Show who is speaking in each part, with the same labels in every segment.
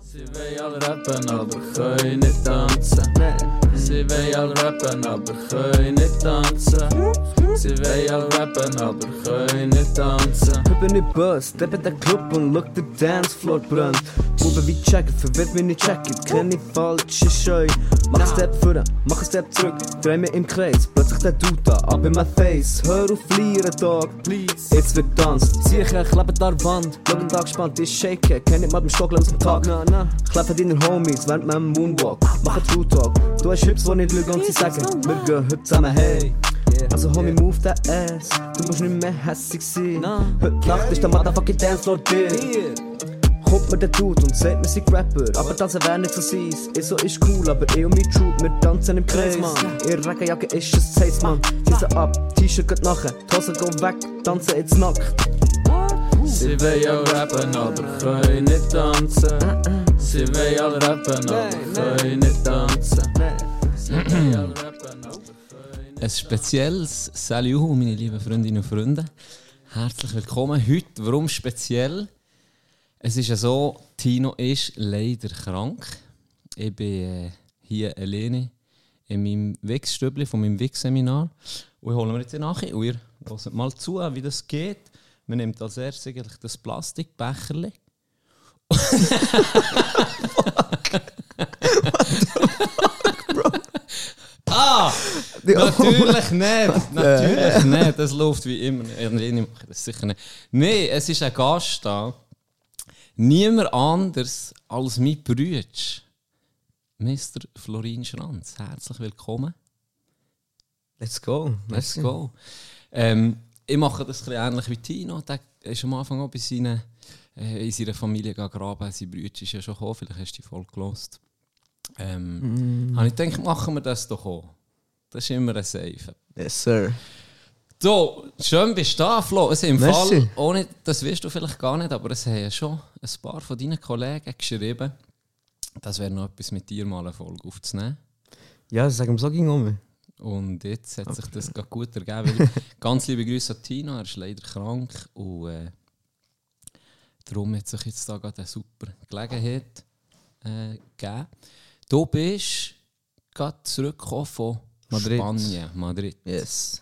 Speaker 1: Sie will al rappen, nou aber geu nicht tanzen. Sie will al rappen, nou aber geu nicht tanzen. Sie will al rappen, nou aber geu nicht tanzen.
Speaker 2: Hüppe in die Bus, step in der Club und look the dance floor brennt. Buben wie checken, verwirrt mich nicht checken, kenn ich falsche Scheu. Mach ein Step voran, mach ein Step zurück, dreh mich im Kreis, plötzlich der Duta, ab in mein Face, hör auf lieren Tag, please. Jetzt wird tanzt, zieh ich, ich lebe der Wand, lebe Tag gespannt, ich shake, kenn ich mal beim Stock, lebe Tag, na na. Ich lebe deiner Homies, während meinem Moonwalk, mach ein True Talk, du hast Hips, wo nicht lügen und sie sagen, wir gehen heute zusammen, hey. Also homie, move that ass, du musst nicht mehr hässig sein. Heute Nacht ist der Motherfucking Dancefloor dir. Kommt mir der Dude und sagt, wir sind Rapper, aber das wäre nicht so seins. Ich so ist cool, aber eh ich und mein Troop, wir tanzen im Kreis, Ah. Mann. Ihr Regenjacke ist es Zeiss, Mann. Schieße ab, T-Shirt geht nachher, die Hose geht weg, tanzen jetzt nackt.
Speaker 1: Sie will al rappen, nou aber geu nicht tanzen. Sie will al rappen, nou aber geu nicht tanzen. Sie will al rappen, nou aber geu nicht
Speaker 3: Ein spezielles Salut, meine lieben Freundinnen und Freunde. Herzlich willkommen. Heute, warum speziell? Es ist ja so, Tino ist leider krank. Ich bin äh, hier alleine in meinem Wegstübli von meinem Wegseminar. Und ich hole mir jetzt nachher. Und ihr hört mal zu, wie das geht. Man nimmt als erstes eigentlich das Plastikbecherli. Ah! Natürlich nicht! Natürlich nicht! Das läuft wie immer. Ja, Nein, ich mache das sicher nicht. Nein, es ist ein Gast da. Niemand anders als mein Bruder. Mr. Florin Schranz. Herzlich willkommen.
Speaker 2: Let's go.
Speaker 3: Let's go. Ähm, ich mache das ein bisschen ähnlich wie Tino. Der ist am Anfang auch bei seinen, äh, in seiner Familie gegangen graben. Sein Bruder ist ja schon gekommen. Vielleicht hast du die Folge gelost. Ähm, Habe ich gedacht, machen wir das doch auch. Das ist immer ein Safe.
Speaker 2: Yes, sir.
Speaker 3: So, schön bist du da, Flo. Also im
Speaker 2: Merci.
Speaker 3: Fall, ohne, das weißt du vielleicht gar nicht, aber es haben ja schon ein paar von deinen Kollegen geschrieben, das wäre noch etwas mit dir mal eine Folge aufzunehmen.
Speaker 2: Ja, sag ihm so ging um.
Speaker 3: Und jetzt hat sich das gerade gut ergeben. Weil ganz liebe Grüße an Tino, er ist leider krank und äh, darum hat sich jetzt da gerade eine super Gelegenheit äh, gegeben. Du bist gerade zurückgekommen von
Speaker 2: Madrid.
Speaker 3: Spanien, Madrid.
Speaker 2: Yes.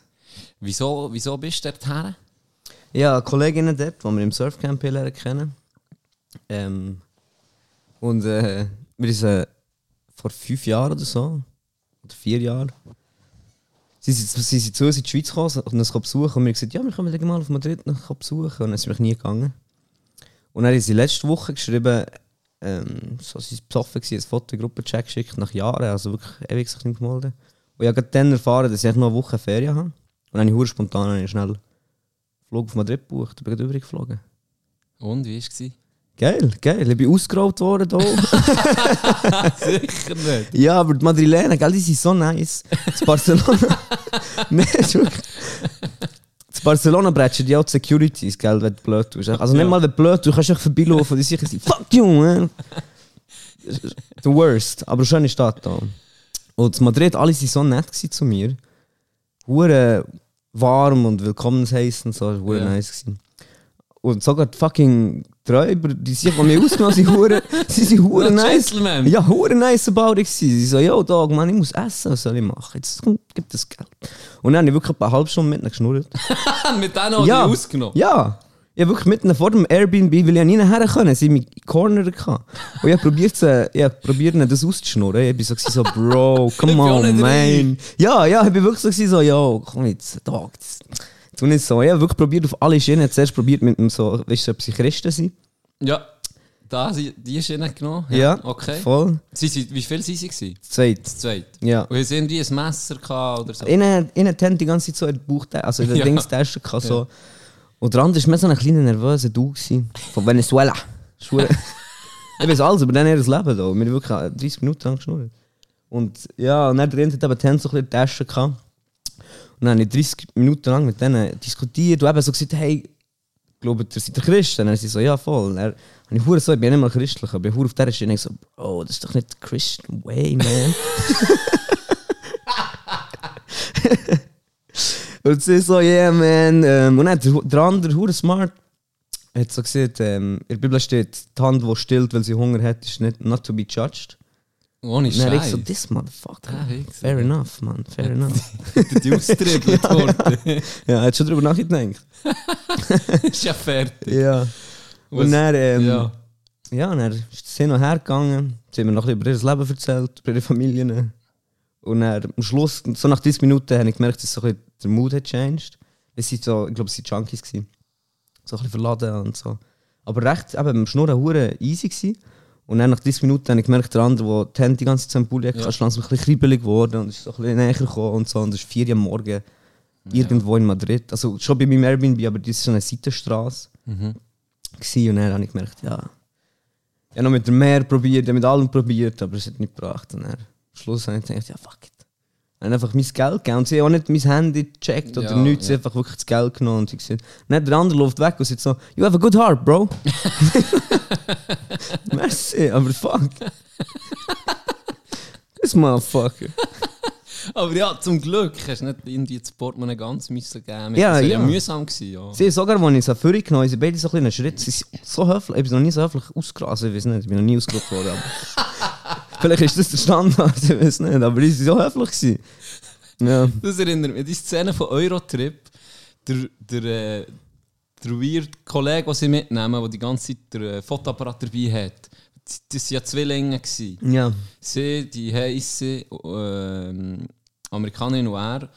Speaker 3: Wieso, wieso bist du dorthin?
Speaker 2: Ja, Kolleginnen dort, die wir im Surfcamp hier lernen kennen. Ähm, und äh, wir sind äh, vor fünf Jahren oder so, oder vier Jahren, sie sind, sie sind zu uns in die Schweiz gekommen und uns besuchen. Und wir haben gesagt, ja, wir kommen gleich mal auf Madrid noch besuchen. Und dann ist mich nie gegangen. Und dann haben sie letzte Woche geschrieben, ähm, so, sie waren besoffen, gewesen, ein Foto in die Gruppencheck geschickt, nach Jahren, also wirklich ewig sich nicht gemeldet. Und ich habe gerade dann erfahren, dass ich noch eine Woche Ferien habe. Und dann habe ich hure spontan habe ich schnell Flug auf Madrid gebucht, ich bin gerade übergeflogen.
Speaker 3: Und wie war es?
Speaker 2: Geil, geil, ich bin ausgeraubt worden hier.
Speaker 3: Sicher nicht.
Speaker 2: ja, aber die Madrilenen, gell, die sind so nice. Das Barcelona... Nein, ist wirklich... Das Barcelona bretschen die auch die Securities, gell, wenn du blöd tust. Also nicht mal wenn du blöd tust, kannst du dich vorbeilaufen, die sicher sind, fuck you, man. The worst, Ah, aber schöne Stadt da. Und in Madrid, alle waren so nett gewesen zu mir. Hure eh, warm und willkommensheißen, so, hure
Speaker 3: Ja.
Speaker 2: nice gewesen. Und sogar die fucking Träuber, die sich von mir ausgenommen sind, hure, sie sind hure
Speaker 3: Ja,
Speaker 2: nice.
Speaker 3: Gentleman.
Speaker 2: Ja, hure nice about ich sie. Sie so, yo, Dog, Mann, ich muss essen, was soll ich machen? Jetzt komm, gib das Geld. Und dann habe ich wirklich ein paar halbe Stunden mit ihnen geschnurrt.
Speaker 3: Mit denen hat
Speaker 2: Ja.
Speaker 3: er ausgenommen.
Speaker 2: Ja. Ich habe wirklich mitten vor dem Airbnb, weil ich ja nie nachher können, sie haben mich cornern kann. Und ich habe probiert, sie- ich habe probiert, ihnen das auszuschnurren. Ich bin so, gewesen, so, Bro,
Speaker 3: Ich
Speaker 2: come
Speaker 3: bin auch
Speaker 2: on,
Speaker 3: nicht
Speaker 2: man.
Speaker 3: rein.
Speaker 2: Ja, ja, ich bin wirklich so, gewesen, so, yo, komm jetzt, Dog, das- tu nicht so. Ich habe wirklich probiert, auf alle Schienen, zuerst probiert mit einem so, weißt du, ob sie Christen sind.
Speaker 3: Ja. Da, sie- die ist ihnen genommen. Okay.
Speaker 2: Voll.
Speaker 3: Sie, sind- wie viel sind sie? Gewesen?
Speaker 2: Zweit.
Speaker 3: Das zweite.
Speaker 2: Ja.
Speaker 3: Und sie irgendwie ein Messer gehabt oder so.
Speaker 2: Innen, innen die ganze Zeit so in der Bauchtasche, also in der
Speaker 3: Ja.
Speaker 2: Dingstäsche gehabt, so. Und der andere war mehr so ein kleiner nervöser Du gewesen, von Venezuela. Schuhe. ich weiß alles über ihr Leben da. Wir haben wirklich 30 Minuten lang geschnurrt. Und ja, und dann drin hat eben die Hände so ein bisschen in der Tasche gehabt. Und dann habe ich 30 Minuten lang mit denen diskutiert und eben so gesagt, hey, glaubt ihr, seid ihr Christen? Und dann sind sie so, ja, voll. Und dann habe ich hure so, ich bin nicht mal christlich, aber ich hure auf dieser Schiene ich so, Bro, das ist doch nicht the Christian way, man. und sie so, yeah, man. Ähm, und dann hat der, der andere hure smart hat so gesehen, ähm, in der Bibel steht, die Hand, die stillt, weil sie Hunger hat, ist nicht not to be judged.
Speaker 3: Ohne
Speaker 2: Dann hab ich
Speaker 3: Scheiß.
Speaker 2: so, this motherfucker.
Speaker 3: Ah, wirklich?
Speaker 2: fair enough, man, fair enough.
Speaker 3: Die austribbelt worden.
Speaker 2: ja, hat schon drüber nachgedacht.
Speaker 3: Ist ja fertig.
Speaker 2: Ja. Und
Speaker 3: Was-
Speaker 2: dann, ähm,
Speaker 3: ja.
Speaker 2: ja. ja, und dann ist es hin und her gegangen. Sie haben mir noch ein bisschen über ihr Leben erzählt, über ihre Familien. Und dann am Schluss, so nach 30 Minuten, habe ich gemerkt, dass so ein bisschen der Mut hat changed. Weil sie so, ich glaube, sie waren Junkies. Gewesen. So ein bisschen verladen und so. Aber recht, eben, am Schnurren hure easy gewesen. Und dann nach 30 Minuten habe ich gemerkt, der andere, der die Hände die ganze Zeit am Pulli hatte,
Speaker 3: Ja.
Speaker 2: ist langsam ein bisschen kribbelig geworden und ist so ein bisschen näher gekommen und so. Und es ist 4 Uhr am Morgen irgendwo in Madrid. Also schon bei meinem Airbnb, aber das ist so eine Seitenstraße
Speaker 3: Mhm.
Speaker 2: gsi und dann habe ich gemerkt, ja. Ich habe noch mit dem Meer probiert, ich habe mit allem probiert, aber es hat nicht gebracht. Und dann, am Schluss habe ich gedacht, ja fuck it. Ich habe einfach mein Geld gegeben und sie haben auch nicht mein Handy gecheckt oder
Speaker 3: Ja,
Speaker 2: nichts, sie
Speaker 3: ja.
Speaker 2: haben einfach wirklich das Geld genommen und sie gesagt, dann der andere läuft weg und sagt so, you have a good heart, bro. Merci, aber fuck. This motherfucker.
Speaker 3: Aber ja, zum Glück hast du nicht irgendwie das Portemonnaie ganz müssen geben.
Speaker 2: Ja,
Speaker 3: das wär
Speaker 2: ja.
Speaker 3: mühsam gewesen, ja.
Speaker 2: Sie haben sogar, als ich es vorhin genommen habe, sind beide so ein kleiner Schritt. Sie sind so höflich. Ich bin noch nie so höflich ausgerastet. Also, ich weiß nicht, ich bin noch nie ausgerastet worden. Aber vielleicht ist das der Standard, ich weiß nicht. Aber ich war so höflich. Gewesen. Ja.
Speaker 3: Das erinnert mich an Dus die Szene von Eurotrip. Der, der, äh, der weird Kollege, den sie mitnehmen, der die ganze Zeit den äh, Fotoapparat dabei hat. Das- Das waren ja Zwillinge. Gewesen.
Speaker 2: Ja.
Speaker 3: Sie, die heisse ähm, Amerikanerin und er,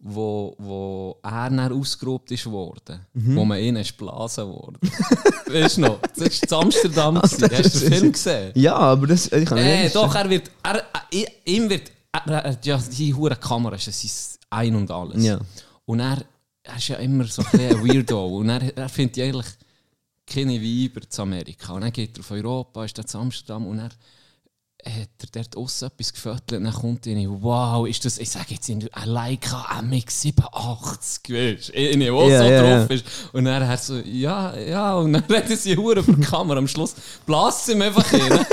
Speaker 3: wo, wo er dann ausgerobt ist worden, wo man ihn ist blasen worden. weißt du noch? Das war in Amsterdam. gewesen.
Speaker 2: das
Speaker 3: Hast du den
Speaker 2: ist-
Speaker 3: Film gesehen?
Speaker 2: ja, aber das. Ich kann
Speaker 3: Äh,
Speaker 2: nicht-
Speaker 3: doch, er wird. Er, äh, ihm wird. Er, er, ja, die hure Kamera ist das ist ein und alles.
Speaker 2: Ja.
Speaker 3: Und er, er ist ja immer so ein bisschen ein Weirdo. und er, er findet ja eigentlich keine Weiber zu Amerika. Und dann geht er auf Europa, ist dann zu Amsterdam und er hat er dort aussen etwas gefüttert und dann kommt er rein, wow, ist das, ich sage jetzt, in- ein Leica MX87, weißt du, irgendwie, wo
Speaker 2: Ja,
Speaker 3: so
Speaker 2: ja,
Speaker 3: drauf
Speaker 2: ja.
Speaker 3: ist. Und dann hat er so, ja, ja, und dann reden sie hure über die Kamera, am Schluss blast sie ihm einfach hin.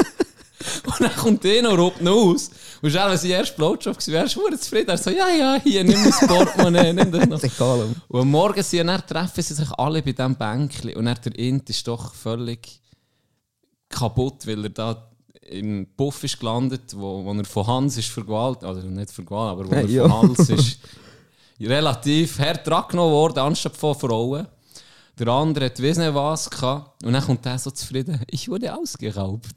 Speaker 3: Und dann kommt der noch robt noch aus. Und schon, wenn sie erst Blowjob gewesen wäre, ist er zufrieden. Er so, ja, ja, hier, nimm mein Portemonnaie, nimm das noch.
Speaker 2: Egal.
Speaker 3: Und am Morgen sind dann treffen sie sich alle bei diesem Bänkchen. Und dann der Int ist doch völlig kaputt, weil er da im Puff ist gelandet, wo, wo er von Hans ist vergewaltigt, also nicht vergewaltigt, aber wo er
Speaker 2: Ja.
Speaker 3: von Hans ist relativ hart angenommen worden, anstatt von Frauen. Der andere hat weiss nicht was gehabt. Und dann kommt der so zufrieden, ich wurde ausgeraubt.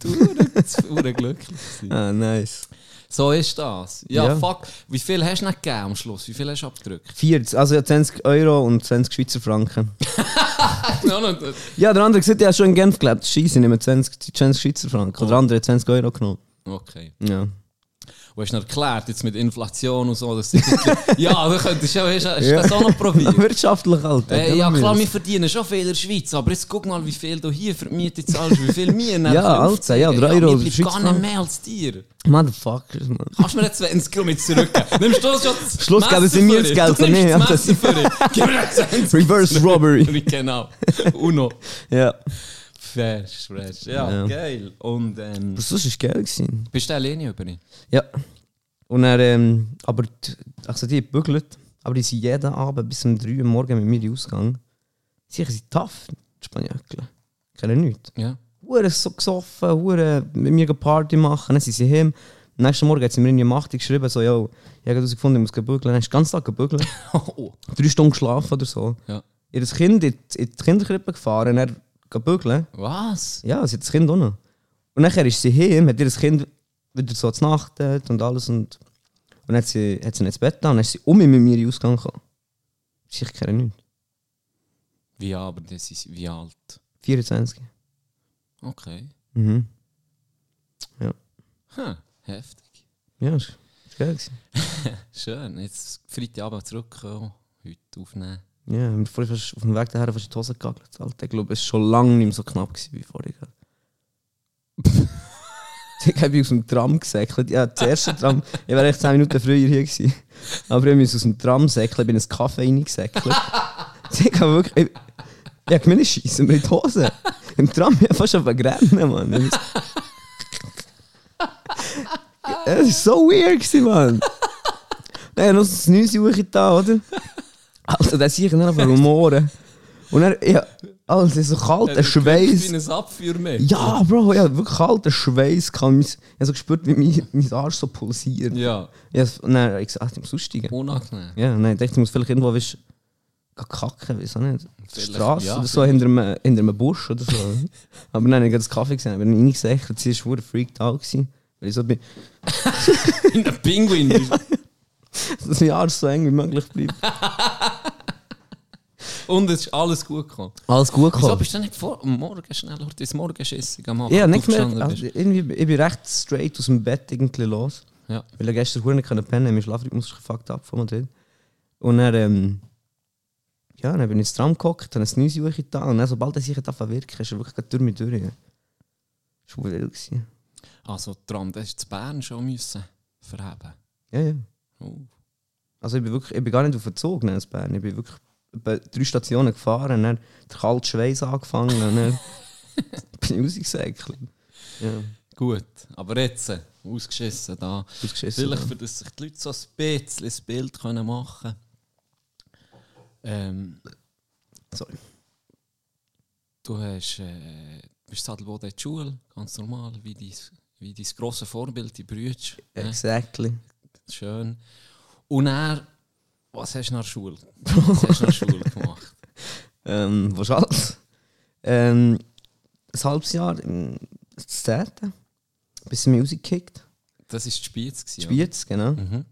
Speaker 3: Hure glücklich. gewesen.
Speaker 2: Ah, nice.
Speaker 3: So ist das. Ja,
Speaker 2: Ja.
Speaker 3: fuck. Wie viel hast du nicht gegeben am Schluss? Wie viel hast du abgedrückt?
Speaker 2: 40, also ja, 20 Euro und 20 Schweizer Franken.
Speaker 3: no, no, no.
Speaker 2: Ja, der andere hat gesagt, ich habe schon in Genf gelebt. Scheiße, ich nehme 20, 20 Schweizer Franken.
Speaker 3: Oh.
Speaker 2: Der andere hat 20 Euro genommen.
Speaker 3: Okay.
Speaker 2: Ja.
Speaker 3: Du hast noch erklärt, jetzt mit Inflation und so, dass Ja, du könntest ja, weißt du, hast du
Speaker 2: Ja.
Speaker 3: das auch noch probieren.
Speaker 2: Wirtschaftlich, Alter.
Speaker 3: Äh, ja, klar, wir
Speaker 2: ja,
Speaker 3: verdienen schon viel in der Schweiz, aber jetzt guck mal, wie viel du hier für die Miete zahlst, wie viel wir nehmen.
Speaker 2: Ja, Alter, ja, drei Euro
Speaker 3: Ich
Speaker 2: Schweizer
Speaker 3: gar nicht
Speaker 2: Franken.
Speaker 3: mehr als dir.
Speaker 2: Motherfuckers, man.
Speaker 3: Kannst du mir jetzt 20 Euro mit zurückgeben? Nimmst du das schon das
Speaker 2: Schluss geben sie mir das
Speaker 3: für dich?
Speaker 2: Geld,
Speaker 3: Du nimmst
Speaker 2: nee,
Speaker 3: das
Speaker 2: aber-
Speaker 3: Messer für dich. Gib mir jetzt 20
Speaker 2: Reverse Robbery.
Speaker 3: Euro. Genau. Uno.
Speaker 2: Ja.
Speaker 3: Fresh, fresh. Ja,
Speaker 2: Ja.
Speaker 3: geil. Und ähm,
Speaker 2: Aber sonst war es geil. Gewesen.
Speaker 3: bist du alleine über ihn?
Speaker 2: Ja. Und er, ähm, aber die, also die haben gebügelt, aber die sind jeden Abend bis um 3 Uhr morgens mit mir ausgegangen. Sicher sind tough, die Spaniöckle. Kennen nichts.
Speaker 3: Ja.
Speaker 2: Hure so gesoffen, hure mit mir Party machen, dann sind sie heim. Am nächsten Morgen hat sie mir in die Macht geschrieben, so, ja, ich habe herausgefunden, ich muss gehen bügeln. Dann hast du den ganzen Tag gebügelt.
Speaker 3: Oh.
Speaker 2: Drei Stunden geschlafen oder so.
Speaker 3: Ja.
Speaker 2: Ihr das Kind in die, in die Kinderkrippe gefahren, er gebügelt.
Speaker 3: Was?
Speaker 2: Ja, sie hat das Kind auch noch. Und nachher ist sie heim, hat ihr das Kind wieder so übernachtet und alles. Und, und dann hat sie, hat sie nicht ins Bett getan, dann ist sie um mit mir ausgegangen. Ich kenne nicht.
Speaker 3: Wie aber das ist wie alt?
Speaker 2: 24.
Speaker 3: Okay.
Speaker 2: Mhm.
Speaker 3: Hm, heftig.
Speaker 2: Ja, ist, ist geil. gewesen.
Speaker 3: Schön. Jetzt Freitagabend zurückkommen, oh, heute aufnehmen.
Speaker 2: Ja, und vorher fast auf dem Weg daher fast in die Hose gegackelt. Alter, ich glaube, es war schon lange nicht mehr so knapp gewesen wie vorher. ich habe aus dem Tram gesäckelt. Ja, das erste Tram. Ich war echt 10 Minuten früher hier gewesen. Aber ich musste aus dem Tram säckeln, bin ins Kaffee reingesäckelt. ich habe wirklich. Ich, ich habe meine Scheiße mit Hose. Im Tram ich hab fast auf rennen, Mann. Ich muss- Es war so weird, gewesen, Mann. Nein, noch das Also, neue Suche da, oder? Alter, das sehe ich dann einfach rumoren. Und er, ja, Oh, es ist so kalt, ein
Speaker 3: Äh, Ich
Speaker 2: Schweiß.
Speaker 3: bin ein Abführ mehr.
Speaker 2: Ja, Bro, ja, wirklich kalt, ein Schweiß. kam. Ich habe so gespürt, wie mein, mein Arsch so pulsiert.
Speaker 3: Ja,
Speaker 2: Ja, s- nein, ich gesagt, ich muss aussteigen.
Speaker 3: unangenehm.
Speaker 2: Ja, nein, ich dachte, ich muss vielleicht irgendwo, weißt du, kacken, weißt du nicht.
Speaker 3: Vielleicht,
Speaker 2: Straße
Speaker 3: ja,
Speaker 2: oder so, hinter einem, hinter einem Busch oder so. aber nein, ich habe das Kaffee gesehen, aber ich habe ihn nicht gesehen, sie war schwur freaked out. Gewesen, weil ich so bin,
Speaker 3: In der Pinguin.
Speaker 2: dass mein Arsch so eng wie möglich bleibt.
Speaker 3: Und es ist alles gut gekommen.
Speaker 2: Alles gut
Speaker 3: Wieso
Speaker 2: gekommen.
Speaker 3: bist du nicht vor am Morgen schneller? Heute ist morgen schissig am Abend.
Speaker 2: Ja, nicht
Speaker 3: aufgestanden
Speaker 2: gemerkt. Also,
Speaker 3: bist?
Speaker 2: irgendwie, ich bin recht straight aus dem Bett irgendwie los.
Speaker 3: Ja.
Speaker 2: Weil ich gestern verdammt nicht pennen konnte. Mein Schlafrhythmus ist gefuckt ab von Madrid. Und dann, ähm, ja, dann bin ich ins Tram gehockt, habe ein neues Juche getan. Und dann, sobald er sich hat angefangen zu wirken, ist er wirklich gerade durch mich durch. Das war wild. gewesen.
Speaker 3: Also, Tram, das ist zu Bern schon müssen verheben.
Speaker 2: Ja, ja.
Speaker 3: Oh.
Speaker 2: Also ich bin wirklich, ich bin gar nicht auf den Zug genommen in Bern. Ich bin wirklich etwa drei Stationen gefahren, und dann der kalte Schweiß angefangen und dann bin ich rausgesäckelt. Ja,
Speaker 3: Gut, aber jetzt, äh, ausgeschissen da.
Speaker 2: ausgeschissen.
Speaker 3: Vielleicht, für dass sich die Leute so ein bisschen das Bild können machen können. Ähm,
Speaker 2: Sorry.
Speaker 3: du hast, äh, bist Sadelboden in der Schule, ganz normal, wie dein, wie dein grosses Vorbild, die Brütsch. ne?
Speaker 2: Exactly.
Speaker 3: Schön. Und er, was hast du nach der Schule? Was hast du nach der Schule gemacht?
Speaker 2: Ähm, was alles? Ähm, ein halbes Jahr im Zehnten, bis sie mich rausgekickt.
Speaker 3: Das war die Spiez. gewesen, oder?
Speaker 2: Spiez, genau.
Speaker 3: Mhm.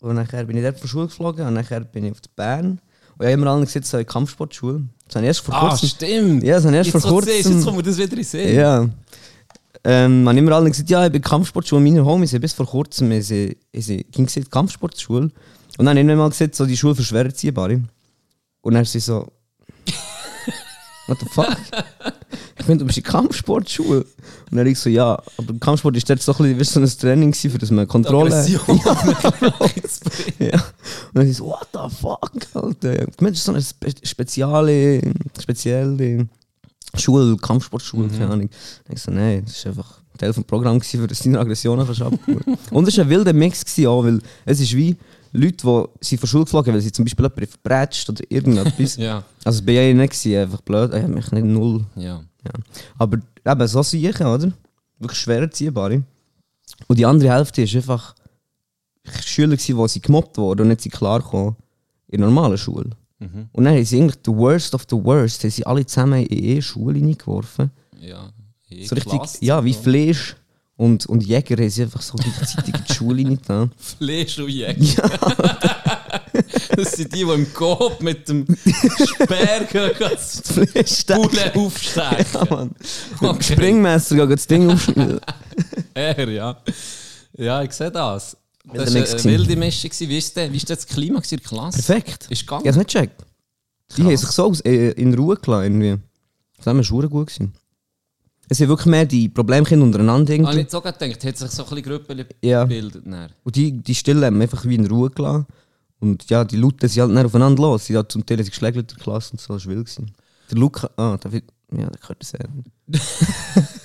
Speaker 2: Und nachher bin ich dort von der Schule geflogen und nachher bin ich auf die Bern. Und ich habe immer allen gesagt, so eine Kampfsportschule. Das habe ich erst vor
Speaker 3: Ah,
Speaker 2: kurzem...
Speaker 3: stimmt!
Speaker 2: ja, das habe ich erst
Speaker 3: jetzt,
Speaker 2: vor
Speaker 3: wo du siehst,
Speaker 2: kurzem...
Speaker 3: jetzt kommen wir das wieder in den Sinn.
Speaker 2: Ja. Ähm, man immer alle gesagt, ja, ich bin Kampfsportschule. Meine Homies haben bis vor kurzem haben sie, haben sie, ging sie in die Kampfsportschule. Und dann haben wir mal gesagt, so, die Schule für Schwererziehbare. Und dann ist sie so, what the fuck? Ich meine, du bist in die Kampfsportschule. Und dann ich so, ja, aber Kampfsport ist dort so ein bisschen wie so ein Training gewesen, für das man Kontrolle...
Speaker 3: Aggression.
Speaker 2: Ja. Und dann ist so, what the fuck, Alter. Die Menschen sind so eine spe spezielle, spezielle Schule, Kampfsportschule, keine Ahnung. Dann ich so, nein, das ist einfach Teil vom Programm gewesen, für das deine Aggressionen kannst du abbauen. Und es war ein wilder Mix, gewesen, auch, weil es ist wie Leute, die sind von Schule geflogen, weil sie zum Beispiel jemanden verbratscht oder irgendetwas.
Speaker 3: ja,
Speaker 2: Also bei ihr nicht, gewesen, einfach blöd, ich hab mich nicht null
Speaker 3: ja.
Speaker 2: ja. Aber eben, so sicher, oder? Wirklich schwer erziehbare. Und die andere Hälfte ist einfach Schüler, gewesen, die sie gemobbt wurden und nicht sie klarkommen in der normalen Schule.
Speaker 3: Mhm.
Speaker 2: Und dann haben sie eigentlich the worst of the worst, haben sie alle zusammen in ihre Schule reingeworfen.
Speaker 3: Ja, eh,
Speaker 2: so richtig,
Speaker 3: Klasse,
Speaker 2: ja, wie
Speaker 3: so.
Speaker 2: Fleisch und, und Jäger haben sie einfach so gleichzeitig in die Schule reingetan.
Speaker 3: Fleisch und Jäger. das sind die, die im Kopf mit dem Speer gehen, das
Speaker 2: Fleisch,
Speaker 3: Bulle aufsteigen.
Speaker 2: Mann.
Speaker 3: Okay.
Speaker 2: Springmesser gehen das Ding aufschneiden.
Speaker 3: Er, ja. Ja, ich sehe das.
Speaker 2: Wilder
Speaker 3: Das war
Speaker 2: Mix
Speaker 3: eine
Speaker 2: gewesen.
Speaker 3: wilde Mischung. gewesen. Wie ist denn, wie ist denn das Klima in der Klasse?
Speaker 2: Perfekt.
Speaker 3: Ist
Speaker 2: Ich hab's
Speaker 3: gegangen?
Speaker 2: nicht gecheckt. Die haben sich so aus- äh, in Ruhe gelassen irgendwie. Das war schon gut gewesen. Es sind wirklich mehr die Problemkinder untereinander
Speaker 3: Ich habe
Speaker 2: irgendwie.
Speaker 3: Ah, nicht so gedacht, hat sich so ein bisschen Gruppen
Speaker 2: Ja.
Speaker 3: gebildet. Ja.
Speaker 2: Und die, die Stillen haben einfach wie in Ruhe gelassen. Und ja, die Leute sind halt nicht aufeinander los. Sie haben zum Teil sich geschlägt in der Klasse und so, das war wild gewesen. Der Luca, ah, darf ich, ja, der gehört das her.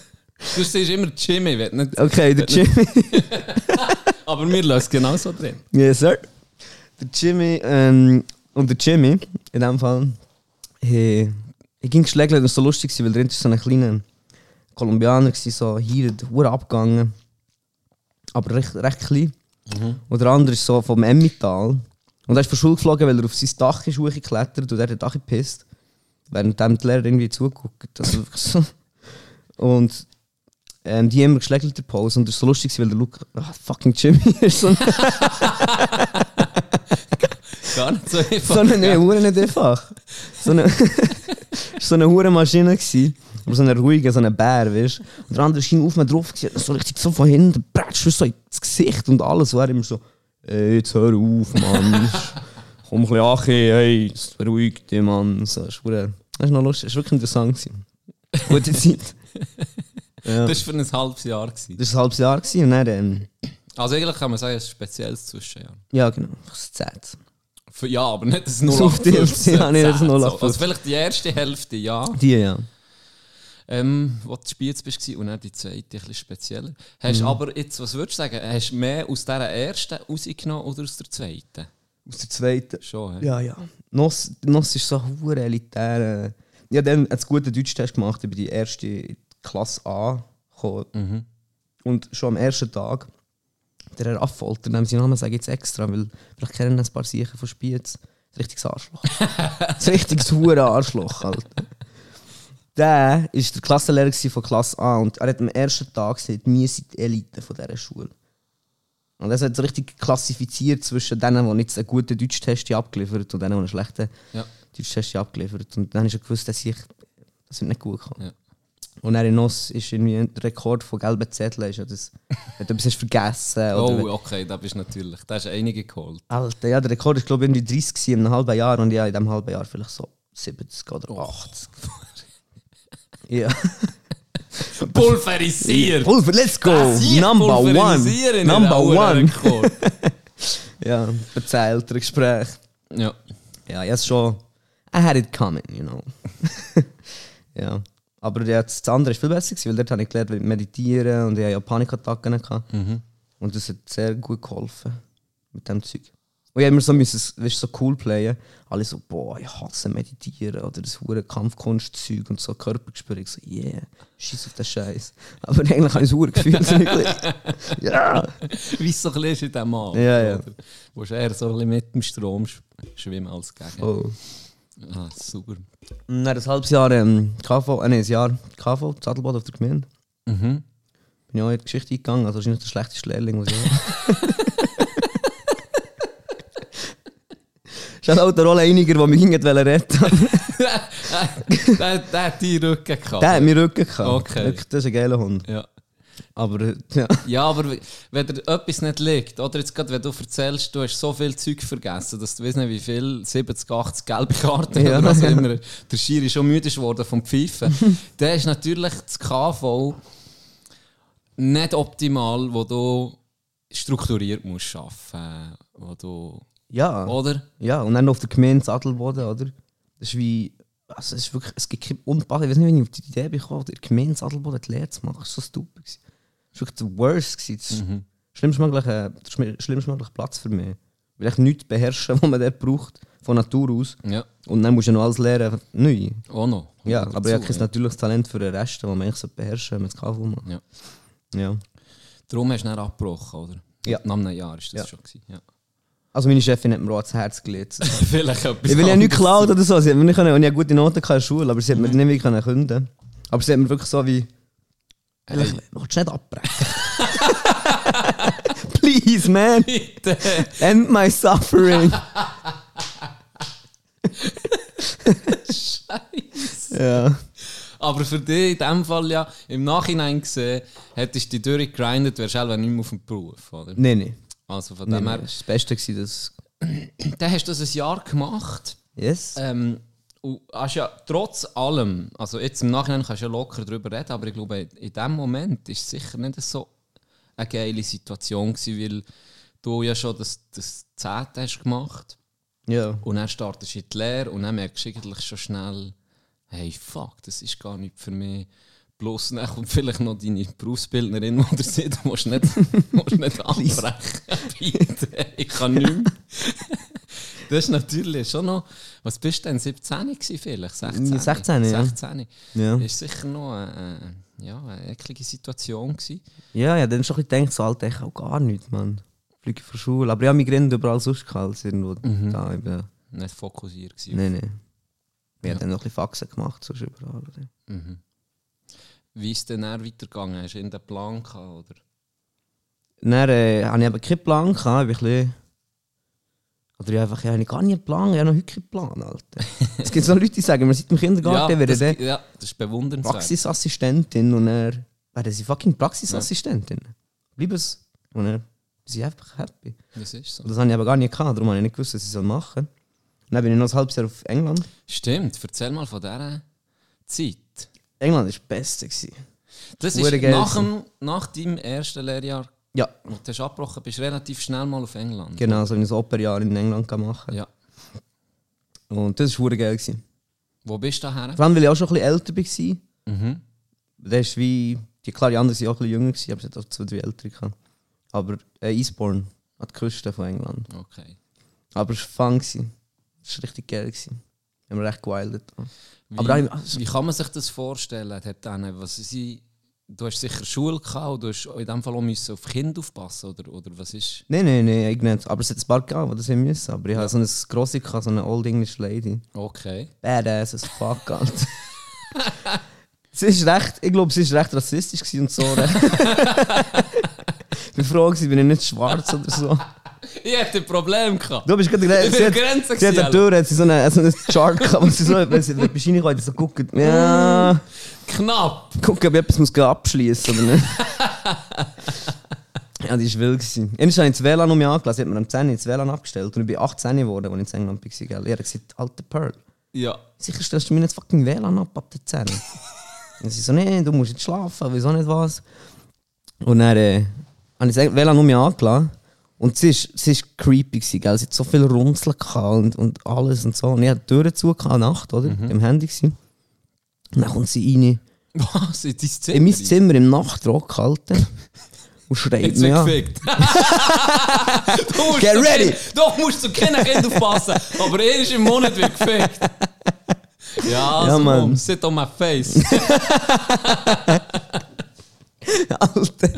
Speaker 3: Du siehst immer Jimmy, wenn nicht.
Speaker 2: Okay, der Jimmy.
Speaker 3: aber wir lassen es genauso drin.
Speaker 2: yes, sir. Der Jimmy, ähm, und der Jimmy, in dem Fall, hey, ich ging geschlägt und es war so lustig, gewesen, weil drin war so ein kleiner Kolumbianer, gewesen, so hier, der Uhr abgegangen. aber recht, recht klein. Und der andere ist so vom Emmital. Und er ist von Schule geflogen, weil er auf sein Dach ist hochgeklettert und er hat den Dach gepisst. Während dem die Lehrer irgendwie zuguckt. Also wirklich so. Und ähm, die haben immer geschlägelt der Pause. Und das war so lustig, weil der Luca, ah, fucking Jimmy, ist so ein
Speaker 3: Gar nicht so einfach.
Speaker 2: so eine nee, hure nicht einfach. So eine so eine hure Maschine gsi, aber so eine ruhige, so eine Bär, weißt? Und der andere schien auf mir drauf gsi, so richtig so von hinten, bratsch, so ins Gesicht und alles, und er immer so, ey, jetzt hör auf, Mann. Komm ein bisschen an, hey, jetzt beruhig dich, Mann. So, ist hure, das ist noch lustig, ist wirklich interessant gsi. Gute Zeit. Ja. Das
Speaker 3: Das war für ein halbes Jahr. Gewesen.
Speaker 2: war ein halbes Jahr gsi und dann, ähm,
Speaker 3: Also eigentlich kann man sagen, es ist ein spezielles Zwischenjahr.
Speaker 2: ja genau, das Z.
Speaker 3: Für, ja, aber nicht das
Speaker 2: Auf die-
Speaker 3: 0815.
Speaker 2: ja, nicht das
Speaker 3: So.
Speaker 2: 0815.
Speaker 3: Also vielleicht die erste Hälfte, ja.
Speaker 2: Die, ja.
Speaker 3: Ähm, wo du Spiez bist gewesen und dann die zweite, ein bisschen spezieller. Hast
Speaker 2: Mhm.
Speaker 3: aber jetzt, was würdest du sagen, hast du mehr aus dieser ersten rausgenommen oder aus der zweiten?
Speaker 2: Aus der zweiten.
Speaker 3: Schon, hä?
Speaker 2: Ja, ja. Noss, Noss ist so hure elitär. äh, ich hab dann einen guten Deutschtest gemacht, ich bin die erste Klasse A gekommen. Und schon am ersten Tag, der Herr Affolter, nehmen seinen Namen, sage ich jetzt extra, weil vielleicht kennen ein paar Siechen von Spiez. Ein richtiges Arschloch. ein richtiges hure Arschloch, Alter. Der war der Klassenlehrer gewesen von Klasse A und er hat am ersten Tag gesagt, wir sind die Elite von dieser Schule. Und das hat so richtig klassifiziert zwischen denen, die jetzt einen guten Deutschtest haben abgeliefert und denen, die einen schlechten
Speaker 3: Ja.
Speaker 2: Deutschtest haben abgeliefert Und dann ist er gewusst, dass ich das wird nicht gut kann.
Speaker 3: Ja.
Speaker 2: Und er in Nos ist irgendwie ein Rekord von gelben Zetteln. Ist ja das, hat etwas hast vergessen. Oder
Speaker 3: Oh, okay, da bist du natürlich. Da hast du einige geholt.
Speaker 2: Alter, ja, der Rekord ist glaube ich irgendwie 30 gewesen, in einem halben Jahr und ja, in diesem halben Jahr vielleicht so 70 oder
Speaker 3: Oh.
Speaker 2: 80. ja.
Speaker 3: Pulverisiert!
Speaker 2: Pulver, let's go! Number one! Number one! Ja, bezahlte Gespräch.
Speaker 3: ja.
Speaker 2: Ja, jetzt schon. I had it coming, you know. ja. Aber jetzt, das andere ist viel besser, gewesen, weil dort habe ich gelernt, wie meditieren und ich hatte ja Panikattacken. Gehabt. Und das hat sehr gut geholfen mit dem Zeug. Und ich habe immer so, müssen, weißt, so cool playen. Alle so, boah, ich hasse meditieren oder das hure Kampfkunstzeug und so Körpergespür. Ich so, yeah, scheiß auf den Scheiß. Aber eigentlich habe ich es hure gefühlt. so wirklich. ja.
Speaker 3: Wie es so ein bisschen ist in diesem Mann.
Speaker 2: Ja, ja.
Speaker 3: oder? Wo ist eher so ein bisschen mit dem Strom sch- schwimmen als gegen.
Speaker 2: Oh.
Speaker 3: Ah, super.
Speaker 2: Und Dann ein halbes Jahr ähm, KV, äh, nein, ein Jahr KV, Zadelbad auf der Gemeinde.
Speaker 3: Mhm.
Speaker 2: bin ja auch in die Geschichte eingegangen, also wahrscheinlich der schlechteste Lehrling, muss ich sagen. Ist halt auch der Rolle einiger, der mich hinten retten wollte.
Speaker 3: der, der hat die Rücken gehabt.
Speaker 2: Der hat mir Rücken gehabt.
Speaker 3: Okay.
Speaker 2: Wirklich, das ist ein geiler Hund.
Speaker 3: Ja.
Speaker 2: Aber, äh, ja.
Speaker 3: ja, aber w- wenn dir etwas nicht liegt, oder jetzt gerade, wenn du erzählst, du hast so viel Zeug vergessen, dass du weißt nicht, wie viel, 70, 80 gelbe Karten
Speaker 2: Ja.
Speaker 3: oder was auch immer, der Schiri schon müde ist worden vom Pfeifen, dann ist natürlich das KV nicht optimal, wo du strukturiert musst arbeiten, wo du,
Speaker 2: Ja.
Speaker 3: oder?
Speaker 2: ja, und dann auf der Gemeinde Sattelboden, oder? Das ist wie, also es ist wirklich, es gibt keine Unpassung. Ich weiß nicht, wenn ich auf die Idee bin, gekommen, der Gemeinde Sattelboden die Lehre zu machen, das ist so stupid. gewesen. Das war wirklich der worst. gewesen. Das schlimmstmögliche, der schmi- schlimmstmögliche Platz für mich. Weil ich nichts beherrsche, was man dort braucht, von Natur aus.
Speaker 3: Ja,
Speaker 2: Und dann musst du ja noch alles lernen, neu.
Speaker 3: auch noch. Kommt
Speaker 2: Ja,
Speaker 3: dazu,
Speaker 2: aber ich habe kein natürliches Talent für den Rest, den man eigentlich so beherrschen sollte, wenn man es KV macht.
Speaker 3: Ja.
Speaker 2: Ja.
Speaker 3: Darum hast du nicht abgebrochen, oder?
Speaker 2: Ja.
Speaker 3: Nach einem Jahr ist das
Speaker 2: Ja.
Speaker 3: schon. Gewesen. Ja.
Speaker 2: Also meine Chefin hat mir auch ans Herz gelegt.
Speaker 3: Vielleicht etwas
Speaker 2: Ich will ja nicht
Speaker 3: anderes.
Speaker 2: klauen oder so, sie hat mir nicht können, und ich hatte gute Noten gehabt in der Schule, aber sie hat mir nicht wirklich können künden. Aber sie hat mir wirklich so wie...
Speaker 3: Hey.
Speaker 2: Hey. Willst du nicht abbrechen? Please, man!
Speaker 3: Bitte.
Speaker 2: End my suffering!
Speaker 3: Scheiße.
Speaker 2: ja.
Speaker 3: Aber für dich in dem Fall ja, im Nachhinein gesehen, hättest du dich durchgegrindet, wärst du selber nicht mehr auf dem Beruf, oder?
Speaker 2: Nein, nein.
Speaker 3: Also von
Speaker 2: Nee,
Speaker 3: dem
Speaker 2: nee.
Speaker 3: her.
Speaker 2: Das war das Beste, gewesen, das...
Speaker 3: Dann hast du das ein Jahr gemacht.
Speaker 2: Yes?
Speaker 3: Ähm, und hast ja trotz allem, also jetzt im Nachhinein kannst du ja locker darüber reden, aber ich glaube, in dem Moment ist es sicher nicht so eine geile Situation gewesen, weil du ja schon das, das 10. hast gemacht
Speaker 2: Ja.
Speaker 3: und dann startest du in die Lehre und dann merkst du eigentlich schon schnell, hey, fuck, das ist gar nicht für mich. Bloß dann kommt vielleicht noch deine Berufsbildnerin oder sie, du musst nicht, musst nicht abbrechen, bitte, ich kann nicht mehr. Das ist natürlich schon noch, was bist du denn, 17 gewesen vielleicht? 16?
Speaker 2: 16, ja.
Speaker 3: 16.
Speaker 2: Ja.
Speaker 3: Ist sicher noch eine, äh, ja, eine eklige Situation gewesen.
Speaker 2: Ja, ja, dann schon ein bisschen gedacht, so Alter, ich auch gar nichts, Mann. Fliege von Schule. Aber ich habe Migräne überall sonst gehabt, als irgendwo da. Ich bin,
Speaker 3: Nicht fokussiert gewesen.
Speaker 2: nein, nein. Wir haben dann noch ein bisschen Faxen gemacht, sonst überall. Oder?
Speaker 3: Mhm. Wie ist denn dann weitergegangen? Hast du in den Plan gehabt? Oder?
Speaker 2: Dann äh, habe ich eben keinen Plan gehabt, ich bin ein bisschen... Oder ich einfach, ja, habe ich gar nicht einen Plan, ich habe noch heute keinen Plan, Alter. es gibt so Leute, die sagen, wir sind im Kindergarten, ja,
Speaker 3: das,
Speaker 2: werden dann
Speaker 3: ja, das ist bewundernswert.
Speaker 2: Praxisassistentin und er werden sie fucking Praxisassistentin. Bleiben sie. Und er, sie sind einfach happy.
Speaker 3: Das ist so.
Speaker 2: Und das habe ich aber gar nicht gehabt, darum habe ich nicht gewusst, was ich machen soll. Und dann bin ich noch ein halbes Jahr auf England.
Speaker 3: Stimmt, erzähl mal von dieser Zeit.
Speaker 2: England war das Beste. Gewesen.
Speaker 3: Das
Speaker 2: Hure
Speaker 3: ist
Speaker 2: geil
Speaker 3: nach, dem, nach deinem ersten Lehrjahr,
Speaker 2: Ja,
Speaker 3: wo du hast abgebrochen bist, relativ schnell mal auf England.
Speaker 2: genau, so habe ich ein Opernjahr in England gemacht.
Speaker 3: Ja.
Speaker 2: Und das war verdammt geil. Gewesen.
Speaker 3: Wo bist du daher?
Speaker 2: Vor allem, weil ich auch schon ein bisschen älter
Speaker 3: Mhm.
Speaker 2: war. Das ist wie, die, klar, die anderen waren auch ein bisschen jünger, gewesen, aber es hat auch zwei, drei ältere gehabt. Aber äh, Eastbourne, an der Küste von England.
Speaker 3: Okay.
Speaker 2: Aber es war fun. gewesen. Es war richtig geil. Gewesen. Wir haben recht gewildet.
Speaker 3: Wie,
Speaker 2: Aber da-
Speaker 3: wie kann man sich das vorstellen? Hat dann, was sie, du hast sicher Schule gehabt und du hast in dem Fall auch müssen auf Kind aufpassen oder, oder was ist?
Speaker 2: Nein, nein, nein, ich nicht. Aber es hat ein paar gegeben, die das haben müssen. Aber ich habe so eine grosse, gehabt, so eine Old English Lady.
Speaker 3: Okay.
Speaker 2: Badass as fuck, Alter. sie ist recht, ich glaube, sie ist recht rassistisch gewesen und so. ne? ich bin froh, gewesen, bin ich nicht schwarz oder so.
Speaker 3: Ich hatte ein Problem gehabt.
Speaker 2: Du bist gerade
Speaker 3: Ich bin
Speaker 2: sie
Speaker 3: an
Speaker 2: hat-
Speaker 3: der Grenze
Speaker 2: Sie hat
Speaker 3: gewesen,
Speaker 2: da durch, hat sie so eine, so eine Chart gehabt, wo sie so, wenn sie wenn sie reinkommt, so guckt, ja,
Speaker 3: Knapp.
Speaker 2: gucken, ob ich etwas muss abschließen oder nicht. Ja, die war wild. gewesen. Einmal habe ich das WLAN um mich angelassen, sie hat mir am 10 Uhr das WLAN abgestellt und ich bin 18 geworden, als ich in England war. gell. Ich habe gesagt, alte Pearl.
Speaker 3: Ja.
Speaker 2: Sicher stellst du mir nicht fucking WLAN ab ab der 10. Und sie so, nee, du musst jetzt schlafen, wieso nicht was? Und dann äh, habe ich das WLAN um mich angelassen. Und sie ist, sie ist creepy, gewesen, gell? sie hat so viel Runzeln gehabt und, und alles und so. Und ich hatte die Türen zu, gehabt, Nacht, oder? Im Handy. Gewesen. Und dann kommt sie rein,
Speaker 3: Was? In dein Zimmer?
Speaker 2: in mein Zimmer im Nachtrock halten und schreit
Speaker 3: Jetzt
Speaker 2: mir an.
Speaker 3: wird gefickt. Du musst
Speaker 2: Get
Speaker 3: zu
Speaker 2: ready.
Speaker 3: kein- Doch, musst du keinen Kind aufpassen. Aber er ist im Monat wird gefickt. Ja, also,
Speaker 2: Mann.
Speaker 3: Mom, sit on my face.
Speaker 2: Alter,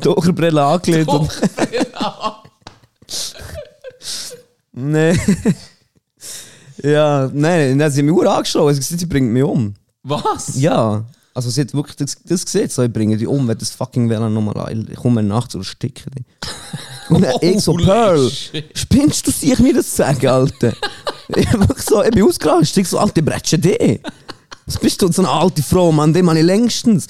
Speaker 2: Taucherbrille angelegt und Nee. ja, nein, nein, sie hat mich ur angeschaut. Sie hat gesagt, sie bringt mich um.
Speaker 3: Was?
Speaker 2: Ja. Also sie hat wirklich das, das gesehen, so, ich bringe dich um, wenn das fucking WLAN nochmal an. Ich komme nachts und sticke dich. Und dann ich so,
Speaker 3: Holy
Speaker 2: Pearl,
Speaker 3: shit.
Speaker 2: spinnst du sie? Ich mir das sagen, Alter. ich hab wirklich so, ich bin ausgerastet. Ich so, Alter, bretsche dich. Was bist du, so eine alte Frau, Mann, dem habe ich längstens.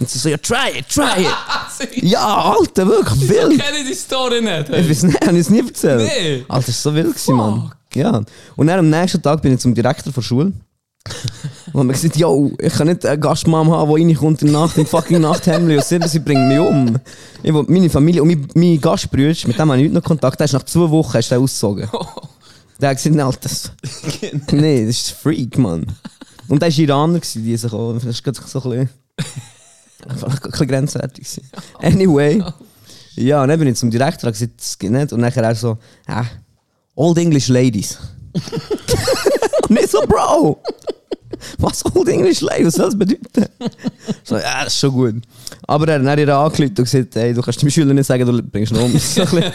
Speaker 2: Und sie so, ja, try it, try it.
Speaker 3: Ich
Speaker 2: Ja, Alter, wirklich, wild.
Speaker 3: kenne die Story nicht.
Speaker 2: Ich weiß nicht, habe ich es nie erzählt.
Speaker 3: Nee.
Speaker 2: Alter, das war so wild, gewesen, Mann. Ja. Und dann am nächsten Tag bin ich zum Direktor von der Schule. Und hab mir gesagt, yo, ich kann nicht eine Gastmam haben, die reinkommt in der Nacht, im fucking Nachthemd und selber, sie bringt mich um. Ich will meine Familie und mein, mein Gastbrüder, mit dem habe ich heute noch Kontakt, der ist nach zwei Wochen ist der ausgezogen.
Speaker 3: Oh,
Speaker 2: Der hat gesagt, nein, Alter, das, nee, das ist ein Freak, Mann. Und der war Iraner, gewesen, die sich auch, das ist gerade so ein bisschen, einfach ein bisschen grenzwertig. gewesen. Anyway. Ja, und dann bin ich zum Direktor und gesagt, das geht nicht. Und nachher er so, ah, Old English Ladies. und ich so, Bro, was Old English Ladies, was soll das bedeuten? So, ja, das ist schon gut. Aber er hat dann ihre angelegt und gesagt, hey, du kannst dem Schüler nicht sagen, du bringst ihn um. So ein bisschen,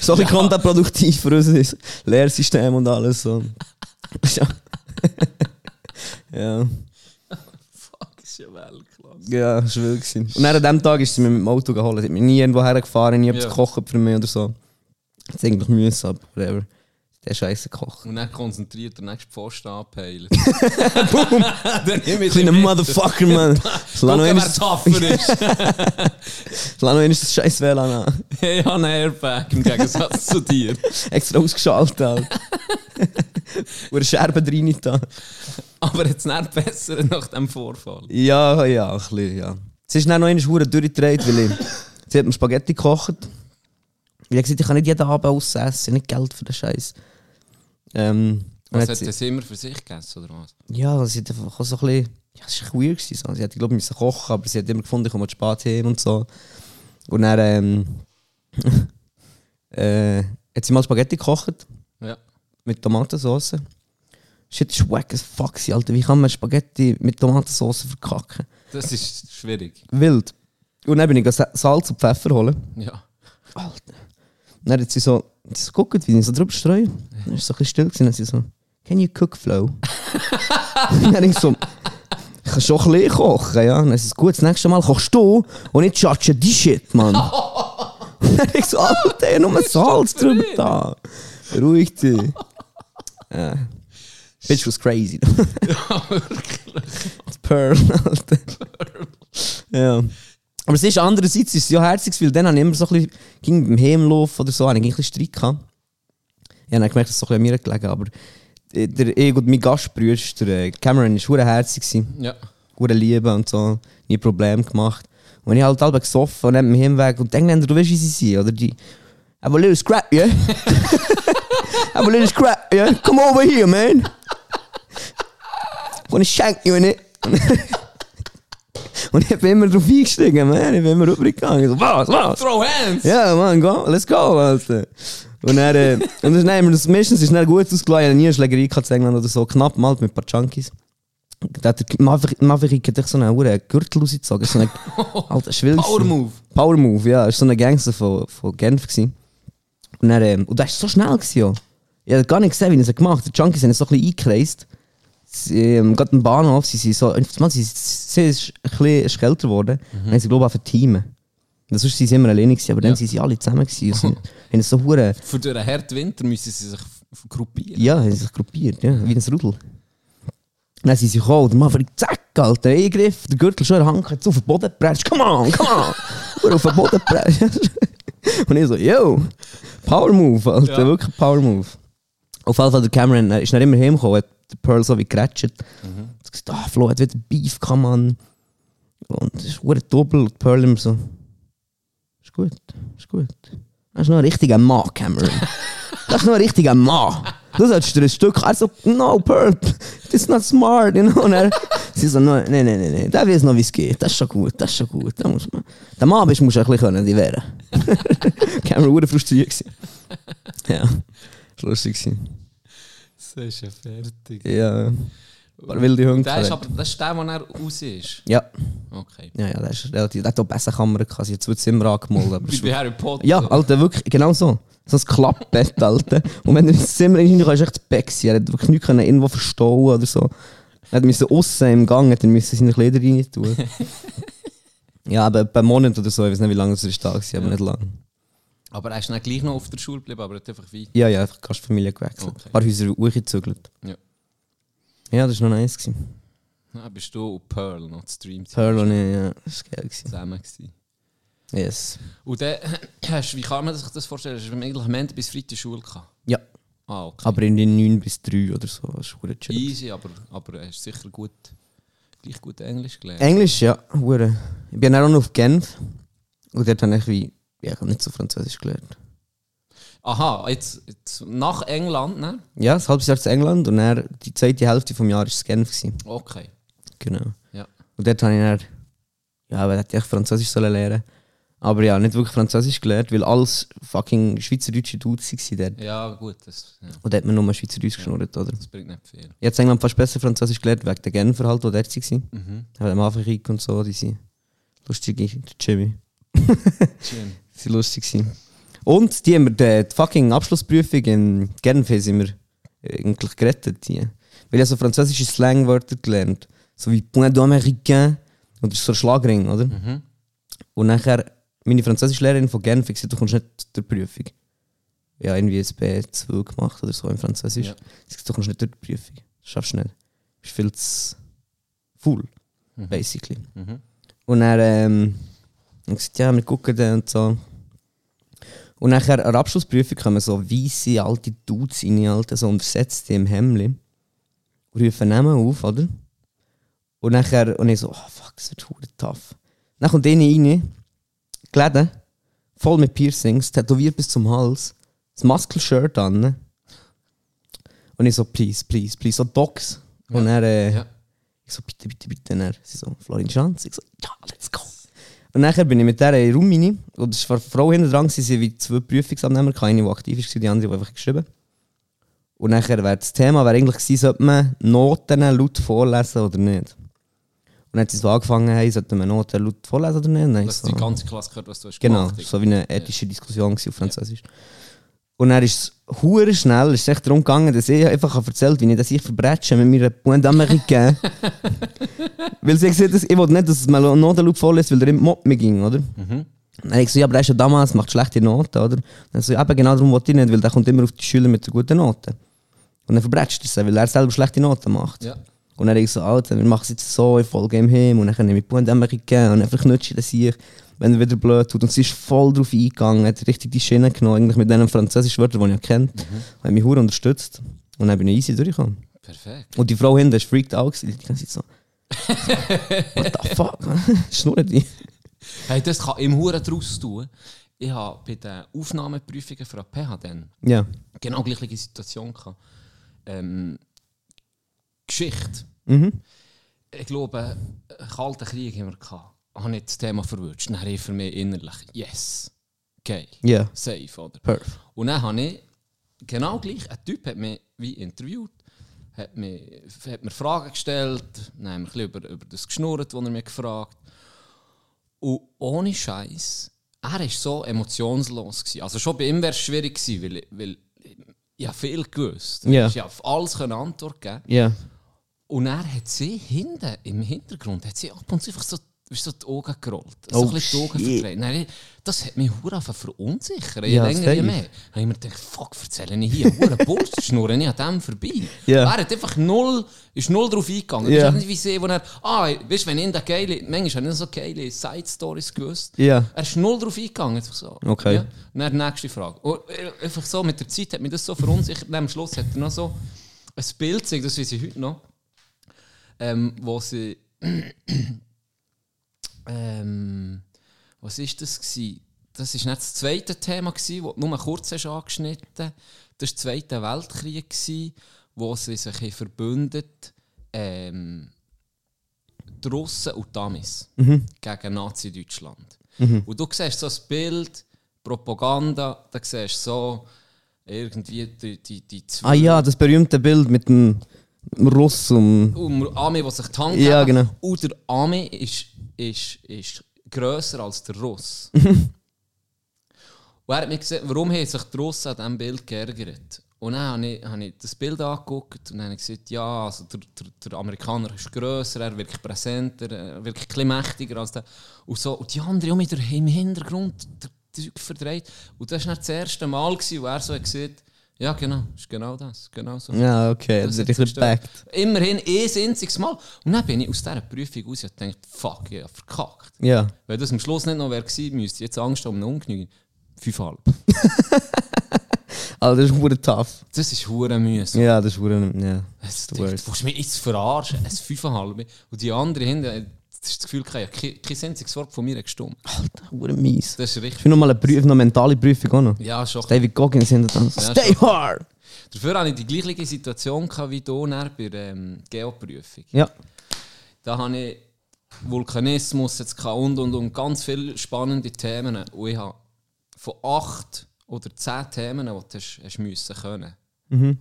Speaker 2: so ein bisschen kontraproduktiv für unser Lehrsystem und alles. So. Ja. ja.
Speaker 3: Fuck, ist ja Weltklasse.
Speaker 2: Ja, das war wild. gewesen. Und dann an dem Tag ist sie mir mit dem Auto geholt. Sie hat mich nie irgendwo hergefahren, nie etwas
Speaker 3: Ja.
Speaker 2: gekocht für mich oder so. Das ist eigentlich mühsam, aber whatever. Der Scheiße kocht.
Speaker 3: Und dann konzentriert der nächste Pfosten anpeilen.
Speaker 2: Boom! Kleiner Motherfucker, nou Mann! Lass noch
Speaker 3: Gucken,
Speaker 2: einmal-
Speaker 3: wer tougher ist.
Speaker 2: lass noch einmal das scheiß WLAN an.
Speaker 3: ich habe einen Airbag im Gegensatz zu dir.
Speaker 2: Extra ausgeschaltet, Alter. Und eine Scherbe rein da.
Speaker 3: Aber jetzt nicht besser nach dem Vorfall.
Speaker 2: Ja, ja, ein bisschen, ja. Sie ist dann noch eine Schwur durchgedreht, weil ich, sie hat mir Spaghetti gekocht. Ich habe gesagt, ich kann nicht jeden Abend aussessen, ich habe nicht Geld für den Scheiß. Ähm, und
Speaker 3: Was
Speaker 2: hat
Speaker 3: hat
Speaker 2: sie-
Speaker 3: das immer für sich gegessen oder was?
Speaker 2: Ja, sie hat einfach auch so ein bisschen. Ja, es war weird. gewesen, So. Sie hat, glaube ich, müssen kochen, aber sie hat immer gefunden, ich komme zu spät heim und so. Und dann ähm, äh, hat sie mal Spaghetti gekocht
Speaker 3: Ja.
Speaker 2: mit Tomatensauce. Shit, das ist wack as fuck, gewesen, Alter. Wie kann man Spaghetti mit Tomatensauce verkacken?
Speaker 3: Das ist schwierig.
Speaker 2: Wild. Und dann bin ich gegangen, Salz und Pfeffer holen.
Speaker 3: Ja.
Speaker 2: Alter. Und dann hat sie so, sie so guckt, wie ich so drüber streue. Dann ist sie so ein bisschen still gewesen, dann hat sie so, can you cook flow? dann habe ich so, ich kann schon ein bisschen kochen, ja. Dann ist es gut, das nächste Mal kochst du und ich judge die Shit, Mann. dann habe ich so, Alter, ich habe nur Salz drüber da. Beruhig dich. ja. Bitch was crazy. Das Pearl, Alter. Ja. Aber es ist andererseits ist es ja herzig, weil dann habe ich immer so ein bisschen, ging beim Heimlauf oder so, habe ich ein bisschen Streit gehabt. Ich habe dann gemerkt, dass es so ein bisschen an mir gelegen aber äh, der Ego, mein Gastbruder, der äh, Cameron, war hure herzig, gewesen,
Speaker 3: Ja.
Speaker 2: hure liebe und so, nie Probleme gemacht. Und ich habe halt alle gesoffen und dann bin ich hinweg und die Engländer, du weißt, wie sie sind, oder die... Have a little scrap, yeah? Have a little scrap, yeah? Come over here, man! gonna shank you in it. und ich bin immer drauf eingestiegen, man, ich bin immer rübergegangen, ich so, was, was?
Speaker 3: Throw hands!
Speaker 2: Ja, Mann, go, let's go, Alter. Und dann, äh, und dann, nein, das meistens ist dann gut ausgelaufen, ich habe nie eine Schlägerei gehabt in England oder so, knapp mal mit ein paar Junkies. Da hat der Maverick, Maverick hat echt so einen Uhren Gürtel rausgezogen. So einen alten Schwilz.
Speaker 3: Power Move.
Speaker 2: Power Move, ja. Ist so ein Gangster von, von Genf. Gewesen. Und, dann, ähm, und der war so schnell. Gewesen, ja. Ich habe gar nicht gesehen, wie er es gemacht hat. Die Junkies haben es so ein bisschen eingekreist. Sie, ähm, gerade am Bahnhof, sie sind so, einfach, man, sie, sie ist ein bisschen schälter geworden. Mhm. Dann haben sie, glaube ich, verteamt. Sonst waren sie immer alleine, gewesen, aber dann
Speaker 3: Ja.
Speaker 2: waren sie alle zusammen. Gewesen, und sind- haben es so hure
Speaker 3: Für durch einen harten Winter müssen sie sich f- f- gruppieren.
Speaker 2: Ja, haben sich gruppiert, ja, wie ein Rudel. Dann sind sie gekommen, der Maverick, zack, Alter, Eingriff, der Gürtel schon in der Hand, jetzt auf den Boden gepresst, come on, come on, Hure auf den Boden gepresst. Und ich so, yo, Power Move, Alter,
Speaker 3: Ja.
Speaker 2: wirklich Power Move. Auf jeden Fall, der Cameron äh, ist dann immer heimgekommen, hat den Pearl so wie geratscht. Mhm. Hat gesagt, ah, Flo hat wieder Beef, kann man. Und es ist hure doppel, und Pearl immer so, ist gut, ist gut. Das ist noch ein richtiger Mann, Cameron. Das ist noch ein richtiger Mann. Du solltest dir ein Stück. Also, no, Pearl, das ist not smart. You know? Und er, sie so, nein, nein, nein, nein, der weiß noch, wie es geht. Das ist schon gut, das ist schon gut. Da muss man, der Mann bist, musst du ein bisschen können, die wäre. Cameron wurde frustriert. gewesen. Ja, das war lustig. gewesen.
Speaker 3: Das ist ja fertig.
Speaker 2: Ja, ein paar wilde Hunde.
Speaker 3: Der ist aber das ist der, wo er raus ist.
Speaker 2: ja,
Speaker 3: Okay.
Speaker 2: ja, ja, der ist relativ, der hat auch besser Kamera gehabt. Sie hat zwei Zimmer angemalt, aber es
Speaker 3: Wie
Speaker 2: ist
Speaker 3: bei Harry Potter.
Speaker 2: Ja, Alter, wirklich, genau so. So ein Klappbett, Alter. Und wenn du ins Zimmer reinkommst, kannst du echt weg sein. Er hat wirklich nichts können irgendwo verstauen oder so. Er hat müssen aussen im Gang, hat er müssen seine Kleider rein tun. ja, aber bei Monat oder so, ich weiß nicht, wie lange das ist, da gewesen, aber nicht lang.
Speaker 3: Aber er ist dann gleich noch auf der Schule geblieben, aber er hat einfach weit.
Speaker 2: Ja, ja, einfach die Gastfamilie gewechselt.
Speaker 3: Okay.
Speaker 2: Ein paar Häuser hochgezügelt.
Speaker 3: Ja.
Speaker 2: Ja, das war noch nice. Gewesen.
Speaker 3: Dann bist du und Pearl noch zu Stream
Speaker 2: Pearl und ich, ja, das war geil. Gewesen.
Speaker 3: zusammen gewesen.
Speaker 2: Yes.
Speaker 3: Und dann, hast, wie kann man sich das vorstellen? Hast du eigentlich Montag bis Freitag Schule gehabt?
Speaker 2: Ja,
Speaker 3: Ah, okay.
Speaker 2: aber in den 9 bis 3 oder so, das ist verdammt chill.
Speaker 3: Easy, aber, aber hast sicher gut, gleich gut Englisch gelernt.
Speaker 2: Englisch, ja, hure. Ich bin dann auch noch auf Genf und dort habe ich wie, ja, ich habe nicht so Französisch gelernt.
Speaker 3: Aha, jetzt, jetzt nach England, ne?
Speaker 2: Ja, ein halbes Jahr zu England und dann die zweite Hälfte vom Jahr war es Genf. Gewesen.
Speaker 3: Okay.
Speaker 2: Genau.
Speaker 3: Ja.
Speaker 2: Und dort habe ich dann, ja, aber hätte ich Französisch sollen lernen Aber ja, nicht wirklich Französisch gelernt, weil alles fucking schweizerdeutsche Dudes waren dort.
Speaker 3: Ja, gut, das, ja,
Speaker 2: Und dort hat man nur Schweizerdeutsch geschnurrt, oder?
Speaker 3: das bringt nicht viel.
Speaker 2: Ich habe in England fast besser Französisch gelernt, wegen der Genfer halt, die dort waren.
Speaker 3: Mhm.
Speaker 2: Aber am Anfang Rick und so, die sind lustige Jimmy.
Speaker 3: Schön.
Speaker 2: Sie waren lustig. Gewesen. Und die haben wir die, die fucking Abschlussprüfung in Genf haben sie mir eigentlich gerettet. Die. Weil ich so französische Slangwörter gelernt So wie Point d'Américain. Und das ist so ein Schlagring, oder?
Speaker 3: Mhm.
Speaker 2: Und nachher, meine Französischlehrerin von Genf hat gesagt, du kommst nicht zur Prüfung. Ja, irgendwie ein B2 gemacht oder so in Französisch.
Speaker 3: Ja.
Speaker 2: Sie sagt, du kommst nicht durch die Prüfung. Das schaffst du nicht. Du bist viel zu faul, basically.
Speaker 3: Mhm.
Speaker 2: Und dann ähm, ich gesagt, ja, wir gucken dann und so. Und nachher an der Abschlussprüfung kommen so weisse alte Dudes rein, Alter, so untersetzte im Hemdli. Und rufen Namen auf, oder? Und nachher, und ich so, oh fuck, das wird hure tough. Dann kommt eine rein, geleden, voll mit Piercings, tätowiert bis zum Hals, das Muscle-Shirt an. Und ich so, please, please, please, so Docs. Und er, äh,
Speaker 3: Ja.
Speaker 2: ich so, bitte, bitte, bitte. Und er, sie so, Florin Schanz. Ich so, ja, let's go. Und nachher bin ich mit der in den Raum rein. Und es war eine Frau hinten dran, sie waren wie zwei Prüfungsabnehmer, keine, die aktiv war, die andere, die einfach geschrieben Und nachher wäre das Thema wäre eigentlich gewesen, sollte man Noten laut vorlesen oder nicht. Und dann hat sie so angefangen, hey, sollte man Noten laut vorlesen oder nicht? Und dann
Speaker 3: Dass
Speaker 2: so,
Speaker 3: die ganze Klasse gehört, was du hast
Speaker 2: Genau,
Speaker 3: gemacht
Speaker 2: so wie eine ethische Diskussion gewesen auf Französisch. Und er ist es hure schnell, ist echt darum gegangen, dass ich einfach habe erzählt wie ich das ich verbreche mit meiner Point d'Américain. weil sie gesagt hat, ich wollte nicht, dass es mal Notenloop voll ist, weil der immer Mob mir ging, oder?
Speaker 3: Mhm.
Speaker 2: Und Dann habe ich gesagt, ja, aber er ist ja damals, macht schlechte Noten, oder? Und dann so, ja, eben genau darum wollte ich nicht, weil der kommt immer auf die Schüler mit den guten Noten. Und dann verbrecht er es, weil er selber schlechte Noten macht.
Speaker 3: Ja.
Speaker 2: Und dann habe ich so, Alter, wir machen es jetzt so, ich folge ihm hin und dann nehme ich Point American und dann verknutsche ich das hier, wenn er wieder blöd tut. Und sie ist voll drauf eingegangen, hat richtig die Schiene genommen, eigentlich mit diesen französischen Wörtern, die ich ja kennt.
Speaker 4: Mhm.
Speaker 2: Hat mich hure unterstützt und dann bin ich easy durchgekommen.
Speaker 3: Perfekt.
Speaker 2: Und die Frau hinten ist freaked out, gewesen. die ganze Zeit so, what the fuck, schnurrt die.
Speaker 3: Hey, das kann im Huren draus tun. Ich habe bei den Aufnahmeprüfungen für eine PH dann
Speaker 2: Ja,
Speaker 3: genau gleich gleiche Situation gehabt. Ähm, Geschichte.
Speaker 2: Mhm.
Speaker 3: Ich glaube, einen kalten Krieg haben wir gehabt. Habe ich das Thema verwünscht. Dann habe ich für mich innerlich, yes, geil,
Speaker 2: ja,
Speaker 3: safe, oder?
Speaker 2: perf.
Speaker 3: Und dann habe ich, genau gleich, ein Typ hat mich wie interviewt. hat mir, hat mir Fragen gestellt, dann haben wir ein bisschen über, über das geschnurrt, was er mir gefragt Und ohne Scheiß, er war so emotionslos. Gewesen. Also schon bei ihm wäre es schwierig gewesen, weil, ich- weil ich- ich habe viel gewusst.
Speaker 4: Ja.
Speaker 3: Ich habe auf alles eine Antwort geben.
Speaker 4: Ja.
Speaker 3: Und er hat sie hinten, im Hintergrund, hat sie ab und zu einfach so, weisst du, so die Augen gerollt.
Speaker 4: Oh,
Speaker 3: so ein bisschen die Augen
Speaker 4: shit.
Speaker 3: verdreht. Nein, das hat mich hure verunsichert. Je
Speaker 4: Ja,
Speaker 3: länger, je
Speaker 4: safe.
Speaker 3: mehr. Da habe ich mir gedacht, fuck, erzähle ich hier. Hure Bullshit schnurren, ich an dem vorbei.
Speaker 4: Ja.
Speaker 3: Er hat einfach null, ist null drauf eingegangen.
Speaker 4: Ja.
Speaker 3: Das ist nicht wie sie, wo er, ah, weißt du, wenn ihn da geile, manchmal habe ich so geile Side-Stories gewusst.
Speaker 4: Ja.
Speaker 2: Äh,
Speaker 3: Er ist null drauf eingegangen. Einfach so.
Speaker 4: Okay.
Speaker 3: Ja. Und dann die nächste Frage. Und äh, einfach so, mit der Zeit hat mich das so verunsichert. Und am Schluss hat er noch so ein Bild gezeigt, das weiß ich heute noch, ähm, wo sie. ähm, was ist das? Gewesen? Das war nicht das zweite Thema, gewesen, das du nur kurz hast angeschnitten hast. Das war der Zweite Weltkrieg, gewesen, wo sie sich haben verbündet ähm, die Russen und die Amis
Speaker 4: Mhm.
Speaker 3: gegen Nazi-Deutschland. Und du siehst so ein Bild, Propaganda, da siehst so irgendwie die, die, die zwei
Speaker 4: Ah ja, das berühmte Bild mit dem Russ und...
Speaker 3: um Ami, der sich die Hand
Speaker 4: Ja,
Speaker 3: geben.
Speaker 4: genau.
Speaker 2: Äh.
Speaker 3: Und der Ami ist, ist, ist grösser als der Russ. und er hat mir gesagt, warum haben sich die Russen an diesem Bild geärgert? Und dann habe ich, habe ich das Bild angeguckt und dann habe ich gesagt, ja, also der, der, der Amerikaner ist grösser, er wirkt präsenter, er wirkt ein bisschen mächtiger als der. Und, so. und die anderen auch wieder im Hintergrund der Zeug verdreht. Und das war dann das erste Mal, gewesen, wo er so hat gesagt ja genau, ist genau das, genau so.
Speaker 4: Ja, okay, das
Speaker 3: Das
Speaker 4: ist ein
Speaker 3: hat
Speaker 4: bisschen
Speaker 3: zerstört.
Speaker 4: back.
Speaker 3: Immerhin ein einziges Mal. Und dann bin ich aus dieser Prüfung raus und dachte, fuck, ich habe verkackt.
Speaker 4: Ja.
Speaker 3: Wenn das am Schluss nicht noch wäre gewesen, müsste ich jetzt Angst haben um eine Ungenüge. Fünfhalb.
Speaker 4: Also das ist hure tough.
Speaker 3: Das ist hure mühsam.
Speaker 4: Ja, das ist hure... Ja.
Speaker 3: Es
Speaker 4: the
Speaker 3: denkt,
Speaker 4: worst.
Speaker 3: Du willst mich jetzt verarschen. Es ist fünfeinhalb. Und die anderen hinten, äh, das ist das Gefühl, kein, kein kein einziges Wort von mir hat gestummt.
Speaker 4: Alter, hure mies.
Speaker 3: Das ist
Speaker 4: Ich
Speaker 3: richtig.
Speaker 4: will nochmal eine, Prüf eine mentale Prüfung auch noch.
Speaker 3: Ja, schon.
Speaker 4: David Goggins hinter dann.
Speaker 3: Ja,
Speaker 4: Stay hard!
Speaker 3: Dafür hatte ich die gleiche Situation gehabt wie hier nachher bei der ähm, Geoprüfung.
Speaker 4: Ja.
Speaker 3: Da habe ich Vulkanismus jetzt gehabt und und und ganz viele spannende Themen. Und ich habe von acht oder zehn Themen, die du hast, hast müssen können,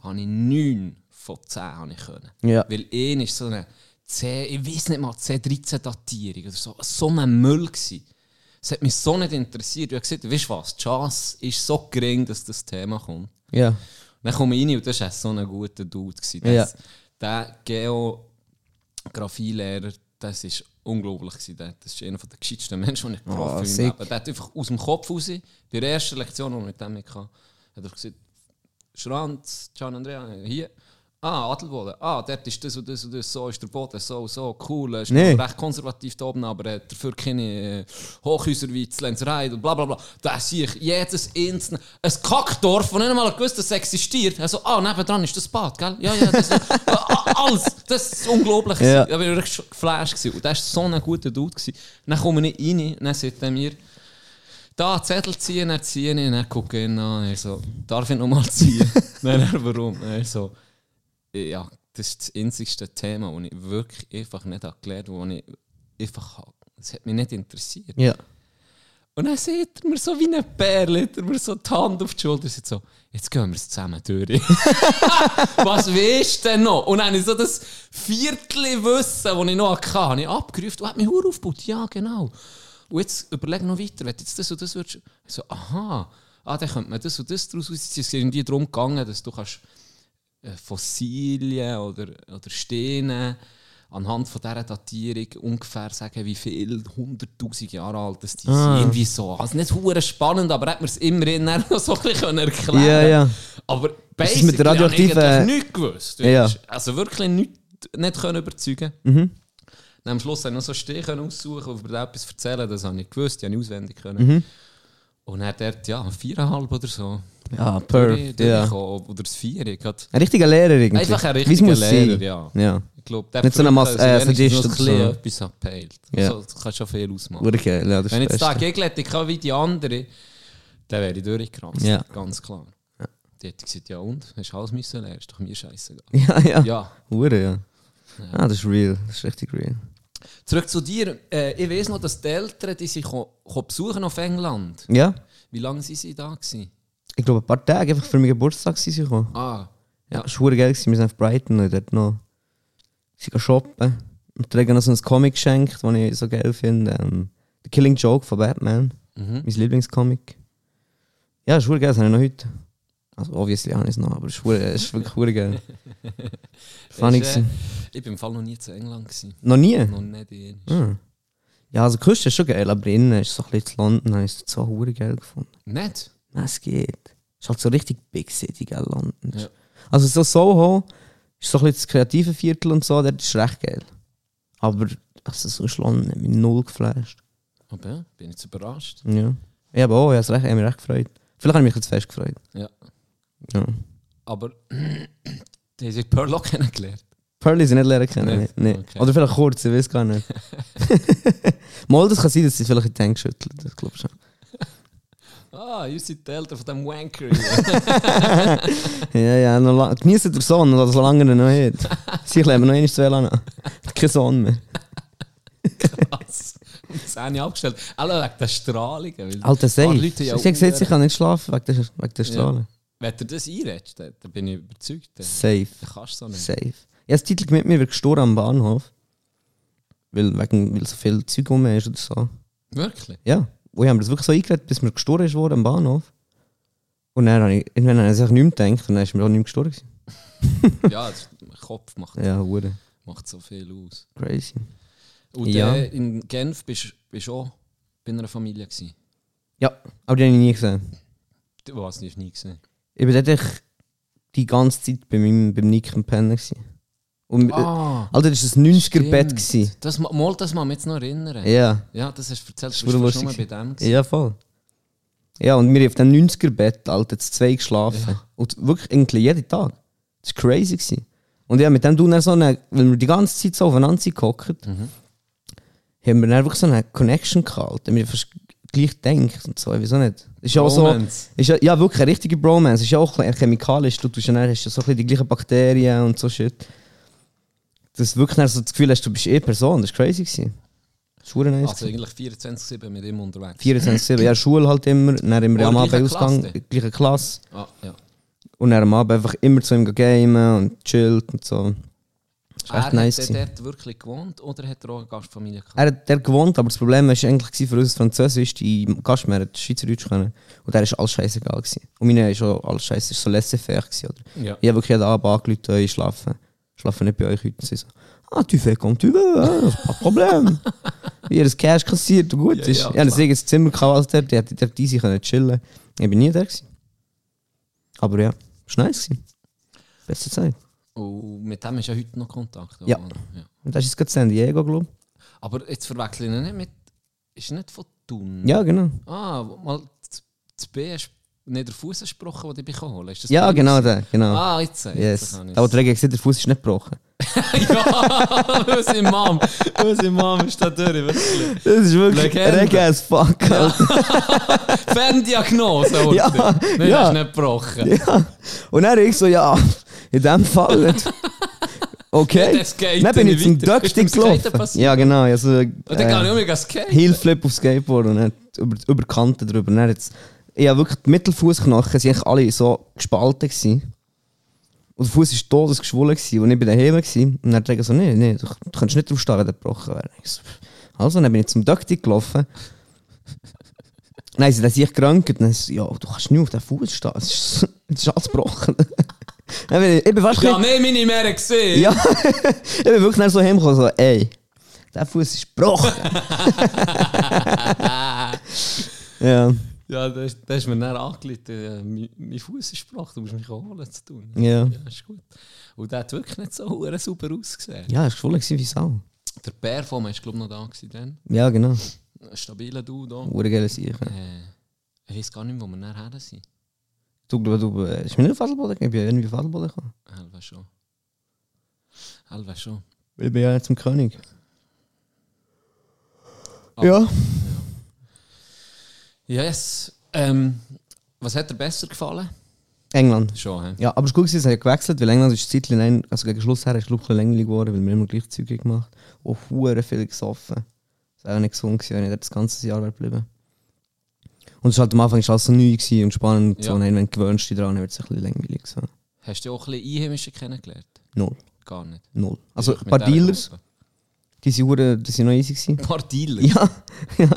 Speaker 3: habe ich neun von zehn habe ich können.
Speaker 4: Ja.
Speaker 3: Weil ein ist so eine C, ich weiß nicht mal, C13-Datierung oder so. So ein Müll gsi. Es hat mich so nicht interessiert. Ich habe gesagt, weißt du was, die Chance ist so gering, dass das Thema kommt.
Speaker 4: Ja.
Speaker 3: Dann komme ich rein und das war so ein guter Dude. Gewesen. Das, Der Geografielehrer, das war unglaublich. Gewesen. Der- Das ist einer der gescheitsten Menschen, die ich getroffen
Speaker 4: Oh,
Speaker 3: habe. in meinem
Speaker 4: sick.
Speaker 3: Leben. Der hat einfach aus dem Kopf raus, bei der ersten Lektion, die ich mit dem hatte, hat er gesagt, Schranz, Gian Andrea, hier. Ah, Adelboden. Ah, dort ist das und das und das. So ist der Boden, so und so. Cool. Ist
Speaker 4: Nee.
Speaker 3: noch recht konservativ da oben, aber hat dafür keine äh, Hochhäuser wie die Lenzerei und bla bla bla. Da sehe ich jedes einzelne. Ein Kackdorf, von nicht mal gewusst, dass es existiert. Also, ah, nebendran ist das Bad, gell? Ja, ja, das äh, a- alles. Das ist unglaublich.
Speaker 4: Ja.
Speaker 3: Ja. Ich war wirklich schon geflasht. gewesen. Und das war so ein guter Dude. gewesen. Dann komme ich rein, dann sagt er mir, da Zettel ziehen, er ziehen ihn, er guckt ihn an, er so, darf ich nochmal ziehen? Nein, er, warum? Er so, ja, das ist das einzigste Thema, das ich wirklich einfach nicht erklärt habe, das ich einfach habe. Das hat mich nicht interessiert.
Speaker 4: Ja.
Speaker 3: Und dann sieht er mir so wie ein Perle, hat er mir so die Hand auf die Schulter und sagt so, jetzt gehen wir es zusammen durch. Was willst du denn noch? Und dann habe ich so das Viertel Wissen, das ich noch hatte, habe ich abgerufen und hat mich Uhr aufgebaut. Ja, genau. Und jetzt überleg noch weiter, wenn du jetzt das und das würdest... Ich so, aha, ah, dann könnte man das und das daraus... Es ist irgendwie darum gegangen, dass du kannst... äh, Fossilien oder, oder Steine anhand von dieser Datierung ungefähr sagen, wie viel 100'000 Jahre alt das die
Speaker 4: Ah.
Speaker 3: sind. Irgendwie so. Also nicht hure spannend, aber hat mir es immerhin dann noch so ein bisschen erklären
Speaker 4: Ja, ja.
Speaker 3: Aber
Speaker 4: Das ist mit
Speaker 3: basically habe ich
Speaker 4: radioaktiven-
Speaker 3: eigentlich nichts gewusst.
Speaker 4: Ja. Mhm.
Speaker 3: weisst. Also wirklich nicht, nicht können überzeugen dann am Schluss habe ich noch so Stehen können aussuchen und über etwas erzählen. Das habe ich gewusst, die habe ich auswendig können.
Speaker 4: Mhm.
Speaker 3: Und er dort, ja, viereinhalb oder so.
Speaker 4: Ja, perfekt.
Speaker 3: Durch-
Speaker 4: Ja.
Speaker 3: durchgekommen. Oder das Vier. Ich hatte
Speaker 4: Ein richtiger Lehrer irgendwie.
Speaker 3: einfach ein
Speaker 4: Wie's
Speaker 3: richtiger
Speaker 4: muss sein.
Speaker 3: Lehrer, ja.
Speaker 4: Ja.
Speaker 3: Ich glaube, der
Speaker 4: Nicht so ein Mas-
Speaker 3: Frucht, also
Speaker 4: äh,
Speaker 3: wenigstens
Speaker 4: Sadist
Speaker 3: noch
Speaker 4: oder so.
Speaker 3: ein bisschen etwas abpeilt.
Speaker 4: Ja.
Speaker 3: So, das kann schon viel ausmachen.
Speaker 4: Hure geil, ja, das
Speaker 3: Wenn ich
Speaker 4: ist
Speaker 3: jetzt da
Speaker 4: das Beste.
Speaker 3: Gegel hätte ich wie die andere, dann wäre ich durchgerannt.
Speaker 4: Ja.
Speaker 3: Ganz klar. Die hätte gesagt, ja und? Hast du alles müssen lernen? Ist doch mir scheißegal.
Speaker 4: Ja, ja.
Speaker 3: Ja.
Speaker 4: Hure, ja. Ah, das ist real. Das ist richtig real.
Speaker 3: Zurück zu dir. Äh, ich weiß noch, dass die Eltern die sich ko- ko besuchen auf England.
Speaker 4: Ja.
Speaker 3: Wie lange sind sie da? Gewesen?
Speaker 4: Ich glaube, ein paar Tage einfach für meinen Geburtstag sind sie gekommen.
Speaker 3: Ah, Ja.
Speaker 2: Ja, es war verdammt geil. gewesen. Wir sind auf Brighton und dort noch sind gegangen shoppen. Und tragen noch so ein Comic geschenkt, das ich so geil finde. Ähm, The Killing Joke von Batman,
Speaker 3: Mhm.
Speaker 2: mein Lieblingscomic. Ja, es war verdammt geil, das habe ich noch heute. Also, obviously habe ich es noch, aber es ist verdammt- es ist wirklich verdammt geil. Funny
Speaker 3: Ist,
Speaker 2: gewesen.
Speaker 3: äh, Ich bin im Fall noch nie zu England. Gewesen.
Speaker 2: Noch nie?
Speaker 3: Noch nicht in.
Speaker 2: Hm. Ja, also die Küste ist schon geil, aber innen ist so ein bisschen zu London, habe ich es so verdammt geil gefunden.
Speaker 3: Nicht?
Speaker 2: Nein, es geht. Es ist halt so richtig Big City, gell, London.
Speaker 3: Ja.
Speaker 2: Also so Soho ist so ein bisschen das kreative Viertel und so, dort ist recht geil. Aber also sonst London hat mich null geflasht.
Speaker 3: Aber ja, bin jetzt überrascht.
Speaker 2: Ja. Ich habe auch, ich habe recht, ich habe mich recht gefreut. Vielleicht habe ich mich jetzt fest gefreut.
Speaker 3: Ja.
Speaker 2: ja.
Speaker 3: Aber die haben sich Pearl auch kennengelernt.
Speaker 2: Pearly sind nicht lernen kennen.
Speaker 3: Nicht?
Speaker 2: Nee.
Speaker 3: Okay.
Speaker 2: Oder vielleicht kurz, ich weiß gar nicht. Mal, das kann sein, dass sie vielleicht in die Hände geschüttelt. Das glaube ich schon.
Speaker 3: Ah, ihr seid die Eltern von dem Wanker.
Speaker 2: Ja, ja, noch lang. Genießt den Sohn, oder solange er noch hat. Sie leben noch einmal zwei Jahre an. Kein Sohn mehr.
Speaker 3: Was? Und das eine Um abgestellt. Alle wegen der Strahlung. Weil
Speaker 2: Alter,
Speaker 3: Ah,
Speaker 2: safe.
Speaker 3: die Leute
Speaker 2: Sie
Speaker 3: ja
Speaker 2: hat gesagt, sie
Speaker 3: unter-
Speaker 2: kann nicht schlafen wegen der, wegen der Strahlen.
Speaker 3: Wenn du das einredest, dann dann bin ich überzeugt. Dann
Speaker 2: Safe.
Speaker 3: dann kannst du so nicht.
Speaker 2: Safe. Ich habe das Titel mit mir gestorben am Bahnhof. Weil, wegen, weil so viel Zeug rum ist oder so.
Speaker 3: Wirklich?
Speaker 2: Ja. Und ich habe mir das wirklich so eingeredet, bis mir gestorben ist worden am Bahnhof. Und dann habe ich, irgendwann habe ich sich nicht mehr gedacht und dann ist mir auch nicht mehr gestorben. gewesen.
Speaker 3: Ja, das, mein Kopf macht,
Speaker 2: Ja, wurde
Speaker 3: macht so viel aus.
Speaker 2: Crazy.
Speaker 3: Und
Speaker 2: Ja.
Speaker 3: äh, in Genf bist du auch bei einer Familie. Gewesen.
Speaker 2: Aber die habe ich nie gesehen.
Speaker 3: Du hast nicht nie gesehen.
Speaker 2: Ich war dort echt die ganze Zeit bei meinem, beim Nick im Pennen. gewesen. Und, äh,
Speaker 3: Ah,
Speaker 2: Alter, das war ein 90er-Bett.
Speaker 3: stimmt.
Speaker 2: gewesen.
Speaker 3: Das, ma- mal, das muss man jetzt noch erinnern.
Speaker 2: Ja.
Speaker 3: Ja, das hast du erzählt,
Speaker 2: Das
Speaker 3: du
Speaker 2: ist
Speaker 3: warst
Speaker 2: lustig
Speaker 3: schon mal bei dem. gewesen.
Speaker 2: Ja, voll. Ja, und wir haben auf dem 90er-Bett, Alter, zu zwei geschlafen. Und wirklich eigentlich jeden Tag. Das war crazy. Gewesen. Und ja, mit dem du dann so eine, weil wir die ganze Zeit so aufeinander gehockt
Speaker 3: Mhm.
Speaker 2: haben wir dann wirklich so eine Connection gehalten. Wir haben fast gleich gedacht und so, wieso nicht? Ist ja auch so,
Speaker 3: Romance.
Speaker 2: ist ja, ja, wirklich eine richtige Bromance. Ist ja auch ein bisschen chemikalisch. Du tust ja dann, hast ja so ein bisschen die gleichen Bakterien und so shit. Dass du wirklich dann so das Gefühl hast, du bist eh Person. Das war crazy. Gewesen. Das war verdammt nice.
Speaker 3: Also eigentlich 24-7 mit ihm unterwegs.
Speaker 2: 24-7, ja, Schule halt immer, dann immer
Speaker 3: Oder
Speaker 2: am Abend
Speaker 3: gleiche
Speaker 2: Ausgang,
Speaker 3: Klasse?
Speaker 2: gleiche Klasse.
Speaker 3: Ah, ja.
Speaker 2: Und dann am Abend einfach immer zu ihm gamen und chillt und so. Das war echt
Speaker 3: er
Speaker 2: nice.
Speaker 3: hat
Speaker 2: gewesen.
Speaker 3: der dort wirklich gewohnt oder hat er auch eine Gastfamilie gehabt?
Speaker 2: Er hat der gewohnt, aber das Problem war eigentlich gewesen für uns Französisch, die Gastmehrer hat Schweizerdeutsch können. Und der war alles scheißegal. Gewesen. Und meine ist auch alles scheiße, so laissez-faire. gewesen, Oder?
Speaker 3: ja.
Speaker 2: Ich habe wirklich jeden Abend angerufen, «Hey, ich schlafe. Ich schlafe nicht bei euch heute. Und sie so, ah, tu fais comme tu veux, hein, kein Problem. Ich habe das Cash kassiert und gut
Speaker 3: Ja,
Speaker 2: ist.
Speaker 3: ja,
Speaker 2: ich habe ein eigenes Zimmer gehabt, als der, die hätte dort easy können chillen Ich bin nie da gewesen. Aber ja, es war nice. gewesen. Beste Zeit.
Speaker 3: Und mit dem ist ja heute noch Kontakt.
Speaker 2: Ja.
Speaker 3: oder? ja.
Speaker 2: Und das ist jetzt gerade San Diego, glaube
Speaker 3: Aber jetzt verwechsel ich ihn nicht mit. Ist er nicht von Thun?
Speaker 2: ich. Ja, genau.
Speaker 3: Ah, wo- mal das- das B ist nicht der Fuß gesprochen, den ich bekommen habe. Ist das
Speaker 2: Ja,
Speaker 3: der
Speaker 2: genau
Speaker 3: Fuss?
Speaker 2: der, genau.
Speaker 3: Ah, jetzt. jetzt
Speaker 2: yes.
Speaker 3: kann ich's.
Speaker 2: Aber der Regen hat gesagt, der Fuß ist nicht gebrochen.
Speaker 3: ja, unsere Mom. Unsere Mom ist da durch. wirklich.
Speaker 2: Das ist wirklich
Speaker 3: Legende.
Speaker 2: Regen as fuck. Alter.
Speaker 3: Ferndiagnose, oder?
Speaker 2: Ja,
Speaker 3: Nein,
Speaker 2: ja.
Speaker 3: das ist nicht gebrochen.
Speaker 2: Ja. Und dann ich so, ja, in dem Fall nicht. Okay.
Speaker 3: Das geht
Speaker 2: Dann bin ich
Speaker 3: nicht
Speaker 2: zum
Speaker 3: weiter.
Speaker 2: Duckstick
Speaker 3: Ist beim Skaten
Speaker 2: gelaufen.
Speaker 3: passiert?
Speaker 2: Ja, genau. Also,
Speaker 3: Und dann kann ich
Speaker 2: äh,
Speaker 3: auch mega skaten.
Speaker 2: Heelflip auf Skateboard und dann über, über die Kante drüber. Dann jetzt, ich habe wirklich die Mittelfußknochen, sie waren alle so gespalten. Gewesen. Und der Fuß war todesgeschwollen gewesen und ich war daheim. Gewesen. Und dann dachte ich so, nee, nee, du, du kannst nicht draufstehen, wenn der gebrochen wäre. Ich so, Also, dann bin ich zum Duckstick gelaufen. Nein, sie hat sich geröntgt und dann so, ja, du kannst nicht auf den Fuß stehen, es ist, es ist alles gebrochen. Dann bin ich, ich bin fast
Speaker 3: Ja, nee, meine Mär gesehen.
Speaker 2: ja, ich bin wirklich dann so heimgekommen, so, ey, der Fuß ist gebrochen. ja,
Speaker 3: Äh, Ja, da ist, da ist mir dann angelegt, äh, mein, mein Fuß ist gebrochen, du musst mich holen zu tun.
Speaker 2: ja.
Speaker 3: Ja, ist gut. Und der hat wirklich nicht so hure super ausgesehen.
Speaker 2: Ja, es war voll wie Sau.
Speaker 3: Der Bär von mir ist, glaube ich, noch da gewesen. Dann.
Speaker 2: Ja, genau.
Speaker 3: Ein stabiler Du da.
Speaker 2: Wurde geil sicher.
Speaker 3: Äh, ich weiß gar nicht, mehr, wo wir nachher her sind.
Speaker 2: Du, du, du, äh, ist mir nicht auf Adelboden gekommen? Ich bin ja irgendwie auf Adelboden gekommen.
Speaker 3: Halb schon. Halb schon.
Speaker 2: Weil Ich bin ja jetzt im König.
Speaker 3: Ah.
Speaker 2: Ja.
Speaker 3: Yes. Ähm, was hat dir besser gefallen?
Speaker 2: England.
Speaker 3: Schon, hä?
Speaker 2: Ja, aber es ist gut, gewesen, es hat ja gewechselt, weil England ist die Zeit, lang- also gegen Schluss her ist es ein bisschen länger geworden, weil wir immer gleich Zeug gemacht haben. Und hure viel gesoffen. Es wäre auch nicht gesund gewesen, wenn ich dort das ganze Jahr wäre geblieben. Und es war halt am Anfang ist alles so neu gewesen und spannend und so.
Speaker 3: Ja.
Speaker 2: Und dann, wenn du gewöhnst dich dran, dann wird es ein bisschen langweilig. So.
Speaker 3: Hast du auch ein bisschen Einheimische kennengelernt?
Speaker 2: Null.
Speaker 3: Gar nicht.
Speaker 2: Null. Also
Speaker 3: Mit
Speaker 2: ein paar
Speaker 3: dieser
Speaker 2: Dealers,
Speaker 3: Gruppe.
Speaker 2: die sind hure- die sind noch easy gewesen.
Speaker 3: Ein paar Dealers?
Speaker 2: Ja, ja.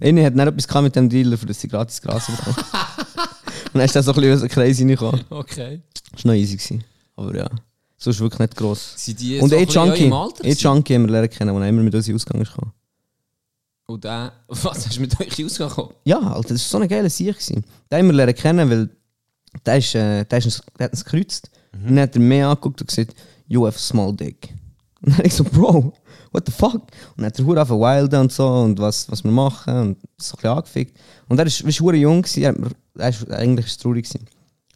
Speaker 2: Einer hat dann etwas gehabt mit dem Dealer, für das sie gratis Gras bekommen. Und dann ist das so ein bisschen crazy reingekommen.
Speaker 3: Okay.
Speaker 2: Das war noch easy. Gewesen. Aber ja, so ist wirklich nicht gross.
Speaker 3: Sind die
Speaker 2: Und
Speaker 3: so
Speaker 2: eh
Speaker 3: ein bisschen
Speaker 2: Junkie.
Speaker 3: im Alter?
Speaker 2: Ich
Speaker 3: gewesen?
Speaker 2: Junkie haben wir lernen kennen, als er immer mit uns in den Ausgang ist. gekommen.
Speaker 3: Und der, was hast du mit euch rausgekommen?
Speaker 2: Ja, Alter, das war so ein geiler Sieg. gewesen. Den haben wir lernen kennen, weil der, ist, äh, der, ist uns, der hat uns gekreuzt. Und dann hat er mich angeguckt und gesagt, you have a small dick. Und dann hab ich so, Bro, what the fuck? Und dann hat er hure auf Wild und so und was, was wir machen und so ein bisschen angefickt. Und er ist, weißt du, hure jung gewesen. Er hat mir, er ist, eigentlich ist es traurig gewesen,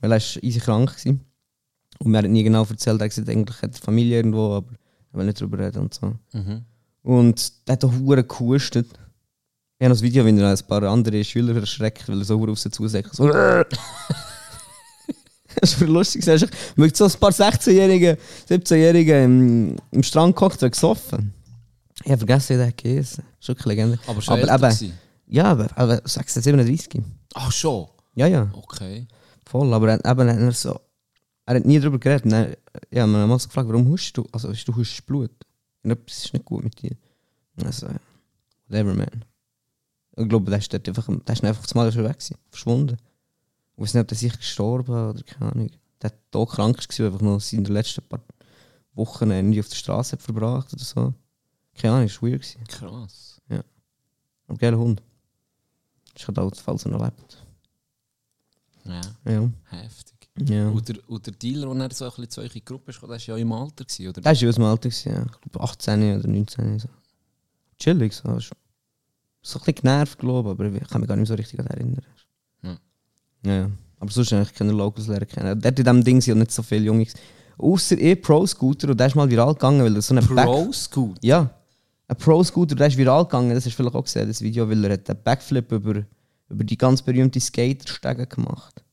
Speaker 2: weil er ist easy krank gewesen. Und mir hat nie genau erzählt, er hat gesagt, eigentlich hat er Familie irgendwo, aber er will nicht drüber reden und so.
Speaker 3: Mhm.
Speaker 2: Und er hat auch hure gehustet. Ich habe noch ein Video, wenn er ein paar andere Schüler erschreckt, weil er so hure auf sie zusägt. So, "Äh!" das ist voll lustig. Man sieht so ein paar 16-Jährige, 17-Jährige im, im Strand gehockt und gesoffen. Ich habe vergessen, wie der geheißen. Ist wirklich eine Legende.
Speaker 3: Aber schon
Speaker 2: Aber
Speaker 3: älter
Speaker 2: eben-
Speaker 3: gewesen?
Speaker 2: Ja, aber, aber 16, 37.
Speaker 3: Ach schon?
Speaker 2: Ja, ja,
Speaker 3: Okay.
Speaker 2: voll. Aber er- eben, er, hat so, er hat nie darüber geredet. Und er- Ich habe mir mal so gefragt, warum hustest du? Also, du hustest Blut. Und etwas ist nicht gut mit dir. Also, whatever, man. Ich glaube, der ist dort einfach, der ist einfach zumal schon weg gewesen, verschwunden. Ich weiß nicht, ob der sich gestorben oder keine Ahnung. Der hat hier krank gewesen, einfach nur in den letzten paar Wochen nicht auf der Straße hat verbracht oder so. Keine Ahnung, ist weird gewesen.
Speaker 3: Krass.
Speaker 2: Aber geiler Hund. Ist halt auch, falls er noch lebt.
Speaker 3: Ja,
Speaker 2: Ja.
Speaker 3: heftig.
Speaker 2: ja.
Speaker 3: Und der, und der Dealer, der dann so ein bisschen zu euch in die Gruppe ist, gekommen, der war ja im Alter, gewesen, oder?
Speaker 2: Der war aus dem Alter, gewesen, ja. ich glaube 18 oder 19. So. Chillig, so. Ist so ein bisschen genervt, glaube ich, aber ich kann mich gar nicht mehr so richtig an das erinnern.
Speaker 3: Hm.
Speaker 2: Ja, ja. Aber sonst habe ich keine Locals lernen kennen. Dort in diesem Ding sind ja nicht so viele Jungs. Außer eh Pro-Scooter und der ist mal viral gegangen, weil er so einen Back-
Speaker 3: Pro-Scoot.
Speaker 2: Ja. Ein Pro-Scooter, der ist viral gegangen, das hast du vielleicht auch gesehen, das Video, weil er hat einen Backflip über, über die ganz berühmte Skaterstege gemacht.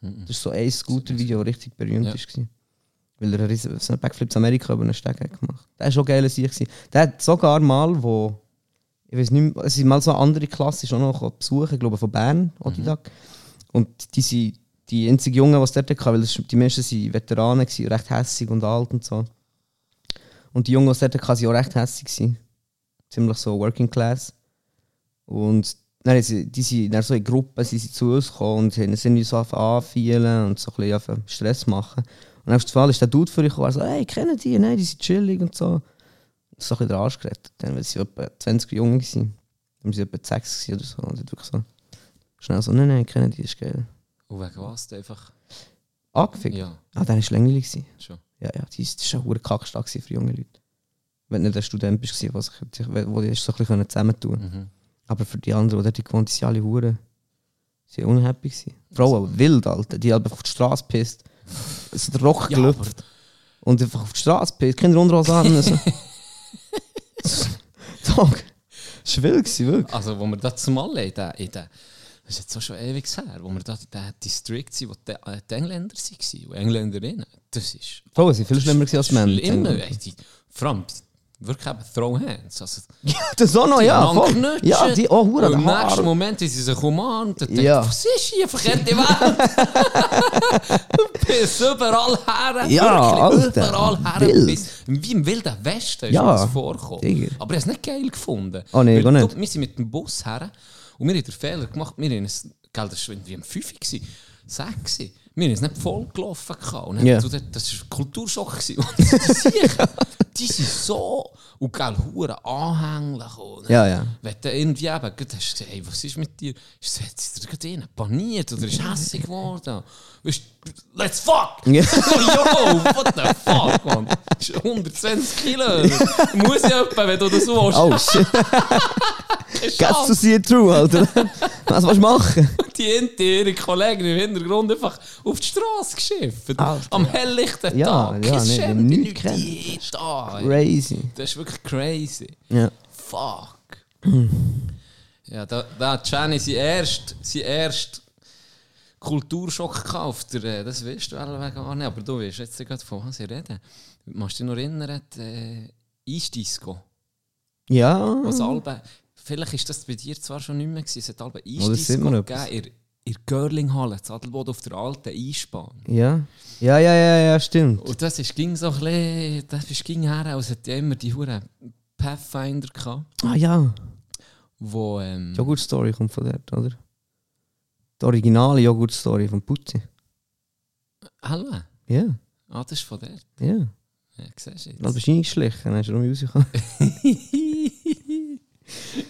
Speaker 3: Mhm.
Speaker 2: Das ist so ein Scooter-Video, das richtig berühmt
Speaker 3: Ja.
Speaker 2: ist war. Weil er einen riesen- so einen Backflip in Amerika über einen Steg hat gemacht hat. Das war auch geil, als ich war. Der hat sogar mal, wo. Ich weiß nicht mehr, es sind mal so eine andere Klasse, ist auch noch gekommen besuchen, ich glaube von Bern, Odidag.
Speaker 3: Mhm.
Speaker 2: Und die sind die einzigen Jungen, die es dort hatten, weil das, die meisten waren Veteranen, gewesen, recht hässig und alt und so. Und die Jungen, die es dort hatten, waren auch recht hässig. Gewesen. Ziemlich so Working Class. Und dann haben sie, die sind dann so in Gruppen sie sind zu uns gekommen und haben uns irgendwie so anfielen und so ein bisschen angefangen, Stress machen. Und auf jeden Fall ist der Dude für mich gekommen, so, hey, kennen die? Nein, die sind chillig und so. So ein bisschen den Arsch gerettet, dann, weil sie etwa 20 Jungen waren. Dann waren sie etwa 6 oder so. Und hat wirklich so schnell so, nein, nein, kennen die, ist geil.
Speaker 3: Und wegen was? Der einfach...
Speaker 2: Angefickt.
Speaker 3: Ja,
Speaker 2: Ah, dann war es langweilig. gewesen.
Speaker 3: schon.
Speaker 2: Ja, ja, die ist- das war ein hoher Kackstag gewesen für junge Leute. Wenn du nicht ein Student bist, der sich wo die so ein bisschen zusammentun konnte.
Speaker 3: Mhm.
Speaker 2: Aber für die anderen, die dort gewohnt sind, sind alle Huren. Sie waren unhappy. Gewesen. Frauen, wild, Alter. Die haben einfach auf die Straße gepisst. Es hat Rock
Speaker 3: Ja,
Speaker 2: gelüpft. und einfach auf die Straße gepisst. Kinder Unterhose an. und So. Tag. Es war wild, gewesen, wirklich.
Speaker 3: Also, wo wir da zumal in den, in den, das ist jetzt auch schon ewig her, wo wir da in den District sind, wo die, äh, die Engländer waren und Engländerinnen, das ist
Speaker 2: Frauen sind viel schlimmer gewesen als Männer.
Speaker 3: Immer, ey, die, vor allem, die, wirklich eben Throw Hands. Also,
Speaker 2: Das auch noch, ja.
Speaker 3: aneinander
Speaker 2: Voll.
Speaker 3: knutschen.
Speaker 2: Ja, die, oh,
Speaker 3: Und
Speaker 2: Huren.
Speaker 3: Im
Speaker 2: Haar.
Speaker 3: nächsten Moment, wenn sie sich umarmt, dann
Speaker 2: Ja.
Speaker 3: denkt, was ist hier, verkehrte Welt? bis überall her.
Speaker 2: Ja,
Speaker 3: wirklich,
Speaker 2: Alter,
Speaker 3: Überall her.
Speaker 2: wild.
Speaker 3: Bis, wie im Wilden Westen ist
Speaker 2: Ja,
Speaker 3: das vorgekommen.
Speaker 2: Digga.
Speaker 3: Aber ich habe es nicht geil gefunden.
Speaker 2: Oh, nee,
Speaker 3: Weil
Speaker 2: gar
Speaker 3: du-
Speaker 2: nicht.
Speaker 3: Wir sind mit dem Bus her und wir haben den Fehler gemacht. Wir haben es, gell, das war irgendwie um 5 Uhr, 6 Uhr. Wir haben es nicht vollgelaufen. gehabt. Und dann
Speaker 2: Ja.
Speaker 3: zu der- Das war ein Kulturschock. gewesen. Und die- Die sind so und gell, Huren anhänglich. Und
Speaker 2: Ja, ja.
Speaker 3: wenn du irgendwie eben gut hast gesehen, hey, was ist mit dir? Ist sie- hat sie dir gerade rein paniert oder ist hässlich geworden? Weißt du, Dus, let's fuck!
Speaker 2: Ja.
Speaker 3: Yo, what the fuck, man? Das ist 120 Kilo. Muss ja jemand, wenn du das so willst.
Speaker 2: Oh, shit.
Speaker 3: Keine
Speaker 2: Gets to
Speaker 3: Chance.
Speaker 2: see it through, Alter. Was willst du machen?
Speaker 3: Die hinten ihre Kollegen im Hintergrund einfach auf die Straße geschifft.
Speaker 2: Alter,
Speaker 3: Am helllichten
Speaker 2: Oh, Ja,
Speaker 3: Tag.
Speaker 2: ja,
Speaker 3: Kein
Speaker 2: nee,
Speaker 3: Schämen,
Speaker 2: nichts
Speaker 3: nichts
Speaker 2: kennt.
Speaker 3: geht da, ey.
Speaker 2: Crazy.
Speaker 3: Das ist wirklich crazy.
Speaker 2: Ja.
Speaker 3: Fuck.
Speaker 2: Mm.
Speaker 3: ja, da, da hat Gianni seinen ersten sein erst Kulturschock gekauft. Der, äh, Das weißt du alle gar nicht. Aber du weißt jetzt gerade, von was ich rede. Machst du dich noch erinnern, die, äh, Eisdisco?
Speaker 2: Ja. Mhm.
Speaker 3: Was Alben, vielleicht ist das bei dir zwar schon nicht mehr gewesen. Es hat Alben
Speaker 2: das sieht man
Speaker 3: Eisdisco
Speaker 2: etwas.
Speaker 3: gegeben in der Görlinghalle, in Adelboden auf der alten Einspann.
Speaker 2: Ja. Ja, ja, ja, ja, stimmt.
Speaker 3: Und das ist ging so ein bisschen, das ist ging her, als hat ja immer die Hure Pathfinder gehabt,
Speaker 2: Ah ja.
Speaker 3: wo, ähm,
Speaker 2: Joghurt Story kommt von dort, oder? Die originale Joghurt Story von Putzi.
Speaker 3: Hallo,
Speaker 2: Ja,
Speaker 3: ah, das ist von der.
Speaker 2: ja.
Speaker 3: Ja, siehst du
Speaker 2: Das
Speaker 3: jetzt.
Speaker 2: bist du eingeschlichen, dann hast du rum rausgekommen.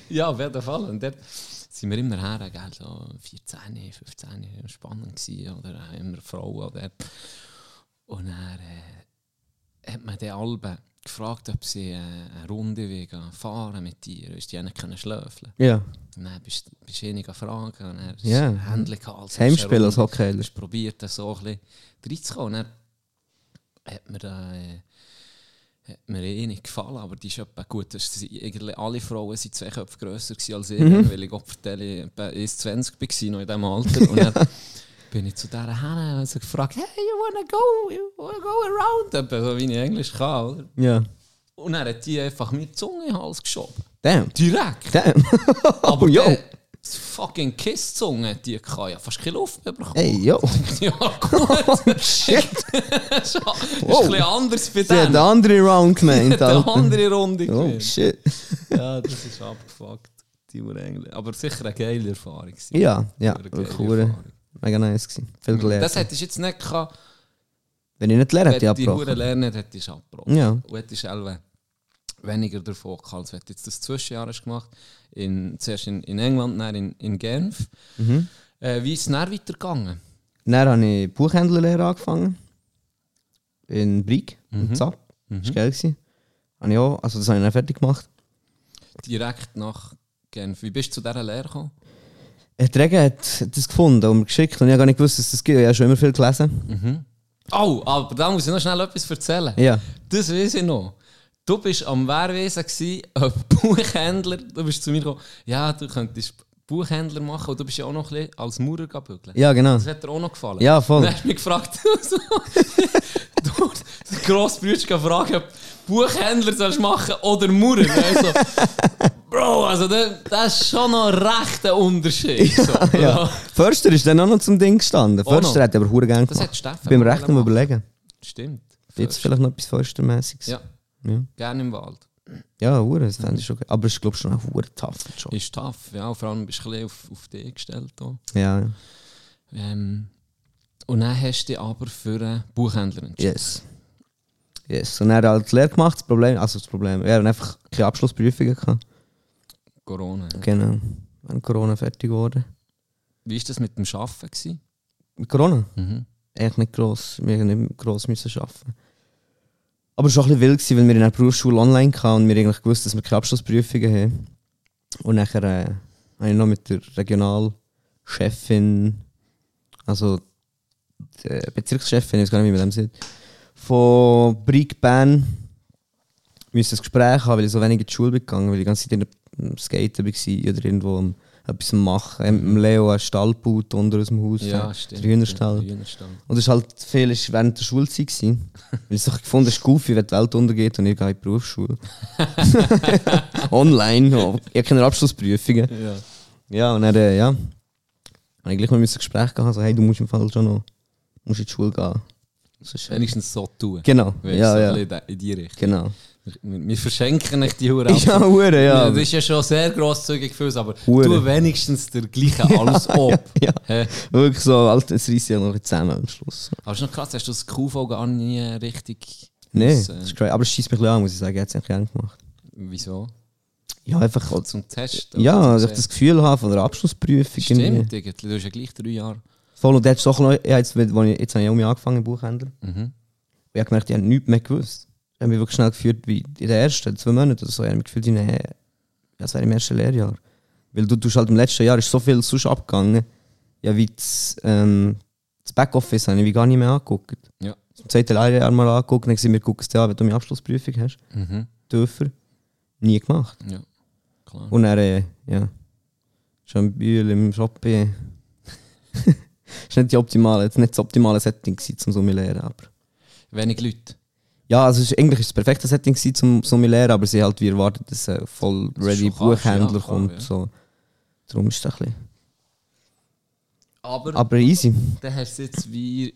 Speaker 3: ja, auf jeden Fall. Und dort sind wir immer her, gell, so 14, 15, spannend gewesen, oder auch immer Frauen dort. Und dann äh, hat man den Alben gefragt, ob sie äh, eine Runde wollen gehen fahren mit dir, weißt du, die haben können schlöfeln.
Speaker 2: Ja,
Speaker 3: Und dann bist bist du ihnen gefragt und er ist
Speaker 2: Ja.
Speaker 3: Händchen gehalten.
Speaker 2: das Heimspiel also als Hockeyler.
Speaker 3: hast probiert, das so ein bisschen reinzukommen. Und Dann hat mir, da, äh, hat mir eh nicht gefallen, aber die ist etwa gut. Das sind irgendwie alle Frauen waren zwei Köpfe grösser gewesen als ich,
Speaker 2: Mhm.
Speaker 3: weil ich Gott vertelle, etwa 1,20 war noch in diesem Alter. Und dann bin ich zu dieser hin und sie gefragt, hey, you wanna go, you wanna go around? Etwa so wie ich Englisch kann. Oder?
Speaker 2: Ja.
Speaker 3: Und dann hat die einfach mir die Zunge in den Hals geschoben.
Speaker 2: Damn.
Speaker 3: Direkt!
Speaker 2: Damn.
Speaker 3: Aber
Speaker 2: Oh, yo.
Speaker 3: der- das fucking Kisszunge, die ich hatte, ja fast keine Luft mehr bekommen.
Speaker 2: Hey, yo.
Speaker 3: Ja,
Speaker 2: Oh,
Speaker 3: gut. Shit. das ist
Speaker 2: Wow.
Speaker 3: ein bisschen anders bei
Speaker 2: Sie hat
Speaker 3: dem.
Speaker 2: den anderen Round gemeint,
Speaker 3: eine
Speaker 2: Alter.
Speaker 3: andere Runde
Speaker 2: Oh,
Speaker 3: gewesen.
Speaker 2: shit.
Speaker 3: Ja, das ist abgefuckt. Die Uhr Engel. Aber sicher eine geile Erfahrung. gewesen.
Speaker 2: Ja, ja.
Speaker 3: Eine geile
Speaker 2: Wirklich hure.
Speaker 3: Erfahrung.
Speaker 2: mega nice gewesen. Viel gelernt.
Speaker 3: Das hättest du jetzt nicht gehabt,
Speaker 2: Wenn ich nicht
Speaker 3: wenn
Speaker 2: lerne, hätte
Speaker 3: du
Speaker 2: ich
Speaker 3: die Uhr
Speaker 2: abgebrochen.
Speaker 3: lernen hättest du abgebrochen.
Speaker 2: Ja.
Speaker 3: Und hättest auch weniger davon gehabt, als wenn du jetzt das Zwischenjahr hast gemacht in, Zuerst in, in England, dann in, in Genf. Äh, wie ist es dann weitergegangen?
Speaker 2: mhm. Dann habe ich Buchhändlerlehre angefangen. In Brig, in Zapp. Das war geil. gewesen. Habe ich auch, also das habe ich dann fertig gemacht.
Speaker 3: Direkt nach Genf. Wie bist du zu dieser Lehre gekommen?
Speaker 2: Der Regen hat das gefunden und mir geschickt und ich habe gar nicht gewusst, dass das gibt. Ich habe schon immer viel gelesen.
Speaker 3: Oh, aber da muss ich noch schnell etwas erzählen.
Speaker 2: Ja.
Speaker 3: Das weiß ich noch. Du bist am Wehrwesen, gewesen, ein Buchhändler. Du bist zu mir gekommen, ja, du könntest Buchhändler machen und du bist ja auch noch ein bisschen als Maurer gebügelt.
Speaker 2: Ja, genau.
Speaker 3: Das hat dir auch noch gefallen.
Speaker 2: Ja, voll.
Speaker 3: Dann hast du mich gefragt, so, du der Grossbrüder gefragt, ob Buchhändler sollst du machen oder Maurer. Also, Bro, also das, das ist schon noch ein rechter Unterschied. so.
Speaker 2: Ja. Förster ist dann auch noch zum Ding gestanden.
Speaker 3: Auch noch.
Speaker 2: Förster hat aber hure gerne
Speaker 3: Das hat
Speaker 2: gemacht.
Speaker 3: Steffen.
Speaker 2: Ich bin mir
Speaker 3: auch
Speaker 2: recht am
Speaker 3: gemacht.
Speaker 2: überlegen.
Speaker 3: Stimmt.
Speaker 2: Gibt es vielleicht noch etwas Förstermäßiges?
Speaker 3: Ja,
Speaker 2: Ja,
Speaker 3: gerne im Wald.
Speaker 2: ja hure, das fände ich schon geil. Aber es ist, glaube ich, schon ein hure tougher Job.
Speaker 3: Ist tough, ja. Vor allem bist du ein bisschen auf, auf dich gestellt. Hier.
Speaker 2: Ja, ja.
Speaker 3: Ähm, und dann hast du dich aber für einen Buchhändler entschieden.
Speaker 2: yes. Yes. Und er hat halt Lehre gemacht, das Problem, also das Problem, ja, und einfach keine Abschlussprüfungen gehabt.
Speaker 3: Corona.
Speaker 2: Genau. Wenn Corona fertig wurde.
Speaker 3: Wie war das mit dem Arbeiten? Gewesen?
Speaker 2: Mit Corona?
Speaker 3: Mhm.
Speaker 2: eigentlich nicht gross, wir haben nicht gross müssen arbeiten. Aber es war schon ein bisschen wild, gewesen, weil wir in der Berufsschule online hatten und wir eigentlich gewusst, dass wir keine Abschlussprüfungen haben. Und nachher äh, habe ich noch mit der Regionalchefin, also der Bezirkschefin, ich weiß gar nicht, wie man dem sieht, von Brig Bern müssen ein Gespräch haben, weil ich so wenig in die Schule bin gegangen, weil ich die ganze Zeit in der- am Skaten war oder irgendwo am, etwas am machen. Ähm, Dem Leo einen Stall gebaut unter unserem Haus,
Speaker 3: Ja,
Speaker 2: äh,
Speaker 3: stimmt.
Speaker 2: den Hühnerstall.
Speaker 3: Der Hühnerstall.
Speaker 2: Und das war halt viel ist während der Schulzeit. Gewesen, weil ich so gefunden habe, Goofy, wenn die Welt untergeht und ich gehe in die Berufsschule. Online, oh, ich habe keine Abschlussprüfungen.
Speaker 3: Ja.
Speaker 2: Ja, und dann, äh, ja. Habe ich gleich mal ein Gespräch gehabt, so, hey, du musst im Fall schon noch musst in die Schule gehen. Das ist, äh,
Speaker 3: Wenigstens so tun.
Speaker 2: genau,
Speaker 3: Weißt, so
Speaker 2: ja,
Speaker 3: ein
Speaker 2: ja.
Speaker 3: bisschen in die Richtung.
Speaker 2: Genau.
Speaker 3: Wir, wir verschenken nicht die Hure
Speaker 2: Ja, Hure, ja.
Speaker 3: Das ist ja schon sehr grosszügig für uns, aber
Speaker 2: Hure.
Speaker 3: tu wenigstens der gleiche alles ab.
Speaker 2: Ja,
Speaker 3: Hä?
Speaker 2: wirklich so, alt, es reißt ja noch ein bisschen zusammen am Schluss.
Speaker 3: Aber ist noch krass, hast du das QV gar nie richtig.
Speaker 2: Nee,
Speaker 3: Das,
Speaker 2: das
Speaker 3: äh,
Speaker 2: ist crazy. Aber es schießt mich ein bisschen an, muss ich sagen, ich hätte es eigentlich gerne gemacht.
Speaker 3: Wieso?
Speaker 2: Ja, einfach,
Speaker 3: Zum Test?
Speaker 2: ja,
Speaker 3: also
Speaker 2: also ich das Gefühl habe von der Abschlussprüfung. irgendwie.
Speaker 3: Stimmt, irgendwie. du hast ja gleich drei Jahre.
Speaker 2: Voll, und dort ist auch noch, ja, jetzt, wo ich, jetzt habe ich auch mich angefangen im Buchhändler.
Speaker 3: Mhm.
Speaker 2: Und ich habe gemerkt, ich habe nichts mehr gewusst. Ich habe mich wirklich schnell gefühlt wie in den ersten zwei Monaten oder so. Ich habe mich gefühlt, wie in, äh, als wäre ich im ersten Lehrjahr. Weil du tust halt im letzten Jahr ist so viel sonst abgegangen. Ja, wie das, ähm, das Backoffice habe ich wie gar nicht mehr angeguckt.
Speaker 3: Ja.
Speaker 2: Zum zweiten Lehrjahr mal angeguckt und dann gesagt, wir gucken es dir an, wenn du meine um Abschlussprüfung hast.
Speaker 3: Mhm.
Speaker 2: Dürfer. Nie gemacht.
Speaker 3: Ja, klar.
Speaker 2: Und dann, äh, ja. Schon im Bühl, im Shoppen. ist nicht die optimale, jetzt nicht das optimale Setting gewesen, zum so lernen, aber.
Speaker 3: Wenig Leute.
Speaker 2: Ja, also es ist, eigentlich ist es das perfekte Setting gewesen, zum so lernen, aber sie halt wie erwartet, dass ein voll
Speaker 3: Dass
Speaker 2: ready
Speaker 3: du schon kannst,
Speaker 2: Buchhändler
Speaker 3: ja, klar,
Speaker 2: kommt.
Speaker 3: ja.
Speaker 2: So. Darum ist das ein bisschen.
Speaker 3: Aber,
Speaker 2: Aber easy.
Speaker 3: dann hast du es jetzt wie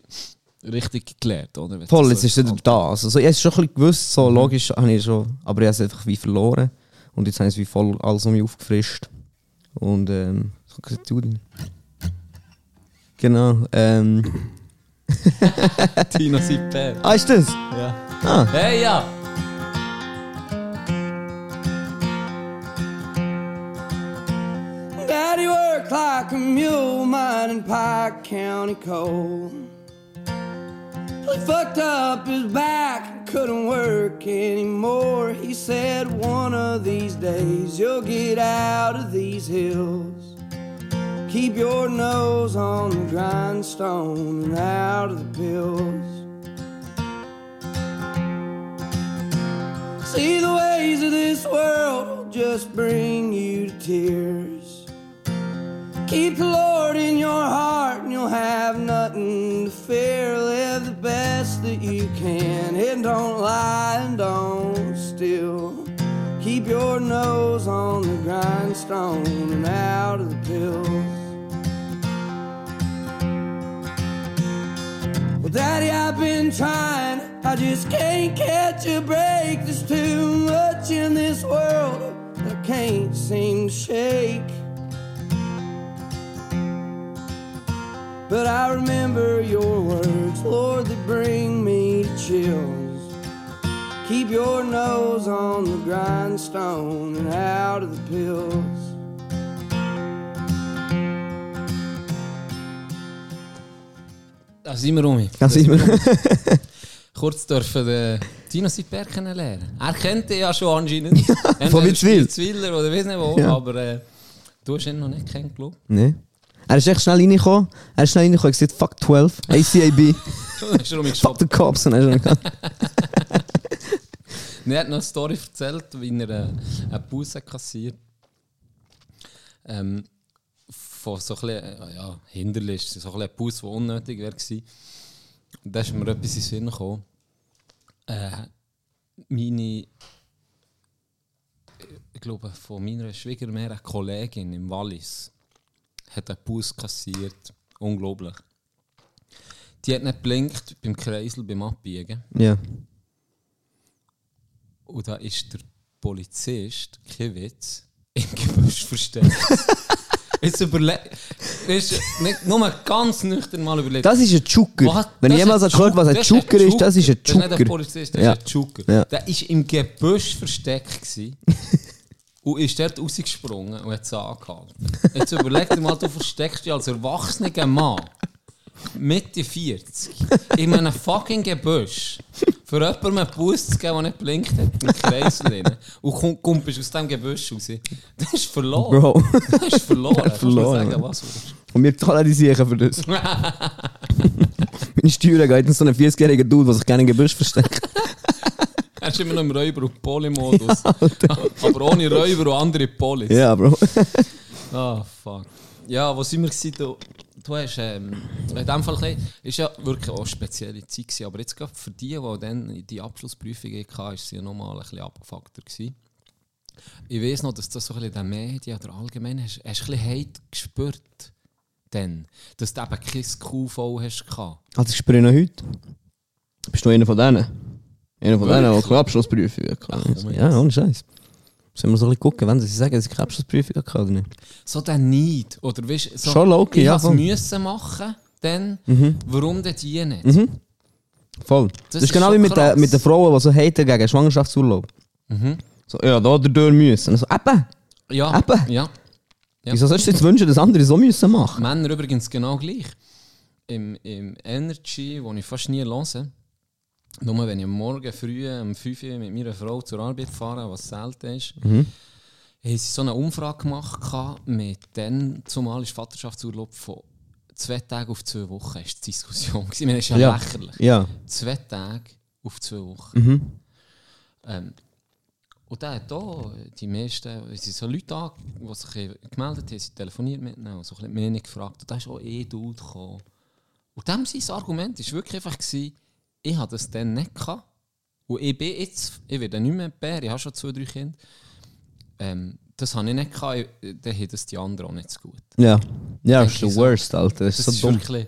Speaker 3: richtig gelernt, oder? Wenn
Speaker 2: Voll,
Speaker 3: du
Speaker 2: jetzt
Speaker 3: so
Speaker 2: ist Mhm. wieder das. Also, ich habe es schon ein bisschen gewusst, so logisch habe ich schon, aber ich habe es einfach wie verloren. Und jetzt habe ich es wie voll alles um mich aufgefrischt. Und ähm, so gesagt, du denn? Genau, ähm.
Speaker 3: Tino Sipper.
Speaker 2: Ah, ist das?
Speaker 3: Ja.
Speaker 2: Ah,
Speaker 3: Hey, ja!
Speaker 5: Daddy worked like a mule mining Pike County coal. He fucked up his back and couldn't work anymore. He said, One of these days you'll get out of these hills. Keep your nose on the grindstone and out of the pills. See the ways of this world just bring you to tears. Keep the Lord in your heart and you'll have nothing to fear. Live the best that you can and don't lie and don't steal. Keep your nose on the grindstone and out of the pills. Well, Daddy, I've been trying. I just can't catch a break. There's too much in this world that I can't seem to shake. But I remember your words, Lord, that bring me to chills. Keep your nose on the grindstone and out of the pills.
Speaker 3: Da sind wir rum.
Speaker 2: das ist immer.
Speaker 3: Kurz dürfen den Tino Sipper kennenlernen. Er kennt ihn ja schon anscheinend.
Speaker 2: Von
Speaker 3: Entweder
Speaker 2: Witzwil.
Speaker 3: Spitzwiler oder weiß nicht wo,
Speaker 2: Ja.
Speaker 3: aber äh, du hast ihn noch nicht kennengelernt.
Speaker 2: ne? Er ist echt schnell reingekommen. Er ist schnell reingekommen, er hat gesagt, fuck 12, ACAB,
Speaker 3: Dann hast du
Speaker 2: fuck
Speaker 3: rumgeschoben.
Speaker 2: the cops. Und er ist dann
Speaker 3: Und Er hat noch eine Story erzählt, wie er äh, eine Pause kassiert. Ähm, von so ein bisschen, äh, ja, hinterlich, so ein bisschen eine Pause, die unnötig wäre gewesen. Und da ist mir etwas in den Sinn gekommen. Äh, meine, ich glaube, von meiner Schwiegermutter, eine Kollegin im Wallis, hat einen Pause kassiert. Unglaublich. Die hat nicht blinkt beim Kreisel, beim Abbiegen.
Speaker 2: Ja.
Speaker 3: Und da ist der Polizist, kein Witz, im Gebüsch versteckt. Jetzt überleg. Weißt du, nicht- nur mal ganz nüchtern mal überlegt.
Speaker 2: Das ist ein
Speaker 3: Was?
Speaker 2: Chucker. Wenn
Speaker 3: Das
Speaker 2: ich jemals
Speaker 3: ist
Speaker 2: gehört was ein Chucker ist, das ist ein
Speaker 3: Das ist nicht ein
Speaker 2: Chucker.
Speaker 3: Polizist, das
Speaker 2: Ja.
Speaker 3: ist ein Chucker.
Speaker 2: Ja.
Speaker 3: Der war im Gebüsch versteckt gewesen und ist dort rausgesprungen und hat es angehalten. Jetzt überleg dir mal, du versteckst dich als erwachsener Mann Mitte 40 in einem fucking Gebüsch für jemandem einen Bus zu geben, der nicht blinkt hat, im Kreis drin. Und komm- kommst aus diesem Gebüsch raus. Das ist verloren.
Speaker 2: Bro,
Speaker 3: Das ist verloren. Kannst du mir
Speaker 2: Verloren.
Speaker 3: Sagen, was willst.
Speaker 2: und wir zahlen die sicher für das. Meine Steuern gehen jetzt so einen 40-jährigen Dude, der sich gerne im Gebüsch versteckt.
Speaker 3: Er ist immer noch im Räuber- und Poli-Modus. Aber ohne Räuber und andere Polis.
Speaker 2: Ja, Bro.
Speaker 3: Ah, fuck. Ja, wo sind wir gewesen? Du, du hast, ähm, in dem Fall ein bisschen- ist ja wirklich auch eine spezielle Zeit gewesen, aber jetzt gerade für die, die dann die Abschlussprüfung hatten, war sie ja nochmal ein bisschen abgefuckter gewesen. Ich weiß noch, dass das so ein bisschen in den Medien oder allgemein hast, hast du ein bisschen Hate gespürt. Dann, dass du eben kein QV hast gehabt.
Speaker 2: Also ich spüre noch heute. Bist du einer von denen? Einer von denen, der keine Abschlussprüfung
Speaker 3: komm
Speaker 2: hatte.
Speaker 3: jetzt.
Speaker 2: Ja, ohne Scheiß. Sollen wir so ein bisschen gucken, wenn sie sagen, dass ich keine Abschlussprüfung hatte oder nicht?
Speaker 3: So der Neid, oder weißt, so,
Speaker 2: Schon logisch,
Speaker 3: ich
Speaker 2: ja,
Speaker 3: ja.
Speaker 2: voll. Mhm.
Speaker 3: müssen machen, dann, warum denn die nicht?
Speaker 2: Voll. Das,
Speaker 3: ist
Speaker 2: ist genau
Speaker 3: schon
Speaker 2: wie mit,
Speaker 3: krass.
Speaker 2: den, mit den Frauen, die so haten gegen Schwangerschaftsurlaub. So, ja, da oder dort müssen. Also, eben,
Speaker 3: Ja,
Speaker 2: Eben.
Speaker 3: ja. Ja.
Speaker 2: wieso sollst du jetzt wünschen, dass andere so müssen machen?
Speaker 3: Männer übrigens genau gleich. Im, im Energy, wo ich fast nie höre, nur wenn ich am morgen früh um 5 Uhr mit meiner Frau zur Arbeit fahre, was selten ist,
Speaker 2: Mhm.
Speaker 3: haben sie so eine Umfrage gemacht gehabt mit dann, zumal ist Vaterschaftsurlaub von zwei Tagen auf zwei Wochen, ist die Diskussion. gewesen. Ich meine, das ist ja,
Speaker 2: Ja.
Speaker 3: lächerlich.
Speaker 2: Ja.
Speaker 3: Zwei Tage auf zwei Wochen.
Speaker 2: Mhm.
Speaker 3: Ähm, und der hat auch die meisten, es sind so Leute an, die sich eben gemeldet haben, sie telefoniert mit ihnen, und so ein bisschen die Meinung gefragt. Und da ist auch eh du gekommen. Und dem sein Argument war wirklich einfach, gewesen, ich hatte das dann nicht gehabt. Und ich bin jetzt, ich werde nicht mehr Bär, ich habe schon zwei, drei Kinder. Ähm, das habe ich nicht gehabt, ich- dann haben das die anderen auch nicht so gut.
Speaker 2: Ja. Ja, das
Speaker 3: Denk
Speaker 2: ist the
Speaker 3: ich so.
Speaker 2: worst, Alter. Das
Speaker 3: Das
Speaker 2: ist
Speaker 3: ist
Speaker 2: so dumm.
Speaker 3: wirklich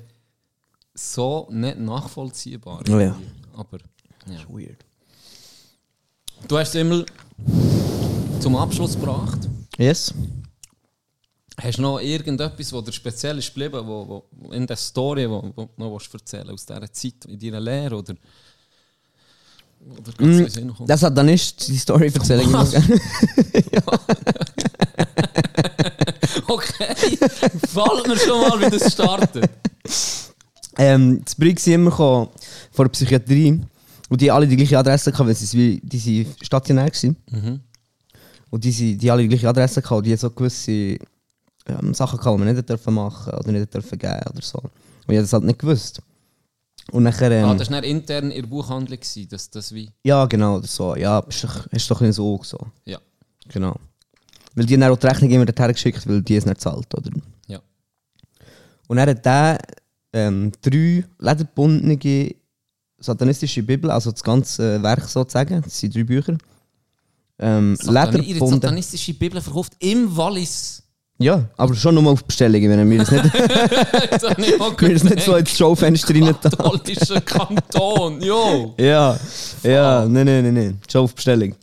Speaker 3: so nicht nachvollziehbar.
Speaker 2: Ja, ja.
Speaker 3: Aber ja.
Speaker 2: Weird.
Speaker 3: du hast es immer zum Abschluss gebracht.
Speaker 2: Yes?
Speaker 3: Hast du noch irgendetwas, wo dir speziell ist geblieben, wo, wo- wo in der Story, wo, wo du noch willst erzählen aus dieser Zeit in deiner Lehre oder oder ganz
Speaker 2: Mm,
Speaker 3: in den Sinn kommt?
Speaker 2: Das hat dann nicht die Story erzählt.
Speaker 3: Okay, gefällt mir schon mal, wie das startet.
Speaker 2: Ähm, zu Brig sind immer gekommen, vor der Psychiatrie. Und die alle die gleiche Adresse hatten, weil sie wie- die sind stationär waren.
Speaker 3: Mhm.
Speaker 2: Und die, sind- die alle die gleiche Adresse hatten. Und die hatten so gewisse ähm, Sachen, gehabt, die man nicht dürfen machen oder nicht dürfen geben oder so. Und ich habe das halt nicht gewusst. Und nachher... Ähm,
Speaker 3: Ah, das war dann intern in der Buchhandlung, gewesen, dass das wie.
Speaker 2: ja, genau, oder so. Ja, hast doch, hast doch ein bisschen so. so.
Speaker 3: Ja,
Speaker 2: Genau. Weil die haben dann auch die Rechnung immer dorthin geschickt, weil die es nicht zahlt, oder?
Speaker 3: ja.
Speaker 2: Und er hat der ähm, drei lederbundene satanistische Bibel, also das ganze Werk sozusagen, das sind drei Bücher. Ähm,
Speaker 3: Satani- Ihre
Speaker 2: lederbunden.
Speaker 3: satanistische Bibel verkauft im Wallis.
Speaker 2: Ja, aber schon nur auf Bestellung, wenn wir das nicht,
Speaker 3: Das habe ich auch
Speaker 2: wir das nicht so
Speaker 3: gedacht.
Speaker 2: ins Schaufenster rein tun.
Speaker 3: Katholischer Kanton, jo!
Speaker 2: Ja, ja, nein, nein, nein, nein, schon auf Bestellung.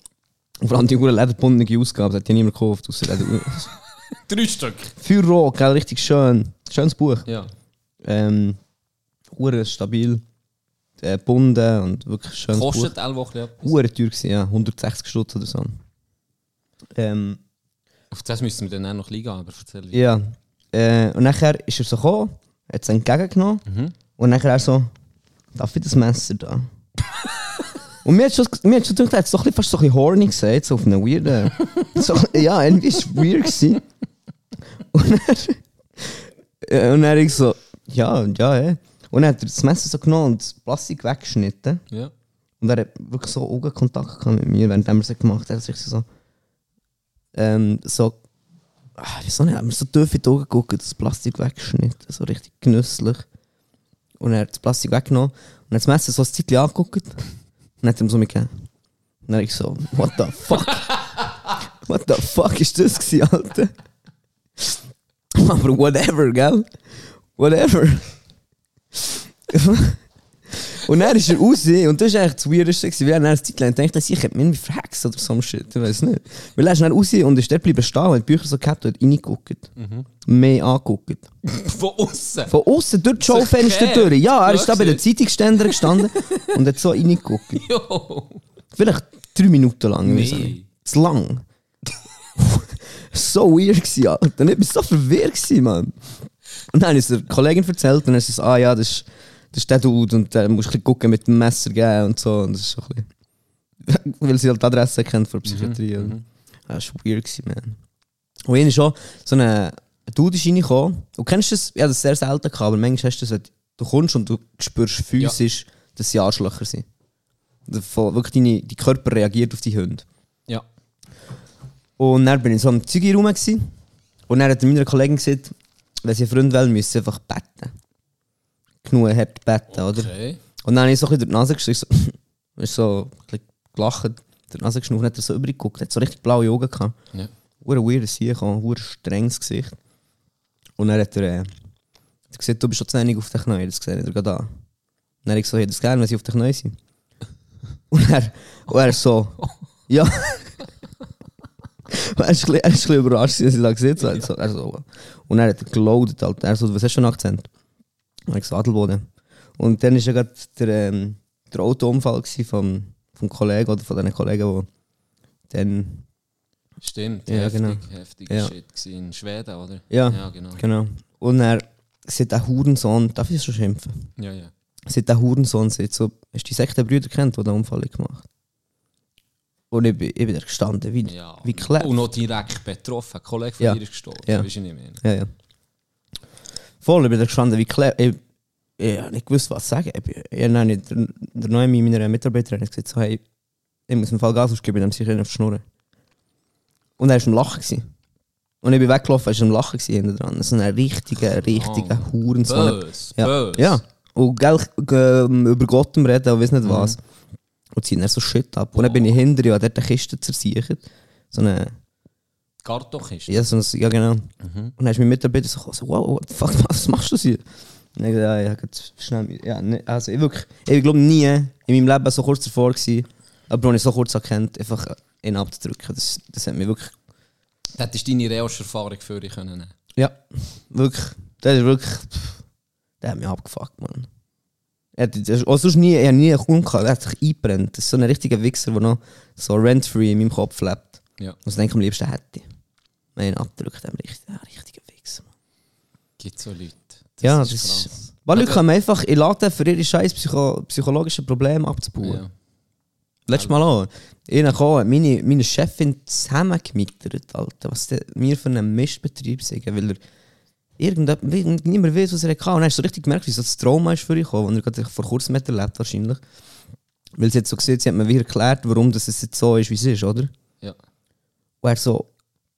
Speaker 2: Und vor allem die gute lederbundene Ausgabe, das hat ja niemand gekauft, außer Leder.
Speaker 3: Drei Stück.
Speaker 2: Für Roh, gell, richtig schön. Schönes Buch.
Speaker 3: Ja.
Speaker 2: Ähm, hure stabil, äh, bunden und wirklich schönes Buch.
Speaker 3: Kostet 11 Wochen etwas.
Speaker 2: Hure teuer gewesen, ja. 160 Stutz oder so. Ähm,
Speaker 3: Auf das müssen wir dann auch noch liegen, aber erzähl wie.
Speaker 2: ja. Äh, und nachher ist er so gekommen, hat es entgegengenommen. Und nachher er so, darf ich das Messer da? und mir hat schon, mir hat schon gedacht, er hat es doch ein bisschen- fast so ein bisschen horny gesagt, so auf eine weirde. so, ja, irgendwie ist es weird gewesen. Und dann, äh, und dann ich so, ja, ja, ja. Und dann hat er das Messer so genommen und das Plastik weggeschnitten.
Speaker 3: Mhm. Ja.
Speaker 2: Und er hat wirklich so Augenkontakt gehabt mit mir, während er es gemacht hat. Also ich so, ähm, so, ah, wieso nicht, er hat mir so tief in die Augen geguckt, das Plastik weggeschnitten, so richtig genüsslich. Und er hat das Plastik weggenommen und hat das Messer so ein Zeitchen angeguckt und hat ihm so mitgegeben. Und dann ich so, what the fuck? what the fuck ist das gewesen, Alter? Aber whatever, gell? Whatever. Und dann ist er raus und das war eigentlich das Weirdeste, gewesen, weil er dann eine Zeit lang gedacht hat, ich hätte mich irgendwie verhext oder so ein Shit, ich weiß nicht. Weil er ist dann raus und ist dort geblieben stehen und hat die Bücher so gehabt und hat reingeguckt. Mehr angeguckt.
Speaker 3: Von außen.
Speaker 2: Von außen durch die
Speaker 3: Sich
Speaker 2: Schaufenster
Speaker 3: gekehrt.
Speaker 2: durch. Ja, er ist da bei den
Speaker 3: Wirklich?
Speaker 2: Zeitungsständern gestanden und hat so reingeguckt.
Speaker 3: Jo!
Speaker 2: Vielleicht drei Minuten lang. ich weiß
Speaker 3: Nee.
Speaker 2: nicht. Zu lang. so weird gewesen, Alter. Ich war so verwirrt, gewesen, Mann. Und dann ist der Kollegin erzählt und er sagt, ah ja, das ist, das ist der Dude und der muss ein bisschen gucken mit dem Messer geben und so. Und das ist so ein bisschen, weil sie halt die Adresse kennt von der Psychiatrie. Mhm, Das war weird, gewesen, man. Und ich schon so eine ein Dude ist reingekommen. Und kennst du das? Ja, das sehr selten gehabt, aber manchmal hast du das, wenn du kommst und du spürst physisch, dass sie Arschlöcher sind. Von, wirklich deine, dein Körper reagiert auf die Hunde.
Speaker 3: Ja.
Speaker 2: Und dann bin ich so am Zeugiraum gewesen. Und dann hat meine Kollegin gesagt, wenn sie Freunde wollen, müssen sie einfach beten. Genug hart beten, oder?
Speaker 3: Okay.
Speaker 2: Und dann habe ich so ein bisschen durch die Nase geschnurrt, so, ist so ein bisschen gelacht, durch die Nase geschnurrt, und hat er so übergeguckt, hat so richtig blaue Augen gehabt.
Speaker 3: Ja.
Speaker 2: Hure weirdes Sieg, ein hure strenges Gesicht. Und dann hat er, äh, hat er gesagt, du bist schon zu wenig auf den Knien, das gesehen, er geht an. Und dann habe ich so, ich hätte es gerne, wenn sie auf den Knien sind. Und er, und er so, ja. und er ist ein bisschen- er ist ein bisschen überrascht, dass ich da gesehen habe. So, er so, und er hat er geloadet, Alter. er so, was hast du für einen Akzent? Und ich so, Adelboden. Und dann war ja gerade der, ähm, der Autounfall gewesen vom, vom Kollegen oder von diesen Kollegen, die dann
Speaker 3: Stimmt.
Speaker 2: Ja,
Speaker 3: heftig,
Speaker 2: genau.
Speaker 3: heftig
Speaker 2: Ja.
Speaker 3: Shit gewesen. in Schweden, oder?
Speaker 2: Ja.
Speaker 3: Ja, genau.
Speaker 2: Genau. Und er sieht der Hurensohn, darf ich schon schimpfen?
Speaker 3: Ja, ja.
Speaker 2: Sieht der Hurensohn, sieht so, hast du die sechsten Brüder kennt, die den Unfall gemacht haben? Und ich bin, ich bin da gestanden, wie,
Speaker 3: ja.
Speaker 2: wie klappt.
Speaker 3: Und noch direkt betroffen. Ein Kollege von
Speaker 2: Ja.
Speaker 3: dir ist gestorben.
Speaker 2: Ja.
Speaker 3: Weißt du nicht mehr.
Speaker 2: Ja, ja. Voll, ich bin da gestanden, wie klappt. Ich, ich habe nicht gewusst, was sagen. Ich, bin- ich, nein, ich, der, der neue meiner Mitarbeiterin hat gesagt, so, hey, ich muss im Fall Gas ausgeben, dann sicher nicht auf die Schnurren. Und er war am Lachen. Gewesen. Und ich bin weggelaufen, er war am Lachen gewesen hinten dran. So ein richtiger, richtiger Hurensohn.
Speaker 3: Bös,
Speaker 2: Ja.
Speaker 3: bös.
Speaker 2: genau. Ja. Und gell, ich, ähm, über Gott am reden und weiß nicht was. Und ziehen dann so Shit ab. Und dann bin ich hinter, ja, dort eine Kiste zersichert. So eine
Speaker 3: Kartonkiste.
Speaker 2: Ja, sonst, ja genau.
Speaker 3: Mhm.
Speaker 2: Und dann ist mein Mitarbeiter so, so wow, what the fuck, was machst du hier? Und ich dachte, ja, ich hab grad schnell, ja, ne, also ich wirklich, ich glaube nie in meinem Leben so kurz davor gewesen, aber Bro, ich so kurz erkannt, einfach ihn abzudrücken, das, das hat mich wirklich,
Speaker 3: Das hättest du deine Reosch-Erfahrung für dich können nehmen.
Speaker 2: ja, wirklich, das ist wirklich, pff, der hat mich abgefuckt, Mann. Er hat, das ist- auch sonst nie, ich hab nie einen Kunden gehabt, der hat sich eingebrennt, das ist so ein richtiger Wichser, der noch so rent-free in meinem Kopf lebt.
Speaker 3: Ja.
Speaker 2: Und ich denke, am liebsten hätte ich. Wenn ich ihn abdrückt, dann richtig, ein richtiger Wichser, Mann.
Speaker 3: Gibt so Leute.
Speaker 2: Ja, das ist- Weil Leute können einfach in Laden für ihre scheiß psycho psychologischen Probleme abzubauen.
Speaker 3: Ja.
Speaker 2: Letztes Mal auch. Ihnen kam meine, meine Chefin zusammengemeitert, Alter. Was der, mir für einen Mistbetrieb sagen, weil er irgendjemand, irgend- niemand weiß, was er kann. Und dann hast du so richtig gemerkt, wie so das Trauma ist für ihn gekommen, und er gerade vor kurzem hat erlebt wahrscheinlich. Weil sie hat so gesehen, sie hat mir wieder erklärt, warum das es jetzt so ist, wie es ist, oder?
Speaker 3: Ja.
Speaker 2: Und er so,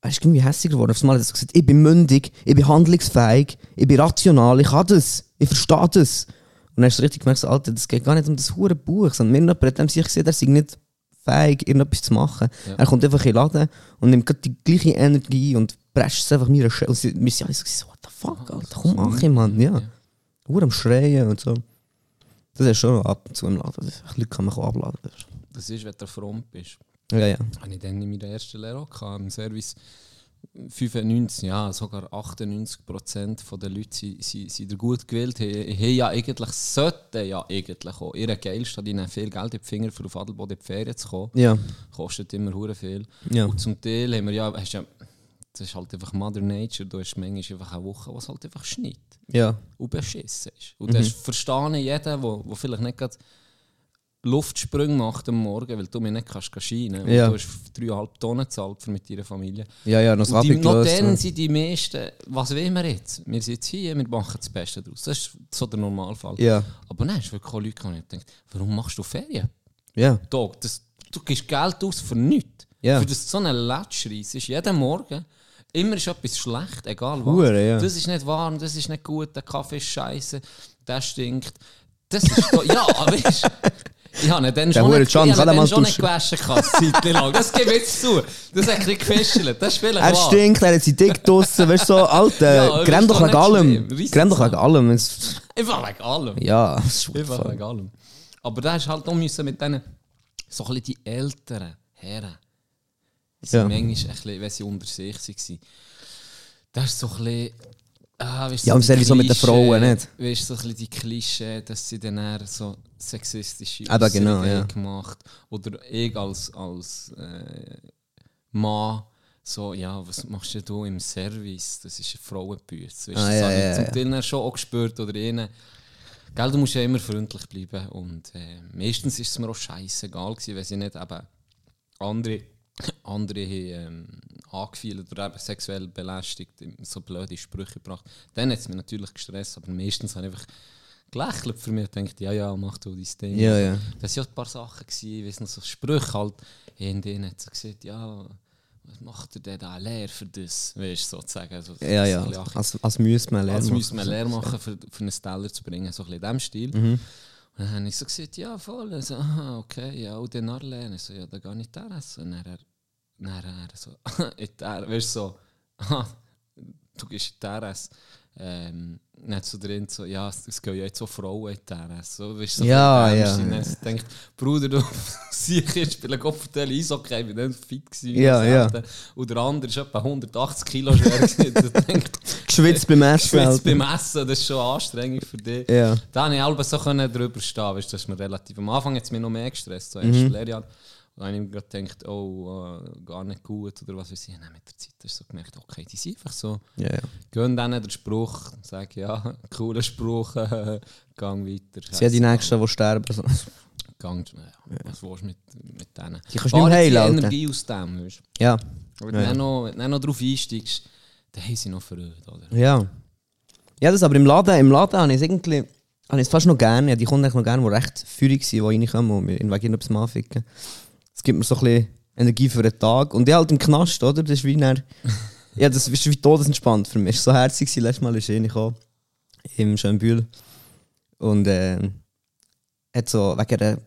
Speaker 2: er ist irgendwie hässlich geworden. Auf einmal hat er so gesagt, ich bin mündig, ich bin handlungsfähig, ich bin rational, ich kann das, ich verstehe das. Und dann hast du richtig gemerkt, so, Alter, das geht gar nicht um das hure Buch, sondern mir jemand hat dem sich gesehen, er sei nicht fähig, irgendetwas zu machen.
Speaker 3: Ja.
Speaker 2: Er kommt einfach in den Laden und nimmt gerade die gleiche Energie und presst es einfach mir Schelle. Und wir sind alle so, gesagt, what the fuck, Alter, komm, mach ich, Mann, ja. Hure am Schreien und so. Das ist schon ab und zu im Laden. Das- Leute kann man auch abladen. das ist-
Speaker 3: Das ist, wenn du front bist.
Speaker 2: Ja, ja.
Speaker 3: Habe ich dann in meiner ersten Lehre auch gehabt, im Service 95, ja, sogar 98 Prozent der Leute sind, sind, sind dir gut gewählt, haben haben ja eigentlich, sollten ja eigentlich auch. Ihre Geilste, die nehmen viel Geld in die Finger, für auf Adelboden in die Ferien zu kommen.
Speaker 2: Ja,
Speaker 3: Kostet immer hure viel.
Speaker 2: ja.
Speaker 3: Und zum Teil haben wir ja, hast ja, das ist halt einfach Mother Nature, du hast manchmal einfach eine Woche, was halt einfach schneit
Speaker 2: ja.
Speaker 3: und beschissen ist.
Speaker 2: Mhm.
Speaker 3: Und das verstehe ich jeden, wo, wo vielleicht nicht gerade Luftsprünge macht am Morgen, weil du mir nicht kannst gehen scheinen und
Speaker 2: Ja.
Speaker 3: Du hast 3,5 Tonnen gezahlt für mit deiner Familie.
Speaker 2: Ja, ja, noch das
Speaker 3: und die, noch
Speaker 2: abgelöst,
Speaker 3: dann
Speaker 2: ja.
Speaker 3: sind die meisten, was wollen wir jetzt? Wir sind jetzt hier, wir machen das Beste daraus. Das ist so der Normalfall.
Speaker 2: Ja.
Speaker 3: Aber nein, es ist wirklich auch Leute, die nicht denken, warum machst du Ferien?
Speaker 2: Ja,
Speaker 3: Tag. Das, du gibst Geld aus für nichts.
Speaker 2: Ja.
Speaker 3: Für das so eine Latschreis ist jeden Morgen. Immer ist etwas schlecht, egal was.
Speaker 2: Hure, ja.
Speaker 3: Das ist nicht warm, das ist nicht gut, der Kaffee ist scheiße, der stinkt. Das ist doch, ja, weißt du. Ich habe ihn dann schon
Speaker 2: hure
Speaker 3: nicht, ich
Speaker 2: Can,
Speaker 3: habe ihn
Speaker 2: kann er
Speaker 3: dann
Speaker 2: mal
Speaker 3: schon nicht
Speaker 2: duschen.
Speaker 3: gewaschen, gehabt, eine Zeit lang. Das gebe ich jetzt zu. Das hat ein bisschen gefäschelt. Das ist vielleicht
Speaker 2: Er
Speaker 3: wahr.
Speaker 2: stinkt, er hat sie dick draussen, weißt du, so, Alter,
Speaker 3: Ja,
Speaker 2: ja,
Speaker 3: ist
Speaker 2: doch
Speaker 3: doch
Speaker 2: wegen
Speaker 3: nicht
Speaker 2: allem.
Speaker 3: schlimm. Reiss
Speaker 2: Creme doch
Speaker 3: es
Speaker 2: wegen allem. Es-
Speaker 3: Einfach wegen allem.
Speaker 2: Ja, es ist what the
Speaker 3: Einfach
Speaker 2: fuck.
Speaker 3: wegen allem. Aber da ist halt auch müssen mit denen, so ein bisschen die älteren Herren, die sind
Speaker 2: Ja.
Speaker 3: manchmal ein bisschen, wenn sie unter sich waren, das ist so ein bisschen... Ah, weißt,
Speaker 2: Ja,
Speaker 3: so
Speaker 2: im
Speaker 3: die
Speaker 2: Service auch mit den
Speaker 3: Klischee,
Speaker 2: Frauen, nicht?
Speaker 3: Weißt du, so ein bisschen die Klischee, dass sie dann eher so sexistische
Speaker 2: Eben, Ah, genau,
Speaker 3: Äußerungen
Speaker 2: ja.
Speaker 3: gemacht Oder ich als, als äh, Mann, so, ja, was machst denn du im Service? Das ist eine Frauenbüsse. Weißt,
Speaker 2: Ah,
Speaker 3: das
Speaker 2: ja,
Speaker 3: habe ich
Speaker 2: ja,
Speaker 3: zum
Speaker 2: ja.
Speaker 3: Teil dann schon auch gespürt oder ihnen. Gell, du musst ja immer freundlich bleiben und äh, meistens ist es mir auch scheißegal gewesen, wenn sie nicht eben andere, andere haben, ähm, angefühlt oder eben sexuell belästigt, ähm, so blöde Sprüche gebracht. Dann hat es mich natürlich gestresst, aber meistens habe ich einfach gelächelt für mich und gedacht, ja, ja, mach du dein Ding.
Speaker 2: Ja, ja.
Speaker 3: Das waren ja ein paar Sachen, gewesen, ich weiss noch, so Sprüche halt, in denen hat so gesagt, ja, was macht ihr denn da leer für das, weißt du, sozusagen. Also,
Speaker 2: Ja,
Speaker 3: so
Speaker 2: ja,
Speaker 3: ein bisschen
Speaker 2: als, als müsste man lernen.
Speaker 3: also müssen wir leer machen, für, für einen Teller zu bringen, so ein bisschen in diesem Stil.
Speaker 2: Mhm.
Speaker 3: Und dann habe ich so gesagt, ja voll, also, aha, okay, ja, und dann lernen. Ich so, ja, da gehe ich nicht essen. Und dann, er- dann er so, in der, weißt du, so, aha, du gehst in der essen. Ähm, nicht so drin, so, ja, es es gehen ja jetzt so Frauen in der essen. So, weißt du, so
Speaker 2: Ja,
Speaker 3: ein
Speaker 2: ja,
Speaker 3: bisschen ernst. Und
Speaker 2: ja.
Speaker 3: Dann so denkt, Bruder, du sicher, ich spiele Kopfteil Eishockey, ich bin dann fit gewesen.
Speaker 2: Ja, ja.
Speaker 3: Und der andere ist etwa 180 Kilo schwer gewesen. Da denkt,
Speaker 2: Geschwitzt beim Essen.
Speaker 3: Schwitz
Speaker 2: Alter.
Speaker 3: beim Essen, das ist schon anstrengend für dich.
Speaker 2: Ja.
Speaker 3: Da konnte ich halb so können drüber stehen, weißt, du, das ist mir relativ... Am Anfang hat es mich noch mehr gestresst,
Speaker 2: Mhm.
Speaker 3: so erstes Lehrjahr. Und dann habe ich mir grad gedacht, oh, äh, gar nicht gut oder was weiß ich. Und dann mit der Zeit hast du so gemerkt, okay, die sind einfach so.
Speaker 2: Ja, ja.
Speaker 3: Gehen denen den Spruch, sag ja, cooler Spruch, gang weiter.
Speaker 2: Sie haben die Nächsten, die sterben. so.
Speaker 3: Gang, ja, was willst du mit, mit denen?
Speaker 2: Die kannst du nicht mehr
Speaker 3: Fahr jetzt die
Speaker 2: heilen, Alter.
Speaker 3: Energie aus dem, weißt du.
Speaker 2: Oh, Ja.
Speaker 3: Wenn du
Speaker 2: Ja.
Speaker 3: dann noch, wenn du dann noch drauf einsteigst, dann haben sie noch verrückt, oder?
Speaker 2: Ja. Ja, das aber im Laden, im Laden habe ich es irgendwie, habe ich es fast noch gerne, ja, die Kunden eigentlich noch gerne, die recht feurig sind, die reinkommen und mir in wegen etwas anficken. Es gibt mir so ein bisschen Energie für den Tag. Und ich halt im Knast, oder? Das ist wie dann, ja, das ist wie todesentspannt für mich. Es war so herzig, gewesen. letztes Mal ist eh ich reingekommen, im Schönbühl. Und, äh, hat ähm, so wegen einer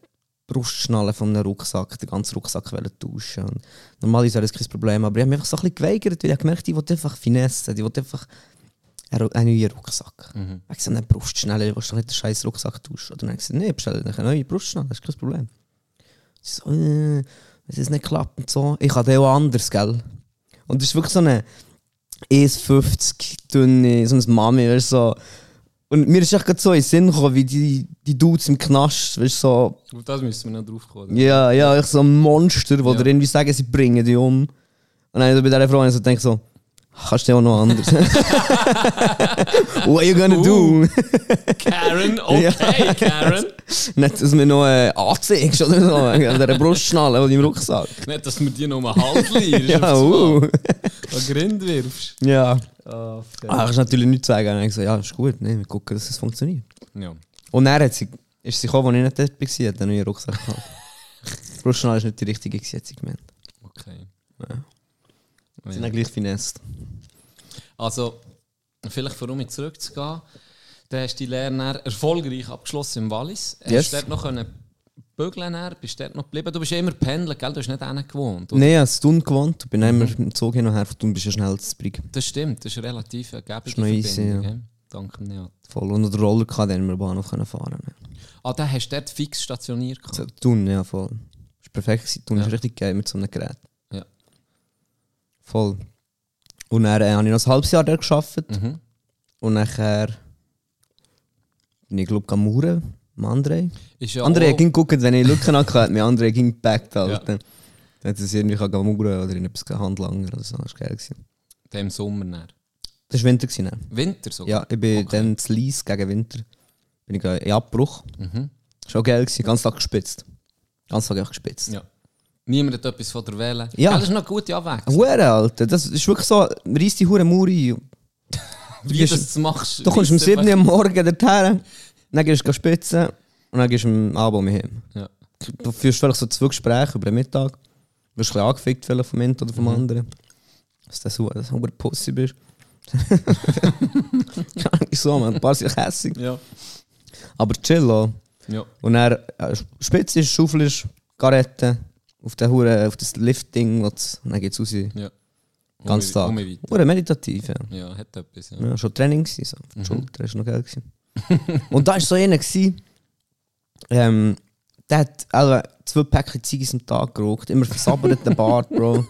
Speaker 2: Brustschnalle von einem Rucksack, den ganzen Rucksack wollen tauschen. Und normalerweise wäre das kein Problem, aber ich habe mich einfach so ein bisschen geweigert, weil ich gemerkt habe, ich will einfach Finesse, ich will einfach einen einen neuen Rucksack. Mhm. Ich so eine Brustschnalle, willst du nicht den scheiß Rucksack tauschen? Und dann habe ich gesagt, nee, bestell dir eine neue Brustschnalle, das ist kein Problem. Sie so, äh, wenn es nicht klappt und so, ich habe den auch anders, gell? Und das ist wirklich so eine 1,50 dünne, so ein Mami, weißt du, so. Und mir ist echt grad so in den Sinn gekommen, wie die, die Dudes im Knast, weißt du, so.
Speaker 3: Auf das müssen wir noch drauf kommen.
Speaker 2: Ja, ja, ich so ein Monster, wo
Speaker 3: Ja.
Speaker 2: dir irgendwie sagen, sie bringen dich um. Und dann so bei dieser Frau so denke so, kannst du ja auch noch anders. What are you gonna
Speaker 3: Uh.
Speaker 2: do?
Speaker 3: Karen, okay, Karen.
Speaker 2: Nicht, dass mir noch äh, anzeigst oder so, an dieser Brustschnalle oder im Rucksack.
Speaker 3: Nicht, dass wir die noch mal Hand leerst.
Speaker 2: Ja, uh.
Speaker 3: Da Grind wirfst.
Speaker 2: Ja.
Speaker 3: Ah, fair.
Speaker 2: Ah, kannst natürlich nichts sagen. Und dann ich so, ja, ist gut, ne, wir gucken, dass es funktioniert.
Speaker 3: Ja.
Speaker 2: Und dann hat sie, ist sie gekommen, als ich nicht dort war, hat einen neuen Rucksack gehabt. Brustschnalle ist nicht die richtige, gewesen, hat sie gemeint.
Speaker 3: Okay.
Speaker 2: Sie
Speaker 3: Ja.
Speaker 2: sind dann gleich finessed.
Speaker 3: Also, vielleicht um mich zurückzugehen, dann hast du die Lehre dann erfolgreich abgeschlossen im Wallis.
Speaker 2: Yes.
Speaker 3: Hast du dort noch können bügeln können, bist dort noch geblieben. Du bist ja immer pendeln, gell? Du hast nicht einer gewohnt. oder?
Speaker 2: Nein, ich habe in Thun gewohnt und bin immer
Speaker 3: Mhm.
Speaker 2: mit dem Zug hin und her von Thun bis ja schnell zu Brig.
Speaker 3: Das stimmt, das ist relativ eine gäbige
Speaker 2: Ist noch easy,
Speaker 3: Verbindung.
Speaker 2: ja.
Speaker 3: gell? Danke, Neat.
Speaker 2: Voll. Und den Roller kann den wir am Bahnhof können fahren.
Speaker 3: Ah, dann hast du dort fix stationiert. gehabt.
Speaker 2: So, Thun, ja, voll. Ist perfekt gewesen. Thun
Speaker 3: Ja.
Speaker 2: ist richtig geil mit so einem Gerät.
Speaker 3: Ja.
Speaker 2: Voll. Und dann äh, habe ich noch ein halbes Jahr dort gearbeitet
Speaker 3: Mhm.
Speaker 2: und nachher bin ich glaube ich am Mauern, am André.
Speaker 3: Ist ja
Speaker 2: André
Speaker 3: auch-
Speaker 2: ging gucken, wenn ich Lücken hatte, hat mich André ging gepackt.
Speaker 3: Ja.
Speaker 2: Alter. Dann hat es irgendwie kann gehen Mauern oder in etwas Handlanger oder so. Das war geil. Gewesen.
Speaker 3: dem Sommer näher.
Speaker 2: Das war Winter. Gewesen, ne? dann.
Speaker 3: Winter sogar.
Speaker 2: Ja, ich bin dann zu Lies gegen Winter. Bin ich äh, in Abbruch.
Speaker 3: Mhm.
Speaker 2: Schon geil gewesen, ganz Tag gespitzt. Ganz Tag echt gespitzt.
Speaker 3: ja. Niemand hat etwas von der Welle.
Speaker 2: Ja.
Speaker 3: Gell, Das ist noch eine gute Abwechslung.
Speaker 2: Hure, Alter, das ist wirklich so, reiss die Hure Muri. Ah,
Speaker 3: Wie du das machst.
Speaker 2: Du kommst um
Speaker 3: weiss
Speaker 2: 7 Uhr
Speaker 3: einfach-
Speaker 2: am Morgen dorthin, dann gehst du spitzen und dann gehst du am Abend mit heim.
Speaker 3: Ja.
Speaker 2: Du führst vielleicht so zwei Gespräche über den Mittag. Du wirst ein bisschen angefickt vielleicht vom einen oder vom
Speaker 3: Mhm.
Speaker 2: anderen. Dass du so das Hure Pussy bist. Gar nicht so, man. Ein paar sind hässig.
Speaker 3: Ja.
Speaker 2: Aber chill auch.
Speaker 3: Ja.
Speaker 2: Und er äh, spitz ist, Schaufel ist, Garette, auf den Huren, auf das Lifting, was und dann geht's raus.
Speaker 3: ja.
Speaker 2: Ganz Tag.
Speaker 3: Um mich weiter.
Speaker 2: Hure meditativ, ja.
Speaker 3: Ja, hat etwas. Ja.
Speaker 2: ja schon Training gewesen, so. Die Schulter ist noch geil gewesen. und da war so einer, gewesen, ähm, der hat also, zwei Päckchen Ziggis am Tag geraucht, immer versabberten Bart, Bro.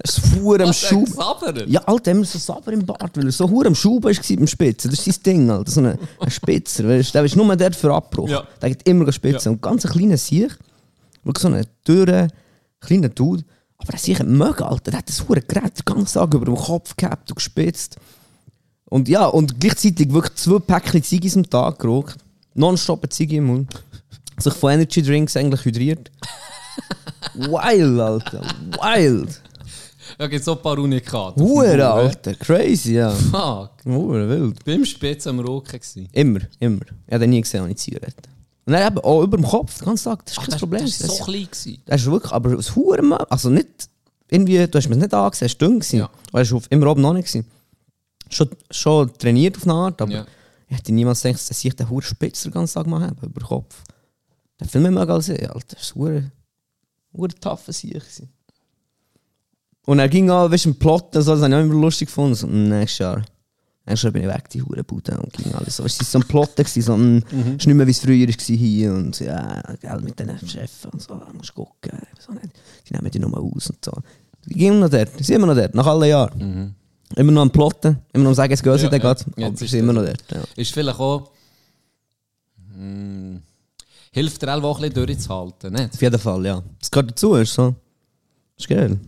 Speaker 2: Es fuhr am
Speaker 3: Was, der
Speaker 2: Schub.
Speaker 3: Xaverer?
Speaker 2: Ja, Alter, immer so sauber im Bart, weil er so hure am Schuben war beim Spitzen. Das ist sein Ding, Alter. So ein, ein Spitzer, weißt du. Der ist nur der für Abbruch.
Speaker 3: Ja.
Speaker 2: Der geht immer spitzen. Und ganz ein kleiner Sieg, wirklich so einen dürren, kleinen Dude. Aber der Sieg hat mögen, Alter. Der hat das hure Gerät den ganzen Tag über den Kopf gehabt und gespitzt. Und ja, und gleichzeitig wirklich zwei Päckchen Ziggis am Tag geraucht. Nonstop eine Ziggi im Mund. Sich von Energy Drinks eigentlich hydriert. Wild, Alter. Wild.
Speaker 3: Da gibt es auch ein paar Unikate.
Speaker 2: Hure, Alter. Crazy, ja.
Speaker 3: Fuck.
Speaker 2: Hure wild.
Speaker 3: Beim Spitz am Roken gsi.
Speaker 2: Immer, immer. Ich habe nie gesehen, ohne Zigaretten. Und er eben auch über dem Kopf, ganz Tag. Das ist kein Problem.
Speaker 3: Ah, Das war so
Speaker 2: Das,
Speaker 3: klein. Gewesen.
Speaker 2: das ist wirklich, aber das Hure, Mann. also nicht, irgendwie, du hast mich nicht angesehen, es war dünn.
Speaker 3: Ja.
Speaker 2: Ja. Weißt du, auf- immer oben noch nicht. Gewesen. Schon, schon trainiert auf eine Art, aber
Speaker 3: Ja.
Speaker 2: ich hätte niemals gedacht, dass ich den Hure Spitzer den ganzen Tag mal habe, über den Kopf. Der viel mehr mag als ich, Alter. Das ist Hure, Hure tough, was ich gewesen. Und er ging auch, weißt du, im Plot, und so, das habe ich auch immer lustig gefunden. So, mm, nächstes Jahr. Nächstes Jahr bin ich weg, die Hurenbude und ging alles so. Weißt du, es war so ein Plot, gewesen, so,
Speaker 3: Mhm.
Speaker 2: mm, es ist nicht mehr wie es früher war hier und ja, gell, mit den Chefs und so, da musst du gucken. So, nicht. die nehmen dich nochmal aus und so. Die gehen noch dort, sind immer noch dort, nach all den Jahren. Immer noch am Plotten, immer noch am Sagen, es geht
Speaker 3: Mhm. Ja,
Speaker 2: nicht,
Speaker 3: ja.
Speaker 2: ja, geht.
Speaker 3: Jetzt
Speaker 2: Aber sie
Speaker 3: ist
Speaker 2: sind immer noch dort. Ja.
Speaker 3: Ist vielleicht auch. Hm, hilft dir auch ein bisschen durchzuhalten. Nicht?
Speaker 2: Auf jeden Fall, ja. Das gehört dazu, ist so. Ist geil.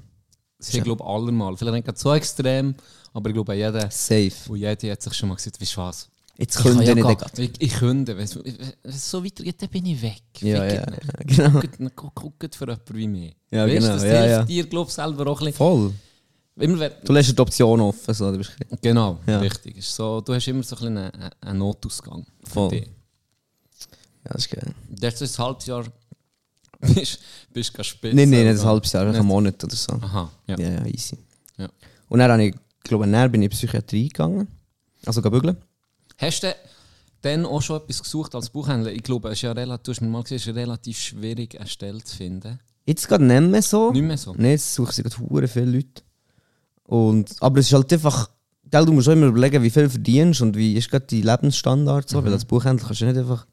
Speaker 3: Das ist, ich glaube, allemal. Vielleicht nicht gerade so extrem, aber ich glaube, jeder
Speaker 2: Safe.
Speaker 3: und jede hat sich schon mal gesagt, weißt du was?
Speaker 2: Jetzt
Speaker 3: Ich kann
Speaker 2: können
Speaker 3: ja
Speaker 2: die nicht,
Speaker 3: gar- Ich, ich könnte. Wenn es- wenn es so weitergeht, dann bin ich weg.
Speaker 2: Ja,
Speaker 3: Fickt
Speaker 2: ja,
Speaker 3: ihn.
Speaker 2: ja, genau.
Speaker 3: Guckt- gu- Guckt für jemanden wie mich.
Speaker 2: Ja,
Speaker 3: Weißt du,
Speaker 2: genau,
Speaker 3: Das
Speaker 2: ja,
Speaker 3: hilft
Speaker 2: ja.
Speaker 3: dir, glaube ich, selber auch ein bisschen.
Speaker 2: Voll.
Speaker 3: Immer wenn-
Speaker 2: Du lässt die Option offen, so. Du bist
Speaker 3: Genau,
Speaker 2: Ja.
Speaker 3: richtig. Ist so, du hast immer so ein bisschen einen, einen Notausgang. für
Speaker 2: Voll.
Speaker 3: dich.
Speaker 2: ja, das ist geil.
Speaker 3: Das ist ein halbes Jahr. Bist du spitz?
Speaker 2: Nein, nein, nicht ein
Speaker 3: oder?
Speaker 2: halbes Jahr,
Speaker 3: Nicht.
Speaker 2: ein Monat oder so.
Speaker 3: Aha, ja.
Speaker 2: Ja, ja, easy.
Speaker 3: Ja.
Speaker 2: Und dann habe ich, glaube ich, dann bin ich in die Psychiatrie gegangen. Also, geh bügeln.
Speaker 3: Hast du, dann auch schon etwas gesucht als Buchhändler. Ich glaube, es ist ja relativ, du hast mir mal gesehen, es ist relativ schwierig, eine Stelle zu finden.
Speaker 2: Jetzt gerade nicht mehr so.
Speaker 3: Nicht mehr so.
Speaker 2: Nein, es suchen sich gerade hure viele Leute. Und, aber es ist halt einfach, gell, du musst auch immer überlegen, wie viel verdienst und wie ist gerade dein Lebensstandard
Speaker 3: Mhm.
Speaker 2: so, weil als Buchhändler kannst du nicht einfach,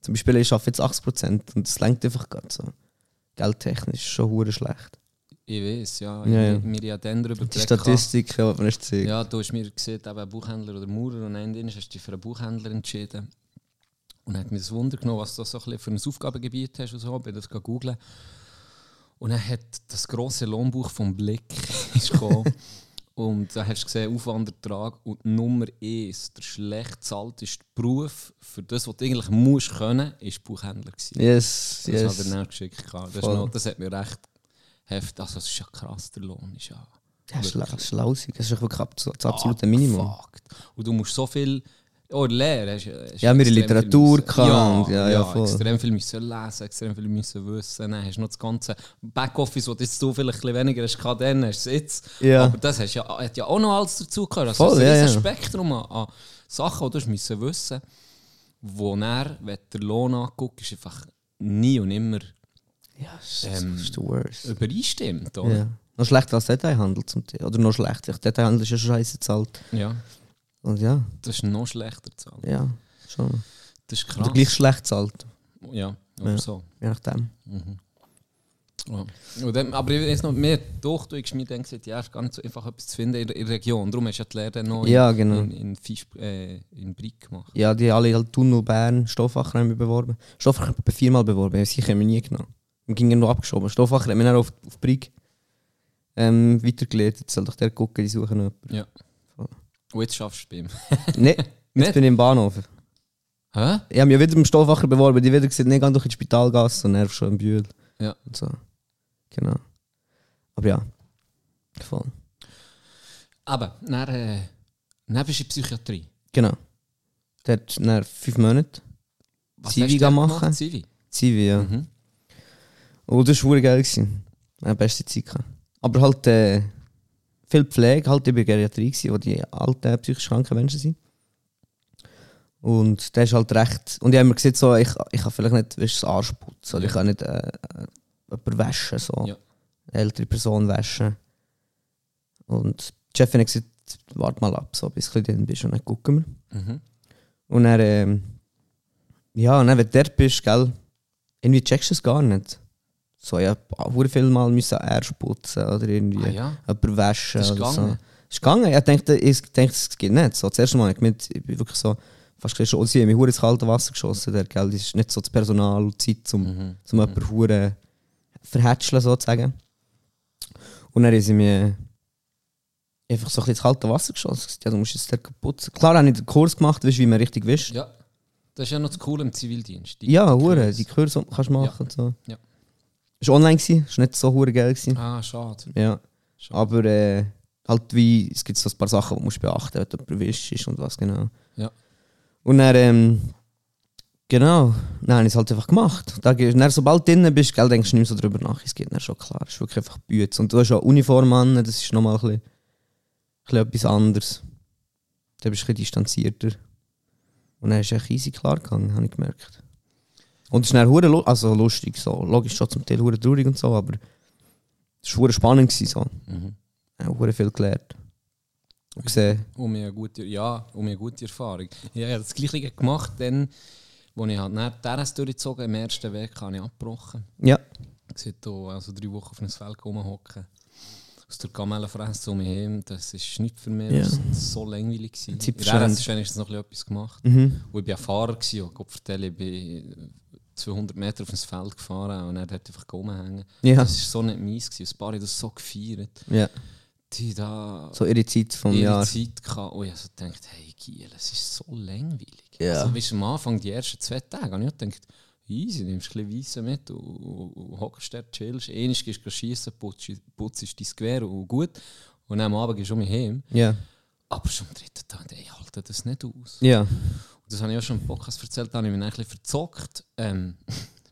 Speaker 2: zum Beispiel ich arbeite jetzt 80% und es lenkt einfach gerade so. Geldtechnisch ist schon hure schlecht.
Speaker 3: Ich weiß, ja.
Speaker 2: Ja, ja.
Speaker 3: Ich, mir ja dann darüber
Speaker 2: Die
Speaker 3: geredet.
Speaker 2: Statistik, ja, man ist ja.
Speaker 3: Ja, du hast mir gesagt, eben Buchhändler oder Maurer und dann hast du dich für einen Buchhändler entschieden. Und hat mir das Wunder genommen, was du so ein bisschen für ein Aufgabengebiet hast und so. Bin das gegangen googeln. Und dann hat das grosse Lohnbuch vom Blick ist gekommen. und da hast du gesehen, Aufwand, Ertrag und Nummer eins, der schlecht bezahlteste Beruf für das, was du eigentlich musst können, ist Buchhändler gewesen.
Speaker 2: Yes,
Speaker 3: Das halt hat er
Speaker 2: yes.
Speaker 3: dann geschickt. gehabt. Das, ist
Speaker 2: Voll.
Speaker 3: noch, das hat mir recht heftig. Also, es ist ja krass, der Lohn ist ja.
Speaker 2: Das ist la- das ist lausig, das ist wirklich ab- das absolute
Speaker 3: absoluter
Speaker 2: Minimum.
Speaker 3: Und Ah, du musst so viel. Oh, Lehre. Hast, hast
Speaker 2: Ja, wir
Speaker 3: extrem
Speaker 2: Literatur
Speaker 3: viel müssen-
Speaker 2: gehabt, ja, ja, voll.
Speaker 3: extrem viel müssen lesen, extrem viel müssen wissen. Dann hast du noch das ganze Backoffice, was jetzt du vielleicht ein bisschen weniger hast, gehabt, dann hast du es jetzt.
Speaker 2: Ja.
Speaker 3: Aber das hast ja, hat ja auch noch alles dazugehört. Also
Speaker 2: Voll,
Speaker 3: es ist
Speaker 2: ja,
Speaker 3: ein
Speaker 2: ja.
Speaker 3: riesen Spektrum an, an Sachen, die du hast müssen wissen wo er, wenn du den Lohn anguckst, ist einfach nie und immer
Speaker 2: Ja, das ist
Speaker 3: Ähm,
Speaker 2: das ist the worst.
Speaker 3: übereinstimmt. Oder?
Speaker 2: Ja. Noch schlechter als Detailhandel zum Teil. Oder noch schlechter. Detailhandel ist ja schon scheiße bezahlt.
Speaker 3: Ja.
Speaker 2: Und ja,
Speaker 3: Das ist noch schlechter zu
Speaker 2: ja, schon.
Speaker 3: Das ist krass.
Speaker 2: Oder gleich schlecht bezahlt.
Speaker 3: Ja, oder
Speaker 2: Ja.
Speaker 3: so.
Speaker 2: Je nachdem.
Speaker 3: Ja. Und dann, aber ich weiß noch mehr, doch, du hast mir dann gesagt, ja, es ist gar nicht so einfach etwas zu finden in der, in der Region. Darum hast du ja die Lehre dann noch in-
Speaker 2: Ja, genau.
Speaker 3: in, in, Fisch- äh, in Brick gemacht.
Speaker 2: Ja, die alle halt Tunnel, Bern, Stoffacher haben wir beworben. Stoffacher haben wir viermal beworben, ja, sicher haben wir nie genommen. Wir gingen noch abgeschoben. Stoffacher haben wir dann auf, auf Brig ähm, weitergeleitet. Jetzt soll doch der gucken, die suchen noch
Speaker 3: Ja.
Speaker 2: Voll.
Speaker 3: Und jetzt schaffst du es bei ihm.
Speaker 2: jemanden. Nein,
Speaker 3: Nicht?
Speaker 2: jetzt bin ich im Bahnhof.
Speaker 3: Hä?
Speaker 2: Ich habe mich wieder im Stoffacher beworben, die haben wieder gesagt, nein, geh doch ins Spitalgasse und er schon im Bühl.
Speaker 3: Ja.
Speaker 2: Und so. Genau. Aber ja, voll.
Speaker 3: Aber, dann, äh, dann bist du in Psychiatrie.
Speaker 2: Genau. Der hat nach fünf Monaten Zivi
Speaker 3: hast du dort
Speaker 2: machen?
Speaker 3: gemacht? Zivi.
Speaker 2: Zivi, ja.
Speaker 3: Mhm.
Speaker 2: Und das war verdammt geil. gewesen. Ja, beste Zeit. gehabt. Aber halt äh, viel Pflege, halt in der Geriatrie, gewesen, wo die alten psychisch kranken Menschen sind. Und der ist halt recht. Und ich habe mir gesagt, so, ich, ich kann vielleicht nicht weißt, das Arsch putzen oder
Speaker 3: Ja.
Speaker 2: ich kann nicht äh, äh, jemanden waschen. So.
Speaker 3: Ja.
Speaker 2: Eine ältere Person waschen. Und die Chefin hat gesagt, warte mal ab, so, bis du ein bisschen drin bist und dann gucken wir.
Speaker 3: Mhm.
Speaker 2: Und er, ähm, ja, und dann, wenn du dort bist, gell, irgendwie checkst du es gar nicht. So, ja, sehr viel Mal müssen erst putzen oder irgendwie
Speaker 3: Ah, ja.
Speaker 2: jemanden waschen
Speaker 3: Das ist
Speaker 2: oder so.
Speaker 3: gegangen?
Speaker 2: Das ist gegangen. Ich dachte, ich dachte, es geht nicht. So, das erste Mal, ich, mit, ich bin wirklich so, fast gesagt, schon, oh, sie haben mich hure ins kalte Wasser geschossen, der, gell, das ist nicht so das Personal und die Zeit, um
Speaker 3: Mhm.
Speaker 2: zum jemanden hure verhätscheln sozusagen. Und dann haben sie mir einfach so ein bisschen ins kalte Wasser geschossen. Gesagt, Ja, du musst jetzt dort putzen. Klar habe ich den Kurs gemacht, weißt, wie man richtig wischt.
Speaker 3: Ja. Das ist ja noch das Coole im Zivildienst. Die-
Speaker 2: Ja,
Speaker 3: die
Speaker 2: hure,
Speaker 3: Kurse.
Speaker 2: die Kurse die kannst du machen. und So.
Speaker 3: Ja.
Speaker 2: Ist online gsi, ist nicht so hure geil gsi.
Speaker 3: Ah, schade.
Speaker 2: Ja.
Speaker 3: Schade.
Speaker 2: Aber äh, halt wie es gibt so ein paar Sachen, die musst du beachten, wenn du erwischt ist und was genau.
Speaker 3: Ja.
Speaker 2: Und dann ähm, genau, dann habe ich es halt einfach gemacht. Da gehst, dann, sobald du drinnen bist, gell, denkst du nicht mehr so drüber nach. Es geht dann schon klar. Es ist wirklich einfach Bütz. Und du hast auch Uniform an, das ist nochmal ein bisschen, ein bisschen etwas anderes. Da bist du ein bisschen distanzierter. Und dann ist es echt easy klar gegangen, habe ich gemerkt. Und es ist dann hure lu- also lustig, so. logisch schon zum Teil hure traurig und so, aber es war hure spannend. Gewesen, so.
Speaker 3: Mhm.
Speaker 2: Ich habe hure viel gelernt. Und gesehen.
Speaker 3: Um eine gute, ja, um eine gute Erfahrung. Ja, ich habe das Gleiche gemacht, dann, als ich halt nach der RS durchgezogen im ersten Weg habe ich abgebrochen.
Speaker 2: Ja,
Speaker 3: Ich sehe hier also drei Wochen auf einem Feld rumhocken. Aus der Kamellenfresse um mich hin, das ist nicht für mich.
Speaker 2: Ja.
Speaker 3: Das war so langweilig. gewesen.
Speaker 2: Zeit
Speaker 3: In der RS
Speaker 2: verschwendet.
Speaker 3: ist wenigstens noch ein bisschen etwas gemacht.
Speaker 2: mhm.
Speaker 3: Und ich war ja Fahrer, gewesen, und Gott vertelle, ich bin 200 Meter auf das Feld gefahren und er hat einfach rumhängen.
Speaker 2: ja.
Speaker 3: Das war so nicht meins. gewesen. Das Paar hat das so gefeiert.
Speaker 2: ja.
Speaker 3: Die da
Speaker 2: So ihre Zeit vom
Speaker 3: ihre
Speaker 2: Jahr.
Speaker 3: Um Zeit gehabt. Und ich also gedacht, hey Giel, es ist so langweilig.
Speaker 2: Ja.
Speaker 3: Also, weißt, du, am Anfang, die ersten zwei Tage, habe ich auch gedacht, easy, nimmst ein bisschen Weissen mit und- und und hockst dort, chillst. Einmal gehst du schiessen, putzt- putzt dein Gewehr und gut. Und dann am Abend gehst du um mich heim.
Speaker 2: Ja.
Speaker 3: Aber schon am dritten Tag, ey, ich halte das nicht aus.
Speaker 2: Ja.
Speaker 3: Das habe ich auch schon im Podcast erzählt, da habe ich mich dann ein bisschen verzockt. Ähm,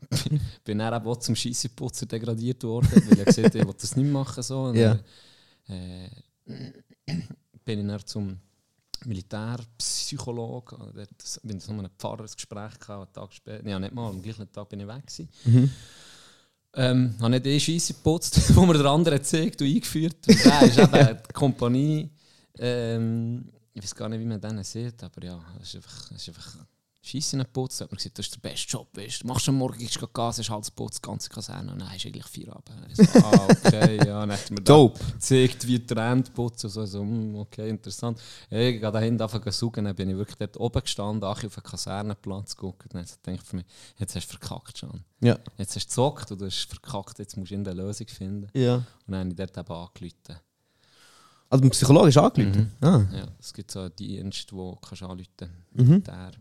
Speaker 3: bin dann eben auch zum Scheisseputzer degradiert worden, weil ich gesagt habe, ich will das nicht machen. So. Und
Speaker 2: Ja.
Speaker 3: dann, äh, bin ich dann zum Militärpsychologe. Also dort s- bin ich mit einem Pfarrer ein Gespräch gehabt, einen Tag später. Ja, nicht mal, am gleichen Tag bin ich weg. Gewesen. Ähm, habe nicht die Scheisse geputzt, wo mir der andere gezeigt und eingeführt. Und der ist eben die Kompanie. Ähm, ich weiß gar nicht, wie man den sieht, aber ja, es ist einfach, es ist einfach Scheisse geputzt. Hat man gesagt, das ist der beste Job. Weißt. du. Machst du am Morgen, gehst du Gas, hast Hals putzt, die ganze Kaserne und dann hast du eigentlich vier Abend. Ich so, ah, okay, ja, dann hat mir
Speaker 2: Dope.
Speaker 3: zeigt, wie Trend putzen. So, so, hm, okay, interessant. Hey, ich habe dahin angefangen zu suchen, dann bin ich wirklich dort oben gestanden, ach, auf den Kasernenplatz geguckt. Dann hat gedacht für mich, jetzt hast du verkackt schon.
Speaker 2: Ja.
Speaker 3: Jetzt hast du gezockt und du hast verkackt, jetzt musst du eine Lösung finden.
Speaker 2: Ja.
Speaker 3: Und dann habe ich dort eben angerufen.
Speaker 2: Also psychologisch angelegt. Ah.
Speaker 3: Ja, es gibt so einen Dienst, wo kannst du anrufen
Speaker 2: Mhm.
Speaker 3: der.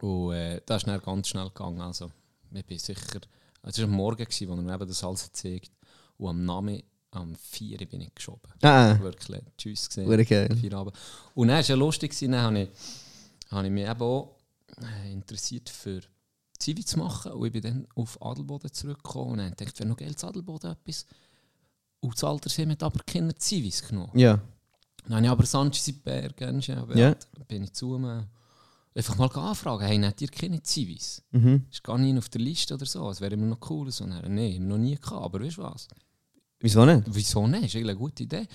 Speaker 3: Und äh, das ist dann ganz schnell gegangen. Also, ich bin sicher, es war am Morgen, gewesen, wo er mir eben das alles gezeigt hat. Und am Namen, am 4 Uhr bin ich geschoben.
Speaker 2: Ah, ah.
Speaker 3: Wirklich, tschüss gesehen.
Speaker 2: Hure geil.
Speaker 3: Feierabend. Und dann war es ja lustig, gewesen, dann habe ich, habe ich mich eben auch äh, interessiert für Zivi zu machen. Und ich bin dann auf Adelboden zurückgekommen und dann dachte ich, wäre noch geil, zu Adelboden etwas. Und das Altersheim hat aber keine Zivis genommen.
Speaker 2: Ja.
Speaker 3: Dann habe ich aber Sanchez in Bär, kennst du ja, aber
Speaker 2: Ja.
Speaker 3: da bin ich zu ihm. äh, Einfach mal anfragen, hey, habt ihr keine Zivis?
Speaker 2: Mhm.
Speaker 3: Ist gar nicht auf der Liste oder so, es wäre immer noch cool. So. Und er, Nein, haben wir noch nie gehabt, aber weißt du was?
Speaker 2: Wieso nicht?
Speaker 3: wieso nicht? Das ist eigentlich eine gute Idee.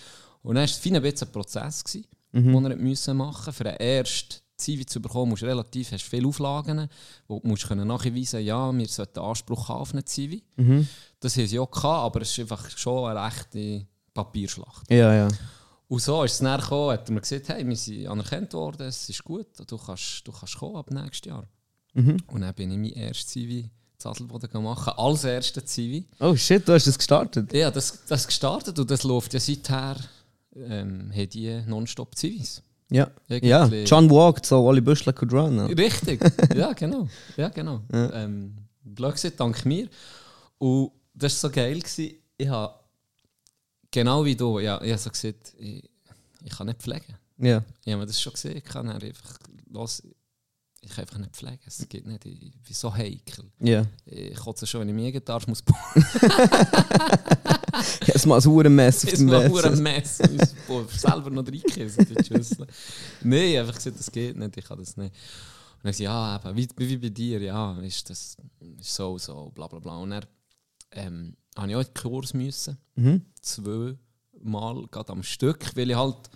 Speaker 3: Und dann war es fein ein bisschen ein Prozess, gewesen,
Speaker 2: Mhm.
Speaker 3: den er hat müssen machen musste. Für den ersten Zivi zu bekommen, musst du relativ hast viele Auflagen, wo du musst können nachweisen ja, wir sollten Anspruch haben auf einen Zivi.
Speaker 2: Mhm.
Speaker 3: Das haben sie auch gehabt, aber es ist einfach schon eine rechte Papierschlacht.
Speaker 2: Ja, ja.
Speaker 3: Und so ist es dann gekommen, hat er mir gesagt, hey, wir sind anerkannt worden, es ist gut, du kannst, du kannst kommen ab nächstes Jahr.
Speaker 2: Mhm.
Speaker 3: Und dann bin ich mein erstes Zivi zu Adelboden machen, als erster Zivi.
Speaker 2: Oh shit, du hast das gestartet.
Speaker 3: Ja, das, das gestartet und das läuft ja seither, ähm, haben die nonstop Zivis.
Speaker 2: Ja.
Speaker 3: Irgendwie-
Speaker 2: Ja. John walked, so Wally Bushler could run. ne? ja.
Speaker 3: Richtig, ja genau. Ja, genau. Ähm, blöd gesagt, dank mir. Und das war so geil. Gewesen. Ich habe, genau wie du, ja, ich habe so gesagt, ich, ich kann nicht pflegen.
Speaker 2: Ja.
Speaker 3: Ich habe mir das schon gesehen, ich kann dann einfach, los, ich kann einfach nicht pflegen. Es geht nicht, ich, ich bin so heikel.
Speaker 2: Ja.
Speaker 3: Ich kotze schon, wenn ich mir Gitarre muss bauen.
Speaker 2: Jetzt mal ein Hurenmess auf
Speaker 3: Das
Speaker 2: dem
Speaker 3: war nur ein
Speaker 2: Mess.
Speaker 3: Mess. Boah, selber noch reingekissen, die Schüssel. Nein, einfach gesagt, das geht nicht, ich kann das nicht. Und dann gesagt, ja, eben, wie, wie bei dir, ja, ist das ist so, so, bla bla bla. Und dann ähm, habe ich auch in den Kurs müssen,
Speaker 2: Mhm.
Speaker 3: zwei Mal gerade am Stück, weil ich halt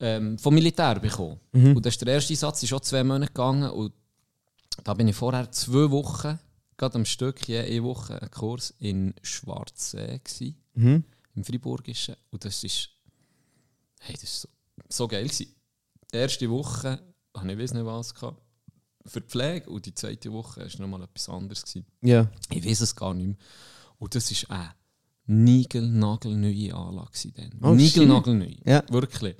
Speaker 3: ähm, vom Militär bekommen. Und das ist der erste Satz, ist schon zwei Monate gegangen und da bin ich vorher zwei Wochen, gerade am Stück, je eine Woche, einen Kurs in Schwarzsee gewesen
Speaker 2: Mhm.
Speaker 3: im Freiburgischen. Und das ist, hey, das ist so, so geil. Gewesen. Die erste Woche hatte ich weiß nicht was gehabt, für die Pflege und die zweite Woche war nochmal etwas anderes. Gewesen.
Speaker 2: Ja.
Speaker 3: Ich weiß es gar nicht mehr. Und das ist eine niegelnagelneue Anlage. gewesen Dann.
Speaker 2: Oh,
Speaker 3: niegelnagelneu.
Speaker 2: Ja.
Speaker 3: Wirklich.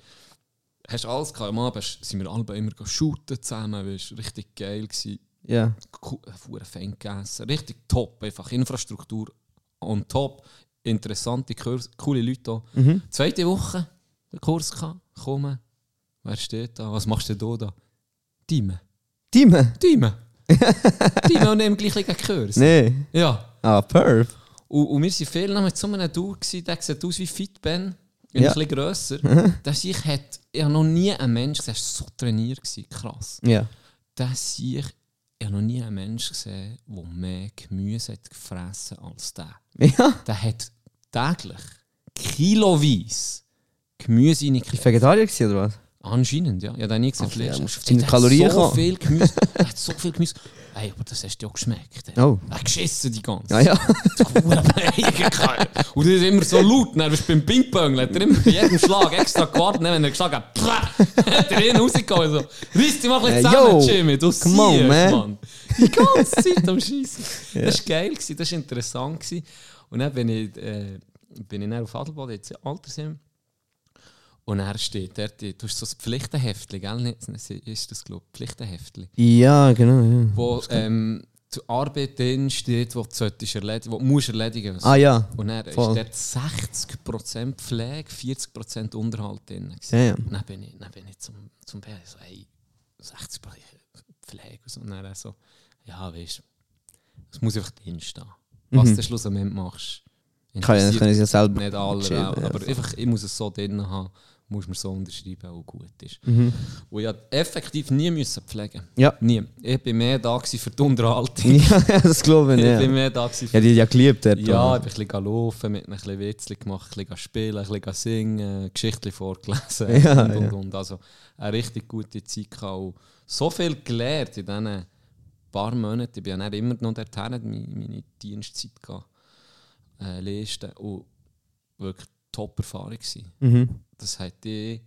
Speaker 3: Hast alles gehabt. Am Abend sind wir alle immer shooten zusammen. Es war richtig geil. Gewesen.
Speaker 2: Ja.
Speaker 3: Ku- äh, Hure fein gegessen. Richtig top, einfach Infrastruktur on top. Interessante Kurs, coole Leute auch.
Speaker 2: Mhm.
Speaker 3: Zweite Woche, der Kurs kann kommen. Wer steht da? Was machst denn du da? Dime.
Speaker 2: Dime?
Speaker 3: Dime. Dime und nehmen gleich einen Kurs.
Speaker 2: Nee.
Speaker 3: Ja.
Speaker 2: Ah, Perf.
Speaker 3: Und, und wir waren viel noch mit so einem Dude, gewesen, der sieht aus wie Fit Ben, ein
Speaker 2: Ja. Mhm.
Speaker 3: bisschen grösser. Der sich hat, ich habe noch nie einen Mensch gesehen, der war so trainiert gewesen, krass.
Speaker 2: Ja.
Speaker 3: Das sehe ich, ich habe noch nie einen Menschen gesehen, der mehr Gemüse hat gefressen als der.
Speaker 2: Ja.
Speaker 3: Der hat täglich kiloweise Gemüse
Speaker 2: Bist du
Speaker 3: reingekriegt.
Speaker 2: Vegetarier gewesen, oder was?
Speaker 3: Anscheinend, ja. Ich habe den nie gesehen.
Speaker 2: Ach, ja, musst auf
Speaker 3: Der
Speaker 2: deine
Speaker 3: hat
Speaker 2: Kalorien
Speaker 3: so
Speaker 2: kommen.
Speaker 3: viel Gemüse. Er hat so viel Gemüse. Hey, aber das hast du ja auch geschmeckt. ey.
Speaker 2: Oh.
Speaker 3: Er hat geschissen die ganze
Speaker 2: Ja, ja.
Speaker 3: Hurenbeige. Und das ist immer so laut. Dann bist du beim Ping-Pong, hat er immer bei jedem Schlag extra gewartet. Dann, wenn er geschlagen hat, pff, hat er ihn rausgekommen. So, Riss dich mal ein bisschen
Speaker 2: Äh,
Speaker 3: zusammen,
Speaker 2: yo,
Speaker 3: Jimmy. Du
Speaker 2: come on,
Speaker 3: siehst,
Speaker 2: man.
Speaker 3: Mann. Die ganze Zeit am Scheissen. Das war geil, gewesen, das war interessant. Gewesen. Und dann bin ich, äh, bin ich dann auf Adelboden, jetzt in Altersheim. Und er steht dort, du hast so das Pflichtenheftli, gell? Nicht- Ist das, glaube ich, Pflichtenheftli
Speaker 2: Ja, genau, ja.
Speaker 3: wo ähm, die Arbeit drin steht, die du solltest erledigen, die du musst erledigen musst.
Speaker 2: Ah, ja.
Speaker 3: Und dann ist
Speaker 2: voll.
Speaker 3: dort 60% Pflege, 40% Unterhalt drin. gewesen.
Speaker 2: Damn.
Speaker 3: Und dann bin ich, dann bin ich zum, zum Bär so, hey, 60% Pflege. Und, so. und dann er so, ja, weißt du, es muss einfach drin stehen. Was du am Schluss am Ende machst,
Speaker 2: Mhm. Kann ich, kann ich ja selber.
Speaker 3: nicht alle,
Speaker 2: entscheiden,
Speaker 3: aber
Speaker 2: ja.
Speaker 3: einfach, ich muss es so drin haben. musst mir so unterschreiben, wo gut ist. Und ich musste effektiv nie müssen pflegen.
Speaker 2: Mhm. Ja.
Speaker 3: Nie. Ich bin mehr da gewesen für die Unterhaltung.
Speaker 2: Ja, das glaube ich,
Speaker 3: Ich bin
Speaker 2: ja.
Speaker 3: mehr da gewesen
Speaker 2: Ja,
Speaker 3: für
Speaker 2: die hat ja geliebt dort.
Speaker 3: ja,
Speaker 2: oder?
Speaker 3: ich bin ein bisschen laufen, mit ihnen ein bisschen Witzchen gemacht, ein bisschen spielen, ein bisschen singen, Geschichten vorgelesen
Speaker 2: Ja,
Speaker 3: und, und,
Speaker 2: ja.
Speaker 3: und. Also eine richtig gute Zeit gehabt. und So viel gelernt in diesen paar Monaten. Ich bin ja nicht immer noch dorthin, meine, meine Dienstzeit gehabt, äh, leisten und wirklich Top-Erfahrung gewesen.
Speaker 2: Mhm.
Speaker 3: Das hätte ich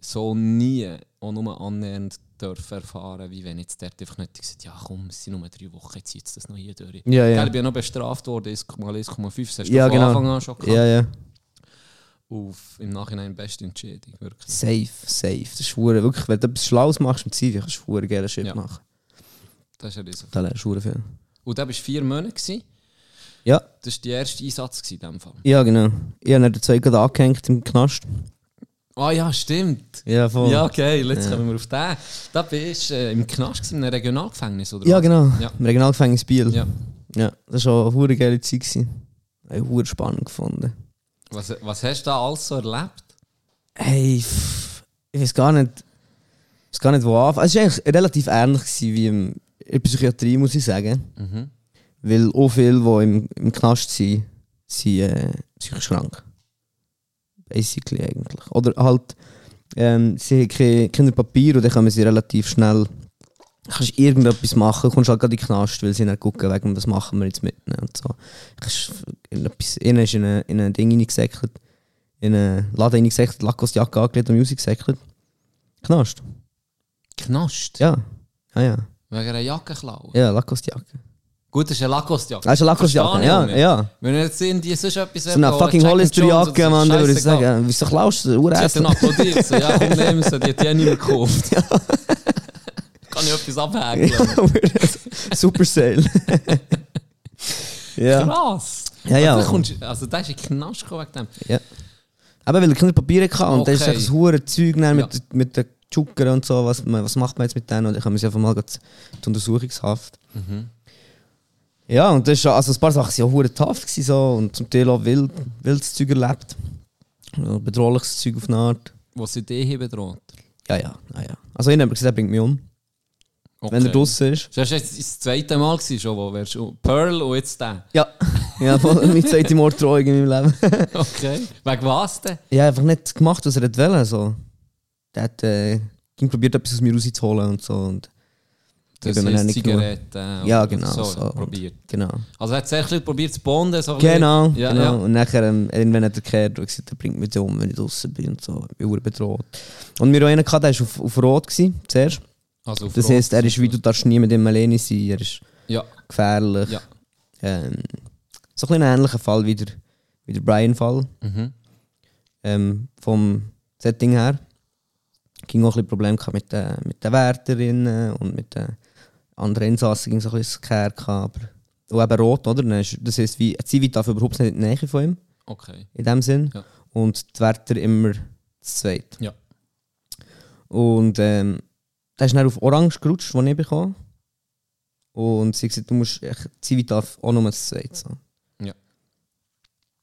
Speaker 3: so nie auch nur annähernd dürfen erfahren, wie wenn ich jetzt dort einfach nicht gesagt ja komm, es sind nur drei Wochen, jetzt zieht es das noch hier durch.
Speaker 2: Ja, ja.
Speaker 3: Gell, ich bin ja noch bestraft worden, 1,1,5, das hast du
Speaker 2: Ja,
Speaker 3: von
Speaker 2: genau.
Speaker 3: Anfang an schon gehabt.
Speaker 2: Ja, ja.
Speaker 3: Auf, Im Nachhinein beste Entscheidung, wirklich.
Speaker 2: Safe, safe. Das ist hure- wirklich, wenn du etwas Schlaues machst mit CV, kannst du hure gerne Shit
Speaker 3: Ja.
Speaker 2: machen.
Speaker 3: Das ist ja riesig.
Speaker 2: Da lernst du hure viel.
Speaker 3: Und da warst du vier Monate, gewesen.
Speaker 2: Ja,
Speaker 3: das war der erste Einsatz gewesen in dem Fall.
Speaker 2: ja, genau. Ich habe den Zeug gerade angehängt im Knast.
Speaker 3: Ah ja, stimmt.
Speaker 2: Ja, voll. Oh. Ja,
Speaker 3: Ja, okay, jetzt kommen wir auf den. Da bist du äh, im Knast, gewesen, in einem Regionalgefängnis, oder was?
Speaker 2: genau.
Speaker 3: Ja.
Speaker 2: Im Regionalgefängnis Biel.
Speaker 3: Ja.
Speaker 2: Ja, das war eine hure geile Zeit. gewesen. Ich habe hure spannend gefunden.
Speaker 3: Was, was hast du da alles so erlebt?
Speaker 2: Hey, pff, ich weiß gar nicht, ich weiß gar nicht, wo anfangen. Es war eigentlich relativ ähnlich gewesen wie im, in der Psychiatrie, muss ich sagen.
Speaker 3: Mhm.
Speaker 2: Weil auch viele, die im, im Knast sind, sind äh, psychisch krank. Basically eigentlich. Oder halt, ähm, sie haben kein, kein Papier und dann können sie relativ schnell kannst irgendetwas machen, kommst halt gerade in den Knast, weil sie dann gucken, wegen was machen wir jetzt mit ihnen und so. Kannst irgendetwas- Einer ist in ein, in ein Ding reingesäckelt, in einen Laden reingesäckelt, Lackosjacke angelegt und Musik gesäckelt. Knast,
Speaker 3: Knast?
Speaker 2: ja. Ja, ja.
Speaker 3: Wegen einer Jackenklau?
Speaker 2: Ja, Lackosjacke.
Speaker 3: Gut, das ist eine Lacoste-Jacke.
Speaker 2: Ah, ist eine Lackosjacke,
Speaker 3: Verstehe ich
Speaker 2: ja,
Speaker 3: auch nicht.
Speaker 2: ja.
Speaker 3: Wenn ihr jetzt in die sonst etwas
Speaker 2: So eine
Speaker 3: habt,
Speaker 2: fucking
Speaker 3: Jack and
Speaker 2: Hollister-Jacke,
Speaker 3: Jones,
Speaker 2: Mann, da
Speaker 3: das
Speaker 2: würde
Speaker 3: ist
Speaker 2: ich sagen,
Speaker 3: scheissegal.
Speaker 2: ja, wieso klaust du?
Speaker 3: Sie hat
Speaker 2: Uressen.
Speaker 3: dann applaudiert. so, Ja, komm, nehmen sie, die hat ja niemand gekauft. Kann ich etwas abhängen?
Speaker 2: Super Sale. ja.
Speaker 3: Krass.
Speaker 2: Ja, ja.
Speaker 3: Also, da kommst, also da ist ein Knast gekommen wegen dem.
Speaker 2: Aber weil er keine Papiere hatte und dann ist
Speaker 3: Okay.
Speaker 2: echt ein hure Zeug dann mit,
Speaker 3: Ja.
Speaker 2: mit den Zucker und so, was, man- was macht man jetzt mit denen? Und dann haben wir sie einfach mal grad zur Untersuchungshaft.
Speaker 3: Mhm.
Speaker 2: Ja, und das ist, schon- also ein paar Sachen waren ja hure tough gewesen, so, und zum Teil auch wild, wildes Zeug erlebt. Ja, Bedrohliches Zeug auf eine Art.
Speaker 3: Wo sie dich hier bedroht.
Speaker 2: Ja, ja, nou ja, ja. Also ich habe gesagt, er bringt mich um,
Speaker 3: Okay.
Speaker 2: wenn er draußen ist.
Speaker 3: Das war jetzt das zweite Mal, gewesen schon, wo wärst du Pearl und jetzt der.
Speaker 2: Ja, ja, voll, mein zweite Mordtrauung in meinem Leben.
Speaker 3: Okay. Wegen was denn?
Speaker 2: Ja, einfach nicht gemacht, was er hat wollte. So. Der hat äh, ging probiert, etwas aus mir rauszuholen und so. Und
Speaker 3: Das
Speaker 2: bin mir
Speaker 3: ist
Speaker 2: nicht genug.
Speaker 3: Zigaretten.
Speaker 2: Ja,
Speaker 3: oder
Speaker 2: genau,
Speaker 3: So,
Speaker 2: so.
Speaker 3: probiert.
Speaker 2: Genau.
Speaker 3: Also hat sehr viel probiert zu bonden. So ein bisschen.
Speaker 2: Genau,
Speaker 3: Ja,
Speaker 2: genau.
Speaker 3: ja.
Speaker 2: Und nachher, ähm, irgendwann hat er gehört und gesagt, er bringt mich um, wenn ich draußen bin und so. Ich bin verdammt bedroht. Und wir auch einen gehabt, der war auf, auf Rot gewesen, zuerst.
Speaker 3: Also auf
Speaker 2: Das
Speaker 3: Rot.
Speaker 2: heisst, er ist wie, du darfst nie mit ihm alleine sein, er ist
Speaker 3: Ja,
Speaker 2: gefährlich.
Speaker 3: Ja.
Speaker 2: Ähm, so ein bisschen ein ähnlicher Fall wie der, wie der Brian-Fall.
Speaker 3: mhm.
Speaker 2: ähm, vom Setting her. Ging auch ein bisschen Probleme gehabt mit den, mit den Wärterinnen und mit den anderen Insassen ging so ein bisschen Care gehabt, aber und eben rot, oder? Dann ist- Das heisst, wie ein Zivit darf überhaupt nicht in die Nähe von ihm,
Speaker 3: okay.
Speaker 2: in dem Sinn.
Speaker 3: Ja.
Speaker 2: Und die Wärter immer zu zweit.
Speaker 3: Ja.
Speaker 2: Und ähm, der ist dann auf Orange gerutscht, den ich bekam. Und sie hat gesagt, du musst, ich- Zivit darf auch nur zu zweit. So.
Speaker 3: Ja.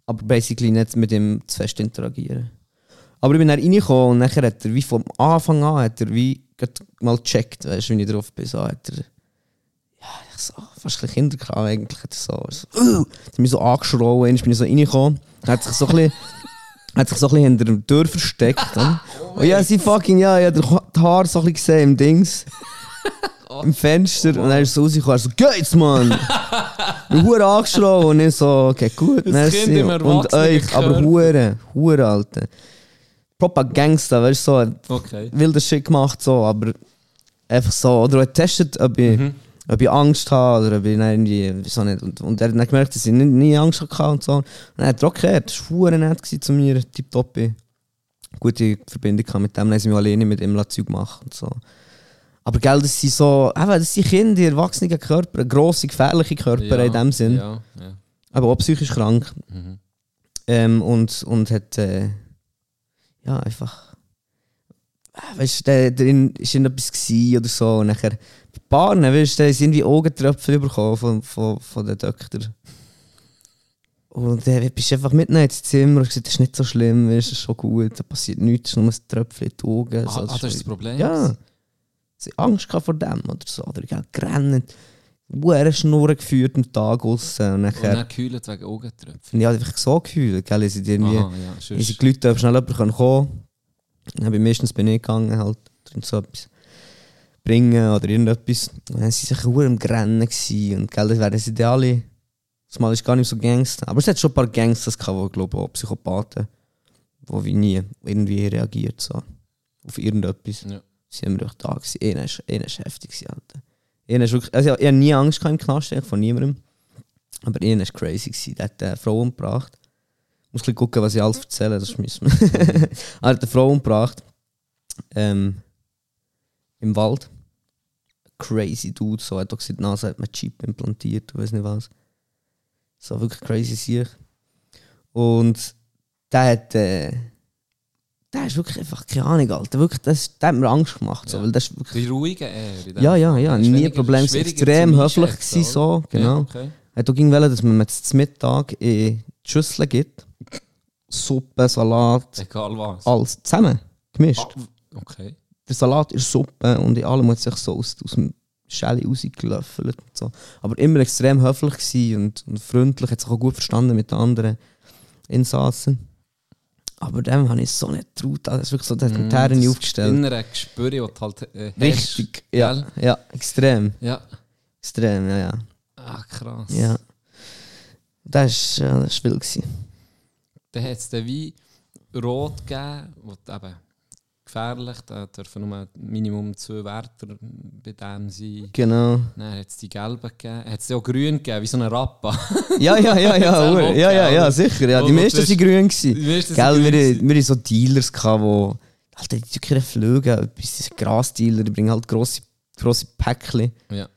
Speaker 2: Aber basically nicht mit ihm zu fest interagieren. Aber ich bin dann reingekommen und nachher hat er wie vom Anfang an hat er wie grad mal gecheckt, weißt du, wenn ich drauf bin, so hat er. Ja, ich so, fast ein bisschen Kinderkram eigentlich. Hat er so, so, uh, hat mich so angeschrien, einmal bin ich so reingekommen. Er Hat sich so ein bisschen, hat sich so ein bisschen hinter dem Tür versteckt. oder? Und ja, sie fucking, ja, ja, der Haar so ein bisschen gesehen im Dings. Im Fenster und er ist so rausgekommen, er so, geht's, Mann! Ich hure angeschrien und ich so, okay, gut,
Speaker 3: Das Kind im
Speaker 2: Und euch, aber
Speaker 3: Erwachsenenkörper.
Speaker 2: hure, hure, Alter. Proper Gangster, weißt du, so,
Speaker 3: Okay.
Speaker 2: wilder Shit gemacht, so, aber einfach so, oder er hat getestet, ob ich, ob ich Angst habe oder ob ich dann irgendwie, wieso nicht, und, und er hat dann gemerkt, dass ich nie, nie Angst hatte und so. Und dann hat er auch gehört, das war verdammt nett gewesen zu mir, tipptopp. Ich Gute Verbindung gehabt mit dem, dann haben wir alleine mit ihm Zeug gemacht und so. Aber gell, das sind so, eben, das sind Kinder, erwachsene Körper, grosse, gefährliche Körper
Speaker 3: ja,
Speaker 2: in dem Sinn,
Speaker 3: Ja, ja.
Speaker 2: aber auch psychisch krank
Speaker 3: Mhm.
Speaker 2: ähm, und, und hat äh, ja einfach äh, weißt du, der, der in, ist in etwas gsi oder so und nachher bei Paaren, weißt du, der ist irgendwie Augentröpfel bekommen von, von, von den Doktor Und dann bist du einfach mitgenommen ins Zimmer und gesagt, das ist nicht so schlimm, weißt, das ist schon gut, da passiert nichts, nur ein Tröpfchen in die Augen.
Speaker 3: Ah, ah, das ist das
Speaker 2: schlimm.
Speaker 3: Problem.
Speaker 2: Ja. Sie hatten Angst gehabt vor dem oder so, oder ich habe gerannt. Uhr Schnurren geführt am Tag raus und
Speaker 3: Und
Speaker 2: nachher...
Speaker 3: dann kühlt wegen Augentröpfen.
Speaker 2: Und ich habe einfach so gefühlt, gell, ich sind irgendwie...
Speaker 3: Aha, dus- ja,
Speaker 2: Dann sind
Speaker 3: sonst.
Speaker 2: die Leute, ob schnell jemand kommen kann. Dann bin meistens bin ich gegangen, halt, und so etwas bringen oder irgendetwas. Und dann sie sich nur am Grennen gewesen. und gell, das wären sie die alle. Das Mal ist gar nicht so Gangster. Aber es hat schon ein paar Gangsters gehabt, die, glaube ich, auch Psychopathen, die wie nie irgendwie reagiert so. Auf irgendetwas.
Speaker 3: Ja.
Speaker 2: Sie haben doch da gewesen. Einer ist, einer ist heftig gewesen, Alter. Einer ist wirklich, also ich habe nie Angst gehabt im Knast, eigentlich von niemandem. Aber einer ist crazy gewesen. Der hat eine Frau umgebracht. muss ein bisschen gucken, was ich alles erzähle, das müssen wir. er hat eine Frau umgebracht. Ähm, Im Wald. Crazy Dude, so hat auch gesagt, die Nase hat mir Chip implantiert, ich weiß nicht was. So wirklich crazy sich. Und der hat. Äh, der ist wirklich einfach, keine Ahnung, Alter. Wirklich, das, der hat mir Angst gemacht. So,
Speaker 3: Ja.
Speaker 2: weil das ist wirklich,
Speaker 3: Die ruhigen eher. in dem
Speaker 2: ja, ja, ja.
Speaker 3: Fall. Ist
Speaker 2: Nie ein
Speaker 3: weniger-
Speaker 2: Problem.
Speaker 3: ist schwieriger
Speaker 2: Extrem
Speaker 3: zum
Speaker 2: höflich
Speaker 3: Einschätzen,
Speaker 2: gewesen, so.
Speaker 3: oder?
Speaker 2: Genau.
Speaker 3: Ja, okay.
Speaker 2: Er hat auch ging wollen, dass man mir zum Mittag in die Schüssel gibt. Suppe, Salat,
Speaker 3: Egal was.
Speaker 2: alles zusammen gemischt.
Speaker 3: Ah, Okay.
Speaker 2: Der Salat ist Suppe und in allem hat sich so aus, aus dem Schelle rausgelöffelt und so. Aber immer extrem höflich gewesen und, und freundlich, hat sich auch gut verstanden mit den anderen Insassen. Aber dem habe ich so nicht getraut. Das ist wirklich so, der hat
Speaker 3: Mm,
Speaker 2: mm, Herren
Speaker 3: das
Speaker 2: aufgestellt.
Speaker 3: Innere Gespür, das du halt äh, hast.
Speaker 2: Richtig, ja,
Speaker 3: Gell?
Speaker 2: ja, extrem,
Speaker 3: Ja.
Speaker 2: extrem, ja, ja.
Speaker 3: Ah, krass.
Speaker 2: ja. Das war äh, das war wild. Gewesen.
Speaker 3: Dann hat es den Wein rot gegeben, wo du eben gefährlich, da dürfen nur Minimum zwei Wärter bei dem sein.
Speaker 2: Genau.
Speaker 3: Dann hat es die gelben gegeben, hat es auch grün gegeben, wie so eine Rappa.
Speaker 2: Ja, ja, ja, ja,
Speaker 3: Selber
Speaker 2: ur, ja, ja, ja,
Speaker 3: abgehauen. Also,
Speaker 2: sicher. Ja,
Speaker 3: Wo
Speaker 2: die
Speaker 3: du
Speaker 2: meisten
Speaker 3: bist-
Speaker 2: waren grün. Gewesen.
Speaker 3: Die meisten sind
Speaker 2: Gell, wir,
Speaker 3: grün
Speaker 2: wir
Speaker 3: gewesen.
Speaker 2: hatten so Dealers, gehabt, wo, Alter, die können Flüge, bis Grasdealer, die bringen halt grosse, grosse Päckchen.
Speaker 3: Ja.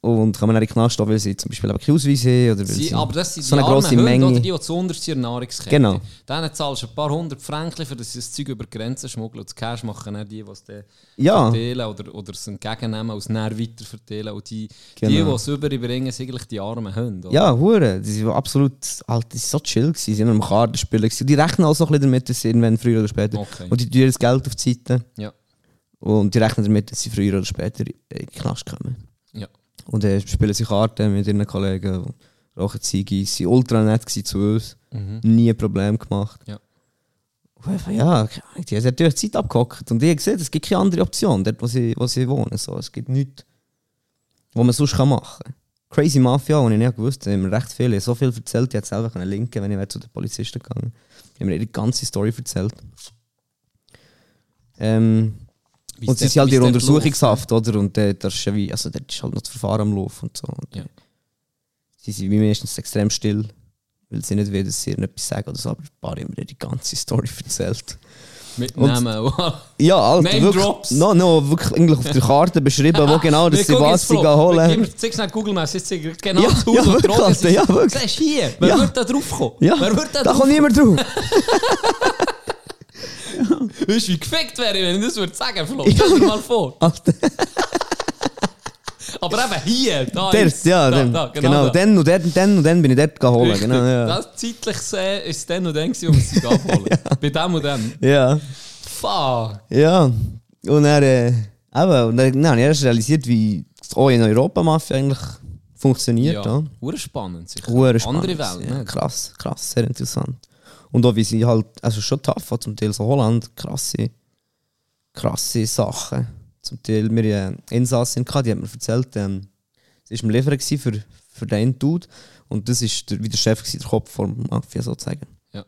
Speaker 2: Und kann man dann in den Knast stehen, weil sie zum Beispiel eben keinen Ausweis haben. Oder weil
Speaker 3: Sie,
Speaker 2: sie,
Speaker 3: aber das sind
Speaker 2: so eine
Speaker 3: die armen
Speaker 2: grosse
Speaker 3: Hunde,
Speaker 2: Menge.
Speaker 3: Oder die, die zu unterst ihre Nahrungskette.
Speaker 2: Genau.
Speaker 3: Denen zahlst du ein paar hundert Franken, für dass sie das Zeug über die Grenzen schmuggeln. Und das Cash machen dann die, die es dann
Speaker 2: ja,
Speaker 3: verteilen oder, oder es entgegennehmen und es dann weiterverteilen. Und die, die, die
Speaker 2: Genau.
Speaker 3: es überbringen, sind eigentlich die armen Hunde. oder?
Speaker 2: ja, hure. Die waren absolut, Alter, die waren so chill. Gewesen. Sie waren am Karten spielen. gewesen. Die rechnen auch so ein bisschen damit, dass sie irgendwann früher oder später.
Speaker 3: Okay.
Speaker 2: Und die tun ihr das Geld auf die Seite.
Speaker 3: Ja.
Speaker 2: Und die rechnen damit, dass sie früher oder später in den Knast kommen.
Speaker 3: ja.
Speaker 2: Und dann spielen sie Karten mit ihren Kollegen, die rauchen Ziege, sie waren ultra nett gewesen zu uns,
Speaker 3: Mhm.
Speaker 2: nie ein Problem gemacht.
Speaker 3: Ja.
Speaker 2: Und einfach, ja, keine Ahnung, die haben natürlich die Zeit abgehockt und ich habe gesehen, es gibt keine andere Option, dort wo sie, wo sie wohnen. So. Es gibt nichts, was man sonst kann machen kann. Crazy Mafia, die ich nicht gewusst habe, haben mir recht viel, ich habe so viel erzählt, ich hätte es selber können linken wenn ich wäre zu den Polizisten gegangen Die haben mir ihre ganze Story erzählt. Ähm,
Speaker 3: Wie
Speaker 2: und sie
Speaker 3: es
Speaker 2: sind halt
Speaker 3: dort-
Speaker 2: in
Speaker 3: wie
Speaker 2: der
Speaker 3: es dort
Speaker 2: Untersuchungshaft, oder? Und äh, das ist ja wie, also dort ist halt noch das Verfahren am Laufen und so. Und,
Speaker 3: Ja.
Speaker 2: äh, Sie sind wie meistens extrem still, weil sie nicht wollen, dass sie ihnen etwas sagen oder so, aber ein paar haben mir die ganze Story erzählt.
Speaker 3: läuft. Mitnehmen. wow.
Speaker 2: Ja, Alter,
Speaker 3: Name
Speaker 2: wirklich,
Speaker 3: Drops.
Speaker 2: no, no, wirklich eigentlich auf der Karte beschrieben, wo genau
Speaker 3: Wir
Speaker 2: dass sie
Speaker 3: gucken
Speaker 2: was
Speaker 3: jetzt
Speaker 2: sie
Speaker 3: Vlog.
Speaker 2: gehen
Speaker 3: Wir
Speaker 2: holen.
Speaker 3: geben- Zeig schnell Google Maps, jetzt zeig ich genau
Speaker 2: Ja,
Speaker 3: das Haus,
Speaker 2: ja,
Speaker 3: wo die
Speaker 2: wirklich,
Speaker 3: Drogen
Speaker 2: Alter,
Speaker 3: sind.
Speaker 2: ja, wirklich.
Speaker 3: Das ist hier. Wer
Speaker 2: Ja.
Speaker 3: wird da drauf kommen?
Speaker 2: Ja,
Speaker 3: Wer wird da,
Speaker 2: da
Speaker 3: drauf
Speaker 2: kommt niemand drauf.
Speaker 3: Weißt du, Dus wie gefickt wäre ich, wenn ich das würde sagen, Flo?
Speaker 2: Ja.
Speaker 3: Stell dir mal vor.
Speaker 2: Alter.
Speaker 3: Aber eben hier, da
Speaker 2: Der,
Speaker 3: ist
Speaker 2: ja,
Speaker 3: Ah, da,
Speaker 2: dann,
Speaker 3: da,
Speaker 2: genau,
Speaker 3: da.
Speaker 2: dann und dann, dann und dann bin ich dort gehen holen.
Speaker 3: Richtig.
Speaker 2: Genau, ja.
Speaker 3: Das zeitlich gesehen ist es dann und dann, gewesen, wo wir sie abholen. Bei dem und dem.
Speaker 2: ja.
Speaker 3: Fuck.
Speaker 2: Ja, und dann, äh, aber, und dann, dann habe ich erst realisiert, wie auch in Europa Mafia eigentlich funktioniert. Ja.
Speaker 3: urspannend sicher.
Speaker 2: Hure
Speaker 3: Andere
Speaker 2: spannend,
Speaker 3: Welt.
Speaker 2: Ja,
Speaker 3: ne?
Speaker 2: krass, krass, sehr interessant. Und auch wie sie halt, also schon tough, auch zum Teil so Holland, krasse, krasse Sachen. Zum Teil, wir hatten eine Insassin, gehabt, die hat mir erzählt, ähm, sie war im Lieferer gewesen für, für den Dude und das ist der, wie der Chef, gewesen, der Kopf von Mafia sozusagen.
Speaker 3: Ja.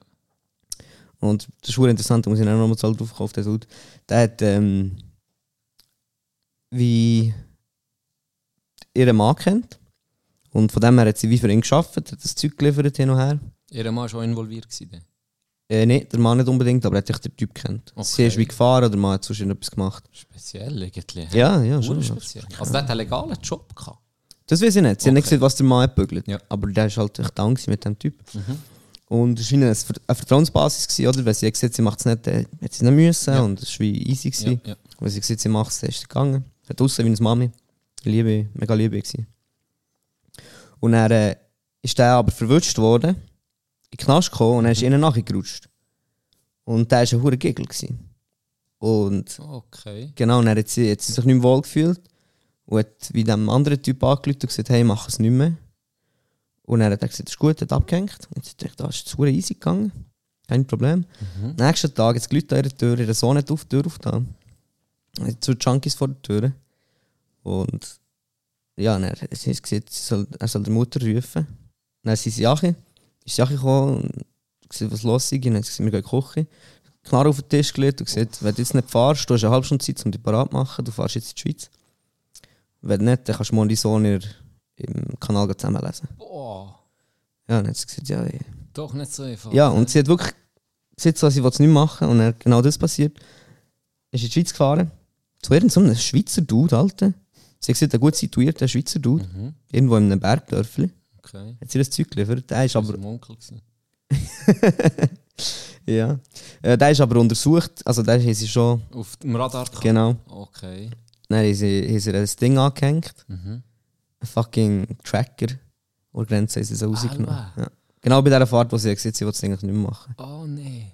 Speaker 2: Und das ist sehr interessant, da muss ich auch nochmal zahlen drauf kaufen, der Dude. Der hat, ähm, wie ihren Mann kennt. Und von dem her hat sie wie für ihn geschafft, hat das Zeug geliefert hin und her.
Speaker 3: Ihr Mann war schon involviert. gewesen dann.
Speaker 2: Äh, nee, der Mann nicht unbedingt, aber er hat echt den Typ kennt.
Speaker 3: Okay.
Speaker 2: Sie ist wie gefahren, der Mann hat sonst etwas gemacht.
Speaker 3: Speziell irgendwie.
Speaker 2: Ja, ja, schon.
Speaker 3: Hure speziell. Also der hat einen legalen Job gehabt.
Speaker 2: Das weiß ich nicht. Sie haben nicht
Speaker 3: Okay.
Speaker 2: gesehen, was der Mann hat bügelt.
Speaker 3: Ja. Mhm.
Speaker 2: Aber der ist halt echt down gewesen mit dem Typ. Und es war ihnen ein Ver- eine Vertrauensbasis, gewesen, oder? Weil sie hat gesagt sie macht es nicht, äh, hat sie nicht müssen.
Speaker 3: Ja.
Speaker 2: Und es war wie easy.
Speaker 3: Ja,
Speaker 2: Gewesen.
Speaker 3: ja.
Speaker 2: Weil sie gesagt sie macht es, ist sie gegangen. Hat aussehen wie eine Mami. Liebe, mega Liebe gewesen. Und dann äh, ist der aber verwutscht worden. in den Knast gekommen und dann ist ihnen nachgerutscht. Und der war ein hoher Gegel. gewesen. Und
Speaker 3: Okay.
Speaker 2: genau, und dann hat sie, hat sie sich nicht mehr wohl gefühlt. Und hat wie dem anderen Typ angerufen und gesagt, hey, mach es nicht mehr. Und dann hat er gesagt, das ist gut, hat abgehängt. Und sie dachte, da ist es verdammt easy gegangen. Kein Problem. Nächsten Tag hat es Leute an ihrer Tür, ihre Sohn hat auf die Tür aufgetan. Er hat Zwei Junkies vor der Tür. Und ja, und er hat gesagt, sie soll, er soll die Mutter rufen. Dann sind sie Jache. Ist sie Jache gekommen und gesehen, was los ist. Und dann hat sie gesagt, wir gehen kochen. Knarre auf den Tisch gelegt und gesagt, wenn du jetzt nicht fährst, du hast eine halbe Stunde Zeit, um dich parat zu machen, du fährst jetzt in die Schweiz. Wenn nicht, dann kannst du morgen deinen Sohn in der- im Kanal zusammenlesen.
Speaker 3: Boah,
Speaker 2: Ja, und dann hat sie gesagt, ja, ja.
Speaker 3: doch nicht so einfach.
Speaker 2: Ja, und sie hat wirklich gesagt, so, sie will es nicht machen und dann hat genau das passiert. Ist in die Schweiz gefahren, zu irgendeinem Schweizer Dude, Alter. Sie hat gesagt, ein gut situierter Schweizer Dude,
Speaker 3: Mhm.
Speaker 2: irgendwo in einem Bergdörfli,
Speaker 3: Okay.
Speaker 2: hat sie das Zeug geliefert. Der ist
Speaker 3: Aber
Speaker 2: aber,
Speaker 3: im Onkel gewesen.
Speaker 2: ja, äh, der ist aber untersucht, also der ist sie schon,
Speaker 3: Auf dem Radar gehabt.
Speaker 2: genau.
Speaker 3: Okay.
Speaker 2: Dann haben sie, haben sie ihr ein Ding angehängt,
Speaker 3: Mhm.
Speaker 2: ein fucking Tracker, und Grenze haben sie so rausgenommen.
Speaker 3: Alba.
Speaker 2: Ja. Genau bei dieser Fahrt, wo sie gesagt hat, sie will es eigentlich nicht mehr machen.
Speaker 3: Oh nee.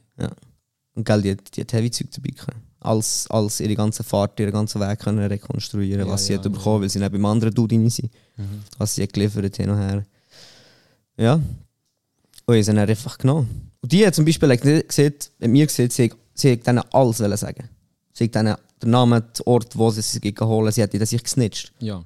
Speaker 2: Und gell, die, hat- die hat heavy Zeug dabei gehabt. Als, als ihre ganze Fahrt, ihren ganzen Weg können rekonstruieren,
Speaker 3: Ja,
Speaker 2: was sie
Speaker 3: ja,
Speaker 2: hat
Speaker 3: ja. Mhm.
Speaker 2: bekommen, weil sie nicht beim anderen Dude rein sind. Was sie hat geliefert, hin und her. Ja. Und ich habe dann einfach genommen. Und die hat zum Beispiel like, die gesagt, mit mir gesehen, sie, hat- sie hat denen alles wollen sagen. Sie hat denen den Namen, den Ort, wo sie sie geholt haben, sie hat die das sich gesnitcht.
Speaker 3: Ja.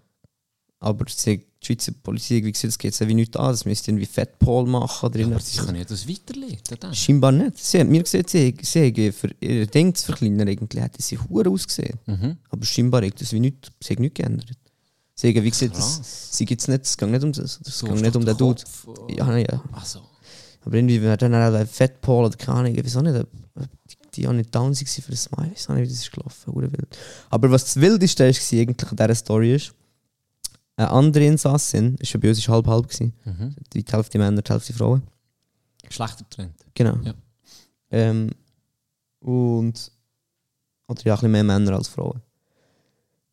Speaker 2: Aber sie hat die Schweizer Polizei irgendwie gesagt, das geht sie wie nichts an, das müsste irgendwie Fettpol machen. Oder
Speaker 3: Aber
Speaker 2: irgendwas.
Speaker 3: sie können ja das weiterleiten. dann.
Speaker 2: Scheinbar nicht. Sie hat mir gesagt, sie, sie haben für ihr Ding zu verkleinern, eigentlich hätte sie hure ausgesehen.
Speaker 3: Mhm.
Speaker 2: Aber scheinbar hat das wie nicht, sie hat nichts geändert. Sie haben wie gesagt,
Speaker 3: Krass.
Speaker 2: das, sie gibt's nicht, es geht nicht um das, es
Speaker 3: So
Speaker 2: geht
Speaker 3: hast
Speaker 2: nicht
Speaker 3: du
Speaker 2: um den
Speaker 3: den
Speaker 2: Dude.
Speaker 3: Kopf, äh,
Speaker 2: Ja, nein, ja.
Speaker 3: Also.
Speaker 2: Aber irgendwie, wenn er dann auch ein Fettpol oder keine Ahnung, ich weiß auch nicht, ob- ob die- die auch nicht down waren für ein Smile, ich weiß auch nicht, wie das ist gelaufen hure wild. Aber was das Wildeste war eigentlich an dieser Story ist, eine andere Insassin, ist ja bei uns ist halb-halb gewesen,
Speaker 3: Mhm.
Speaker 2: die Hälfte Männer, die Hälfte Frauen.
Speaker 3: Schlechter Trend.
Speaker 2: Genau.
Speaker 3: Ja.
Speaker 2: Ähm, und. Oder ja, ein bisschen mehr Männer als Frauen.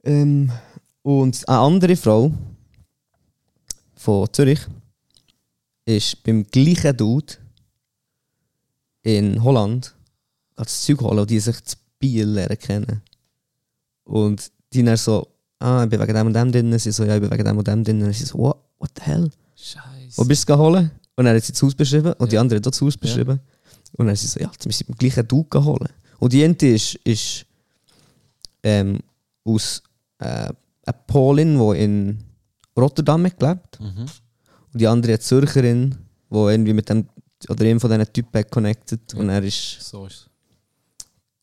Speaker 2: Ähm, und eine andere Frau von Zürich ist beim gleichen Dude in Holland geht das Zeug holen und die sich zu Biel lernen kennen. Und die dann so, ah, ich bin wegen dem und dem drin, sie so, ja, ich bin wegen dem und dem drin, und sie so, what, what the hell?
Speaker 3: Scheiße.
Speaker 2: Wo bist du geholt? Und er hat sie das Haus beschrieben und die
Speaker 3: Ja.
Speaker 2: andere hat auch das Haus beschrieben. Und dann sind sie so, ja, jetzt müssen wir den gleichen Dude geholt. Und die eine ist, ist ähm, aus äh, einer Polin, die in Rotterdam hat gelebt
Speaker 3: Mhm.
Speaker 2: Und die andere eine Zürcherin, die irgendwie mit dem oder einem von diesen Typen hat connected. Und er ist
Speaker 3: So ist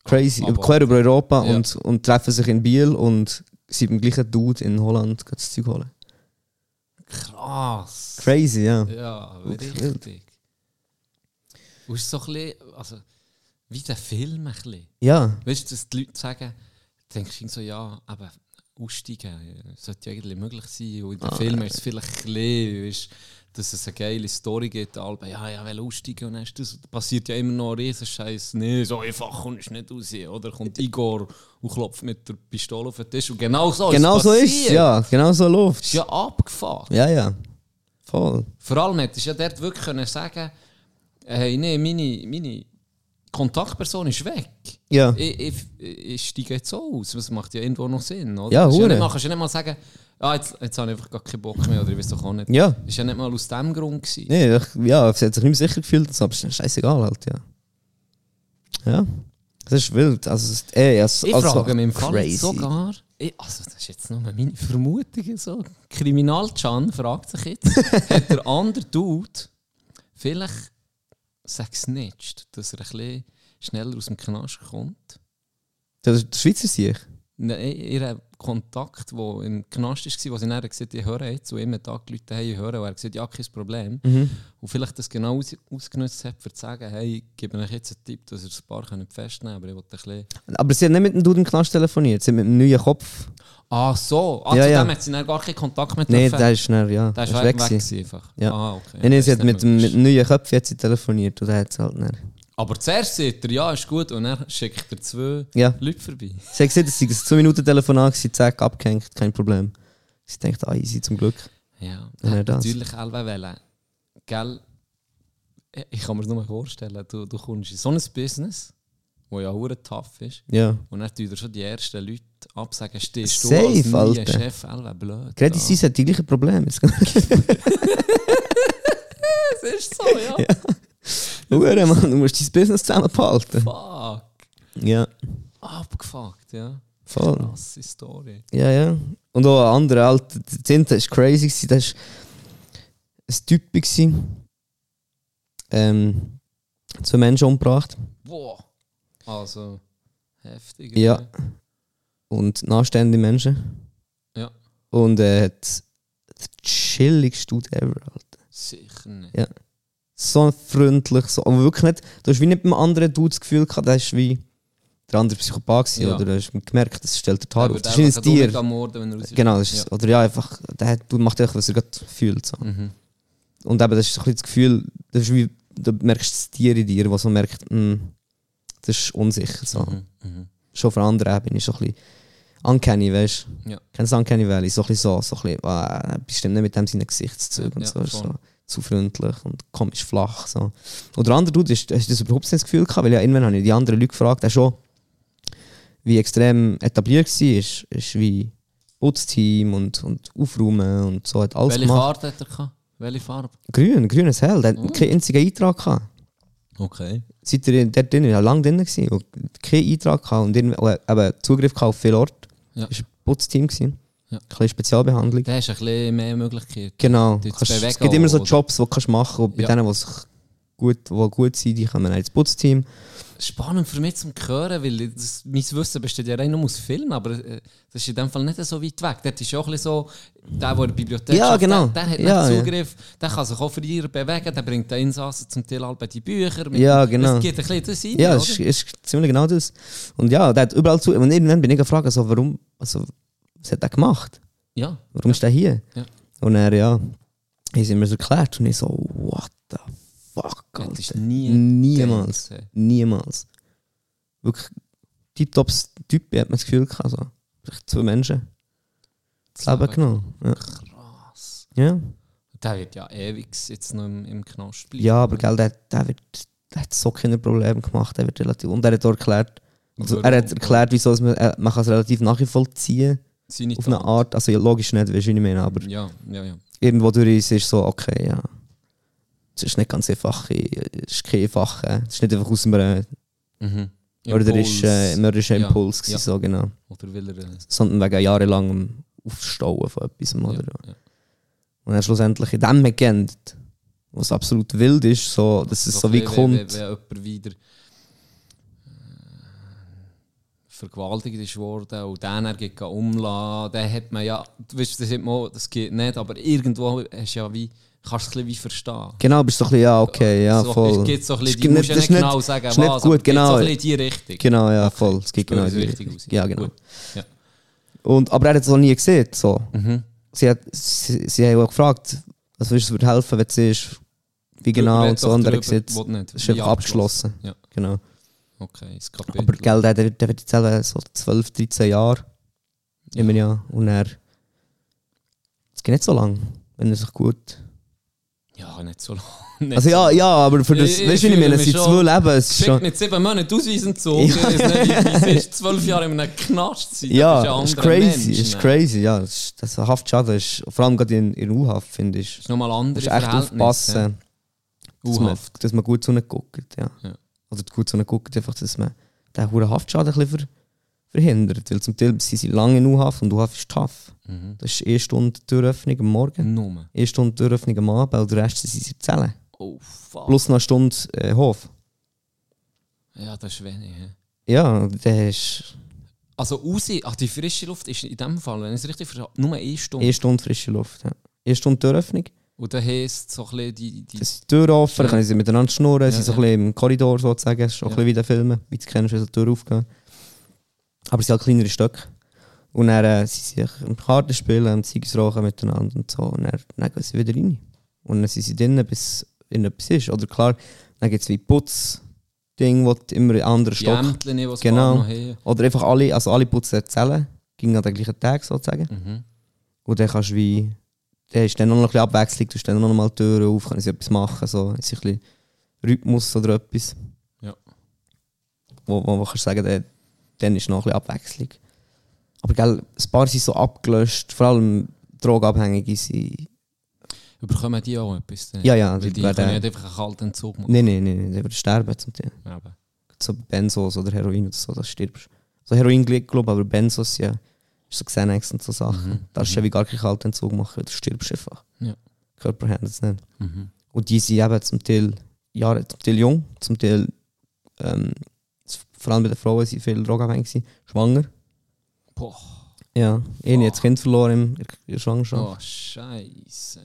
Speaker 2: crazy.
Speaker 3: Aber-
Speaker 2: quer über Europa
Speaker 3: Ja.
Speaker 2: und, und treffen sich in Biel und sind beim gleichen Dude in Holland gehen das Zeug holen.
Speaker 3: Krass.
Speaker 2: Crazy, ja.
Speaker 3: Ja,
Speaker 2: Wirklich
Speaker 3: richtig. Und es ist so ein bisschen, also, wie der Film ein bisschen.
Speaker 2: Ja,
Speaker 3: Weißt du, dass die Leute sagen, du denkst du so, ja, aber aussteigen äh, sollte ja eigentlich möglich sein. Und in den
Speaker 2: Ah,
Speaker 3: Filmen ist es vielleicht ein bisschen, weißt, dass es eine geile Story gibt. Alba, ja, ja, will aussteigen und dann ist das. Da passiert ja immer noch ein Riesenscheiß. Nee, so einfach kommst du nicht raus. Oder kommt Igor und klopft mit der Pistole auf den Tisch. Und genau so
Speaker 2: genau
Speaker 3: ist
Speaker 2: so
Speaker 3: es.
Speaker 2: ist es,
Speaker 3: passiert.
Speaker 2: ja. Genau so läuft
Speaker 3: Ist ja abgefahren.
Speaker 2: Ja, ja. Voll.
Speaker 3: Vor allem hättest du ja dort wirklich können sagen hey, nee, meine, meine Kontaktperson ist weg.
Speaker 2: Ja.
Speaker 3: Ich, ich, ich steige jetzt so aus. Das macht ja irgendwo noch Sinn, oder?
Speaker 2: Ja,
Speaker 3: Ist
Speaker 2: hure.
Speaker 3: nicht mal, kannst ja nicht mal sagen, ah, jetzt, jetzt habe ich einfach gar keinen Bock mehr, oder ich weiß doch auch nicht.
Speaker 2: Ja.
Speaker 3: Ist ja nicht mal aus dem Grund gewesen.
Speaker 2: Nee, ich, ja, es hat sich nicht mehr sicher gefühlt, und so, aber es ist scheißegal halt, ja. Ja. Das ist wild. Also, es ist, ey, also,
Speaker 3: Ich
Speaker 2: also
Speaker 3: frage mich im Fall
Speaker 2: crazy.
Speaker 3: sogar, ich, also das ist jetzt nur meine Vermutung, so. Kriminal-Can fragt sich jetzt, hat der andere Dude vielleicht sag's nicht, dass er ein bisschen schneller aus dem Knast kommt?
Speaker 2: Das ist der Schweizer Sieg.
Speaker 3: Nein, ihr Ne, Kontakt, der im Knast war, wo sie dann gesagt hat, ich höre jetzt, und immer Tag die Leute haben, ich höre, und er hat gesagt, ja, kein Problem. Und vielleicht das genau aus, ausgenutzt hat, um zu sagen, hey, ich gebe euch jetzt einen Tipp, dass ihr ein paar könnt festnehmen könnt, aber ich wollte ein bisschen...
Speaker 2: Aber sie hat nicht mit dem Dude im Knast telefoniert, sie hat mit dem neuen Kopf.
Speaker 3: Ah, so! Ah,
Speaker 2: Ja,
Speaker 3: zu
Speaker 2: ja.
Speaker 3: dem hat sie dann gar keinen Kontakt mehr
Speaker 2: Nein,
Speaker 3: dürfen.
Speaker 2: der ist schnell, ja.
Speaker 3: der
Speaker 2: Der
Speaker 3: ist
Speaker 2: ist
Speaker 3: weg, weg
Speaker 2: gewesen.
Speaker 3: gewesen einfach.
Speaker 2: Ja.
Speaker 3: Ah, okay.
Speaker 2: Nein, nein, sie
Speaker 3: Das
Speaker 2: hat mit
Speaker 3: nicht
Speaker 2: dem, mit
Speaker 3: möglich.
Speaker 2: dem neuen Kopf hat sie telefoniert und er hat es halt nicht.
Speaker 3: Aber zuerst sagt er, ja, ist gut, und dann schickt er zwei
Speaker 2: Ja.
Speaker 3: Leute vorbei.
Speaker 2: Sie hat gesagt, es sei ein 2-Minuten-Telefonat gewesen, zack, abgehängt, kein Problem. Sie denkt, ah, easy, zum Glück.
Speaker 3: Ja,
Speaker 2: Ja,
Speaker 3: ja
Speaker 2: das.
Speaker 3: natürlich alle wollen. Gell? ich- ich kann mir nur vorstellen, du, du kommst in so ein Business, wo ja hure tough ist,
Speaker 2: Ja.
Speaker 3: und dann tun dir schon die ersten Leute absagen, stehst du
Speaker 2: Safe,
Speaker 3: als neuer
Speaker 2: Alter.
Speaker 3: Chef, alle blöd.
Speaker 2: Gerade
Speaker 3: da.
Speaker 2: sie hat die gleichen Probleme. Jetzt-
Speaker 3: Es ist so, ja.
Speaker 2: Hure, Mann, du musst dein Business zusammenhalten.
Speaker 3: Fuck.
Speaker 2: Ja,
Speaker 3: Abgefuckt, ja.
Speaker 2: voll.
Speaker 3: Krasse Story.
Speaker 2: Ja, ja. Und auch ein anderer, Alter, der Zinta ist crazy. gewesen. Das war ein Typ. gewesen. Ähm, zwei Menschen umgebracht.
Speaker 3: Boah. Also, heftig.
Speaker 2: Ja.
Speaker 3: oder?
Speaker 2: und nachstehende Menschen.
Speaker 3: Ja.
Speaker 2: Und äh, das das chilligste Dude ever, Alter.
Speaker 3: Sicher nicht.
Speaker 2: So freundlich, so, aber wirklich nicht, du hast wie nicht mit einem anderen Dude das Gefühl gehabt, der ist wie der andere Psychopath gewesen,
Speaker 3: Ja.
Speaker 2: oder du hast gemerkt, das stellt der Tat
Speaker 3: Aber
Speaker 2: auf. Das
Speaker 3: der
Speaker 2: ist ein
Speaker 3: kann doch nicht
Speaker 2: Tier.
Speaker 3: am Morden, wenn er raus ist.
Speaker 2: Genau, das ist,
Speaker 3: Ja.
Speaker 2: oder ja, einfach, der hat- Dude macht einfach, was er gerade fühlt. So.
Speaker 3: Mhm.
Speaker 2: Und eben, das ist so ein bisschen das Gefühl, das ist wie, du merkst das Tier in dir, was so merkt, mm, das ist unsicher. So.
Speaker 3: Mhm. Mhm.
Speaker 2: schon auf einer anderen Ebene ist so ein bisschen uncanny, weißt du?
Speaker 3: Ja.
Speaker 2: Kennst du Uncanny Valley? So ein bisschen so, so ein bisschen, ah, bestimmt nicht mit dem seinen Gesichtszügen und
Speaker 3: Ja,
Speaker 2: so, ist
Speaker 3: voll.
Speaker 2: so. Zu freundlich und komisch flach. So. Oder der andere Dude, hast, hast du das überhaupt nicht das Gefühl gehabt? Weil ja, irgendwann habe ich die anderen Leute gefragt, der schon wie extrem etabliert war, ist, ist wie Putzteam und, und Aufräumen und so, hat alles
Speaker 3: Welche
Speaker 2: gemacht.
Speaker 3: Farbe hat er gehabt? Welche Farbe? Oh.
Speaker 2: Grün, grünes Hell, der hat keinen einzigen Eintrag gehabt.
Speaker 3: Okay.
Speaker 2: Seid ihr dort drin? Ich war lange drin, gewesen, wo keinen Eintrag hatte und irgendwie- und eben Zugriff hatte auf viele Orte.
Speaker 3: Ja.
Speaker 2: Ist ein Putzteam. Gewesen.
Speaker 3: Ja.
Speaker 2: Ein bisschen Spezialbehandlung.
Speaker 3: Da hast du ein bisschen mehr Möglichkeiten.
Speaker 2: Genau.
Speaker 3: Dort zu
Speaker 2: Kannst, es
Speaker 3: bewegen
Speaker 2: gibt immer so
Speaker 3: auch, oder?
Speaker 2: Jobs, die du kannst machen kannst. Und bei
Speaker 3: Ja.
Speaker 2: denen, die sich gut, die gut sind, die kommen dann ins Putzteam.
Speaker 3: Spannend für mich zum hören, weil das, mein Wissen besteht ja rein nur aus Filmen, aber äh, das ist in dem Fall nicht so weit weg. Dort ist ja auch ein bisschen so, der, der in der Bibliothek
Speaker 2: Ja,
Speaker 3: schafft,
Speaker 2: genau.
Speaker 3: der, der hat
Speaker 2: Ja,
Speaker 3: nicht
Speaker 2: ja.
Speaker 3: Zugriff, der kann sich auch freier bewegen, der bringt den Insassen zum Teil all die Bücher. mit-
Speaker 2: Ja, genau.
Speaker 3: Es geht ein bisschen das rein,
Speaker 2: Ja,
Speaker 3: oder?
Speaker 2: das ist, ist ziemlich genau das. Und ja, der hat überall zu. Und irgendwann bin ich gefragt, also warum, also, was hat er gemacht?
Speaker 3: ja.
Speaker 2: Warum ist er hier?
Speaker 3: Ja.
Speaker 2: Und er, ja, haben sie mir das erklärt. Und ich so, what the fuck,
Speaker 3: Das ist
Speaker 2: Alter.
Speaker 3: nie
Speaker 2: Niemals.
Speaker 3: gedacht.
Speaker 2: Niemals. Wirklich, tiptops Typ, hat man das Gefühl gehabt. Also, Vielleicht zwei Menschen das Leben genommen. Ja.
Speaker 3: Krass.
Speaker 2: ja.
Speaker 3: Der wird ja ewig jetzt noch im, im Knast bleiben.
Speaker 2: Ja, aber gell, der, der, wird, der hat so keine Probleme gemacht. Der wird relativ, und er hat auch erklärt, also er hat erklärt, wieso dass man, äh, man kann es relativ nachvollziehen
Speaker 3: Seine
Speaker 2: auf eine
Speaker 3: Tat.
Speaker 2: Art. Also ja, logisch nicht, weißt du, wie ich meine, aber
Speaker 3: Ja, ja, ja.
Speaker 2: irgendwo durch ist es so, okay, ja. Es ist nicht ganz einfach, äh, es ist kein Fach. äh, Es ist nicht einfach aus einem äh,
Speaker 3: Mhm.
Speaker 2: mörderischen äh,
Speaker 3: Impuls.
Speaker 2: mörderischen
Speaker 3: Ja,
Speaker 2: Impuls, gewesen,
Speaker 3: ja.
Speaker 2: so genau.
Speaker 3: Oder will er...
Speaker 2: Sondern wegen jahrelangem Aufstauen von etwas. Oder?
Speaker 3: ja.
Speaker 2: Und dann schlussendlich in dem geendet, was absolut wild ist, so, dass es so wie
Speaker 3: Wenn,
Speaker 2: kommt.
Speaker 3: wenn jemand wieder äh, vergewaltigt ist worden und den er geht umlassen, dann hat man ja, du weißt, das, hat man, das geht nicht, aber irgendwo hast du ja wie, kannst du es ein bisschen wie verstehen.
Speaker 2: Genau, bist du so ein bisschen, ja, okay, ja,
Speaker 3: Ah, so, Es
Speaker 2: voll.
Speaker 3: geht so ein bisschen,
Speaker 2: Es
Speaker 3: du
Speaker 2: gibt
Speaker 3: musst ja
Speaker 2: das ist
Speaker 3: nicht
Speaker 2: nicht-
Speaker 3: genau sagen,
Speaker 2: ist
Speaker 3: was,
Speaker 2: nicht
Speaker 3: aber
Speaker 2: gut,
Speaker 3: es geht so
Speaker 2: genau.
Speaker 3: ein bisschen in die Richtung.
Speaker 2: Genau, ja, voll. Es geht
Speaker 3: Spür
Speaker 2: genau
Speaker 3: es
Speaker 2: in die
Speaker 3: richtig
Speaker 2: Richtung.
Speaker 3: aus.
Speaker 2: Ja, genau.
Speaker 3: Gut. Ja.
Speaker 2: Und, aber er hat es noch nie gesehen. So.
Speaker 3: Mhm.
Speaker 2: Sie, hat, sie, sie haben auch gefragt, also, würdest du es würde helfen, wenn du siehst, wie genau
Speaker 3: Red
Speaker 2: und so.
Speaker 3: doch
Speaker 2: Und er
Speaker 3: drüber,
Speaker 2: hat gesagt,
Speaker 3: wo
Speaker 2: es
Speaker 3: du nicht-
Speaker 2: ist
Speaker 3: wie
Speaker 2: einfach abgeschlossen.
Speaker 3: Ja.
Speaker 2: Genau.
Speaker 3: Okay, das Kapitel.
Speaker 2: Aber gell, der, der, der wird jetzt selber so 12, 13 Jahre immer ja. Und er. Es geht nicht so lang, wenn er sich gut.
Speaker 3: Ja, nicht so lange. Nicht
Speaker 2: Also
Speaker 3: so
Speaker 2: ja, ja, aber für das.
Speaker 3: Ich- ich
Speaker 2: weißt du, wie ich
Speaker 3: fühle
Speaker 2: meine, es
Speaker 3: mich
Speaker 2: sind zwei
Speaker 3: schon-
Speaker 2: Leben. Es ist
Speaker 3: Schickt
Speaker 2: schon,
Speaker 3: nicht sieben Monate ausweisen zu, ja. ist nicht, wie, wie zwölf Jahre in einem Knast sein.
Speaker 2: ja, es ist crazy. Es ist
Speaker 3: ne?
Speaker 2: crazy, ja. Das, ist- das Haftschaden ist, vor allem gerade in, in U-Haft, finde ich.
Speaker 3: ist nochmal
Speaker 2: Du
Speaker 3: andere
Speaker 2: musst echt
Speaker 3: Verhältnisse, ja.
Speaker 2: aufpassen, dass man,
Speaker 3: U-Haft.
Speaker 2: dass man gut zuguckt. Ja.
Speaker 3: Ja.
Speaker 2: Oder gut zuguckt, einfach, dass man den hohen Haftschaden ein bisschen ver verhindert. Weil zum Teil sind sie lange in U-Haft und U-Haft ist tough.
Speaker 3: Mhm.
Speaker 2: Das ist eine Stunde Türöffnung am Morgen,
Speaker 3: Nummer.
Speaker 2: eine Stunde Türöffnung am Abend und der Rest sind sie Zellen.
Speaker 3: Oh, fuck.
Speaker 2: Plus noch eine Stunde äh, Hof.
Speaker 3: Ja, das ist wenig. hä?
Speaker 2: Ja, der ist
Speaker 3: Also raus, ach, die frische Luft ist in dem Fall, wenn ich es richtig verstehe, nur eine Stunde.
Speaker 2: eine Stunde frische Luft. Ja. Eine Stunde Türöffnung.
Speaker 3: Und dann heisst so ein bisschen die... die
Speaker 2: Es ist die Tür offen, dann können sie miteinander schnurren, sie sind
Speaker 3: Ja,
Speaker 2: so
Speaker 3: ja.
Speaker 2: ein bisschen im Korridor sozusagen, es ist schon
Speaker 3: Ja.
Speaker 2: ein bisschen wie der Film, wie du kennst, wenn so die Tür aufgehen. Aber es sind halt kleinere Stücke. Und dann äh, sie sich im Karten spielen, am Zeugs rauchen miteinander und so. Und dann, dann gehen sie wieder rein. Und dann sind sie drinnen, bis irgendetwas ist. Oder klar, dann gibt es wie Putz-Ding, wo du immer in einen anderen
Speaker 3: die
Speaker 2: Stock.
Speaker 3: Ämtchen, die es
Speaker 2: Genau.
Speaker 3: noch haben.
Speaker 2: Oder einfach alle, also alle putzen Zellen, gingen an den gleichen Tag sozusagen.
Speaker 3: Mhm.
Speaker 2: Und dann kannst du wie. Dann ist dann noch ein bisschen Abwechslung, du hast dann noch mal die Türen auf, können sie etwas machen. So. Ist ein bisschen Rhythmus oder etwas.
Speaker 3: Ja.
Speaker 2: Wo, wo, wo kannst du sagen, äh, dann ist noch ein bisschen Abwechslung. Aber gell, ein paar sind so abgelöscht, vor allem Drogenabhängige sind.
Speaker 3: Überkommen die auch etwas? dann?
Speaker 2: Ja, ja,
Speaker 3: Weil die
Speaker 2: die werden-
Speaker 3: können nicht einfach einen kalten Entzug machen.
Speaker 2: Nein, nein, nein, die würden sterben zum Teil.
Speaker 3: Eben.
Speaker 2: So Benzos oder Heroin oder so, da stirbst So Heroin glaube aber Benzos, ja. Ist so Xanax und so Sachen.
Speaker 3: Mhm.
Speaker 2: Da darfst du ja wie gar keinen Kaltentzug machen, weil du stirbst einfach.
Speaker 3: Ja.
Speaker 2: Körper handelt es nicht.
Speaker 3: Mhm.
Speaker 2: Und die sind eben zum Teil Jahre, zum Teil jung, zum Teil ähm, s- vor allem bei den Frauen sind viel drogenabhängig, gewesen, schwanger.
Speaker 3: Boah,
Speaker 2: Ja, ich habe jetzt Kind verloren in der Schwangerschaft.
Speaker 3: oh, Scheiße.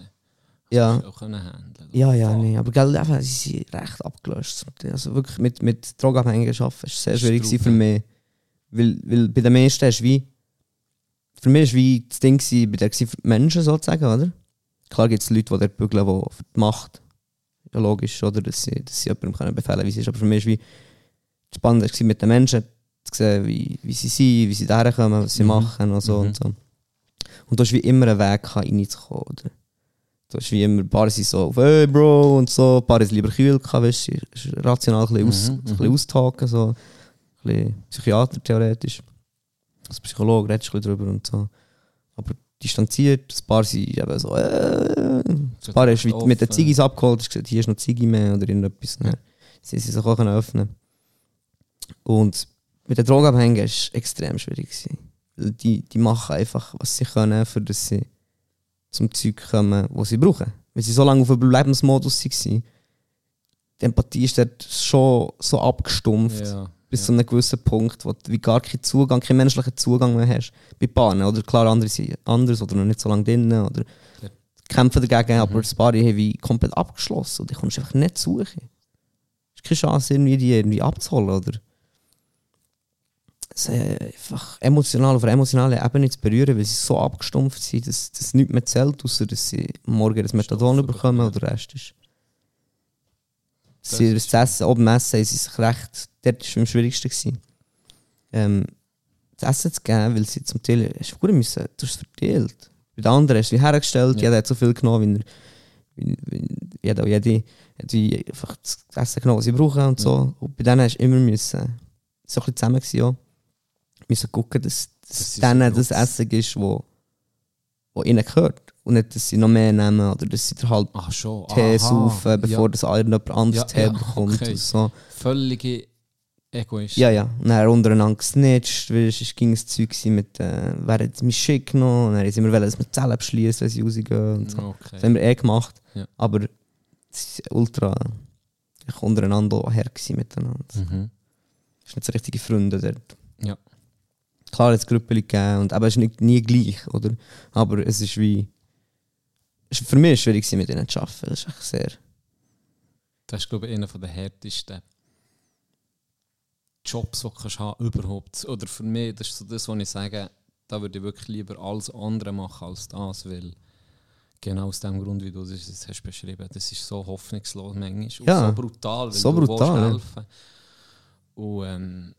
Speaker 2: Ja.
Speaker 3: Auch können handeln.
Speaker 2: Ja, ja, nee, aber gell, eben, sie sind recht abgelöscht. zum Teil. Also wirklich mit, mit Drogenabhängigen arbeiten, ist sehr
Speaker 3: Ist
Speaker 2: schwierig gewesen für
Speaker 3: traurig.
Speaker 2: mich. Weil, weil bei den meisten hast du wie, für mich war wie das Ding gewesen, bei der gewesen für die Menschen sozusagen, oder? Klar gibt es Leute, die dort bügeln, die für die Macht, ja logisch, oder, dass sie, dass sie jemandem können befehlen können, wie es ist. Aber für mich war wie, das Spannende war mit den Menschen zu sehen, wie, wie sie sind, wie sie daherkommen, was sie
Speaker 3: Mhm.
Speaker 2: machen und so
Speaker 3: Mhm.
Speaker 2: und so. Und du hast wie immer einen Weg, gehabt, reinzukommen, oder? Du hast wie immer, ein paar sind so auf, hey Bro und so, ein paar sind lieber kühl, gehabt, weißt du, sie ist rational ein bisschen, aus,
Speaker 3: Mhm,
Speaker 2: ein
Speaker 3: mhm.
Speaker 2: bisschen austaken, so. Ein bisschen Psychiater theoretisch. Als Psychologe redest du ein bisschen drüber und so. Aber distanziert, ein paar sind eben so, äh. Ein
Speaker 3: So
Speaker 2: paar hast du
Speaker 3: offen.
Speaker 2: mit- mit den Ziggis abgeholt, hast gesagt, hier ist noch Ziggi mehr oder irgendetwas. Ja. Sie sind sich auch können öffnen Und mit den Drogenabhängigen war es extrem schwierig. gewesen. Weil Die, die machen einfach, was sie können, für dass sie zum Zeug kommen, was sie brauchen. Weil sie so lange auf Überlebensmodus waren. Die Empathie ist dort schon so abgestumpft,
Speaker 3: Ja.
Speaker 2: bis zu einem gewissen Punkt, wo du wie gar keinen Zugang, keinen menschlichen Zugang mehr hast. Bei Bahnen, oder klar, andere sind anders oder noch nicht so lange drinnen, oder
Speaker 3: Ja.
Speaker 2: kämpfen dagegen, aber das Paar haben wie komplett abgeschlossen und du kommst einfach nicht zu suchen. Es ist keine Chance, irgendwie die irgendwie abzuholen, oder? Es äh, einfach emotional auf einer emotionalen Ebene zu berühren, weil sie so abgestumpft sind, dass, dass nichts mehr zählt, außer dass sie morgen das Methadon bekommen oder der Rest ist. Sie, das Essen, oben Essen, haben sie sich recht, dort war es am schwierigsten. Gewesen. Ähm, das Essen zu geben, weil sie zum Teil, hast du gut müssen, du hast es verteilt. Bei den anderen hast du wie hergestellt,
Speaker 3: Ja.
Speaker 2: jeder hat so viel genommen, wie er, wie, wie, jeder und jede hat wie einfach das Essen genommen, was sie brauchen und so. Und bei denen hast du immer müssen, so ein bisschen zusammen gewesen, ja, müssen gucken, dass,
Speaker 3: Dass
Speaker 2: dass
Speaker 3: sie
Speaker 2: denen
Speaker 3: es
Speaker 2: das Essen ist, wo, wo ihnen gehört. Und nicht, dass sie noch mehr nehmen oder dass sie den halben
Speaker 3: Ach schon.
Speaker 2: Tee
Speaker 3: aha.
Speaker 2: saufen, bevor
Speaker 3: ja.
Speaker 2: das irgendjemand anderes
Speaker 3: Ja,
Speaker 2: Tee
Speaker 3: ja,
Speaker 2: bekommt.
Speaker 3: okay.
Speaker 2: Und so.
Speaker 3: Völlige Egoist.
Speaker 2: Ja, ja. Und dann untereinander gesnitcht, weißt, es ging das Zeug gewesen mit, äh, wer hat mich schick genommen, und dann sind wir wollen, dass wir die Zelle abschließen, wenn sie rausgehen und so. Das
Speaker 3: Okay.
Speaker 2: haben wir eh gemacht.
Speaker 3: Ja.
Speaker 2: Aber es ist ultra ich untereinander auch her gewesen miteinander.
Speaker 3: Mhm.
Speaker 2: Es sind nicht so richtige Freunde dort.
Speaker 3: Ja.
Speaker 2: Klar hat es Gruppen gegeben und aber es ist nicht, nie gleich, oder? Aber es ist wie. Es war für mich schwierig, gewesen, mit ihnen zu arbeiten. Das ist echt sehr.
Speaker 3: Das ist, glaube ich, einer der härtesten Jobs, die du kannst haben überhaupt. Oder für mich, das ist so das, was ich sage, da würde ich wirklich lieber alles andere machen als das, weil genau aus dem Grund, wie du das jetzt hast beschrieben, das ist so hoffnungslos manchmal
Speaker 2: Ja.
Speaker 3: und so brutal, weil
Speaker 2: So
Speaker 3: du
Speaker 2: brutal,
Speaker 3: willst
Speaker 2: ja.
Speaker 3: helfen. Und ähm,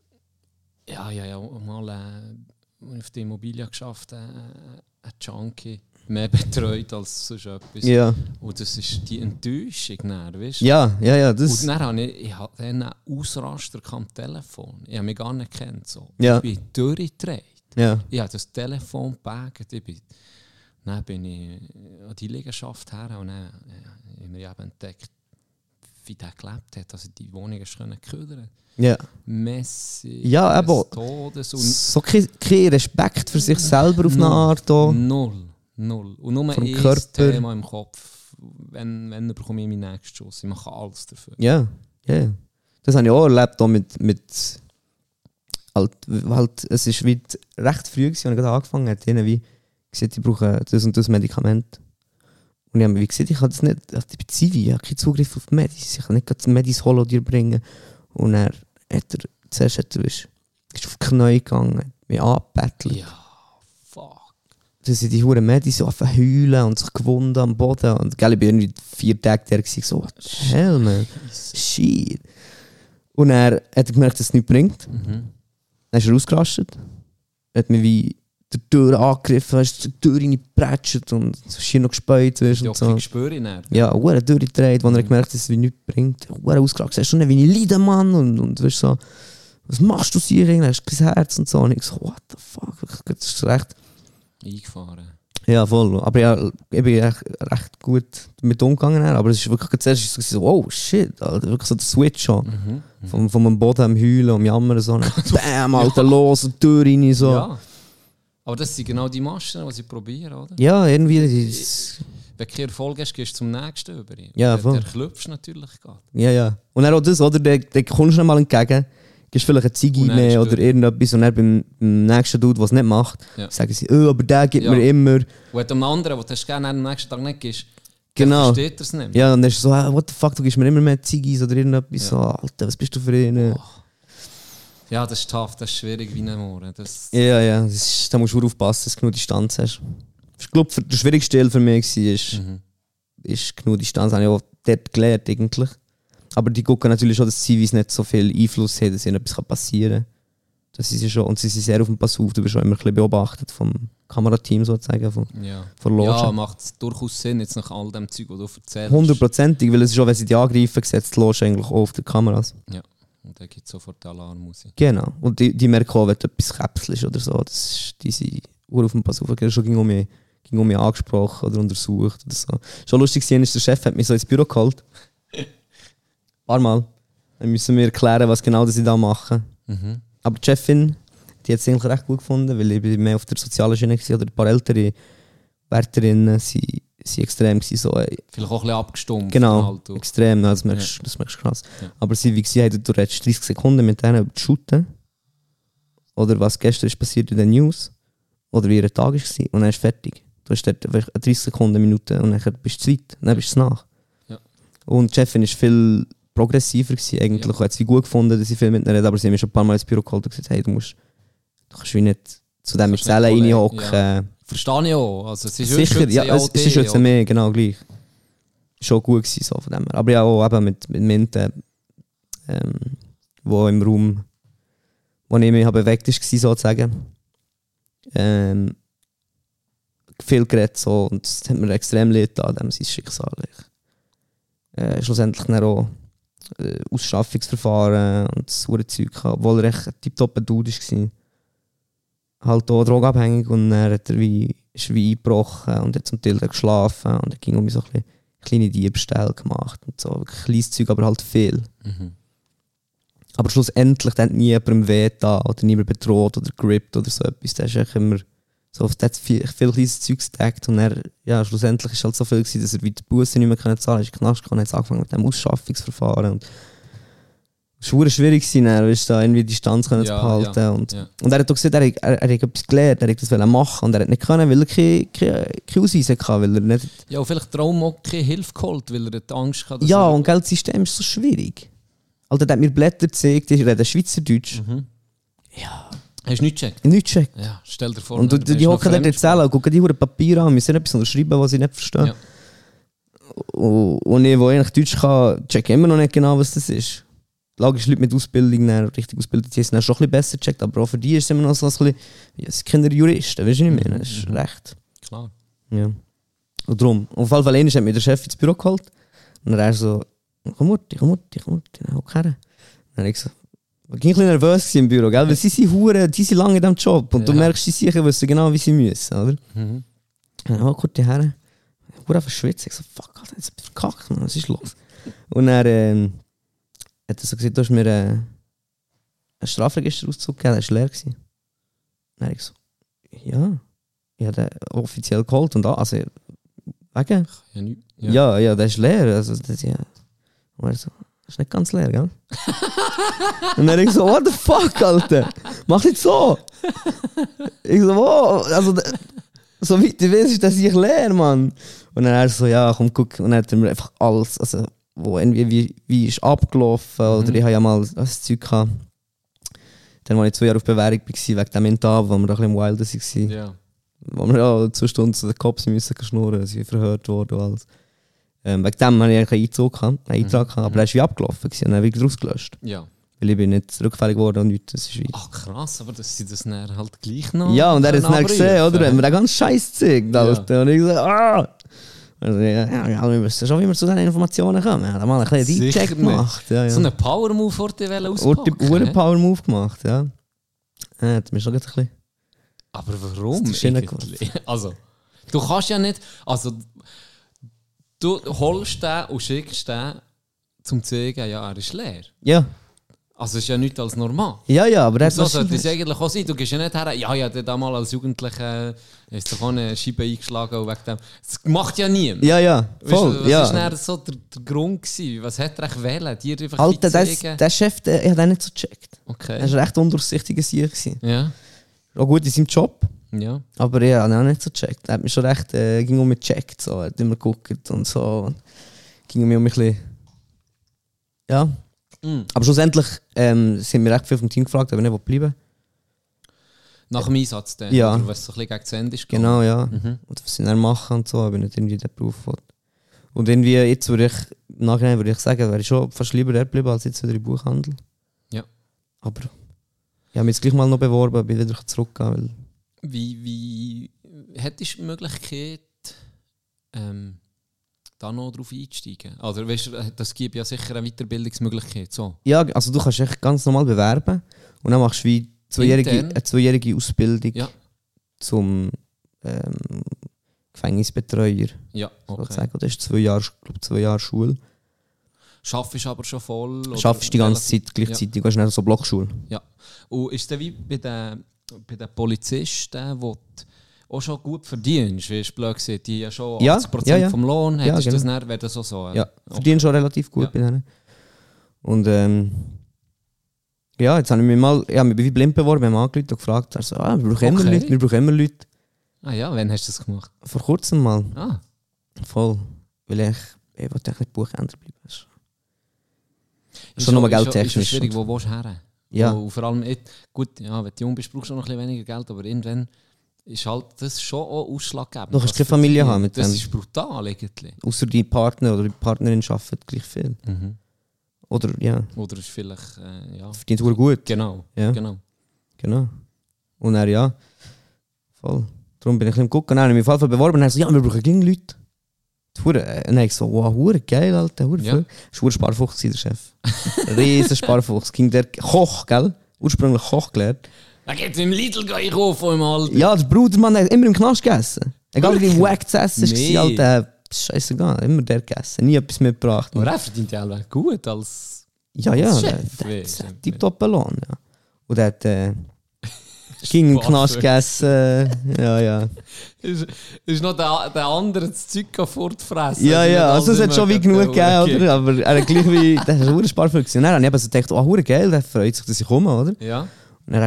Speaker 3: ja, ja, ja, und mal äh, auf der Immobilie geschafft, äh, ein Junkie mehr betreut als sonst etwas.
Speaker 2: Ja.
Speaker 3: Und das ist die Enttäuschung, dann, weißt du?
Speaker 2: Ja, ja, ja.
Speaker 3: Und
Speaker 2: Das,
Speaker 3: dann habe ich, ich hatte einen Ausraster am Telefon. Ich habe mich gar nicht kennt. So.
Speaker 2: Ja.
Speaker 3: Ich bin durchgedreht.
Speaker 2: ja.
Speaker 3: Ich habe das Telefon gepackt. Ich bin, dann bin ich an die Liegenschaft her und dann äh, habe ich eben entdeckt, wie der gelebt hat, dass er die Wohnung ist können ködern
Speaker 2: ja.
Speaker 3: Messi,
Speaker 2: Ja,
Speaker 3: des
Speaker 2: aber-
Speaker 3: Todes und
Speaker 2: so kein, kein Respekt für sich selber auf eine
Speaker 3: Null.
Speaker 2: Art. Auch.
Speaker 3: null. Null. Und nur
Speaker 2: Vom
Speaker 3: ein
Speaker 2: Körper.
Speaker 3: Thema im Kopf. Wenn, wenn, dann bekomme ich meinen nächsten Schuss. Ich mache alles dafür.
Speaker 2: Ja, ja. ja. Das habe ich auch erlebt, auch mit, mit halt, halt, es ist wie die- recht früh, gewesen, als ich gerade angefangen habe, denen wie gesagt, ich brauche das und das Medikament. Und ich habe mir wie gesagt, ich habe das nicht, also ich bin Zivi, ich habe keinen Zugriff auf die Medis, ich kann nicht gerade die Medis holen und dir bringen. Und er hat er, zuerst hat er, weisst, ist auf die Knie gegangen, hat mich angebettelt.
Speaker 3: Ja, fuck.
Speaker 2: Dann sind die Huren Medis so auf heulen und sich gewunden am Boden. Und gell, ich bin irgendwie vier Tage der gewesen, so, what the hell, man? Shit. Und er hat er gemerkt, dass es nichts bringt.
Speaker 3: Mhm.
Speaker 2: Dann ist er ausgerastet. Hat mich wie der Tür angegriffen, hast die Tür reingeprätscht und es ist hier noch gespäut. Weißt,
Speaker 3: Die
Speaker 2: und so.
Speaker 3: Optik spüre ich nicht.
Speaker 2: Ja, hure durchgedreht, als er gemerkt hat, dass es wie nichts bringt. Hure ausgeragt, sagst du nicht, wie ich leide, Mann. Und, und weißt so, was machst du hier eigentlich? Hast kein Herz und so. Und ich so, what the fuck, wirklich, das ist recht.
Speaker 3: Eingefahren.
Speaker 2: Ja, voll. Aber ja, ich bin echt, recht gut damit umgegangen. dann. Aber es ist wirklich zuerst ist es so, oh shit, Alter, wirklich so der Switch schon.
Speaker 3: Mhm.
Speaker 2: Vom, vom Boden am Heulen, am Jammern. So. Und dann, Bam, Alter, los, und die Tür rein. So. Ja.
Speaker 3: Ja. Aber das sind genau die Maschen, die sie probieren, oder?
Speaker 2: irgendwie. das-
Speaker 3: Wenn du keinen Erfolg hast, gehst du zum nächsten über.
Speaker 2: Ja,
Speaker 3: der,
Speaker 2: voll.
Speaker 3: der klopfst natürlich gerade.
Speaker 2: Ja, ja. Und dann auch das, oder? Dann, dann kommst du noch mal entgegen, gibst vielleicht eine Ziege
Speaker 3: Und dann
Speaker 2: mehr
Speaker 3: ist
Speaker 2: oder
Speaker 3: durch.
Speaker 2: irgendetwas und dann beim, beim nächsten Dude, der es nicht macht,
Speaker 3: Ja.
Speaker 2: sagen sie, oh, aber der gibt
Speaker 3: Ja. Mhm.
Speaker 2: mir immer.
Speaker 3: Und wenn du einem anderen, den du hast gerne am nächsten Tag nicht gehst,
Speaker 2: Genau.
Speaker 3: dann versteht er es nicht.
Speaker 2: Ja, und dann ist es so, ah, what the fuck, du gibst mir immer mehr Ziggis oder irgendetwas. So, Alter, was bist du für einen?
Speaker 3: Ja, das ist tough, das ist schwierig wie ein Mohren. Das,
Speaker 2: Ja, ja, das ist, da musst du auch aufpassen, dass du genug Distanz hast. Ich glaube, der schwierigste Teil für mich war, ist,
Speaker 3: Mhm.
Speaker 2: ist genug Distanz. Das habe ich auch dort gelernt, eigentlich. Aber die gucken natürlich schon, dass Zivis nicht so viel Einfluss haben, dass ihnen etwas passieren kann. Das ist ja schon, und sie sind sehr auf dem Pass auf, du wirst schon immer ein bisschen beobachtet vom Kamerateam sozusagen, von,
Speaker 3: ja.
Speaker 2: von Loge.
Speaker 3: ja macht durchaus Sinn, jetzt nach all dem Zeug, das du erzählst.
Speaker 2: Hundertprozentig, weil es ist schon, wenn sie die angreifen, setzt die Loge eigentlich auch auf die Kameras.
Speaker 3: Ja, und dann gibt es sofort Alarm raus.
Speaker 2: Genau. Und die, die merken auch, wenn du etwas käpselst oder so. Das ist diese Uhr auf dem Pass auf. Ich habe schon ging um mich, ging um mich angesprochen oder untersucht oder so. Schon lustig gesehen ist, der Chef hat mich so ins Büro geholt. Ein paar Mal. Dann müssen wir erklären, was genau das ich da mache.
Speaker 3: Mhm.
Speaker 2: Aber die Chefin, die hat es eigentlich recht gut gefunden, weil ich bin mehr auf der sozialen Schiene war oder ein paar ältere Wärterinnen sie sie extrem gewesen, so ey,
Speaker 3: Vielleicht auch ein bisschen abgestumpft.
Speaker 2: Genau,
Speaker 3: halt, und-
Speaker 2: extrem, ja, das merkst du das merkst du krass.
Speaker 3: Ja.
Speaker 2: Aber sie, wie gesagt, du redest 30 Sekunden mit denen über die Shooten. Oder was gestern ist passiert in den News. Oder wie ihr Tag war. Und dann ist fertig. Du hast dort vielleicht 30 Sekunden, Minuten und dann bist du zu weit. Dann bist du nach.
Speaker 3: Ja.
Speaker 2: Und die Chefin ist viel progressiver gewesen, eigentlich. Ja. Hat sie gut gefunden, dass ich viel mit ihnen rede. Aber sie haben mir schon ein paar Mal ins Büro geholt und gesagt, hey, du musst, du kannst wie nicht zu dem mit
Speaker 3: kannst nicht
Speaker 2: Zellen
Speaker 3: voll-
Speaker 2: reinhocken.
Speaker 3: Verstehe ich auch. Also, es ist
Speaker 2: Sicher,
Speaker 3: heute
Speaker 2: ja,
Speaker 3: schon
Speaker 2: es, es ist
Speaker 3: COD,
Speaker 2: jetzt mehr, genau gleich. Schon gut gewesen, so von dem her. Aber ja, auch eben mit, mit Minten, ähm, wo im Raum, wo ich mich habe bewegt war, sozusagen. Ähm, viel geredet so und es hat mir extrem leid an dem sein Schicksal. Äh, schlussendlich dann auch äh, Ausschaffungsverfahren und das hure Zeug, gehabt, obwohl er echt ein tiptop Dude war halt auch drogabhängig und dann hat er wie, ist wie eingebrochen und hat zum Teil dann geschlafen und er ging um so ein bisschen kleine Diebstähle gemacht und so. Wirklich Kleines Zeug, aber halt viel.
Speaker 3: Mhm.
Speaker 2: Aber schlussendlich dann hat nie jemandem weh da oder niemand bedroht oder gripped oder so etwas. Das ist echt immer so, der hat viel, viel kleines Zeug gesteckt und er, ja, schlussendlich ist halt so viel gewesen, dass er wie die Busse nicht mehr können zahlen konnte. Er ist in den Knast gekommen, hat angefangen mit dem Ausschaffungsverfahren und es war verdammt schwierig gewesen, dann, weißt du, da irgendwie Distanz können zu
Speaker 3: Ja,
Speaker 2: behalten und
Speaker 3: Ja.
Speaker 2: und er hat auch gesagt, er, er, er hat etwas gelernt, er hat das wollen machen und er hat nicht können, weil er keine, keine, keine Ausweise hatte, weil er nicht...
Speaker 3: ja, und vielleicht Traum auch keine Hilfe geholt, weil er die Angst hatte.
Speaker 2: ja, und gell, das System ist so schwierig. Alter, der hat mir Blätter gezeigt, ich rede Schweizerdeutsch.
Speaker 3: Mhm. Hast du nicht gecheckt?
Speaker 2: Nichts checkt.
Speaker 3: Ja, stell dir vor.
Speaker 2: Und du,
Speaker 3: er
Speaker 2: du,
Speaker 3: ist
Speaker 2: die
Speaker 3: noch
Speaker 2: hocken dort in
Speaker 3: fremd.
Speaker 2: der Zelle und gucken die Huren Papier an und müssen etwas unterschreiben, was ich nicht verstehe.
Speaker 3: Ja.
Speaker 2: Und, und ich, der eigentlich Deutsch kann, check immer noch nicht genau, was das ist. Die Lage ist, Leute mit Ausbildung, dann, richtig ausgebildet, die haben es dann schon ein bisschen besser gecheckt, aber auch für die ist es immer noch so ein bisschen... Ja, es sind keine Juristen, weißt du, was ich meine? Das ist
Speaker 3: Mhm.
Speaker 2: recht.
Speaker 3: Klar.
Speaker 2: Ja. Und darum. Auf jeden Fall einmal hat mir der Chef ins Büro geholt. Und er so, komm Mutti, komm Mutti, komm Mutti, dann hock her. Dann hab ich so, ich war ein bisschen nervös gewesen im Büro, gell? Weil sie sind hure, die sind lange in diesem Job. Und du
Speaker 3: Ja.
Speaker 2: merkst, die sicher wissen genau, wie sie müssen, oder?
Speaker 3: Mhm.
Speaker 2: Dann hock ich her. Ich wurde einfach schwitzt. Ich so, fuck, Alter, jetzt bin ich verkackt, Mann, was ist los? Und er ähm, hat er so gesagt, du hast mir äh, einen Strafregisterauszug gegeben, der war leer. Gewesen. Dann hab ich so, ja, ich habe den offiziell geholt und da, also, wegen.
Speaker 3: Ja, nicht.
Speaker 2: Ja, ja, der ist leer. Also, das, ja. Und er so, das ist nicht ganz leer, gell? und dann ich so, what the fuck, Alter? Mach nicht so! Ich so, wow, also, d- so weit du weißt, ist das ich leer, Mann. Und dann er so, ja, komm, guck. Und dann hat er mir einfach alles, also, wo irgendwie, wie, wie ist abgelaufen, oder ich habe ja mal das Zeug gehabt. Dann, als ich zwei Jahre auf Bewährung war, wegen dem Entab, wo wir da ein bisschen im Wilder waren
Speaker 3: Ja.
Speaker 2: wo wir auch zwei Stunden zu den Cops müssen schnurren, sie verhört worden und alles.
Speaker 3: Mhm.
Speaker 2: Ähm, wegen dem habe ich eigentlich einen Einzug gehabt, einen Eintrag gehabt, aber er ist wie abgelaufen gewesen, und dann wieder rausgelöscht.
Speaker 3: Ja.
Speaker 2: Weil ich bin nicht zurückfällig geworden und nichts, das ist wie...
Speaker 3: Ach krass, aber dass sie das dann halt gleich noch.
Speaker 2: ja, und er hat es
Speaker 3: können
Speaker 2: dann gesehen,
Speaker 3: abrufen.
Speaker 2: oder? Wenn wir den ganz scheiß Zeug da ja. Und ich gesagt, ah! Also, ja, ja, ja, wir wissen schon, wie wir zu diesen Informationen kommen. Er hat mal ein bisschen
Speaker 3: Sicher
Speaker 2: Eincheck
Speaker 3: nicht.
Speaker 2: gemacht. Ja, ja.
Speaker 3: So einen Power-Move vor dir wollen auspacken.
Speaker 2: Ur- Ur-
Speaker 3: hä?
Speaker 2: Power-Move gemacht, ja. Er hat mir schon gerade ein bisschen...
Speaker 3: Aber warum?
Speaker 2: Das ist schöner
Speaker 3: eigentlich? Also, du kannst ja nicht. Also, du holst den und schickst den zum zeigen, ja, er ist leer.
Speaker 2: Ja,
Speaker 3: Also, ist ja nichts als normal.
Speaker 2: ja, ja, aber er hat
Speaker 3: So
Speaker 2: was-
Speaker 3: sollte es eigentlich auch sein. Du gehst ja nicht her, ja, ja, der mal als Jugendlicher äh, ist doch auch eine Scheibe eingeschlagen und wegen dem. Das macht ja niemand.
Speaker 2: Ja, ja,
Speaker 3: Weißt du,
Speaker 2: voll,
Speaker 3: was
Speaker 2: ja.
Speaker 3: ist dann so der, der Grund gewesen? Was hat er echt wählen? Dir einfach
Speaker 2: Alter, das,
Speaker 3: zeigen?
Speaker 2: der Chef, der, ich hab den nicht so gecheckt. Er
Speaker 3: Okay.
Speaker 2: war recht undurchsichtiger Sieg. gewesen.
Speaker 3: Ja,
Speaker 2: Auch gut in seinem Job,
Speaker 3: ja.
Speaker 2: aber ich habe ihn auch nicht so gecheckt. Er hat mich schon recht, äh, ging um mich gecheckt, so. er hat immer geguckt und so. Und ging um mich um mich ein bisschen... Ja.
Speaker 3: Mhm.
Speaker 2: Aber schlussendlich ähm, sind wir recht viel vom Team gefragt, ob ich nicht bleiben
Speaker 3: Nach dem Einsatz dann.
Speaker 2: Ja.
Speaker 3: Oder was so ein bisschen gegen das Ende ist. gegangen.
Speaker 2: Genau, ja.
Speaker 3: Mhm.
Speaker 2: Und was sie dann machen und so, ob ich nicht irgendwie den Beruf will. Und irgendwie, jetzt würde ich, im Nachhinein würde ich sagen, wäre ich schon fast lieber dort geblieben, als jetzt wieder im Buchhandel.
Speaker 3: Ja.
Speaker 2: Aber ich habe mich jetzt gleich mal noch beworben, bin wieder zurückgegangen, weil
Speaker 3: Wie, wie hättest du die Möglichkeit, ähm, da noch drauf einzusteigen? Also, weißt du, das gibt ja sicher eine Weiterbildungsmöglichkeit. So.
Speaker 2: Ja, also du kannst echt ganz normal bewerben und dann machst du wie zweijährige,
Speaker 3: Intern.
Speaker 2: eine zweijährige Ausbildung
Speaker 3: Ja.
Speaker 2: zum ähm, Gefängnisbetreuer,
Speaker 3: Ja, okay.
Speaker 2: sozusagen. Oder ist zwei Jahre, ich glaube zwei Jahre Schule.
Speaker 3: Schaffst aber schon voll? oder
Speaker 2: Schaffst die ganze Zeit
Speaker 3: Ja.
Speaker 2: gleichzeitig, gehst dann so Blockschule.
Speaker 3: Ja. Und ist es wie bei den, bei den Polizisten, wo du auch schon gut verdienst, wie ich blöd gesagt, die ja schon
Speaker 2: Ja,
Speaker 3: 80%
Speaker 2: ja, ja.
Speaker 3: vom Lohn
Speaker 2: Ja,
Speaker 3: hättest, ja, das
Speaker 2: genau.
Speaker 3: dann wäre das auch so. äh,
Speaker 2: Ja,
Speaker 3: okay.
Speaker 2: verdienen schon relativ gut
Speaker 3: Ja.
Speaker 2: bei denen. Und ähm, ja, jetzt habe ich mich mal, ja, ich bin wie blind beworben, wir haben angerufen und gefragt, also, ah, wir brauchen immer
Speaker 3: Okay.
Speaker 2: Leute, wir brauchen immer Leute.
Speaker 3: Ah ja, wann hast du das gemacht?
Speaker 2: Vor kurzem mal,
Speaker 3: Ah,
Speaker 2: voll, weil ich, ich wollte eigentlich nicht Buchhändler bleiben. Das
Speaker 3: ist
Speaker 2: schon nochmal
Speaker 3: ist
Speaker 2: geldtechnisch
Speaker 3: Ist schwierig,
Speaker 2: und-
Speaker 3: wo willst du her?
Speaker 2: Ja.
Speaker 3: Und vor allem, jetzt- gut, ja, wenn du jung bist, brauchst du noch ein bisschen weniger Geld, aber irgendwann ist halt das schon auch ausschlaggebend.
Speaker 2: Du kannst
Speaker 3: was
Speaker 2: keine
Speaker 3: du
Speaker 2: Familie
Speaker 3: verdienst.
Speaker 2: haben mit
Speaker 3: Das
Speaker 2: dem.
Speaker 3: ist brutal eigentlich.
Speaker 2: Außer die Partner oder die Partnerin arbeitet gleich viel.
Speaker 3: Mhm.
Speaker 2: Oder ja,
Speaker 3: Oder ist vielleicht, äh, ja,
Speaker 2: verdient wohl gut.
Speaker 3: genau,
Speaker 2: Ja,
Speaker 3: genau.
Speaker 2: genau. Und er ja, voll. Darum bin ich ein bisschen am gucken. Dann habe ich mich auf jeden Fall beworben und er so, ja, wir brauchen gegen Leute. Die Hure- äh, Und dann habe ich so, wow, hure geil, Alter, hure
Speaker 3: Ja.
Speaker 2: viel. Das war ein Sparfuchs, gewesen, der Chef. Riesen Sparfuchs. Ging der Koch, gell? Ursprünglich Koch gelernt.
Speaker 3: Da geht's im Lidl gehen kaufen im Alter.
Speaker 2: Ja, der Brudermann hat immer im Knast gegessen. Egal wie
Speaker 3: Wirklich?
Speaker 2: wack es essen
Speaker 3: Nee.
Speaker 2: war, Alter, scheißegal, immer der gegessen. Nie etwas mitgebracht.
Speaker 3: Aber er verdient ja auch gut als
Speaker 2: Ja, ja,
Speaker 3: Als
Speaker 2: der,
Speaker 3: Chef,
Speaker 2: der,
Speaker 3: weißt du.
Speaker 2: der tiptop Ballon, ja. Und er hat äh, ging im
Speaker 3: Spaß,
Speaker 2: Knast
Speaker 3: ja.
Speaker 2: gegessen. äh, Ja, ja.
Speaker 3: ist, ist noch der, der andere das Zeug kann fortfressen.
Speaker 2: Ja,
Speaker 3: Die
Speaker 2: ja,
Speaker 3: hat
Speaker 2: also es
Speaker 3: alles
Speaker 2: hat schon wie
Speaker 3: immer
Speaker 2: genug
Speaker 3: gehabt,
Speaker 2: gegeben, oder? Aber er hat gleich wie, das ist ein Sparfüchs. Und dann habe ich eben so gedacht, oh, hure geil, der freut sich, dass ich komme, oder?
Speaker 3: okay. Ja,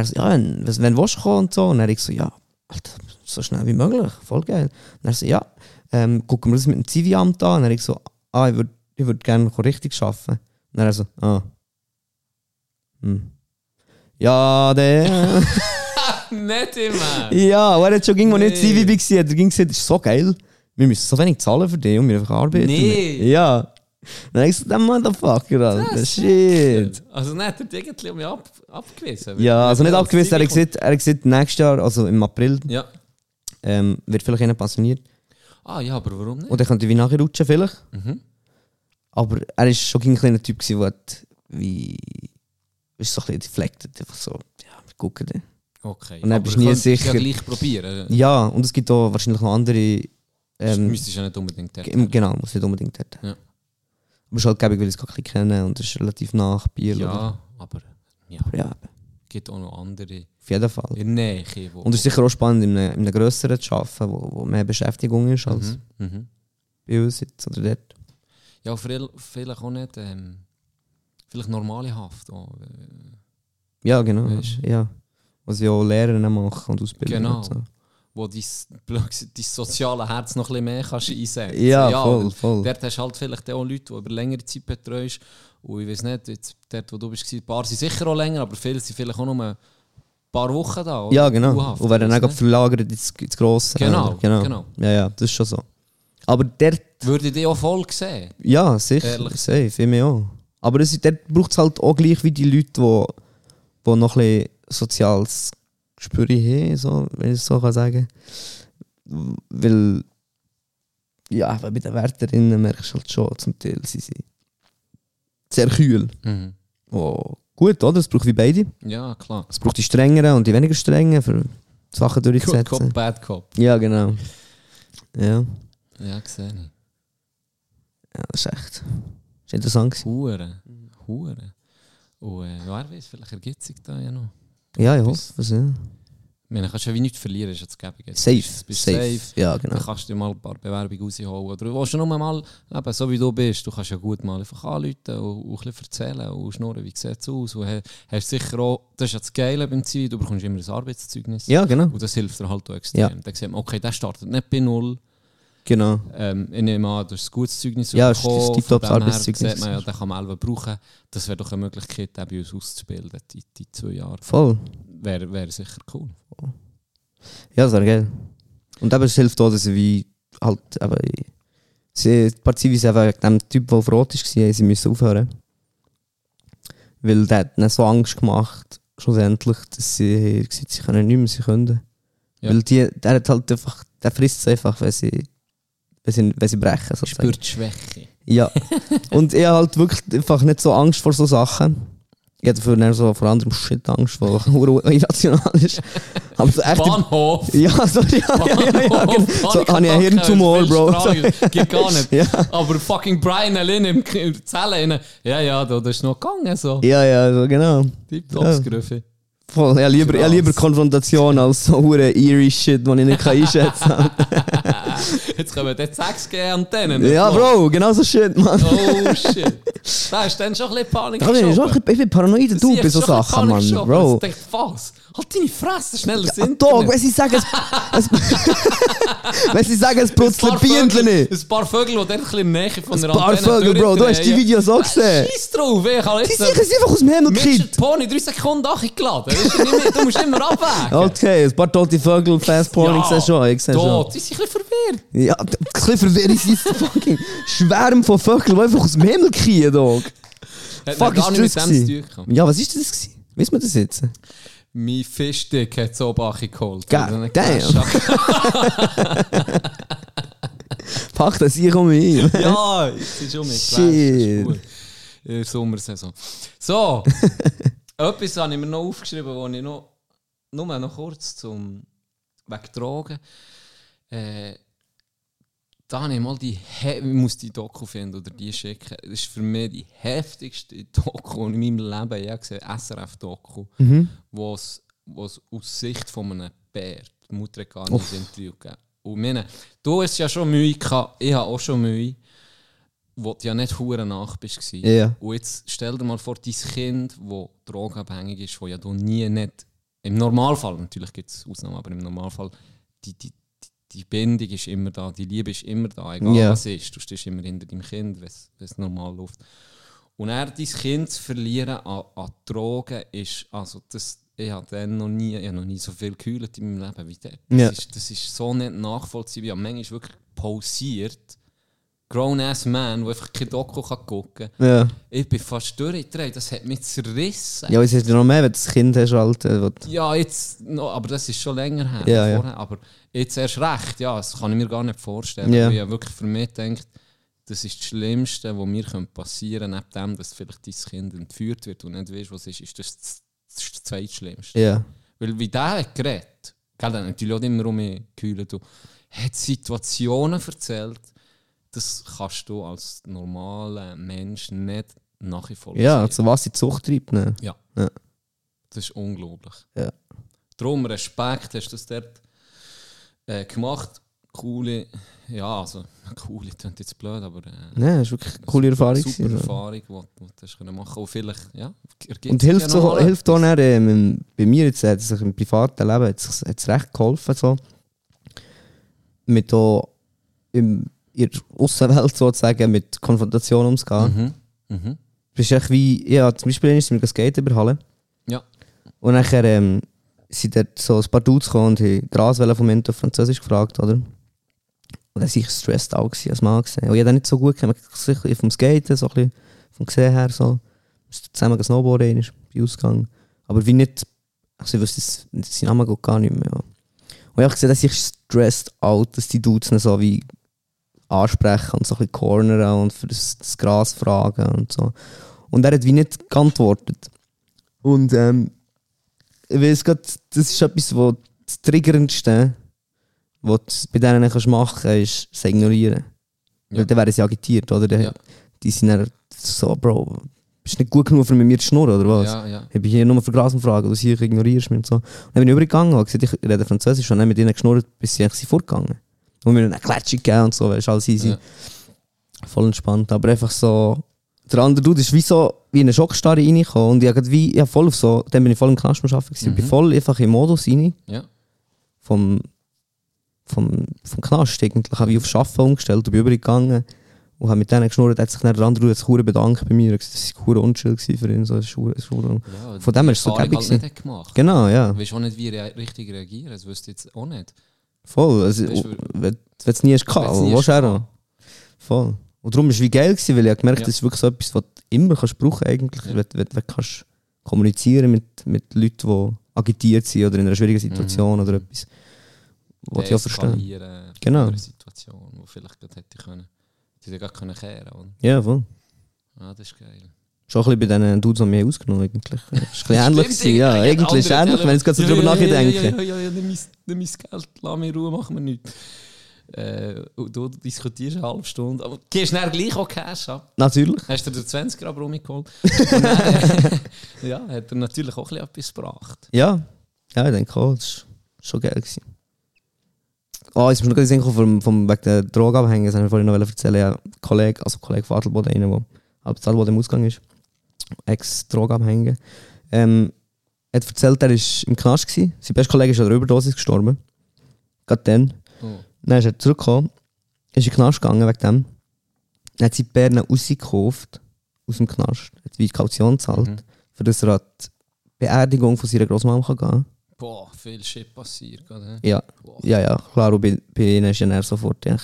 Speaker 2: Und dann hat er so, ja, wenn, was- wenn willst du kommen und so. Und dann habe ich so, ja, Alter, so schnell wie möglich, voll geil. Und er so, ja, ähm, gucken wir das mit dem Ziviamt an. Und dann habe ich so, ah, ich würde ich würd gerne richtig arbeiten. Und dann hat er so, ah. Hm. Ja, der.
Speaker 3: nicht immer.
Speaker 2: ja, und er hat schon ging, wo nicht
Speaker 3: Nee.
Speaker 2: Zivi war, hat er ging gesagt, das ist so geil. Wir müssen so wenig zahlen für dich und wir einfach arbeiten.
Speaker 3: Nee.
Speaker 2: Ja. Und dann habe ich so, der Motherfucker, Alter, shit.
Speaker 3: Also nicht der irgendwie um mich ab, abgewiesen.
Speaker 2: Ja, also nicht
Speaker 3: Als
Speaker 2: abgewiesen, er hat
Speaker 3: Zivi
Speaker 2: gesagt, er hat gesagt, nächstes Jahr, also im April,
Speaker 3: kommt- Ja.
Speaker 2: ähm, wird vielleicht einer pensioniert.
Speaker 3: Ah ja, aber warum nicht?
Speaker 2: Und er könnte wie nachrutschen vielleicht.
Speaker 3: Mhm.
Speaker 2: Aber er war schon ein kleiner Typ, gewesen, der hat wie... Ist so ein bisschen deflected, einfach so, ja, wir gucken dann.
Speaker 3: Okay.
Speaker 2: Und dann bist du
Speaker 3: du
Speaker 2: nie
Speaker 3: könntest es ja
Speaker 2: sicher.
Speaker 3: gleich probieren.
Speaker 2: Ja, und es gibt auch wahrscheinlich noch andere...
Speaker 3: Das
Speaker 2: Ähm,
Speaker 3: müsstest du ja nicht unbedingt dort.
Speaker 2: im- genau, muss nicht unbedingt dort.
Speaker 3: Ja.
Speaker 2: Aber es ist halt gäbig, weil ich es gar nicht kenne und es ist relativ nach Biel. Oder?
Speaker 3: Ja, aber ja,
Speaker 2: Aber ja, eben,
Speaker 3: es gibt auch noch andere
Speaker 2: auf jeden Fall.
Speaker 3: in der Nähe. Wo,
Speaker 2: Und es ist sicher auch spannend, in einem, in einem grösseren zu arbeiten, wo, wo mehr Beschäftigung ist als
Speaker 3: mhm. Mhm.
Speaker 2: bei uns jetzt oder dort.
Speaker 3: Ja, viel- vielleicht auch nicht. Ähm, vielleicht normale Haft. auch, äh,
Speaker 2: Ja, genau.
Speaker 3: Weisst
Speaker 2: Ja. Was ja auch Lehrer dann machen und Ausbildung
Speaker 3: Genau.
Speaker 2: und so.
Speaker 3: wo dein, dein soziale Herz noch ein bisschen mehr kannst einsetzen
Speaker 2: Ja, voll, voll.
Speaker 3: Dort hast du halt vielleicht auch Leute, die über längere Zeit betreust. Und ich weiß nicht, jetzt, dort wo du bist, ein paar sind sicher auch länger, aber viele sind vielleicht auch nur ein paar Wochen da. oder?
Speaker 2: Ja, genau.
Speaker 3: U-Haft,
Speaker 2: Und werden
Speaker 3: weiss
Speaker 2: dann auch
Speaker 3: nicht.
Speaker 2: verlagert ins, ins Grosse.
Speaker 3: Genau,
Speaker 2: Oder? genau,
Speaker 3: genau.
Speaker 2: Ja, ja, das ist schon so. Aber der,
Speaker 3: Würde ich dich auch voll sehen.
Speaker 2: ja, sicher,
Speaker 3: Ehrlich.
Speaker 2: safe, ich mich auch. Aber es, dort braucht es halt auch gleich wie die Leute, die wo, wo noch ein bisschen soziales Gespür haben, so, wenn ich es so kann sagen kann. Weil, ja, weil bei den Wärterinnen merkst du halt schon zum Teil, sie sind sehr kühl.
Speaker 3: Mhm.
Speaker 2: Oh, gut, oder? Es braucht wie beide.
Speaker 3: Ja, klar.
Speaker 2: Es braucht die strengeren und die weniger strengen, für die Sachen
Speaker 3: Good Cop,
Speaker 2: durchzusetzen.
Speaker 3: Bad Cop.
Speaker 2: Ja, genau. Ja,
Speaker 3: Ja, gesehen.
Speaker 2: ja das ist echt. Das war interessant. Gewesen.
Speaker 3: Hure. Hure. Und äh, wer weiß, vielleicht ergibt sich da ja nou. noch.
Speaker 2: Ja, ich
Speaker 3: Bis-
Speaker 2: hoffe es. Ja.
Speaker 3: Ich meine, kannst du ja wie nichts verlieren, ist jetzt gäbe. jetzt.
Speaker 2: Safe,
Speaker 3: Bist- bist
Speaker 2: safe. Ja,
Speaker 3: Dann
Speaker 2: genau.
Speaker 3: kannst du dir mal ein paar Bewerbungen rausholen. Oder du willst ja nur mal, eben, so wie du bist, du kannst ja gut mal einfach anrufen und, und ein bisschen erzählen und schnurren, wie sieht es aus. Und he- hast sicher auch, das ist ja das Geile beim Zivi, du bekommst immer ein Arbeitszeugnis.
Speaker 2: Ja, genau.
Speaker 3: Und das hilft dir halt auch extrem.
Speaker 2: Ja.
Speaker 3: Dann sieht man, okay, der startet nicht bei Null.
Speaker 2: Genau.
Speaker 3: Ähm, ich nehme an, du hast ein gutes Zeugnis
Speaker 2: Ja, es ist
Speaker 3: bekommen.
Speaker 2: das
Speaker 3: Von
Speaker 2: tiptop
Speaker 3: dem her
Speaker 2: Arbeitszeugnis.
Speaker 3: sieht man ja, den kann man selber brauchen. Das wäre doch eine Möglichkeit, den bei uns auszubilden, die, die zwei Jahre.
Speaker 2: Voll.
Speaker 3: Wäre wäre sicher cool.
Speaker 2: Ja, sehr geil. Und eben, es hilft auch, dass sie wie halt, aber sie, die Partie, wie sie eben wegen dem Typ, der auf Rot war, haben sie müssen aufhören. Weil der hat ihnen so Angst gemacht, schlussendlich, dass sie haben gesagt, sie können nicht mehr, sie können.
Speaker 3: Ja.
Speaker 2: Weil die, der hat halt einfach, der frisst es einfach, wenn sie, wenn sie, wenn sie brechen, sozusagen.
Speaker 3: Spürt die Schwäche.
Speaker 2: Ja. Und ich habe halt wirklich einfach nicht so Angst vor so Sachen. Ich habe dafür dann so vor anderem Shit Angst, weil er irrational ist. Aber so echt.
Speaker 3: Bahnhof!
Speaker 2: Ja, so, ja, ja, ja, oh, ja, genau. So, habe ich einen Hirntumor, Bro. So,
Speaker 3: Geht gar nicht.
Speaker 2: Ja.
Speaker 3: Aber fucking Brian Lin im K- im Zelle rein. Ja, ja, da, das ist noch gegangen. So.
Speaker 2: ja, ja, so, genau. Ja.
Speaker 3: Tipptops-Griffe.
Speaker 2: Voll, ja, lieber, ja, lieber
Speaker 3: Krass.
Speaker 2: Konfrontation als so hure eerie Shit, den ich nicht kann einschätzen kann.
Speaker 3: Jetzt kommen dort 6G-Antennen.
Speaker 2: Ja,
Speaker 3: Jetzt noch.
Speaker 2: Bro, genau so Shit, Mann.
Speaker 3: Oh shit. Da ist dann schon ein bisschen Panik
Speaker 2: Ich bin, schon,
Speaker 3: geschoben.
Speaker 2: ein bisschen- ich bin paranoid, du
Speaker 3: Sie
Speaker 2: bist so
Speaker 3: hat schon ein bisschen
Speaker 2: Sachen,
Speaker 3: Panik
Speaker 2: Mann.
Speaker 3: geschoben.
Speaker 2: Bro.
Speaker 3: Jetzt denkt, was? Halt deine Fresse, schneller
Speaker 2: Ja,
Speaker 3: sind
Speaker 2: Dog, wenn sie sagen, es, es, wenn sie sagen, es brutzelt Bienchen nicht.
Speaker 3: Ein paar Vögel, die dort ein bisschen in der Nähe von der Antenne
Speaker 2: Barvögel, Bro, du hast die
Speaker 3: durchdrehen.
Speaker 2: Videos auch gesehen.
Speaker 3: Scheiss drauf, ich habe
Speaker 2: Die
Speaker 3: jetzt...
Speaker 2: sicher sind einfach aus dem Himmel
Speaker 3: Mitchell
Speaker 2: gekriegt.
Speaker 3: Pony, 3 Sekunden angeladen. Weisst Du, nicht mehr- du musst immer abwägen.
Speaker 2: Okay, ein paar tote Vögel, Fastporn, ich sehe schon, ich sehe schon.
Speaker 3: Tot, sie sind ein bisschen verwirrt.
Speaker 2: Ja, d- ein bisschen verwirrend sind es fucking Schwärme von Vögeln, die einfach aus dem Himmel kriegen, Dog.
Speaker 3: Hat
Speaker 2: Fuck,
Speaker 3: Fuck,
Speaker 2: ist
Speaker 3: gar nicht mit
Speaker 2: das
Speaker 3: dem zu tun
Speaker 2: gewesen?
Speaker 3: gehabt.
Speaker 2: Ja, was ist das gewesen? Wissen wir das jetzt?
Speaker 3: Mein Fischstick hat so Bache geholt.
Speaker 2: God
Speaker 3: Also, dann
Speaker 2: damn.
Speaker 3: Clash.
Speaker 2: Pack das, ich komme hin.
Speaker 3: ja, es ist schon mit Clash, das
Speaker 2: Shit.
Speaker 3: ist gut. In der Sommersaison. So, etwas habe ich mir noch aufgeschrieben, wo ich noch... Nur noch kurz zum... Wegen Drogen. Äh, da habe ich mal die... he- Ich muss die Doku finden oder die schicken. Das ist für mich die heftigste Doku, die ich in meinem Leben je gesehen habe. SRF-Doku.
Speaker 2: Mhm.
Speaker 3: was was aus Sicht von einem Bär die Mutter hat gar nicht ein Interview gegeben. Und meine, du hast ja schon Mühe gehabt, ich habe auch schon Mühe, wo du ja nicht hure nach bist gewesen.
Speaker 2: Ja.
Speaker 3: Und jetzt stell dir mal vor, dein Kind, wo drogenabhängig ist, wo ja du nie nicht, im Normalfall, natürlich gibt es Ausnahmen, aber im Normalfall, die, die, die- die Bindung ist immer da, die Liebe ist immer da, egal
Speaker 2: Ja.
Speaker 3: was ist, du stehst immer hinter deinem Kind, wenn es normal läuft. Und er, dein Kind zu verlieren an, an Drogen, ist, also das, ich habe dann noch nie, ich hab noch nie so viel gehüllt in meinem Leben wie dort. Das,
Speaker 2: Ja.
Speaker 3: ist, das ist so nicht nachvollziehbar. Ich habe manchmal wirklich pausiert, grown-ass man, der einfach kein Doku kann gucken kann.
Speaker 2: Ja.
Speaker 3: Ich bin fast durchgedreht, das hat mich zerrissen.
Speaker 2: Ja, es ist noch mehr, wenn du das Kind hast, halt, äh, was-
Speaker 3: Ja, jetzt, no, aber das ist schon länger her.
Speaker 2: Ja, ja.
Speaker 3: vorher, Aber jetzt erst recht, ja, das kann ich mir gar nicht vorstellen.
Speaker 2: Ja.
Speaker 3: weil Ich habe wirklich für mich gedacht, das ist das Schlimmste, was mir könnte passieren neben dem, dass vielleicht dein Kind entführt wird und nicht weißt, was es ist, ist das, z- das, ist das Zweitschlimmste.
Speaker 2: Ja.
Speaker 3: Weil wie der hat geredet, gell, der hat natürlich auch immer um mich gehüllt, und hat Situationen erzählt, das kannst du als normaler Mensch nicht nachvollziehen.
Speaker 2: Ja, zu was sie die Zucht treibt, ne?
Speaker 3: Ja.
Speaker 2: Ja.
Speaker 3: Das ist unglaublich.
Speaker 2: Ja.
Speaker 3: Drum Respekt, hast du das dort äh, gemacht. Coole, ja, also, coole klingt jetzt blöd, aber äh,
Speaker 2: Ne, das war wirklich eine coole Erfahrung.
Speaker 3: super
Speaker 2: gewesen, ne? ja.
Speaker 3: Erfahrung, die du hast können machen Und vielleicht, ja, ergibt
Speaker 2: Und
Speaker 3: sich
Speaker 2: hilft,
Speaker 3: ja noch
Speaker 2: so,
Speaker 3: mal
Speaker 2: hilft auch dann, ähm, im- bei mir jetzt, hat es sich im privaten Leben hat es, hat es recht geholfen, so. Mit auch im, in der Aussenwelt sozusagen mit Konfrontation umzugehen.
Speaker 3: etwas. Mhm. Mhm.
Speaker 2: bist echt wie, ja, zum Beispiel ist mir das Skate überhallen.
Speaker 3: Ja.
Speaker 2: Und nachher ähm, sind dort so ein paar Dudes gekommen und haben Graswellen vom Ento auf Französisch gefragt, oder? Und dann war ich stressed out gewesen als Mann. Gewesen. Und ich habe dann nicht so gut gemerkt, sicher vom Skaten, so ein bisschen vom Gesehen her so. Wir sind zusammen gesnowboarden, einmal, bin ausgegangen. Aber wie nicht, also ich wusste es- seinen Namen geht gar nicht mehr. Ja. Und ich habe gesehen, dass ich stressed out, dass die Dudes ihn so wie ansprechen und so ein bisschen cornern und für das, das Gras fragen und so. Und er hat wie nicht geantwortet. Und ähm, ich weiß gerade, das ist etwas, wo das Triggerndste, was du bei denen kannst machen kannst, ist sie ignorieren.
Speaker 3: Ja.
Speaker 2: Weil dann wären sie agitiert, oder? Dann-
Speaker 3: Ja.
Speaker 2: Die sind dann so, Bro, bist nicht gut genug, um mit mir zu schnurren, oder was?
Speaker 3: Ja, ja.
Speaker 2: Ich bin hier nur für Grasenfragen, du hier ignorierst mich und so. Und dann bin ich übergegangen und habe gesagt, ich rede Französisch und dann mit ihnen geschnurrt, bis sie eigentlich sind vorgegangen Und mir dann eine Klatsche gegeben und so, weißt du, alles easy.
Speaker 3: Ja.
Speaker 2: Voll entspannt, aber einfach so... Der andere Dude ist wie so, wie in eine Schockstarre reingekommen und ich habe wie, ich hab voll auf so, dann bin ich voll im Knast am Arbeiten gewesen. Ich bin voll einfach im Modus rein,
Speaker 3: Ja.
Speaker 2: vom, vom, vom Knast eigentlich. Ich habe wie auf Arbeiten umgestellt und bin übergegangen und habe mit denen geschnurrt, hat sich dann der andere Dude jetzt verdammt bedankt bei mir, Er hat gesagt, das war unschuld gewesen für ihn, so, das ist verdammt- das ist verdammt-
Speaker 3: ja
Speaker 2: Von dem her ist es so
Speaker 3: Erfahrung
Speaker 2: gäbig
Speaker 3: halt
Speaker 2: gewesen.
Speaker 3: nicht hat gemacht.
Speaker 2: Genau, ja.
Speaker 3: Du weißt auch nicht, wie rea richtig reagieren. Das wüsste ich jetzt auch nicht.
Speaker 2: Voll. Also,
Speaker 3: Weißt du,
Speaker 2: wenn wenn es nie ist, kann,
Speaker 3: Wenn's nie
Speaker 2: was
Speaker 3: hast
Speaker 2: auch noch. Voll. Und darum war es wie geil, gewesen, weil ich hab gemerkt
Speaker 3: Ja.
Speaker 2: das ist wirklich so etwas, was du immer kannst brauchen eigentlich, wenn, wenn, wenn du kannst kommunizieren mit, mit Leuten, die agitiert sind oder in einer schwierigen
Speaker 3: Mhm.
Speaker 2: Situation oder etwas. Was ich auch verstehe.
Speaker 3: Deeskalieren
Speaker 2: Genau.
Speaker 3: in einer Situation, die vielleicht gerade hätte können. Die hätte gar können kehren oder?
Speaker 2: Ja, voll.
Speaker 3: Ah, das ist geil.
Speaker 2: Schon ein bisschen bei diesen Dudes, die mich ausgenommen eigentlich. Das ist ein bisschen ähnlich
Speaker 3: Stimmt,
Speaker 2: gewesen, ja.
Speaker 3: irgendein
Speaker 2: Eigentlich ist
Speaker 3: anderer
Speaker 2: ähnlich, wenn ich jetzt gerade so
Speaker 3: Telefon-
Speaker 2: drüber
Speaker 3: Ja, ja,
Speaker 2: nachdenke.
Speaker 3: Ja, ja, ja, ja, ja, nimm mein, nimm mein Geld, lass mich in Ruhe, machen wir nichts. Äh, und du diskutierst eine halbe Stunde, aber gehst dann gleich auch Cash ab.
Speaker 2: Natürlich.
Speaker 3: Hast du dir den 20 Gramm rumgeholt? Und dann, eh, ja, hat er natürlich auch ein bisschen etwas gebracht.
Speaker 2: Ja, ja, ich denke auch, das war schon geil. Gewesen. Oh, jetzt ist mir noch gerade in den Sinn gekommen, vom, vom, wegen der Drogenabhängigen, das wollte ich vorhin noch erzählen. Ja, ein Kollege, also Kollege Vadelboden, einer, der halb Zadelboden im Ausgang ist, Ex-Drogenabhängiger, ähm, hat erzählt, er war im Knast. Gewesen. Sein bester Kollege ist an einer Überdosis gestorben. Gerade dann.
Speaker 3: Oh.
Speaker 2: Dann ist er zurückgekommen, ist in den Knast gegangen wegen dem. Dann hat sie die Bären rausgekauft, aus dem Knast, hat wie Kaution gezahlt, für das er an die Beerdigung von seiner Großmama gehen kann.
Speaker 3: Boah, viel Shit passiert. gerade, hä?
Speaker 2: Ja,
Speaker 3: Boah.
Speaker 2: ja, ja, klar, und bei, bei ihnen ist ja dann sofort, ja,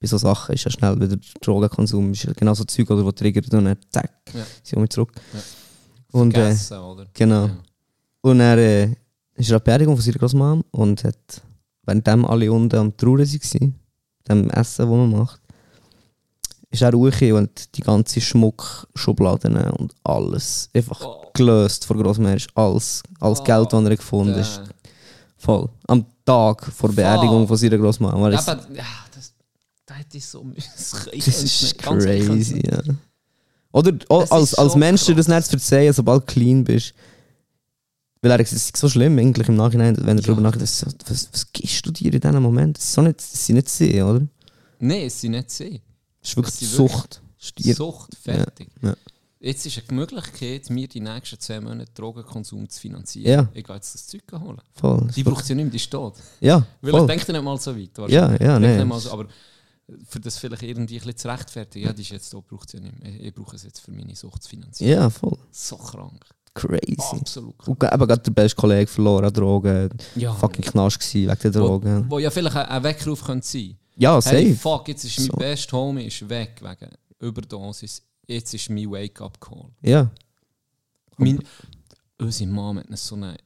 Speaker 2: bei so Sachen ist ja schnell wieder Drogenkonsum, ist ja genau so Zeug, oder, wo triggert und dann zack,
Speaker 3: Ja.
Speaker 2: sind wir zurück.
Speaker 3: Ja.
Speaker 2: Und, äh,
Speaker 3: Vergessen, oder?
Speaker 2: genau.
Speaker 3: Ja.
Speaker 2: Und er äh, ist an die Beerdigung von seiner Großmama und hat währenddem alle unten am Trauern waren, dem Essen, das man macht, ist er ruhig und die ganze Schmuck, Schubladen und alles einfach
Speaker 3: Oh.
Speaker 2: gelöst vor Grossmär. Ist alles, alles
Speaker 3: Oh.
Speaker 2: Geld, das er gefunden ist,
Speaker 3: Äh,
Speaker 2: voll. Am Tag vor der Beerdigung von seiner Grossmama. Weil es-
Speaker 3: Eben, ja, das, da hätte ich so müssen. Ich
Speaker 2: Das
Speaker 3: könnte
Speaker 2: ist
Speaker 3: nicht, ganz ehrlich, ich könnte
Speaker 2: crazy,
Speaker 3: nicht.
Speaker 2: ja. Oder o-
Speaker 3: Das ist
Speaker 2: als, als
Speaker 3: so
Speaker 2: Mensch dir das
Speaker 3: krass.
Speaker 2: nicht zu verzeihen, sobald du clean bist. Weil er es ist so schlimm eigentlich im Nachhinein, wenn du
Speaker 3: Ja.
Speaker 2: darüber nachdenkst, so, was, was gibst du dir in diesem Moment? Das, ist so nicht, das sind nicht sie, oder?
Speaker 3: Nein, es sind nicht sie.
Speaker 2: Das ist wirklich
Speaker 3: Das sind
Speaker 2: Sucht. Stier.
Speaker 3: Sucht, fertig.
Speaker 2: ja.
Speaker 3: Jetzt ist eine Möglichkeit, mir die nächsten zwei Monate Drogenkonsum zu finanzieren.
Speaker 2: Ja.
Speaker 3: Ich gehe jetzt das Zeug holen.
Speaker 2: Voll. Das
Speaker 3: Die
Speaker 2: ist wirklich-
Speaker 3: braucht sie nicht mehr, die steht.
Speaker 2: ja,
Speaker 3: Weil ich
Speaker 2: voll.
Speaker 3: denke nicht mal so weit. wahrscheinlich.
Speaker 2: Ja, ja,
Speaker 3: Denkt nicht
Speaker 2: nein.
Speaker 3: mal so, aber für das vielleicht irgendwie ein bisschen zu rechtfertigen, ja, die ist jetzt da, braucht sie ja nicht mehr. Ich, ich brauche es jetzt für meine Sucht zu finanzieren.
Speaker 2: Ja, voll.
Speaker 3: So krank.
Speaker 2: Crazy.
Speaker 3: Absolut krank.
Speaker 2: Und ge- eben gerade der beste Kollege verloren an Drogen.
Speaker 3: Ja.
Speaker 2: Fucking Knast gewesen wegen der Drogen.
Speaker 3: Wo ja vielleicht ein, ein Weckruf könnte sein.
Speaker 2: Ja,
Speaker 3: Hey,
Speaker 2: safe.
Speaker 3: fuck, jetzt ist
Speaker 2: So.
Speaker 3: mein best Homie ist weg wegen Überdosis. Jetzt ist mein Wake-up-Call.
Speaker 2: Ja.
Speaker 3: Mein, unsere Mom hat uns so eine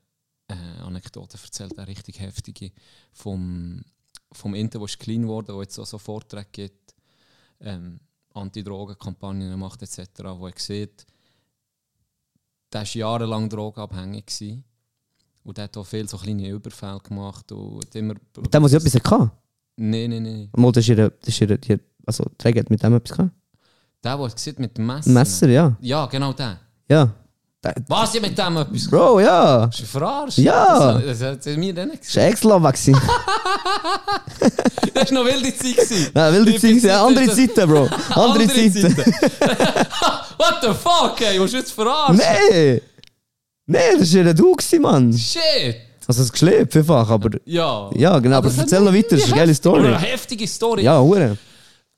Speaker 3: äh, Anekdote erzählt, eine richtig heftige, vom, vom Inter, der klein geworden wo jetzt auch so Vorträge gibt, ähm, Anti-Drogen-Kampagnen macht etc., wo er sieht, der war jahrelang drogenabhängig gewesen, und der hat auch viel so kleine Überfälle gemacht und hat immer...
Speaker 2: Mit dem, was ich etwas hatte.
Speaker 3: Nein, nein, nein.
Speaker 2: Mal, das ist ihre, das ist ihre, die- also, Träger hat mit dem etwas gehabt.
Speaker 3: Der, der sieht mit dem Messer...
Speaker 2: Messer, ja.
Speaker 3: Ja, genau der.
Speaker 2: Ja.
Speaker 3: Was, ich mit dem etwas...
Speaker 2: Bro, ja.
Speaker 3: Bist du verarscht?
Speaker 2: Ja.
Speaker 3: Das, das, das hat mir dann
Speaker 2: Das war Ex-Lava. Nein,
Speaker 3: Das war noch wilde Zeit. gewesen.
Speaker 2: wilde
Speaker 3: Wilde
Speaker 2: Zeiten. Ja, andere
Speaker 3: Zeiten.
Speaker 2: Zeiten, Bro. Andere Zeiten.
Speaker 3: What the fuck, ey? Willst du jetzt verarschen?
Speaker 2: Nee. Nee, das war ja du, gewesen, Mann.
Speaker 3: Shit!
Speaker 2: Also, es geschleppt vielfach, aber...
Speaker 3: Ja.
Speaker 2: Ja, genau, aber
Speaker 3: das
Speaker 2: erzähl
Speaker 3: hat-
Speaker 2: noch weiter, das ist eine geile
Speaker 3: Oder
Speaker 2: Story.
Speaker 3: eine heftige Story.
Speaker 2: Ja, hure.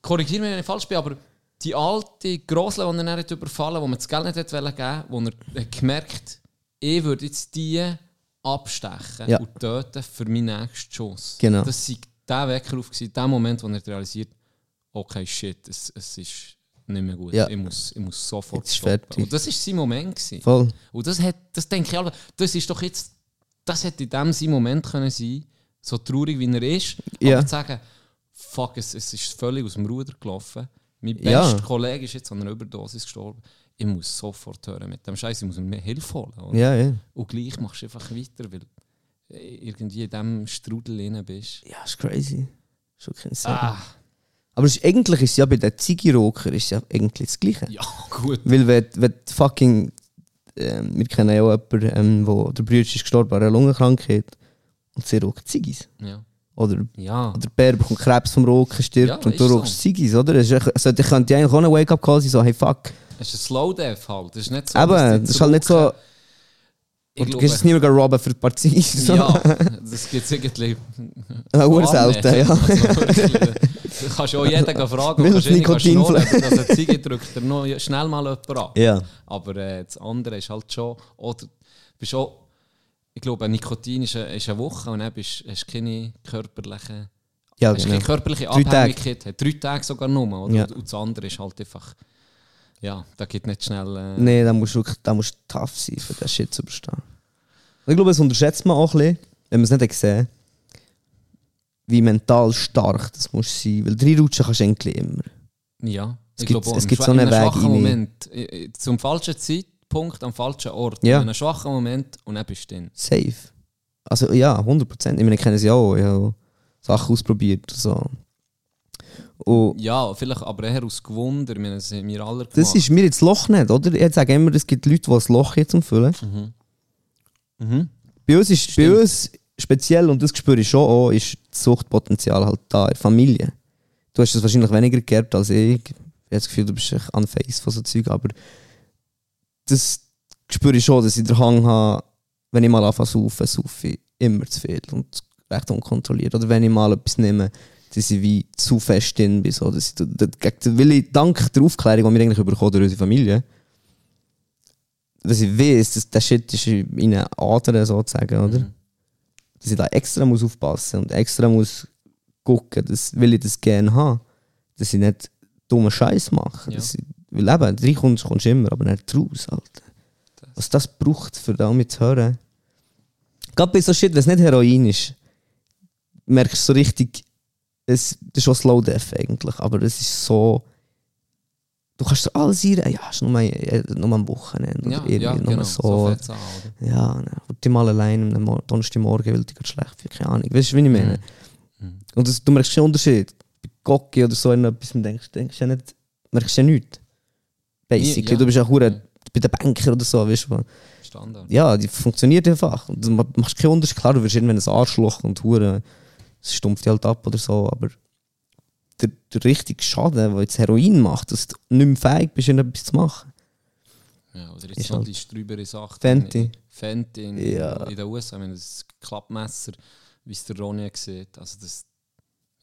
Speaker 3: Korrigiere mich, wenn ich falsch bin, aber die alte Grosle, die er dann hat überfallen wo man das Geld nicht hat wollen geben wo er hat gemerkt ich würde jetzt die abstechen
Speaker 2: Ja.
Speaker 3: und töten für meinen nächsten Schuss.
Speaker 2: Genau.
Speaker 3: Das war der Weckruf, gewesen, der Moment, wo er realisiert, okay, shit, es, es ist nicht mehr gut.
Speaker 2: Ja.
Speaker 3: Ich, muss, ich muss sofort
Speaker 2: Jetzt ist
Speaker 3: stoppen.
Speaker 2: fertig.
Speaker 3: Und das war sein Moment. Gewesen.
Speaker 2: Voll.
Speaker 3: Und das, hat, das denke ich, aber das ist doch jetzt, das hätte in dem sein Moment können sein, so traurig wie er ist,
Speaker 2: Ja.
Speaker 3: aber zu sagen, fuck, es, es ist völlig aus dem Ruder gelaufen. Mein bester
Speaker 2: Ja.
Speaker 3: Kollege ist jetzt an einer Überdosis gestorben. Ich muss sofort hören mit dem Scheiß, ich muss mir Hilfe holen. oder?
Speaker 2: Ja, ja.
Speaker 3: Und gleich machst du einfach weiter, weil du irgendwie in diesem Strudel drin bist.
Speaker 2: Ja, ist crazy. Schon kein Sinn.
Speaker 3: Ah,
Speaker 2: Aber es ist, eigentlich ist ja bei den Ziggy-Rocker ist ja eigentlich das Gleiche.
Speaker 3: ja, gut.
Speaker 2: Weil wenn, wenn die fucking... Ähm, wir kennen ja auch jemanden, ähm, wo der Bruder ist gestorben an einer Lungenkrankheit. Und sie raucht Ziggis.
Speaker 3: Ja.
Speaker 2: Oder,
Speaker 3: ja.
Speaker 2: oder der Bär bekommt Krebs vom Rocken, stirbt
Speaker 3: Ja,
Speaker 2: und du
Speaker 3: ist so.
Speaker 2: rauchst Ziggis, oder? Es ist, also, ich könnte ja eigentlich auch einen Wake-up-Call sein, so hey fuck.
Speaker 3: Es ist ein Slow Death halt. Das ist nicht so.
Speaker 2: Eben,
Speaker 3: dass die
Speaker 2: das ist halt nicht so...
Speaker 3: zurück- Ich
Speaker 2: Und du
Speaker 3: glaube-
Speaker 2: gehst es nicht mehr robben für ein paar Ziggis. So.
Speaker 3: Ja, das gibt es irgendwie.
Speaker 2: Ja,
Speaker 3: so
Speaker 2: selten, ja.
Speaker 3: annähernd. Also wirklich, Du kannst ja auch jeden gehen fragen,
Speaker 2: Weil
Speaker 3: ob
Speaker 2: es Nikotin
Speaker 3: dass eine Ziege drückt er noch schnell mal jemand an.
Speaker 2: Ja.
Speaker 3: Aber äh, das andere ist halt oh, schon. Oder bist auch, ich glaube, Nikotin ist eine, ist eine Woche und dann bist, hast du keine körperliche,
Speaker 2: Ja,
Speaker 3: hast keine
Speaker 2: genau.
Speaker 3: körperliche
Speaker 2: Drei Tage.
Speaker 3: Abhängigkeit. Drei Tage, Drei Tage sogar nur. Oder?
Speaker 2: Ja.
Speaker 3: Und das andere ist halt einfach. Ja, da geht nicht schnell. Äh,
Speaker 2: Nein, da musst du wirklich da musst du tough sein, für den Shit zu überstehen. Und ich glaube, das unterschätzt man auch ein bisschen, wenn man es nicht hat gesehen hat, wie mental stark das muss sein. Weil drei Rutschen kannst du eigentlich immer.
Speaker 3: Ja,
Speaker 2: Es
Speaker 3: ich
Speaker 2: gibt-
Speaker 3: glaube auch,
Speaker 2: es
Speaker 3: im
Speaker 2: gibt
Speaker 3: schwa-
Speaker 2: so einen
Speaker 3: in
Speaker 2: Weg
Speaker 3: schwachen
Speaker 2: rein.
Speaker 3: Moment, äh, äh, zum falschen Zeitpunkt, am falschen Ort.
Speaker 2: Ja.
Speaker 3: In einem schwachen Moment und dann bist du drin.
Speaker 2: Safe. Also ja, 100%. Ich meine, ich kenne es ja auch. Ich habe Sachen ausprobiert. So. Und
Speaker 3: Ja, vielleicht aber eher aus Gewunder, ich meine, das haben wir alle gemacht.
Speaker 2: das ist mir jetzt Loch nicht, oder? Ich sage immer, es gibt Leute, die das Loch jetzt umfüllen.
Speaker 3: Mhm.
Speaker 2: Bei uns ist bei uns speziell, und das spüre ich schon auch, ist das Suchtpotenzial halt da in der Familie. Du hast das wahrscheinlich weniger geerbt als ich. Ich habe das Gefühl, du bist echt unfaced von so Zeug, aber das spüre ich schon, dass ich den Hang habe, wenn ich mal anfange zu saufen, saufe ich immer zu viel und recht unkontrolliert. Oder wenn ich mal etwas nehme, dass ich wie zu fest drin bin. So, dass ich, das, das, weil ich dank der Aufklärung, die wir eigentlich bekommen durch unsere Familie, dass ich weiß, dass der Shit ist in meinen Adern sozusagen, oder?
Speaker 3: Mhm.
Speaker 2: Dass ich da extra muss aufpassen und extra muss gucken, dass, will ich das gerne haben, dass ich nicht dummen Scheiß mache.
Speaker 3: Ja.
Speaker 2: Dass ich, weil eben, reinkommst, kommst du immer, aber nicht raus, Alter. Was das braucht, für damit zu hören. Gerade bei so Shit, wenn es nicht Heroin ist, merkst du so richtig, es das ist schon Slow Death eigentlich, aber es ist so... Du kannst dir alles einreden, ja, es ist nur, ein- nur am Wochenende
Speaker 3: Ja,
Speaker 2: oder irgendwie
Speaker 3: ja,
Speaker 2: nur
Speaker 3: genau,
Speaker 2: so.
Speaker 3: so fällt's an, oder?
Speaker 2: ja, ne, wird die mal allein am Mo- Donnerstagmorgen, weil die gerade schlecht fühlt, keine Ahnung. Weißt du, wie ich meine?
Speaker 3: Mhm.
Speaker 2: Und das, du merkst keinen Unterschied. Bei Gocki oder so, wenn du etwas denkst, denkst du ja nicht, merkst du ja nichts. Basically,
Speaker 3: Ja.
Speaker 2: du bist ja hure
Speaker 3: Ja.
Speaker 2: bei den Banker oder so, weißt du. man.
Speaker 3: Standard.
Speaker 2: Ja, die funktioniert einfach. Und du ma- machst keinen Unterschied. Klar, du wirst irgendwann ein Arschloch und hure es stumpft dich halt ab oder so, aber der, der richtige Schaden, den jetzt Heroin macht, dass du nicht mehr fähig bist, irgendetwas zu machen.
Speaker 3: Ja, oder
Speaker 2: Ist
Speaker 3: jetzt noch
Speaker 2: halt-
Speaker 3: die strübere Sache.
Speaker 2: Fenty.
Speaker 3: Fenty in,
Speaker 2: Ja.
Speaker 3: in den USA, ich meine, das Klappmesser, wie es der Ronja sieht, also das,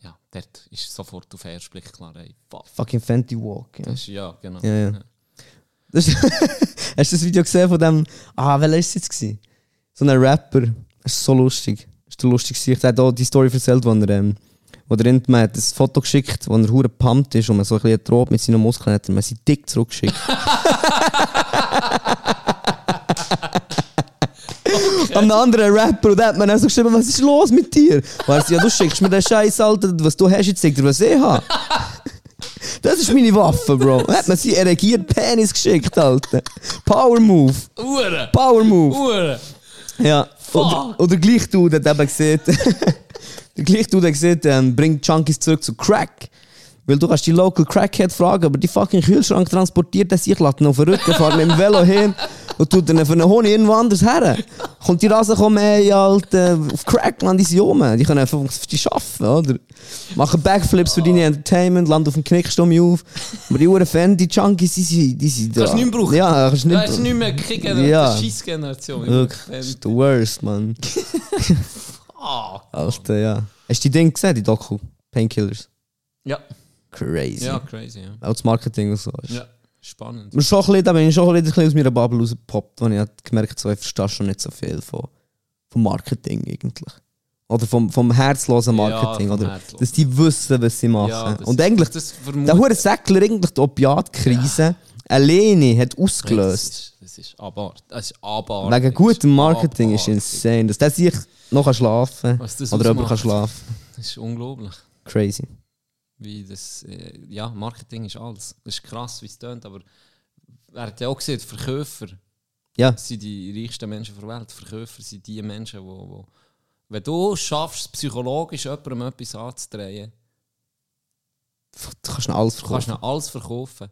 Speaker 3: ja, dort ist sofort auf den ersten Blick klar, ey, fuck.
Speaker 2: Fucking Fenty Walk. Ja.
Speaker 3: Das ist, ja, genau.
Speaker 2: Ja, ja. Das ist- Hast du das Video gesehen von dem? Ah, welcher ist es jetzt? Gewesen? So ein Rapper. Das ist so lustig. Das ist der lustig gewesen. Ich habe auch die Story erzählt, wo er, ähm, wo der Int mir hat ein Foto geschickt, wo er hure pumped ist und man so ein bisschen droht mit seinen Muskeln hat und man sie dick zurückgeschickt. Am anderen Rapper und der hat mir dann so geschrieben, was ist los mit dir? Weißt du, ja, du schickst mir den Scheiß, Alter, was du hast, jetzt zeig dir, was ich habe. Das ist meine Waffe, Bro. Hat man sie erregiert Penis geschickt, Alter. Power Move.
Speaker 3: Uhren!
Speaker 2: Power Move.
Speaker 3: Uhren!
Speaker 2: Ja. Oder,
Speaker 3: Fuck.
Speaker 2: oder gleich du, der eben sieht. der gleich du, der sieht, ähm, bringt Junkies zurück zu Crack. Weil du kannst die Local Crackhead fragen, aber die fucking Kühlschrank transportiert das ich lasse ihn auf den Rücken, fahrt mit dem Velo hin und tut ihn für einen Honig irgendwo anders her. Kommt die Rasen kommen, ey, Alter, auf eh, Crack, man, die sind oben. Die können einfach auf die arbeiten, oder? Machen Backflips für deine Entertainment, landen auf dem Knickstumm auf. Aber die Uhren Fan, die Junkies, die sind, die sind da.
Speaker 3: Kannst du nicht mehr brauchen.
Speaker 2: Ja, kannst du nicht
Speaker 3: Das ist
Speaker 2: brauchen.
Speaker 3: nicht mehr Krieg-Generation,
Speaker 2: Ja.
Speaker 3: das ist Scheiss-Generation.
Speaker 2: Wirklich, das ist the worst, man.
Speaker 3: Ah,
Speaker 2: Alter, ja. Hast du die Ding gesehen, die Doku? Painkillers.
Speaker 3: Ja,
Speaker 2: Crazy.
Speaker 3: ja, crazy, ja.
Speaker 2: Auch das Marketing und so. Ja.
Speaker 3: ja. Spannend.
Speaker 2: Aber schon ein bisschen, da bin ich schon ein bisschen aus meiner Bubble rausgepoppt, weil ich halt gemerkt habe, so, ich verstehe schon nicht so viel von, von Marketing eigentlich. Oder vom, vom herzlosen
Speaker 3: Ja,
Speaker 2: Marketing.
Speaker 3: vom
Speaker 2: oder,
Speaker 3: herzlosen.
Speaker 2: Dass die wissen, was sie machen.
Speaker 3: das
Speaker 2: Und
Speaker 3: ist-
Speaker 2: eigentlich,
Speaker 3: das
Speaker 2: der
Speaker 3: vermutet-
Speaker 2: hure Säckler eigentlich die Opiatkrise alleine hat ausgelöst.
Speaker 3: Das ist, das ist abartig. Das ist abartig.
Speaker 2: Wegen gutem Marketing ist
Speaker 3: Abartig.
Speaker 2: insane. Dass der sich noch kann schlafen
Speaker 3: Was das
Speaker 2: oder jemand
Speaker 3: ausmacht.
Speaker 2: kann schlafen.
Speaker 3: Das ist unglaublich.
Speaker 2: Crazy.
Speaker 3: Wie das, äh, ja, Marketing ist alles. Das ist krass, wie es tönt, aber er hat ja auch gesehen, die Verkäufer
Speaker 2: Ja.
Speaker 3: sind die reichsten Menschen der Welt. Die Verkäufer sind die Menschen, die. Wo, wenn du schaffst, psychologisch jemandem etwas anzudrehen,
Speaker 2: Du kannst nicht alles
Speaker 3: du kannst
Speaker 2: verkaufen.
Speaker 3: nicht alles verkaufen,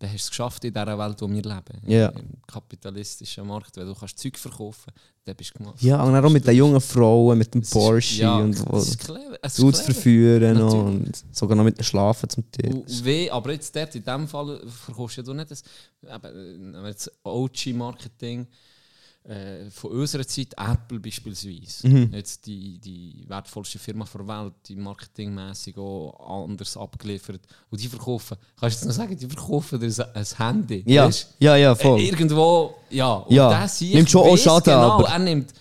Speaker 3: dann hast du es geschafft in dieser Welt, in der wir leben.
Speaker 2: Ja.
Speaker 3: Im kapitalistischen Markt. Wenn du kannst Zeug verkaufen dann bist du gemacht.
Speaker 2: Ja, und dann auch mit den jungen Frauen, mit dem
Speaker 3: Es ist-
Speaker 2: Porsche
Speaker 3: ja,
Speaker 2: und
Speaker 3: es
Speaker 2: was.
Speaker 3: ist clever. Es
Speaker 2: Du
Speaker 3: ist
Speaker 2: zu
Speaker 3: clever.
Speaker 2: verführen
Speaker 3: Natürlich. Oh,
Speaker 2: und sogar noch mit dem Schlafen zum Tisch.
Speaker 3: Und weh, aber jetzt dort, in dem Fall verkaufst ja du nicht das eben, äh, jetzt OG-Marketing äh, von unserer Zeit, Apple beispielsweise.
Speaker 2: Mhm.
Speaker 3: Jetzt die, die wertvollste Firma der Welt, die marketingmäßig auch anders abgeliefert. Und die verkaufen, kannst du jetzt noch sagen, die verkaufen dir ein- ein Handy.
Speaker 2: Ja,
Speaker 3: weisst?
Speaker 2: ja, ja,
Speaker 3: Äh,
Speaker 2: voll.
Speaker 3: Irgendwo, ja. Und
Speaker 2: Ja,
Speaker 3: das hier,
Speaker 2: nimmt schon auch Schaden,
Speaker 3: genau,
Speaker 2: aber-
Speaker 3: er nimmt,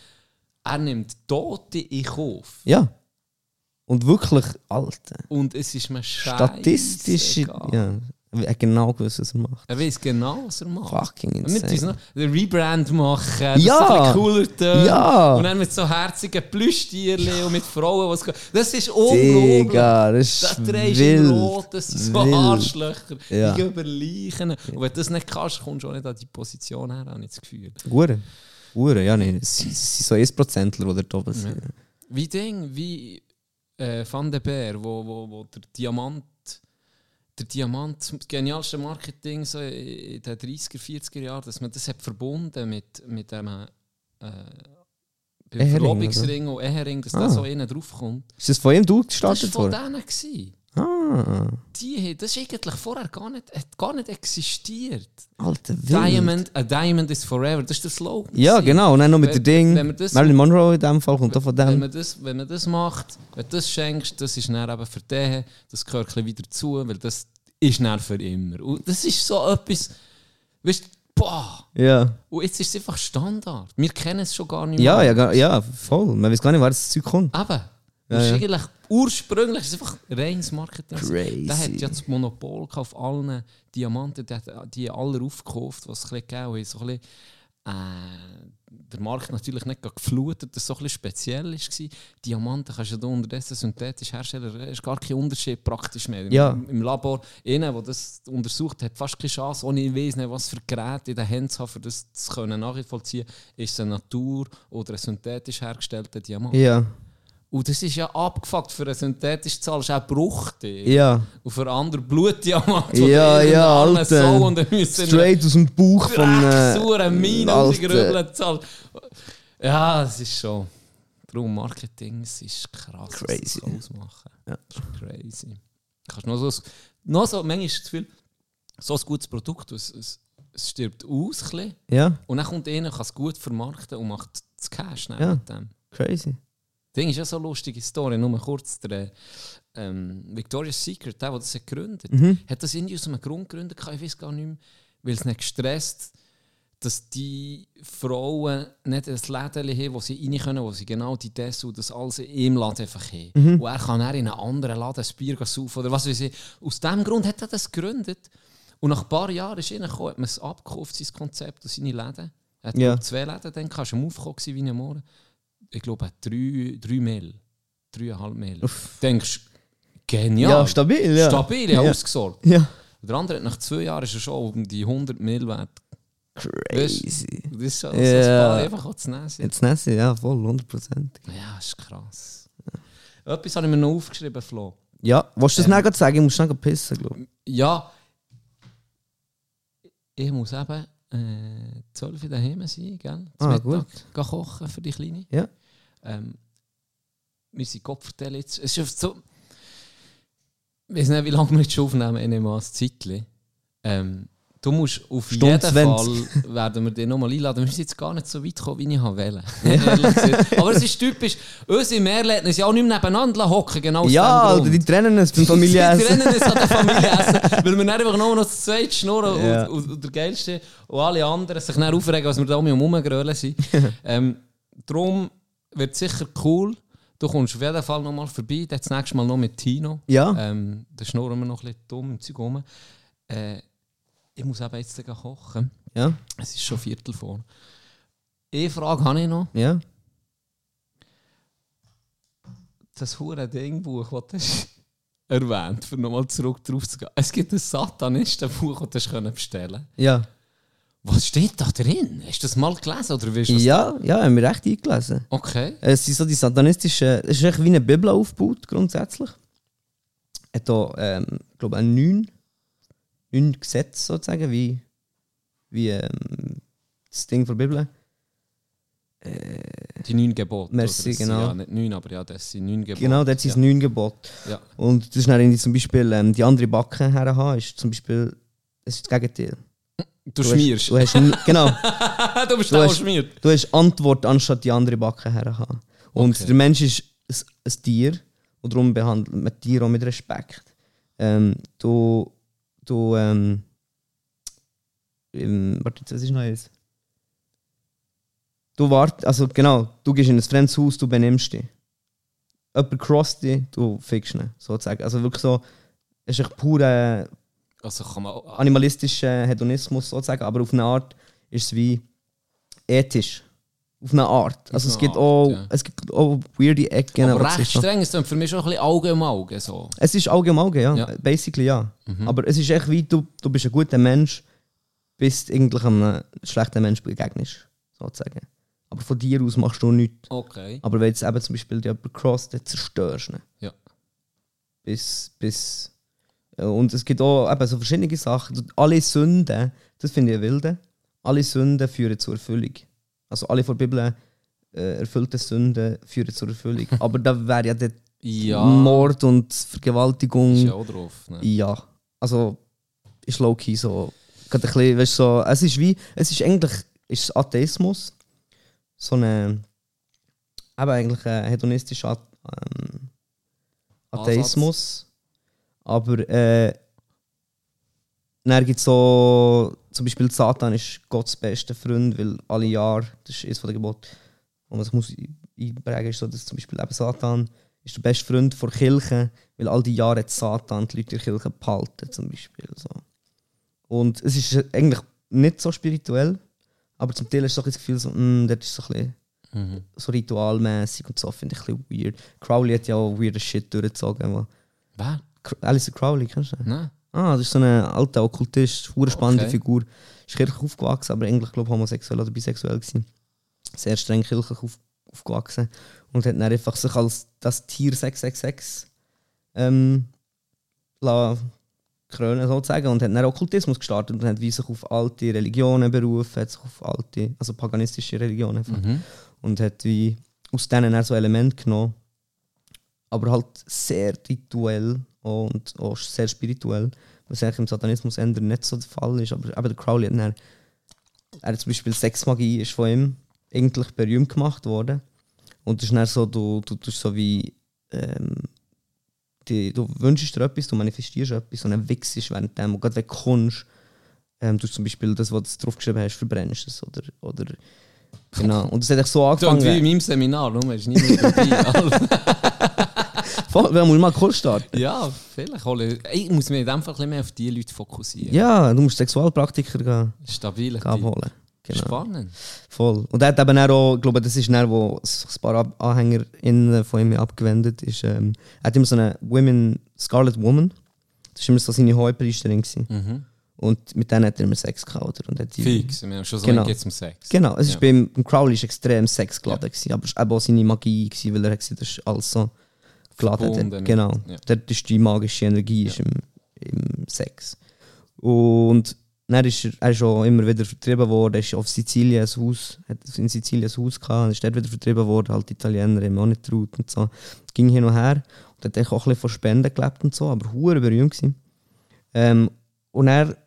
Speaker 3: er nimmt Tote in Kauf.
Speaker 2: Ja. Und wirklich, Alter.
Speaker 3: Und es ist mir
Speaker 2: Statistische.
Speaker 3: scheissegal.
Speaker 2: Ja. Er hat genau gewusst, was er macht.
Speaker 3: Er weiß genau, was er macht.
Speaker 2: Fucking
Speaker 3: Mit uns noch
Speaker 2: insane.
Speaker 3: den Rebrand machen, dass
Speaker 2: Ja.
Speaker 3: es ein bisschen cooler tönt.
Speaker 2: Ja.
Speaker 3: Und dann mit so herzigen Plüschtierchen und mit Frauen, was Das ist unglaublich.
Speaker 2: Digga, das
Speaker 3: Das
Speaker 2: ist
Speaker 3: drehst du in
Speaker 2: wild.
Speaker 3: Rot, das sind so
Speaker 2: Wild.
Speaker 3: Arschlöcher.
Speaker 2: Ja.
Speaker 3: Die gehen über Leichen. Und wenn du das nicht kannst, kommst du auch nicht an die Position her, habe ich das Gefühl.
Speaker 2: Hure. Hure, ja, nee. Es sind es sind so 1%ler, die da oben sind.
Speaker 3: Wie Ding, wie äh, Van de Beer, wo, wo, wo der Diamant, der Diamant, das genialste Marketing so in den 30er, 40er Jahren, dass man das hat verbunden mit, mit dem äh,
Speaker 2: Ehering,
Speaker 3: Verlobungsring und Ehering, dass
Speaker 2: Ah.
Speaker 3: das so innen drauf kommt.
Speaker 2: Ist das von ihm du
Speaker 3: Das war
Speaker 2: gestartet
Speaker 3: von
Speaker 2: worden?
Speaker 3: denen. Gewesen.
Speaker 2: Ah,
Speaker 3: Die, haben- das ist eigentlich vorher gar nicht, hat gar nicht existiert.
Speaker 2: alter Wild.
Speaker 3: Diamond, a diamond is forever, das ist der Slogan.
Speaker 2: Ja,
Speaker 3: gewesen.
Speaker 2: genau. Und dann noch mit dem
Speaker 3: Wenn-
Speaker 2: Ding.
Speaker 3: wenn wir das-
Speaker 2: Marilyn Monroe in dem Fall kommt auch von
Speaker 3: Wenn
Speaker 2: dem.
Speaker 3: man, das, wenn man das macht, wenn du das schenkst, das ist dann eben für den, das gehört ein bisschen wieder zu, weil das ist dann für immer. Und das ist so etwas, weißt du, boah,
Speaker 2: Ja.
Speaker 3: und jetzt ist es einfach Standard. Wir kennen es schon gar nicht
Speaker 2: Ja,
Speaker 3: mehr.
Speaker 2: ja, ga- ja, voll. Man weiß gar nicht, wer das Zeug kommt.
Speaker 3: Eben.
Speaker 2: Ja,
Speaker 3: Das ist
Speaker 2: ja.
Speaker 3: eigentlich ursprünglich ist es einfach reines Marketing.
Speaker 2: Crazy.
Speaker 3: Der hat ja das Monopol gehabt auf allen eh, Diamanten, der hat die alle aufgekauft, was es ein bisschen gegeben hat. So ein bisschen, äh, der Markt natürlich nicht gerade geflutet, das so ein bisschen speziell war. Diamanten kannst du da unterdessen synthetisch herstellen, da ist gar kein Unterschied praktisch mehr.
Speaker 2: Ja.
Speaker 3: Im, Im Labor, innen, wo das untersucht hat, fast keine Chance, ohne ich weiss nicht, was für Geräte in den Händen zu haben, um das zu können nachvollziehen, ist es eine Natur- oder ein synthetisch hergestellter Diamant.
Speaker 2: Ja.
Speaker 3: Und das ist ja abgefuckt. Für einen synthetischen Zahl ist auch Bruchteil.
Speaker 2: Ja.
Speaker 3: Und für andere Blutdiamant.
Speaker 2: Ja, ja, Alter.
Speaker 3: So, und dann müssen
Speaker 2: Straight aus dem Bauch von. Äh,
Speaker 3: Sure, Mine um
Speaker 2: Alter.
Speaker 3: rausgerübelt Zahl. Ja, es ist schon. Darum Marketing, es ist krass. was
Speaker 2: Crazy.
Speaker 3: das Ausmachen.
Speaker 2: Ja.
Speaker 3: Das ist crazy. Du kannst noch so, noch so, manchmal ist das Gefühl, so ein gutes Produkt, es, es, es stirbt aus. ein bisschen.
Speaker 2: ja,
Speaker 3: Und dann kommt einer, kann es gut vermarkten und macht das Cash
Speaker 2: Ja.
Speaker 3: ja. mit dem.
Speaker 2: crazy.
Speaker 3: Ding ist ja so eine lustige Story, nur kurz der ähm, Victoria's Secret, der, der das hat gegründet hat das irgendwie aus einem Grund gegründet, gehabt, ich weiß gar nicht mehr, weil es nicht gestresst, dass die Frauen nicht ein Läden haben, wo sie rein können, wo sie genau die Tests und das alles im Laden einfach haben. Und er kann dann in einem anderen Laden ein Bier saufen oder was dus weiß ich. Aus diesem Grund hat er das gegründet. Und nach ein paar Jahren ist er reingekommen, hat man es abgekauft, sein Konzept und seine Läden. Er hat
Speaker 2: Ja.
Speaker 3: glaub, zwei Läden dann, gehabt, ist am Aufkommen gewesen wie ein Morgen ich glaube, er hat drei, drei Mehl. Dreieinhalb Mehl. Denkst genial.
Speaker 2: Ja, stabil, ja.
Speaker 3: Stabil, ja,
Speaker 2: Ja.
Speaker 3: ausgesorgt.
Speaker 2: Ja.
Speaker 3: Der andere hat nach zwei Jahren ist er schon um die 100 Mehl wert.
Speaker 2: Crazy.
Speaker 3: Das ist schon so
Speaker 2: Ja.
Speaker 3: ein paar einfach auch zu nehmen. sind.
Speaker 2: Jetzt nässe ich, ja, voll, 100%.
Speaker 3: Ja, ist krass. Etwas habe ich mir noch aufgeschrieben, Flo.
Speaker 2: Ja, willst du das nicht gerade sagen? Ich muss schnell pissen, glaube ich.
Speaker 3: Ja, ich muss eben äh, 12 Uhr daheim sein, gell?
Speaker 2: Ah,
Speaker 3: Zum Mittag.
Speaker 2: gut.
Speaker 3: Gehen kochen für die Kleine.
Speaker 2: Ja.
Speaker 3: Ähm, wir sind Kopfverteile jetzt. Es ist oft so... Ich weiß nicht, wie lange wir jetzt schon aufnehmen, ich nehme an, ein Zeitchen. Ähm, du musst auf
Speaker 2: Stunde
Speaker 3: jeden
Speaker 2: 20.
Speaker 3: Fall, werden wir dich nochmal einladen. Wir sind jetzt gar nicht so weit gekommen, wie ich habe wollen. Ehrlich gesagt. Aber es ist typisch, unsere Mehrläden sind ja auch nicht mehr nebeneinander hocken, genau aus
Speaker 2: Ja,
Speaker 3: dem
Speaker 2: Alter,
Speaker 3: Grund.
Speaker 2: die trennen es beim
Speaker 3: Wir
Speaker 2: Familienessen.
Speaker 3: trennen es an der Familie essen, weil wir dann einfach nur noch zu zweit schnurren
Speaker 2: Ja.
Speaker 3: und, und, und der Geilste Oh, und alle anderen sich dann Ehm, aufregen, was wir da um uns herumgrölen sind. ähm, darum wird es sicher cool. Du kommst auf jeden Fall nochmal vorbei, dann das nächste Mal noch mit Tino.
Speaker 2: Ja.
Speaker 3: Ähm, da schnurren wir noch ein bisschen dumm im Zeug rum. Äh, ich muss eben jetzt gleich kochen.
Speaker 2: Ja.
Speaker 3: Es ist schon Viertel vor. Eine Frage habe ich noch.
Speaker 2: Ja.
Speaker 3: Das hure Ding, Buch, was das ist erwähnt, für nochmal zurück drauf zu gehen. Es gibt ein Satanistenbuch, das du hast können bestellen
Speaker 2: Ja.
Speaker 3: Was steht da drin? Hast du das mal gelesen oder wirst du das-
Speaker 2: Ja, ja, haben wir recht eingelesen.
Speaker 3: Okay.
Speaker 2: Äh, Es sind so die satanistischen, es ist echt wie eine Bibel aufgebaut, grundsätzlich. Hat da, ähm, ich glaube, ein neun, neun Gesetze sozusagen, wie, wie ähm, das Ding von der Bibel.
Speaker 3: Die neun Gebote.
Speaker 2: Merci,
Speaker 3: oder? Das sind
Speaker 2: genau.
Speaker 3: Ja, nicht neun, aber ja, das sind neun Gebote.
Speaker 2: Genau, dort sind es
Speaker 3: ja.
Speaker 2: neun Gebote.
Speaker 3: Ja.
Speaker 2: Und das ist dann, wenn ich zum Beispiel ähm, die andere Backe herhabe, ist zum Beispiel, es ist das Gegenteil.
Speaker 3: Du schmierst.
Speaker 2: Du hast, du hast, genau.
Speaker 3: du bist
Speaker 2: Du
Speaker 3: auch
Speaker 2: hast-
Speaker 3: schmiert.
Speaker 2: Du hast Antwort anstatt die andere Backe herhaben. Und
Speaker 3: Okay.
Speaker 2: der Mensch ist ein, ein Tier und darum behandelt man Tiere auch mit Respekt. Ähm, du. du ähm, ähm, warte, jetzt, was ist Neues? Du wart, also genau, du gehst in ein fremdes Haus, du benimmst dich. Jemand cross dich, du fickst ihn, sozusagen. Also wirklich so, es ist echt pure
Speaker 3: Also kann man
Speaker 2: Ah,
Speaker 3: auch,
Speaker 2: animalistischer Hedonismus sozusagen, aber auf eine Art ist es wie ethisch. Auf eine Art. Also
Speaker 3: Auf
Speaker 2: es
Speaker 3: eine
Speaker 2: gibt,
Speaker 3: Art,
Speaker 2: auch,
Speaker 3: ja.
Speaker 2: es gibt auch weirde Ecken.
Speaker 3: aber
Speaker 2: aber es genau, ist
Speaker 3: recht
Speaker 2: so-
Speaker 3: streng. Es ist für mich schon ein bisschen Auge um Auge. So.
Speaker 2: Es ist Auge um Auge, ja.
Speaker 3: Ja. Mhm.
Speaker 2: Basically, ja. Aber es ist echt wie, du, du bist ein guter Mensch, bis du eigentlich einem schlechten Mensch begegnest, sozusagen. Aber von dir aus machst du nichts.
Speaker 3: Okay.
Speaker 2: Aber wenn jetzt eben zum Beispiel die jemand cross, dann zerstörst du ihn.
Speaker 3: Ja.
Speaker 2: Bis, bis. äh, Und es gibt auch eben so verschiedene Sachen. Alle Sünden, das finde ich wilde, alle Sünden führen zur Erfüllung. Also alle von der Bibel äh, erfüllte Sünden führen zur Erfüllung. Aber da wäre ja der
Speaker 3: Ja.
Speaker 2: Mord und
Speaker 3: Ist
Speaker 2: Vergewaltigung.
Speaker 3: ja auch drauf. Ne?
Speaker 2: Ja, also ist low-key so. Gerade ein bisschen, weißt, so, es ist wie, es ist eigentlich ist es Atheismus. So eine, eben eigentlich ein hedonistischer At- ähm, Atheismus. Aber äh, dann gibt es so, zum Beispiel Satan ist Gottes bester Freund, weil alle Jahre, das ist eines von der Gebot, wo man sich muss einprägen ist so, dass zum Beispiel eben Satan ist der beste Freund der Kirche, weil all die Jahre hat Satan die Leute in der Kirche behalten, zum Beispiel. So. Und es ist eigentlich nicht so spirituell, aber zum Teil hast du so ein bisschen das Gefühl, so, mm, dort ist so ein bisschen
Speaker 3: Mhm.
Speaker 2: so ritualmäßig und so, finde ich ein bisschen weird. Crowley hat ja auch weirden Shit durchgezogen. man.
Speaker 3: Wer? Ne?
Speaker 2: Cr- Alistair Crowley, kennst du den?
Speaker 3: Nein.
Speaker 2: Ah, das ist so ein alter Okkultist, eine spannende
Speaker 3: Mhm. Okay.
Speaker 2: Figur. Ist kirchlich aufgewachsen, aber eigentlich, glaube ich, homosexuell oder bisexuell gewesen. Sehr streng kirchlich auf, aufgewachsen. Und hat dann einfach sich als das Tier 666 ähm, la krönen sozusagen und hat dann Okkultismus gestartet und hat wie sich auf alte Religionen berufen, hat sich auf alte, also paganistische Religionen einfach
Speaker 3: Mhm.
Speaker 2: und hat wie aus denen dann so Elemente genommen, aber halt sehr rituell und auch sehr spirituell, was eigentlich im Satanismus eher nicht so der Fall ist, aber eben der Crowley hat dann, er hat zum Beispiel Sexmagie ist von ihm eigentlich berühmt gemacht worden und das ist dann so, du, du tust so wie ähm, die, du wünschst dir etwas, du manifestierst etwas und dann wichsst während dem und gerade wenn du kommst, ähm, du zum Beispiel das, was du draufgeschrieben hast, verbrennst es oder, oder genau und das hat echt so
Speaker 3: Klingt wie in
Speaker 2: angefangen.
Speaker 3: meinem Seminar. Nur, man ist nie mehr dabei.
Speaker 2: Voll, Wir muss mal kurz starten.
Speaker 3: ja, vielleicht. Hole ich, ich muss mich in dem Fall ein bisschen mehr auf die Leute fokussieren.
Speaker 2: Ja, du musst Sexualpraktiker gehen,
Speaker 3: Stabil.
Speaker 2: gehen abholen. Genau.
Speaker 3: Spannend.
Speaker 2: Voll. Und er hat eben dann auch, ich glaube, das ist dann, wo s- ein paar Ab- AnhängerInnen von ihm abgewendet ist. Ähm, er hat immer so eine Women, Scarlet Woman. Das war immer so seine Hohepriesterin. gewesen.
Speaker 3: Mhm.
Speaker 2: Und mit denen hat er immer Sex gehabt. Oder? Und hat die-
Speaker 3: Fix. Wir haben schon so
Speaker 2: Genau.
Speaker 3: genau. geht's um Sex.
Speaker 2: Genau, es ist
Speaker 3: Ja.
Speaker 2: beim, beim Crowley ist extrem sexgeladen, gewesen, aber es war eben auch seine Magie, gewesen, weil er gesagt, das ist alles so geladen.
Speaker 3: Verbunden
Speaker 2: Hat.
Speaker 3: mit-
Speaker 2: Genau,
Speaker 3: ja.
Speaker 2: dort ist die magische Energie ist im, im Sex. Und dann ist er, er ist auch immer wieder vertrieben worden, er ist auf Sizilien ein Haus, hat in Sizilien ein Haus gehabt, und ist dort wieder vertrieben worden, halt die Italiener haben auch nicht traut und so. Ging hin und her und hat eigentlich auch ein bisschen von Spenden gelebt und so, aber hure berühmt gewesen. Ähm, und er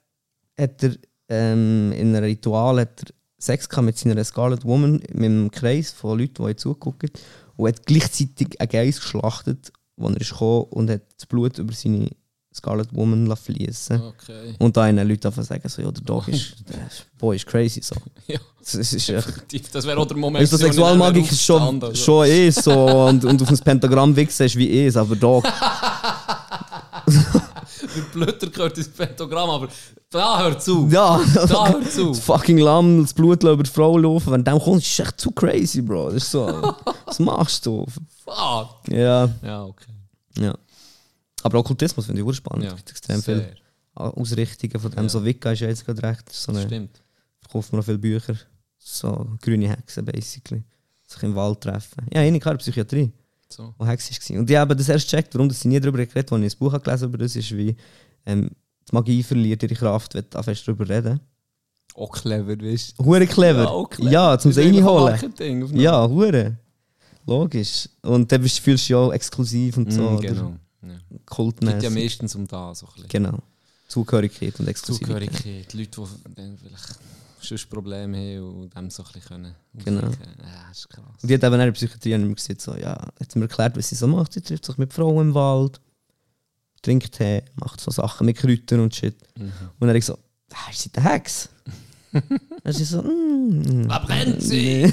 Speaker 2: hat er ähm, in einem Ritual hat er Sex gehabt mit seiner Scarlet Woman, mit einem Kreis von Leuten, die ihm zugucken. Und hat gleichzeitig einen Geist geschlachtet, als er ist gekommen und hat das Blut über seine Scarlet Woman lassen fließen.
Speaker 3: Okay.
Speaker 2: Und da einen Leute einfach sagen, so, ja, der Dog ist, der Boy ist crazy, so.
Speaker 3: Ja.
Speaker 2: Das ist echt.
Speaker 3: Tief, Das wäre auch der Moment.
Speaker 2: Weißt du,
Speaker 3: gewesen, wo ich
Speaker 2: Sexualmagik
Speaker 3: dann
Speaker 2: Also ist schon,
Speaker 3: aufgestanden, so.
Speaker 2: schon eh so und, und auf ein Pentagramm wichsen ist wie eh, aber Dog.
Speaker 3: Der Blöder gehört ins Pentagramm, aber da hör zu.
Speaker 2: Ja, also-
Speaker 3: Da hör zu.
Speaker 2: das fucking Lamm, das Blut lässt über die Frau laufen. Wenn du dem kommst, ist echt zu crazy, Bro. Das ist so, was machst du?
Speaker 3: Fuck.
Speaker 2: Ja,
Speaker 3: Ja, okay.
Speaker 2: ja. Aber Okkultismus finde ich urspannend.
Speaker 3: Ja,
Speaker 2: Ja, extrem viel
Speaker 3: sehr.
Speaker 2: Ausrichtungen von dem. So Wicca ist ja jetzt gerade recht. So eine,
Speaker 3: Stimmt.
Speaker 2: verkauft man noch viele Bücher. So grüne Hexen, basically. Sich im Wald treffen. Ja, eine keine Psychiatrie,
Speaker 3: So.
Speaker 2: wo Hexe war. Und ich habe das erst dus gecheckt, warum das sie nie darüber geredet haben, als ich ein Buch habe gelesen über das ist, dus, wie ähm, die Magie verliert ihre Kraft, wenn du anfängst darüber reden.
Speaker 3: Auch Oh, clever, weißt
Speaker 2: Hure clever.
Speaker 3: Ja, auch clever. Dus
Speaker 2: Ja, zum
Speaker 3: Das ist
Speaker 2: sie
Speaker 3: einfach
Speaker 2: holen.
Speaker 3: Marketing auf eine-
Speaker 2: Ja, hure. Logisch. Und dann bist, fühlst du dich auch exklusiv und so.
Speaker 3: Mm,
Speaker 2: oder?
Speaker 3: genau. Ja. Geht ja
Speaker 2: Kultmäßig.
Speaker 3: meistens um das. So ein bisschen.
Speaker 2: genau. Zugehörigkeit und Exklusivität.
Speaker 3: Zugehörigkeit, Leute, die dann vielleicht sonst Probleme haben und dem so ein bisschen können.
Speaker 2: Genau.
Speaker 3: ausweichen. eh, Ja, das ist krass.
Speaker 2: Und die hat eben in der Psychiatrie immer gesagt, so, ja, hat sie mir erklärt, was sie so macht. Sie trifft sich mit Frauen im Wald, trinkt Tee, macht so Sachen mit Kräutern und shit. Und dann habe ich so, ah, ist sie der Hex? Dann ist sie so, mm,
Speaker 3: Verbrennt sie!
Speaker 2: nee.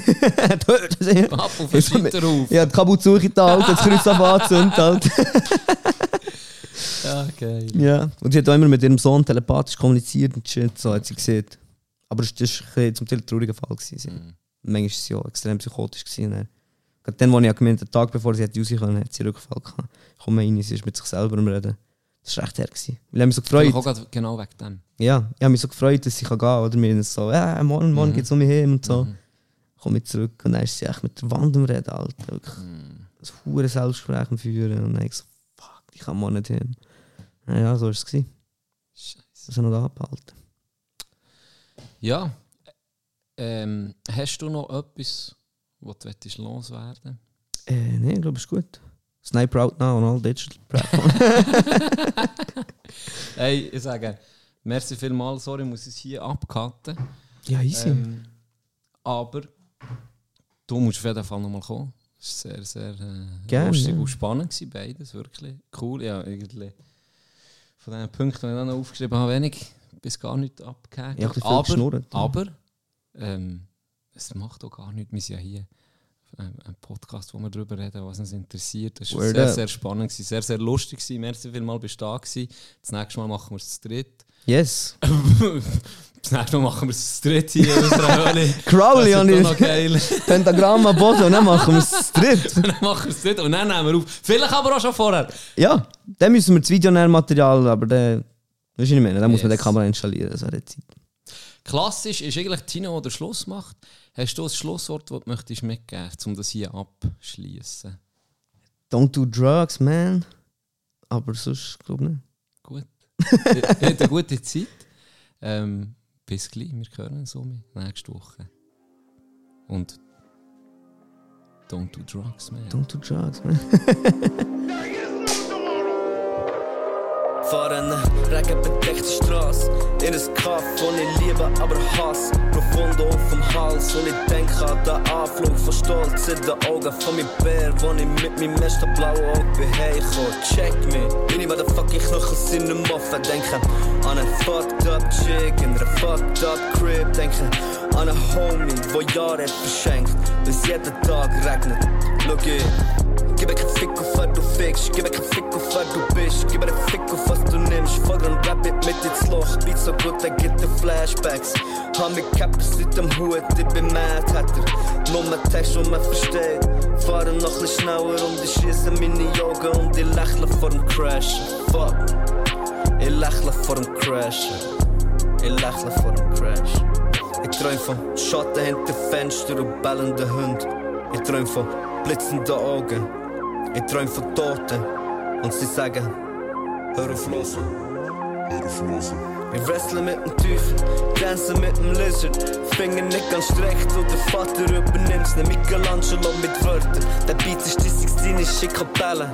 Speaker 2: Tötet sie.
Speaker 3: Ab auf den Scheiter auf!
Speaker 2: Ja, die Kabuzuche da, Alter, das Kreuz auf anzündet, Alter.
Speaker 3: Ja, geil.
Speaker 2: Ja. Und sie hat auch immer mit ihrem Sohn telepathisch kommuniziert und shit, so hat sie gesehen. Aber das war ein bisschen zum Teil ein trauriger Fall. Gewesen.
Speaker 3: Mhm.
Speaker 2: Manchmal war sie auch extrem psychotisch. Gewesen. dann. Gerade dann, wo ich gemeint habe, den Tag bevor sie hätte raus können, hat sie einen Rückfall gehabt. Ich komme rein, sie ist mit sich selber am Reden. Das war recht her. Gewesen. Weil ich habe mich so
Speaker 3: Ich
Speaker 2: gefreut.
Speaker 3: auch grad genau wegen dem.
Speaker 2: Ja, ich habe mich so gefreut, dass ich gehen kann. Oder mir dann so, ja, morgen, morgen
Speaker 3: Mhm.
Speaker 2: geht's um mich heim und so.
Speaker 3: Mhm.
Speaker 2: Komme ich zurück und dann ist sie echt mit der Wand am Reden, Alter. Wirklich
Speaker 3: Mm.
Speaker 2: ein hure Selbstgespräch am Führen. Und dann habe ich so, fuck, ich kann morgen nicht heim. Ja, Ja, so war es. gewesen.
Speaker 3: Scheiße.
Speaker 2: Das habe ich noch abgehalten.
Speaker 3: Ja. Ähm, hast du noch etwas, was du möchtest loswerden
Speaker 2: Äh, nee, ich glaube, ist gut. Sniper out now on all digital platforms.
Speaker 3: Hey, ich sage, merci vielmals, sorry, ich muss es hier abcutten.
Speaker 2: ja, easy.
Speaker 3: Ähm, aber du musst auf jeden Fall nochmal kommen. Es war sehr, sehr äh,
Speaker 2: Gerne,
Speaker 3: lustig
Speaker 2: ja.
Speaker 3: und spannend, gewesen, beides. Wirklich cool. Ja, irgendwie von den Punkten, die ich dann noch aufgeschrieben habe, wenig bis gar nicht abgehakt.
Speaker 2: Ja, ein bisschen viel
Speaker 3: aber
Speaker 2: geschnurrt, ja.
Speaker 3: aber ähm, es macht auch gar nichts. Wir sind ja hier ähm, ein Podcast, wo wir darüber reden, was uns interessiert. Das war
Speaker 2: Word
Speaker 3: sehr,
Speaker 2: up.
Speaker 3: sehr spannend, gewesen, sehr, sehr lustig. gewesen. Merci vielmals, bist du da gewesen. Das nächste Mal machen wir es zu dritt.
Speaker 2: Yes.
Speaker 3: das nächste Mal machen wir es zu dritt hier in unserer Höhle.
Speaker 2: Crowley
Speaker 3: Das
Speaker 2: an
Speaker 3: ist
Speaker 2: den
Speaker 3: doch noch geil.
Speaker 2: Pentagramm am Boden und dann machen wir es dritt.
Speaker 3: dann machen wir es nicht und dann nehmen wir auf. Vielleicht aber auch schon vorher.
Speaker 2: Ja, dann müssen wir das Videonährmaterial, aber dann, weißt du, was ich meine, dann muss man
Speaker 3: Yes.
Speaker 2: die Kamera installieren, das wäre Zeit.
Speaker 3: Klassisch ist eigentlich Tino, der Schluss macht. Hast du ein Schlusswort, das du möchtest mitgeben, um das hier abschließen?
Speaker 2: Don't do drugs, man. Aber sonst, glaube ich nicht.
Speaker 3: Gut. Hat eine gute Zeit. Ähm, bis gleich. Wir hören uns um nächste Woche. Und don't do drugs, man.
Speaker 2: Don't do drugs, man.
Speaker 4: Fahrende, regenbedeckte Straße In ein Kaff, wo ich liebe, aber Hass Profund auf dem Hals und ich denke an den Anflug von Stolz In den Augen von meinem Bär, wo ich mit meinem ersten blauen Auge bin heimgekommen Oh, Check me, bin ich bei der fucking Knöchels in dem Offen Denke an einen fucked up Chick in einer fucked up Crib Denke an einen Homie, wo Jahre hat verschenkt Bis jeden Tag regnet, look it Gib mir keinen Fick auf, was du fickst. Gib mir keinen Fick auf, was du bist. Gib mir den Fick auf, was du nimmst. Folge und rap it mit ins Loch. Beat so gut, da gibt dir Flashbacks. Hab mir Cappers mit dem Hut, ich bin mad, hat er. Nur mein Text, und man versteht. Fahren noch ein schneller und ich schieße meine Augen und ich lächle vor dem Crash. Fuck. Ich lächle vor dem Crash. Ich lächle vor dem Crash. Ich träum von Schatten hinter Fenster und bellenden Hund. Ich träum von blitzenden Augen. Ich träum von Toten. Und sie sagen, hör auf los. Ich wrestle mit dem Teufel, tanze mit dem Lizard. Finger nicht ganz streckt und der Vater übernimmt's. Ne Michelangelo mit Wörtern. Der Beat ist die Sixtinische Kapelle.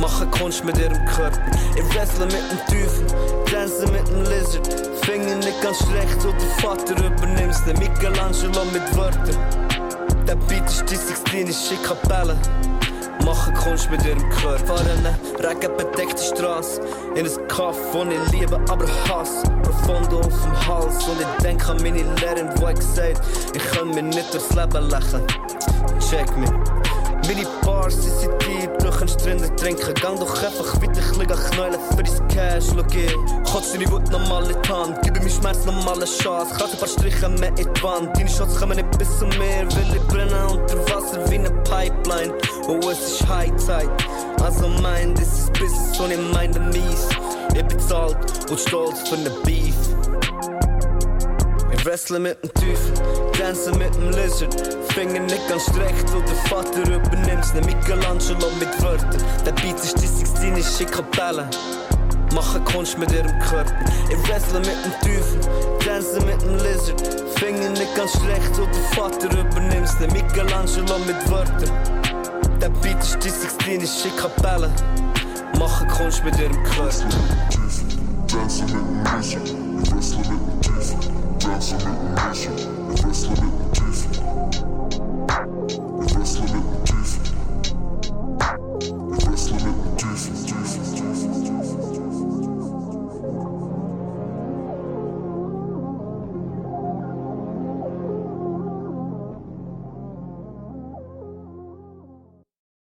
Speaker 4: Mache Kunst mit ihrem Körper. Ich wrestle mit dem Teufel, tanze mit dem Lizard. Finger nicht ganz schlecht und der Vater übernimmt's. Ne Michelangelo mit Wörtern. Der Beat ist die Sixtinische Kapelle.
Speaker 6: machen Kunst mit ihrem Körper. Fahren eine regenbedeckte Straße in ein Kaff, wo ich liebe, aber Hass. Profondo auf dem Hals und ich denke an meine Lehrerin, wo ich gesagt ich kann mir nicht durchs Leben lächeln. Check mich. Meine Bars, sie sind tief, brauchen Strände trinken. Gang doch einfach weiter, ich lieg an Knäulen für dein Cash, schau ich. Kotz deine Wut nochmal in die Hand, gib mir Schmerz nochmal eine Chance. Kratze ein paar Striche mehr in die Wand, deine Shots kommen nicht bis zu mir. Will ich brennen unter Wasser wie eine Pipeline, oh es ist High Tide. Also mein, das ist Business und ich meine mies. Ich bin zahlt und stolz für ne Beef. Ich wrestle mit dem Teufel, tanze mit dem Lizard Finger nicht ganz recht, wo der Vater übernimmt's Ne Michelangelo mit Wörtern Der Beat ist die 16 Kapelle Mache Kunst mit ihrem Körper Ich wrestle mit dem Teufel, tanze mit dem Lizard Finger nicht ganz recht, wo der Vater übernimmt's Ne Michelangelo mit Wörtern Der Beat ist die 16 Kapelle Mache Kunst mit ihrem Körper
Speaker 7: Dancing with the music, wrestling with the music, dancing with the music.